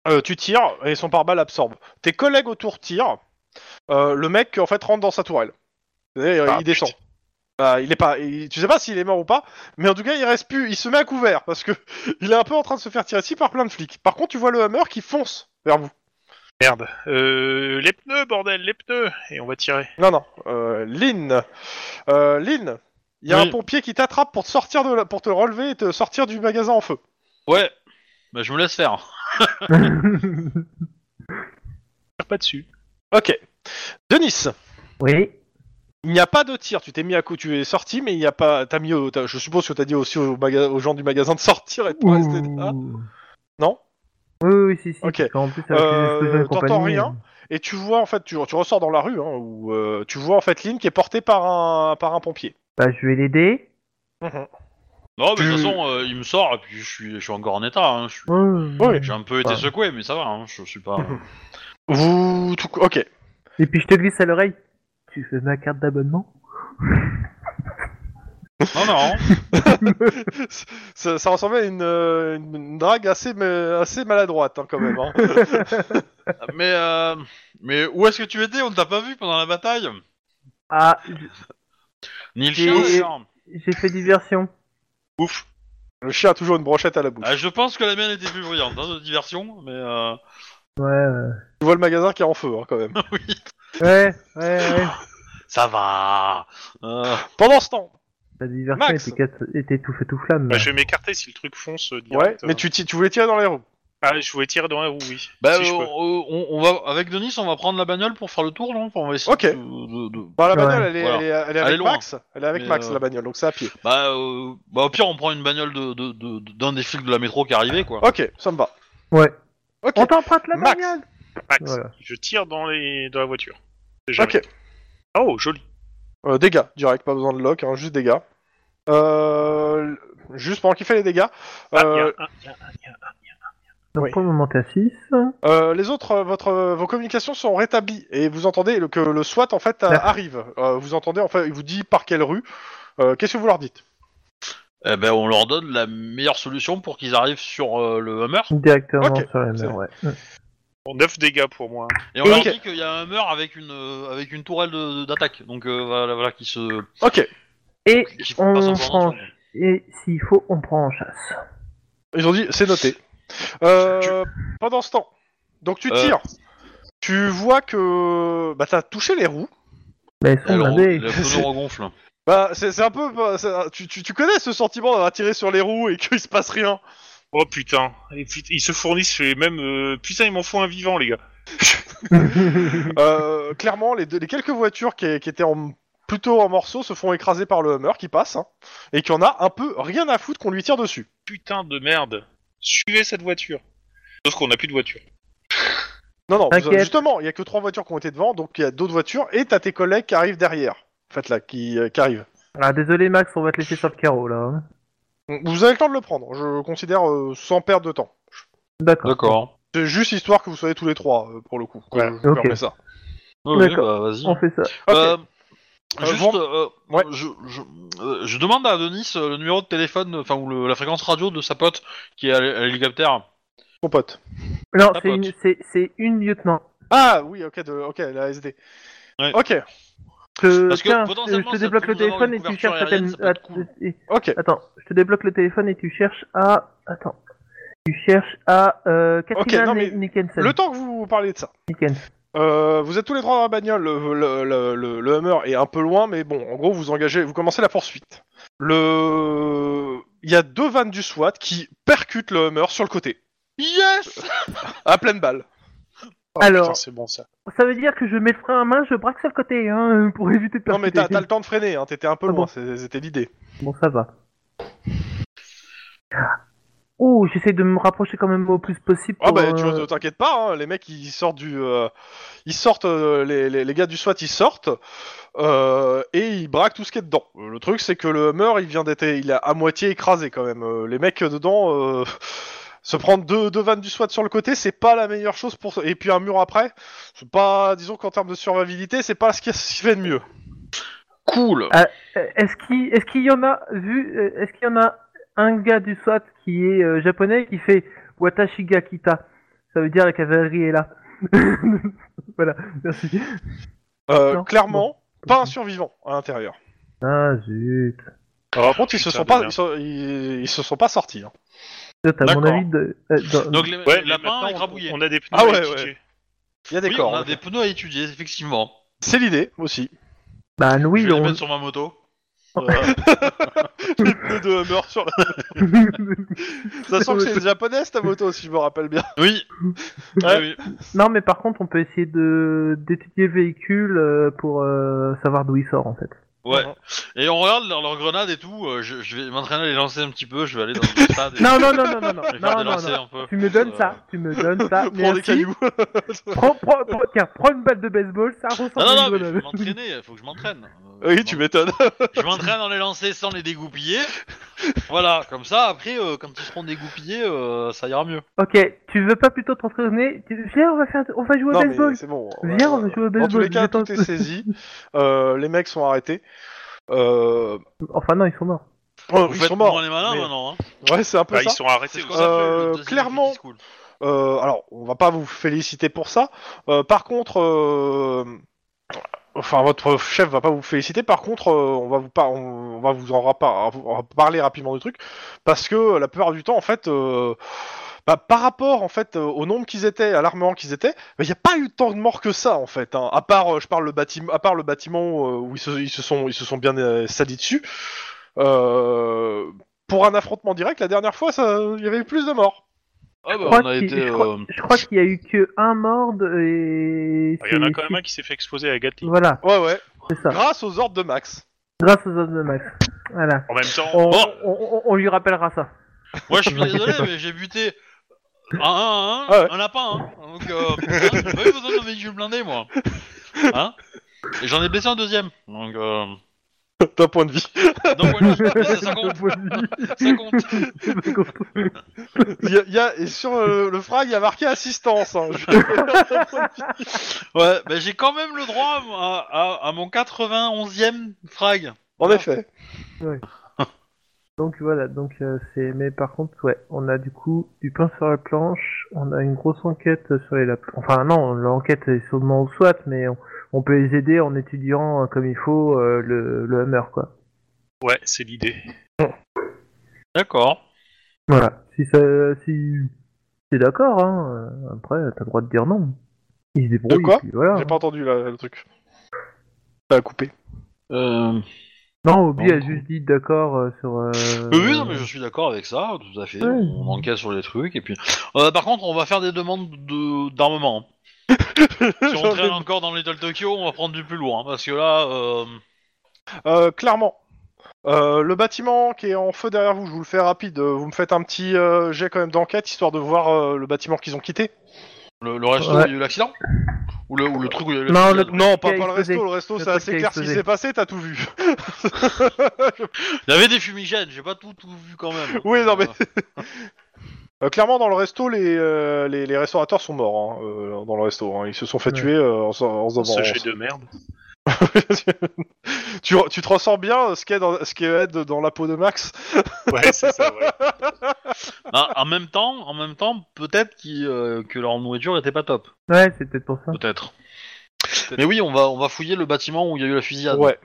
Speaker 2: euh, tu tires et son pare-balles absorbe. Tes collègues autour tirent. euh, le mec, en fait, rentre dans sa tourelle. Et, euh,
Speaker 4: Ah,
Speaker 2: il descend. Bah, il est pas. il- tu sais pas s'il est mort ou pas, mais en tout cas, il reste plus. Il se met à couvert parce que *laughs* il est un peu en train de se faire tirer dessus par plein de flics. Par contre, tu vois le Hammer qui fonce vers vous.
Speaker 4: Merde. Euh, les pneus, bordel, les pneus Et on va tirer.
Speaker 2: Non, non. Euh, Lynn, Euh, Lynn, il y a
Speaker 1: Oui.
Speaker 2: un pompier qui t'attrape pour te sortir de, la- pour te relever et te sortir du magasin en feu.
Speaker 1: Ouais. Bah, je me laisse faire.
Speaker 4: Tire pas dessus.
Speaker 2: Ok. Denis.
Speaker 3: oui.
Speaker 2: Il n'y a pas de tir. Tu t'es mis à coup, tu es sorti, mais il n'y a pas. T'as mis. au- t'as- je suppose que t'as dit aussi aux, maga- aux gens du magasin de sortir et de pas rester là.
Speaker 3: Ouh.
Speaker 2: Non
Speaker 3: Oui, oui, si, si.
Speaker 2: Ah, Ok.
Speaker 3: parce qu'en plus, avec les
Speaker 2: Euh,
Speaker 3: explosions et
Speaker 2: t'entends
Speaker 3: compagnie,
Speaker 2: rien Et tu vois en fait, tu, tu ressors dans la rue, hein, où euh, tu vois en fait Lynn qui est portée par un par un pompier.
Speaker 3: Bah, je vais l'aider.
Speaker 1: Non, mais de toute
Speaker 2: Tu-
Speaker 1: façon, euh, il me sort, et puis je suis, je suis encore en état. hein, je suis-
Speaker 3: Ouais.
Speaker 1: J'ai un peu été
Speaker 3: Ouais.
Speaker 1: secoué, mais ça va, hein, je suis
Speaker 2: *laughs*
Speaker 1: pas.
Speaker 2: Vous. tout- ok. *laughs*
Speaker 3: Et puis, je te glisse à l'oreille. Tu fais ma carte d'abonnement
Speaker 1: non, non.
Speaker 2: ça, ça ressemblait à une, euh, une- une drague assez ma- assez maladroite hein, quand même. hein.
Speaker 1: Mais, euh, mais où est-ce que tu étais On ne t'a pas vu pendant la bataille
Speaker 3: Ah, j-
Speaker 1: Ni le
Speaker 3: J'ai-
Speaker 1: chien, ni le chien.
Speaker 3: j'ai fait diversion.
Speaker 1: Ouf.
Speaker 2: Le chien a toujours une brochette à la bouche.
Speaker 1: Ah, je pense que la mienne était plus brillante, hein, de diversion, mais. euh, *laughs*
Speaker 3: Ouais, ouais.
Speaker 2: Tu vois le magasin qui est en feu hein, quand même.
Speaker 3: Ouais, ouais, ouais.
Speaker 1: Ça va Euh,
Speaker 2: Pendant ce temps.
Speaker 3: La diversion
Speaker 2: Max.
Speaker 3: était, quatre- était tout fait tout flamme.
Speaker 4: Bah, je vais m'écarter si le truc fonce euh,
Speaker 2: Ouais.
Speaker 4: direct.
Speaker 2: Mais tu, ti- tu voulais tirer dans les roues.
Speaker 4: Ah, je voulais tirer dans la roue, oui.
Speaker 1: bah,
Speaker 4: Si je
Speaker 1: on,
Speaker 4: peux.
Speaker 1: on- on va, avec Denis, on va prendre la bagnole pour faire le tour, non Enfin, On va essayer
Speaker 2: Ok.
Speaker 1: de- de- de-
Speaker 2: Bah, la
Speaker 3: Ouais.
Speaker 2: bagnole, elle, est,
Speaker 1: Voilà.
Speaker 2: elle est- elle est
Speaker 1: est
Speaker 2: avec
Speaker 1: loin.
Speaker 2: Max. Elle est avec
Speaker 1: Mais,
Speaker 2: Max
Speaker 1: euh,
Speaker 2: la bagnole, donc c'est à pied.
Speaker 1: Bah, euh, bah, au pire, on prend une bagnole de, de- de- de- d'un des flics de la métro qui est arrivé, quoi.
Speaker 2: Ok, ça me va.
Speaker 3: Ouais.
Speaker 2: Ok.
Speaker 3: On t'emprunte la
Speaker 2: Max.
Speaker 3: bagnole
Speaker 4: Max,
Speaker 3: Voilà.
Speaker 4: je tire dans, les... dans la voiture. Jamais.
Speaker 2: Ok.
Speaker 4: Oh, joli.
Speaker 2: Euh, dégâts, direct, pas besoin de lock, hein, juste dégâts. Euh, juste pendant qu'il fait les dégâts.
Speaker 4: Ah, y a
Speaker 2: euh,
Speaker 4: un- y a un- y a un.
Speaker 3: Donc
Speaker 2: Oui.
Speaker 3: pour le moment, t'es à hein, 6.
Speaker 2: euh, les autres, euh, votre, euh, vos communications sont rétablies et vous entendez le- que le SWAT en fait euh,
Speaker 3: D'accord.
Speaker 2: arrive. Euh, vous entendez en fait, il vous dit par quelle rue. Euh, Qu'est-ce que vous leur dites
Speaker 1: Eh ben, on leur donne la meilleure solution pour qu'ils arrivent sur euh, le Hummer.
Speaker 3: Directement
Speaker 2: Ok,
Speaker 3: sur la
Speaker 2: c'est
Speaker 3: mer, ouais.
Speaker 4: Bon, 9 dégâts pour moi.
Speaker 1: Et on leur
Speaker 2: Ok.
Speaker 1: dit qu'il y a un Hummer avec une, euh, avec une tourelle de- d'attaque. Donc, euh, voilà, voilà qui se.
Speaker 2: Ok,
Speaker 3: Et
Speaker 1: qui
Speaker 3: on
Speaker 1: passe en
Speaker 3: prend.
Speaker 1: tournant.
Speaker 3: Et s'il faut, on prend en chasse.
Speaker 2: ils ont dit c'est noté. Euh, Pendant ce temps, donc tu
Speaker 1: Euh.
Speaker 2: tires. Tu vois que bah t'as touché les roues.
Speaker 3: Mais elles sont
Speaker 1: Elle re-
Speaker 3: blindées.
Speaker 1: Le
Speaker 2: C'est-
Speaker 1: pneu regonfle.
Speaker 2: Bah c'est c'est un peu, bah, c'est- tu, tu, tu connais ce sentiment d'avoir tiré sur les roues et *laughs* qu'il se passe rien.
Speaker 4: Oh putain. Et puis, ils se fournissent les mêmes. euh, Putain, ils m'en font un vivant, les gars.
Speaker 2: Euh, clairement, les, deux- les quelques voitures qui, qui étaient en- plutôt en morceaux se font écraser par le Hummer qui passe, hein, et qui en a un peu rien à foutre qu'on lui tire dessus.
Speaker 4: Putain de merde. Suivez cette voiture. Sauf qu'on n'a plus de voiture.
Speaker 2: Non, non,
Speaker 3: T'inquiète.
Speaker 2: vous- justement, il y a que trois voitures qui ont été devant, donc il y a d'autres voitures, et t'as tes collègues qui arrivent derrière, en fait, là, qui, euh, qui arrivent.
Speaker 3: *laughs* Ah, désolé, Max, on va te laisser sur le carreau là. hein.
Speaker 2: Donc, Vous avez le temps de le prendre, je considère euh, sans perdre de temps.
Speaker 1: *laughs*
Speaker 3: D'accord.
Speaker 1: D'accord.
Speaker 2: C'est juste histoire que vous soyez tous les trois, euh, pour le coup, que
Speaker 4: Ouais,
Speaker 2: je vous
Speaker 3: ok.
Speaker 2: permets ça.
Speaker 1: Oui,
Speaker 3: D'accord.
Speaker 1: bah, vas-y.
Speaker 3: On fait ça.
Speaker 2: Ok.
Speaker 1: Euh, juste,
Speaker 2: bon.
Speaker 1: euh,
Speaker 2: Ouais.
Speaker 1: je, je, euh, je demande à Denis euh, le numéro de téléphone, enfin, ou le- la fréquence radio de sa pote qui est à l'hé- à l'hélicoptère.
Speaker 2: Mon pote.
Speaker 3: Non,
Speaker 1: Tapote.
Speaker 3: c'est une, c'est- c'est une lieutenant.
Speaker 2: Ah oui, ok, de, ok, la SD.
Speaker 1: Ouais.
Speaker 2: Ok,
Speaker 3: Je,
Speaker 1: Parce que
Speaker 3: tiens,
Speaker 1: potentiellement,
Speaker 3: je te
Speaker 1: ça
Speaker 3: débloque
Speaker 1: peut
Speaker 3: le
Speaker 1: nous avoir
Speaker 3: téléphone
Speaker 1: une
Speaker 3: et tu
Speaker 1: couverture
Speaker 3: cherches à.
Speaker 1: aérienne,
Speaker 3: t'am-
Speaker 1: ça peut
Speaker 3: à-
Speaker 1: être cool.
Speaker 3: et-
Speaker 2: ok.
Speaker 3: Attends, je te débloque le téléphone et tu cherches à. Attends. Tu cherches à euh, Katrina
Speaker 2: non, mais
Speaker 3: Ni- Nickenson.
Speaker 2: Le temps que vous parlez de ça.
Speaker 3: Nickens.
Speaker 2: Euh, vous êtes tous les trois dans la bagnole. Le, le- le- le- le Hummer est un peu loin, mais bon, en gros, vous engagez, vous commencez la poursuite. Le, il y a deux vannes du SWAT qui percutent le Hummer sur le côté,
Speaker 1: Yes
Speaker 2: *laughs* à pleine balle.
Speaker 4: Oh,
Speaker 3: Alors-
Speaker 4: putain, c'est bon ça.
Speaker 3: Ça veut dire que je mets le frein à main, je braque sur le côté hein, *laughs* pour éviter de
Speaker 2: Non,
Speaker 3: perdre.
Speaker 2: mais t'as t'as le temps de freiner. Hein, T'étais un peu
Speaker 3: Ah
Speaker 2: loin.
Speaker 3: bon.
Speaker 2: c'est- C'était l'idée.
Speaker 3: Bon, ça va. Oh, j'essaie de me rapprocher quand même au plus possible.
Speaker 2: Ah
Speaker 3: pour,
Speaker 2: bah,
Speaker 3: euh,
Speaker 2: tu t'inquiète pas. hein, les mecs, ils sortent du, euh, ils sortent. euh, les, les- les gars du SWAT, ils sortent euh, et ils braquent tout ce qui est dedans. Euh, Le truc, c'est que le Hummer, il vient d'être, il est à moitié écrasé quand même. Euh, les mecs dedans. euh, *laughs* Se prendre deux, deux vannes du SWAT sur le côté, c'est pas la meilleure chose pour. Et puis un mur après, c'est pas. Disons qu'en termes de survivabilité, c'est pas ce qui, *laughs* ce qui fait de mieux.
Speaker 1: Cool
Speaker 3: Euh, Est-ce qu'il est-ce qu'il y en a vu euh, Est-ce qu'il y en a un gars du SWAT qui est euh, japonais qui fait Watashiga Kita Ça veut dire la cavalerie est là. *laughs* voilà, merci.
Speaker 2: Euh,
Speaker 3: Non.
Speaker 2: clairement, pas un survivant à l'intérieur.
Speaker 3: Ah zut.
Speaker 2: Par contre, ils se
Speaker 4: Putain,
Speaker 2: sont pas,
Speaker 4: bien.
Speaker 2: ils, sont- ils- ils se sont pas sortis. hein.
Speaker 3: Zut, À mon
Speaker 1: D'accord.
Speaker 3: avis, de, euh, dans-
Speaker 1: Donc les
Speaker 4: Ouais,
Speaker 1: lapins
Speaker 4: mais maintenant,
Speaker 1: est grabouillé.
Speaker 4: on, on a des pneus.
Speaker 2: Ah
Speaker 4: à
Speaker 2: ouais,
Speaker 4: étudier.
Speaker 2: Il y a des
Speaker 1: Oui,
Speaker 2: corps.
Speaker 1: on a
Speaker 2: ok.
Speaker 1: des pneus à étudier, effectivement.
Speaker 2: C'est l'idée aussi.
Speaker 3: bah
Speaker 1: Oui,
Speaker 3: oui,
Speaker 1: je vais
Speaker 3: on-
Speaker 1: les mettre sur ma moto.
Speaker 2: les pneus de Hummer sur la...
Speaker 3: *laughs*
Speaker 2: Ça sent que c'est japonaise ta moto, si je me rappelle bien.
Speaker 1: Oui. Ah oui.
Speaker 3: non, mais par contre, on peut essayer de d'étudier le véhicule euh, pour euh, savoir d'où il sort en fait.
Speaker 1: Ouais.
Speaker 2: Mhm.
Speaker 1: Et on regarde leurs leurs grenades et tout. euh, Je, je vais m'entraîner à les lancer un petit peu. Je vais aller dans le stade. et-
Speaker 3: *laughs* Non, non, non, non, non, non,
Speaker 1: *laughs* je vais faire
Speaker 3: non,
Speaker 1: des
Speaker 3: non,
Speaker 1: lancers
Speaker 3: non.
Speaker 1: un peu. euh.
Speaker 3: Tu me donnes ça, tu me donnes *laughs* ça.
Speaker 2: Prends des
Speaker 3: merci.
Speaker 2: cailloux. *laughs*
Speaker 3: Prends, prends, prends- tiens, prends une balle de baseball, ça ressemble
Speaker 1: Non, non,
Speaker 3: à
Speaker 1: non,
Speaker 3: une
Speaker 1: mais je vais
Speaker 3: grenade.
Speaker 1: m'entraîner, faut que je m'entraîne. Euh,
Speaker 2: oui, tu
Speaker 1: je
Speaker 2: m'étonnes.
Speaker 1: m'en- Je m'entraîne dans les lancer sans les
Speaker 2: *laughs*
Speaker 1: dégoupiller. voilà, comme ça, après, euh, quand ils seront dégoupillés, euh, ça ira mieux.
Speaker 3: Ok, tu veux pas plutôt t'entraîner Tu- Viens, on va faire, on va jouer au
Speaker 2: Non,
Speaker 3: baseball.
Speaker 2: mais c'est bon.
Speaker 3: Viens, on va jouer au
Speaker 2: Dans
Speaker 3: baseball.
Speaker 2: tous les
Speaker 3: je
Speaker 2: cas,
Speaker 3: t'en-
Speaker 2: tout est saisi. Euh, les mecs sont arrêtés. Euh,
Speaker 3: Enfin non, ils sont morts.
Speaker 2: euh,
Speaker 1: Vous
Speaker 2: ils
Speaker 1: faites
Speaker 2: sont morts.
Speaker 1: moins les malins
Speaker 2: mais-
Speaker 1: maintenant. Hein.
Speaker 2: Ouais, c'est un peu
Speaker 4: Bah,
Speaker 2: ça.
Speaker 4: ils sont arrêtés.
Speaker 1: C'est ce
Speaker 4: aussi.
Speaker 1: qu'on appelle le
Speaker 2: Euh,
Speaker 1: deuxième
Speaker 2: clairement,
Speaker 1: School.
Speaker 2: Euh, alors, on va pas vous féliciter pour ça. Euh, par contre, euh, enfin, votre chef va pas vous féliciter. Par contre, euh, on va vous par- on, on va vous en rapa- on va parler rapidement du truc parce que la plupart du temps, en fait, euh, bah, par rapport en fait euh, au nombre qu'ils étaient, à l'armement qu'ils étaient, il n'y a pas eu tant de morts que ça en fait. hein. À part, euh, je parle le bâtiment, à part le bâtiment euh, où ils se, ils se sont, ils se sont bien euh, salis dessus. Euh, pour un affrontement direct, la dernière fois, ça- il y avait eu plus de morts.
Speaker 1: Ah, bah,
Speaker 3: crois
Speaker 1: on a
Speaker 3: qu'il-
Speaker 1: été.
Speaker 3: je crois-
Speaker 1: euh,
Speaker 3: Je crois qu'il y a eu que un mort de- et.
Speaker 4: Ah, Il y en a
Speaker 3: c'est-
Speaker 4: quand même un qui s'est fait exploser à Gatling.
Speaker 3: Voilà,
Speaker 2: Ouais, ouais.
Speaker 3: c'est ça.
Speaker 2: Grâce aux ordres de Max.
Speaker 3: Grâce aux hommes de Max. Voilà.
Speaker 4: En même temps,
Speaker 3: On,
Speaker 4: oh,
Speaker 3: on, on- on lui rappellera ça.
Speaker 1: Moi, *laughs* je suis désolé, mais j'ai buté un, un, un,
Speaker 2: Ah ouais.
Speaker 1: un lapin. Hein. Donc, euh, hein, j'ai pas eu besoin d'un véhicule blindé, moi. Hein Et j'en ai blessé un deuxième. Donc, euh...
Speaker 2: *laughs* D'un point de vue.
Speaker 1: Donc
Speaker 4: Ah,
Speaker 1: *laughs* voilà,
Speaker 3: *laughs*
Speaker 1: ça, ça compte, ça compte.
Speaker 2: Il y a- il y a- et sur euh, le frag, il y a marqué assistance. hein. Je-
Speaker 1: Ouais, bah j'ai quand même le droit à, à, à mon 91e frag.
Speaker 2: En effet.
Speaker 3: donc voilà, donc euh, c'est. Mais par contre, ouais, on a du coup du pain sur la planche, on a une grosse enquête sur les lapins. Enfin non, l'enquête est sûrement au SWAT, mais on, on peut les aider en étudiant euh, comme il faut euh, le, le Hummer, quoi.
Speaker 4: ouais, c'est l'idée.
Speaker 1: D'accord.
Speaker 3: Voilà. Si ça, si t'es d'accord, hein. euh, Après, t'as le droit de dire non. Ils se débrouillent.
Speaker 2: De quoi
Speaker 3: et puis voilà.
Speaker 2: J'ai pas entendu là, le truc. Ça a coupé.
Speaker 1: Euh...
Speaker 3: Non, Obi
Speaker 1: Non,
Speaker 3: a
Speaker 1: non.
Speaker 3: juste dit d'accord euh, sur. euh,
Speaker 1: Oui, non, mais je suis d'accord avec ça, tout à fait.
Speaker 3: Ouais.
Speaker 1: On enquête sur les trucs. et puis. Euh, par contre, on va faire des demandes de- d'armement. si on traîne encore dans Little Tokyo, on va prendre du plus lourd. hein, parce que là, euh,
Speaker 2: Euh, clairement. Euh, le bâtiment qui est en feu derrière vous, je vous le fais rapide. euh, Vous me faites un petit euh, jet quand même d'enquête histoire de voir euh, le bâtiment qu'ils ont quitté.
Speaker 1: le, le resto,
Speaker 3: Ouais.
Speaker 1: il y a eu l'accident ou le, ou le truc où il y a eu
Speaker 3: Non,
Speaker 1: l'accident.
Speaker 2: Non, pas,
Speaker 3: Qui a
Speaker 2: pas le
Speaker 3: explosé.
Speaker 2: resto. Le resto,
Speaker 3: Le
Speaker 2: c'est
Speaker 3: truc
Speaker 2: assez
Speaker 3: qui a
Speaker 2: clair ce qui
Speaker 3: explosé.
Speaker 2: s'est passé, t'as tout vu. *laughs*
Speaker 1: Il y avait des fumigènes, j'ai pas tout, tout vu quand même.
Speaker 2: Oui, non, mais-
Speaker 1: Euh,
Speaker 2: Euh, clairement, dans le resto, les, euh, les, les restaurateurs sont morts hein, euh, dans le resto. hein. Ils se sont fait
Speaker 3: Ouais.
Speaker 2: tuer euh, en, se- en se
Speaker 4: Dans
Speaker 2: en-
Speaker 4: ce jet de merde.
Speaker 2: *laughs* tu, tu te ressens bien euh, ce qu'est dans, ce qu'est Ed dans la peau de Max
Speaker 4: Ouais, c'est ça,
Speaker 2: *laughs*
Speaker 4: ouais.
Speaker 1: Euh, en- en même temps, en même temps, peut-être qu'ils, euh, que leur nourriture était pas top.
Speaker 3: Ouais, c'est peut-être pour ça.
Speaker 1: Peut-être. Hein. Mais oui, on va, on va fouiller le bâtiment où il y a eu la fusillade
Speaker 2: Ouais.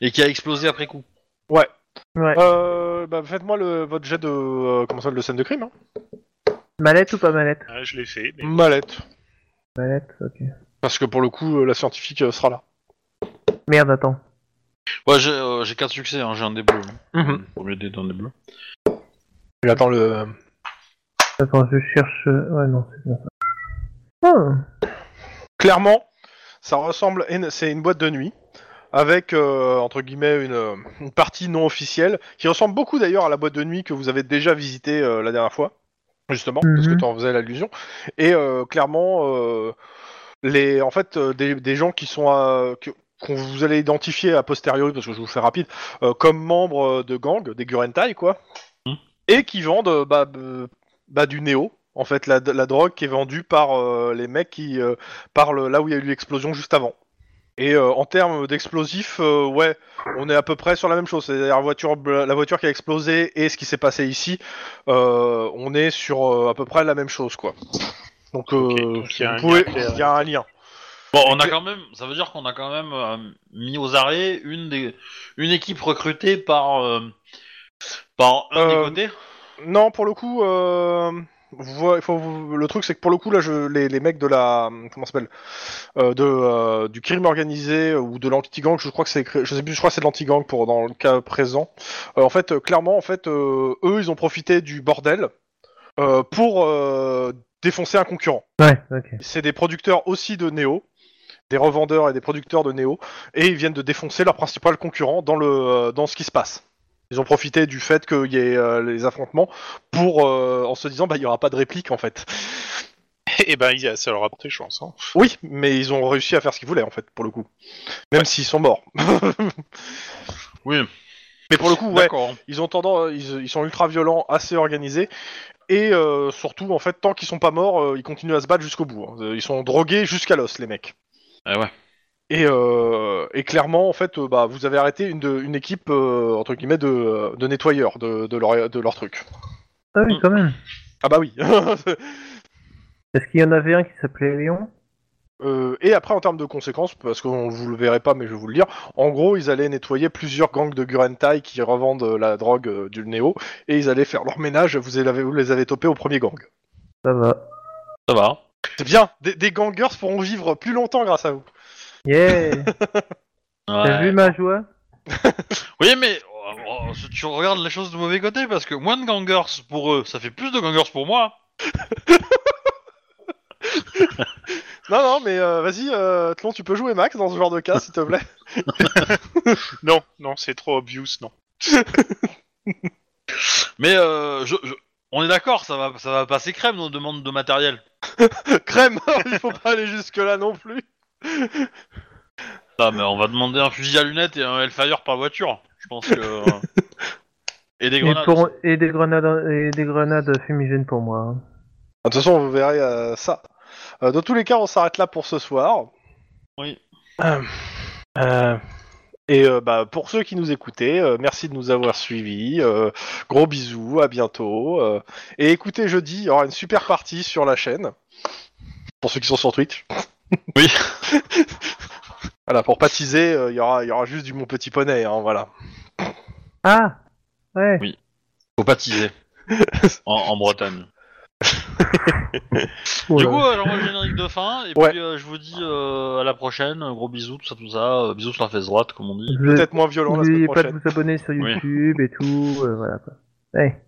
Speaker 1: et qui a explosé après coup.
Speaker 2: Ouais.
Speaker 3: Ouais.
Speaker 2: Euh, euh, bah, faites-moi le, votre jet de, euh, comment ça, s'appelle, de scène de crime. Hein.
Speaker 3: Mallette ou pas mallette
Speaker 4: Ah, je l'ai fait. Mais...
Speaker 2: Mallette.
Speaker 3: Mallette, ok.
Speaker 2: Parce que pour le coup, euh, la scientifique euh, sera là.
Speaker 3: Merde, attends.
Speaker 1: Ouais, j'ai euh, j'ai quatre succès, hein, j'ai un des bleus.
Speaker 2: Mhm.
Speaker 1: Au lieu d'être un des bleus.
Speaker 2: Il attend le.
Speaker 3: Attends, je cherche. euh, Ouais, non, c'est bien ça. Oh,
Speaker 2: Clairement, ça ressemble. à- C'est une boîte de nuit avec euh, entre guillemets une, euh, une partie non officielle qui ressemble beaucoup d'ailleurs à la boîte de nuit que vous avez déjà visitée euh, la dernière fois, justement, parce que
Speaker 3: Mhm.
Speaker 2: tu en faisais l'allusion. Et euh, clairement, euh, les, en fait, euh, des, des gens qui sont à, que- qu'on vous allez identifier a posteriori, parce que je vous fais rapide, euh, comme membres euh, de gang, des Gurentai, quoi,
Speaker 1: Mhm.
Speaker 2: et qui vendent euh, bah, euh, bah, du néo, en fait, la, la drogue qui est vendue par euh, les mecs qui, euh, par le- là où il y a eu l'explosion juste avant. Et euh, en termes d'explosifs, euh, ouais, on est à peu près sur la même chose. C'est-à-dire la voiture, bl- la voiture qui a explosé et ce qui s'est passé ici, euh, on est sur euh, à peu près la même chose, quoi. Donc, euh,
Speaker 4: donc il y a
Speaker 2: vous
Speaker 4: un euh,
Speaker 2: pouvez-
Speaker 4: lien clair.
Speaker 2: il y a un lien.
Speaker 1: Bon, on a
Speaker 2: que-
Speaker 1: quand même, ça veut dire qu'on a quand même euh, mis aux arrêts une des, une équipe recrutée par, euh, par un
Speaker 2: Euh,
Speaker 1: des côtés.
Speaker 2: Non, pour le coup, euh, vous- il faut vous- le truc c'est que pour le coup là, je, les, les mecs de la comment ça s'appelle Euh, de euh, du crime organisé euh, ou de l'anti-gang, je crois que c'est cré- je sais plus, je crois que c'est de l'anti-gang pour dans le cas présent. Euh, en fait, euh, clairement, en fait, euh, eux ils ont profité du bordel euh, pour euh, défoncer un concurrent.
Speaker 3: ouais, ok.
Speaker 2: C'est des producteurs aussi de néo, des revendeurs et des producteurs de néo, et ils viennent de défoncer leur principal concurrent dans le euh, dans ce qui se passe. Ils ont profité du fait qu'il y ait euh, les affrontements pour euh, en se disant bah il y aura pas de réplique en fait.
Speaker 4: Eh ben, il y a- ça leur a porté chance. Hein.
Speaker 2: Oui, mais ils ont réussi à faire ce qu'ils voulaient en fait pour le coup, même s'ils sont morts.
Speaker 1: *laughs* Oui,
Speaker 2: mais pour le coup ouais,
Speaker 1: d'accord.
Speaker 2: ils ont tendance, euh, ils, ils sont ultra violents, assez organisés. Et euh, surtout, en fait, tant qu'ils sont pas morts, euh, ils continuent à se battre jusqu'au bout. hein. Euh, Ils sont drogués jusqu'à l'os, les mecs.
Speaker 1: Eh ouais.
Speaker 2: Et, euh, et clairement, en fait, euh, bah, vous avez arrêté une, de- une équipe, euh, entre guillemets, de, de nettoyeurs de, de, leur, de leur truc.
Speaker 3: Ah oui, quand même.
Speaker 2: Ah bah oui. *laughs*
Speaker 3: Est-ce qu'il y en avait un qui s'appelait Léon
Speaker 2: Euh, et après, en termes de conséquences, parce que vous le verrez pas, mais je vais vous le dire, en gros, ils allaient nettoyer plusieurs gangs de Gurentai qui revendent euh, la drogue euh, du Néo, et ils allaient faire leur ménage, vous les avez, vous les avez topés au premier gang.
Speaker 3: Ça va.
Speaker 1: Ça va.
Speaker 2: C'est bien, des, des gangers pourront vivre plus longtemps grâce à vous.
Speaker 3: Yeah T'as
Speaker 1: Ouais.
Speaker 3: vu ma joie
Speaker 1: Oui, mais oh, oh, si tu regardes les choses du mauvais côté parce que moins de gangers pour eux, ça fait plus de gangers pour moi.
Speaker 2: Non, non, mais euh, vas-y, euh, Tlon, tu peux jouer Max dans ce genre de cas, s'il te plaît. *laughs*
Speaker 4: Non, non, c'est trop obvious, non.
Speaker 1: Mais euh, je, je- on est d'accord, ça va, ça va passer crème nos demandes de matériel.
Speaker 2: Crème, *laughs* il faut pas aller jusque-là non plus.
Speaker 1: Ah, mais on va demander un fusil à lunettes et un Hellfire par voiture. Je pense que. euh, et des
Speaker 3: et,
Speaker 1: grenades.
Speaker 3: pour- et des grenades et des grenades fumigènes pour moi. hein.
Speaker 2: De toute façon, vous verrez euh, ça. Euh, dans tous les cas, on s'arrête là pour ce soir.
Speaker 1: Oui.
Speaker 3: Hum.
Speaker 2: Euh, euh, et euh, bah, pour ceux qui nous écoutaient, euh, merci de nous avoir suivis. euh, gros bisous, à bientôt. euh, et écoutez, jeudi, il y aura une super partie sur la chaîne. Pour ceux qui sont sur Twitch.
Speaker 1: *laughs* Oui.
Speaker 2: voilà, pour baptiser, il y, aura, il y aura juste du Mon Petit Poney. hein, voilà.
Speaker 3: Ah Ouais.
Speaker 1: Oui. Faut pas teaser. en, en Bretagne. Du
Speaker 3: Oula.
Speaker 1: coup, euh, j'envoie le générique de fin et
Speaker 2: Ouais.
Speaker 1: puis euh, je vous dis euh, à la prochaine. Gros bisous, tout ça, tout ça. Euh, bisous sur la fesse droite, comme on dit.
Speaker 3: Vous-
Speaker 2: Peut-être moins violent la semaine
Speaker 3: N'oubliez Euh, pas de
Speaker 2: prochaine.
Speaker 3: vous abonner sur
Speaker 1: Oui.
Speaker 3: YouTube et tout, euh, voilà quoi. Ouais.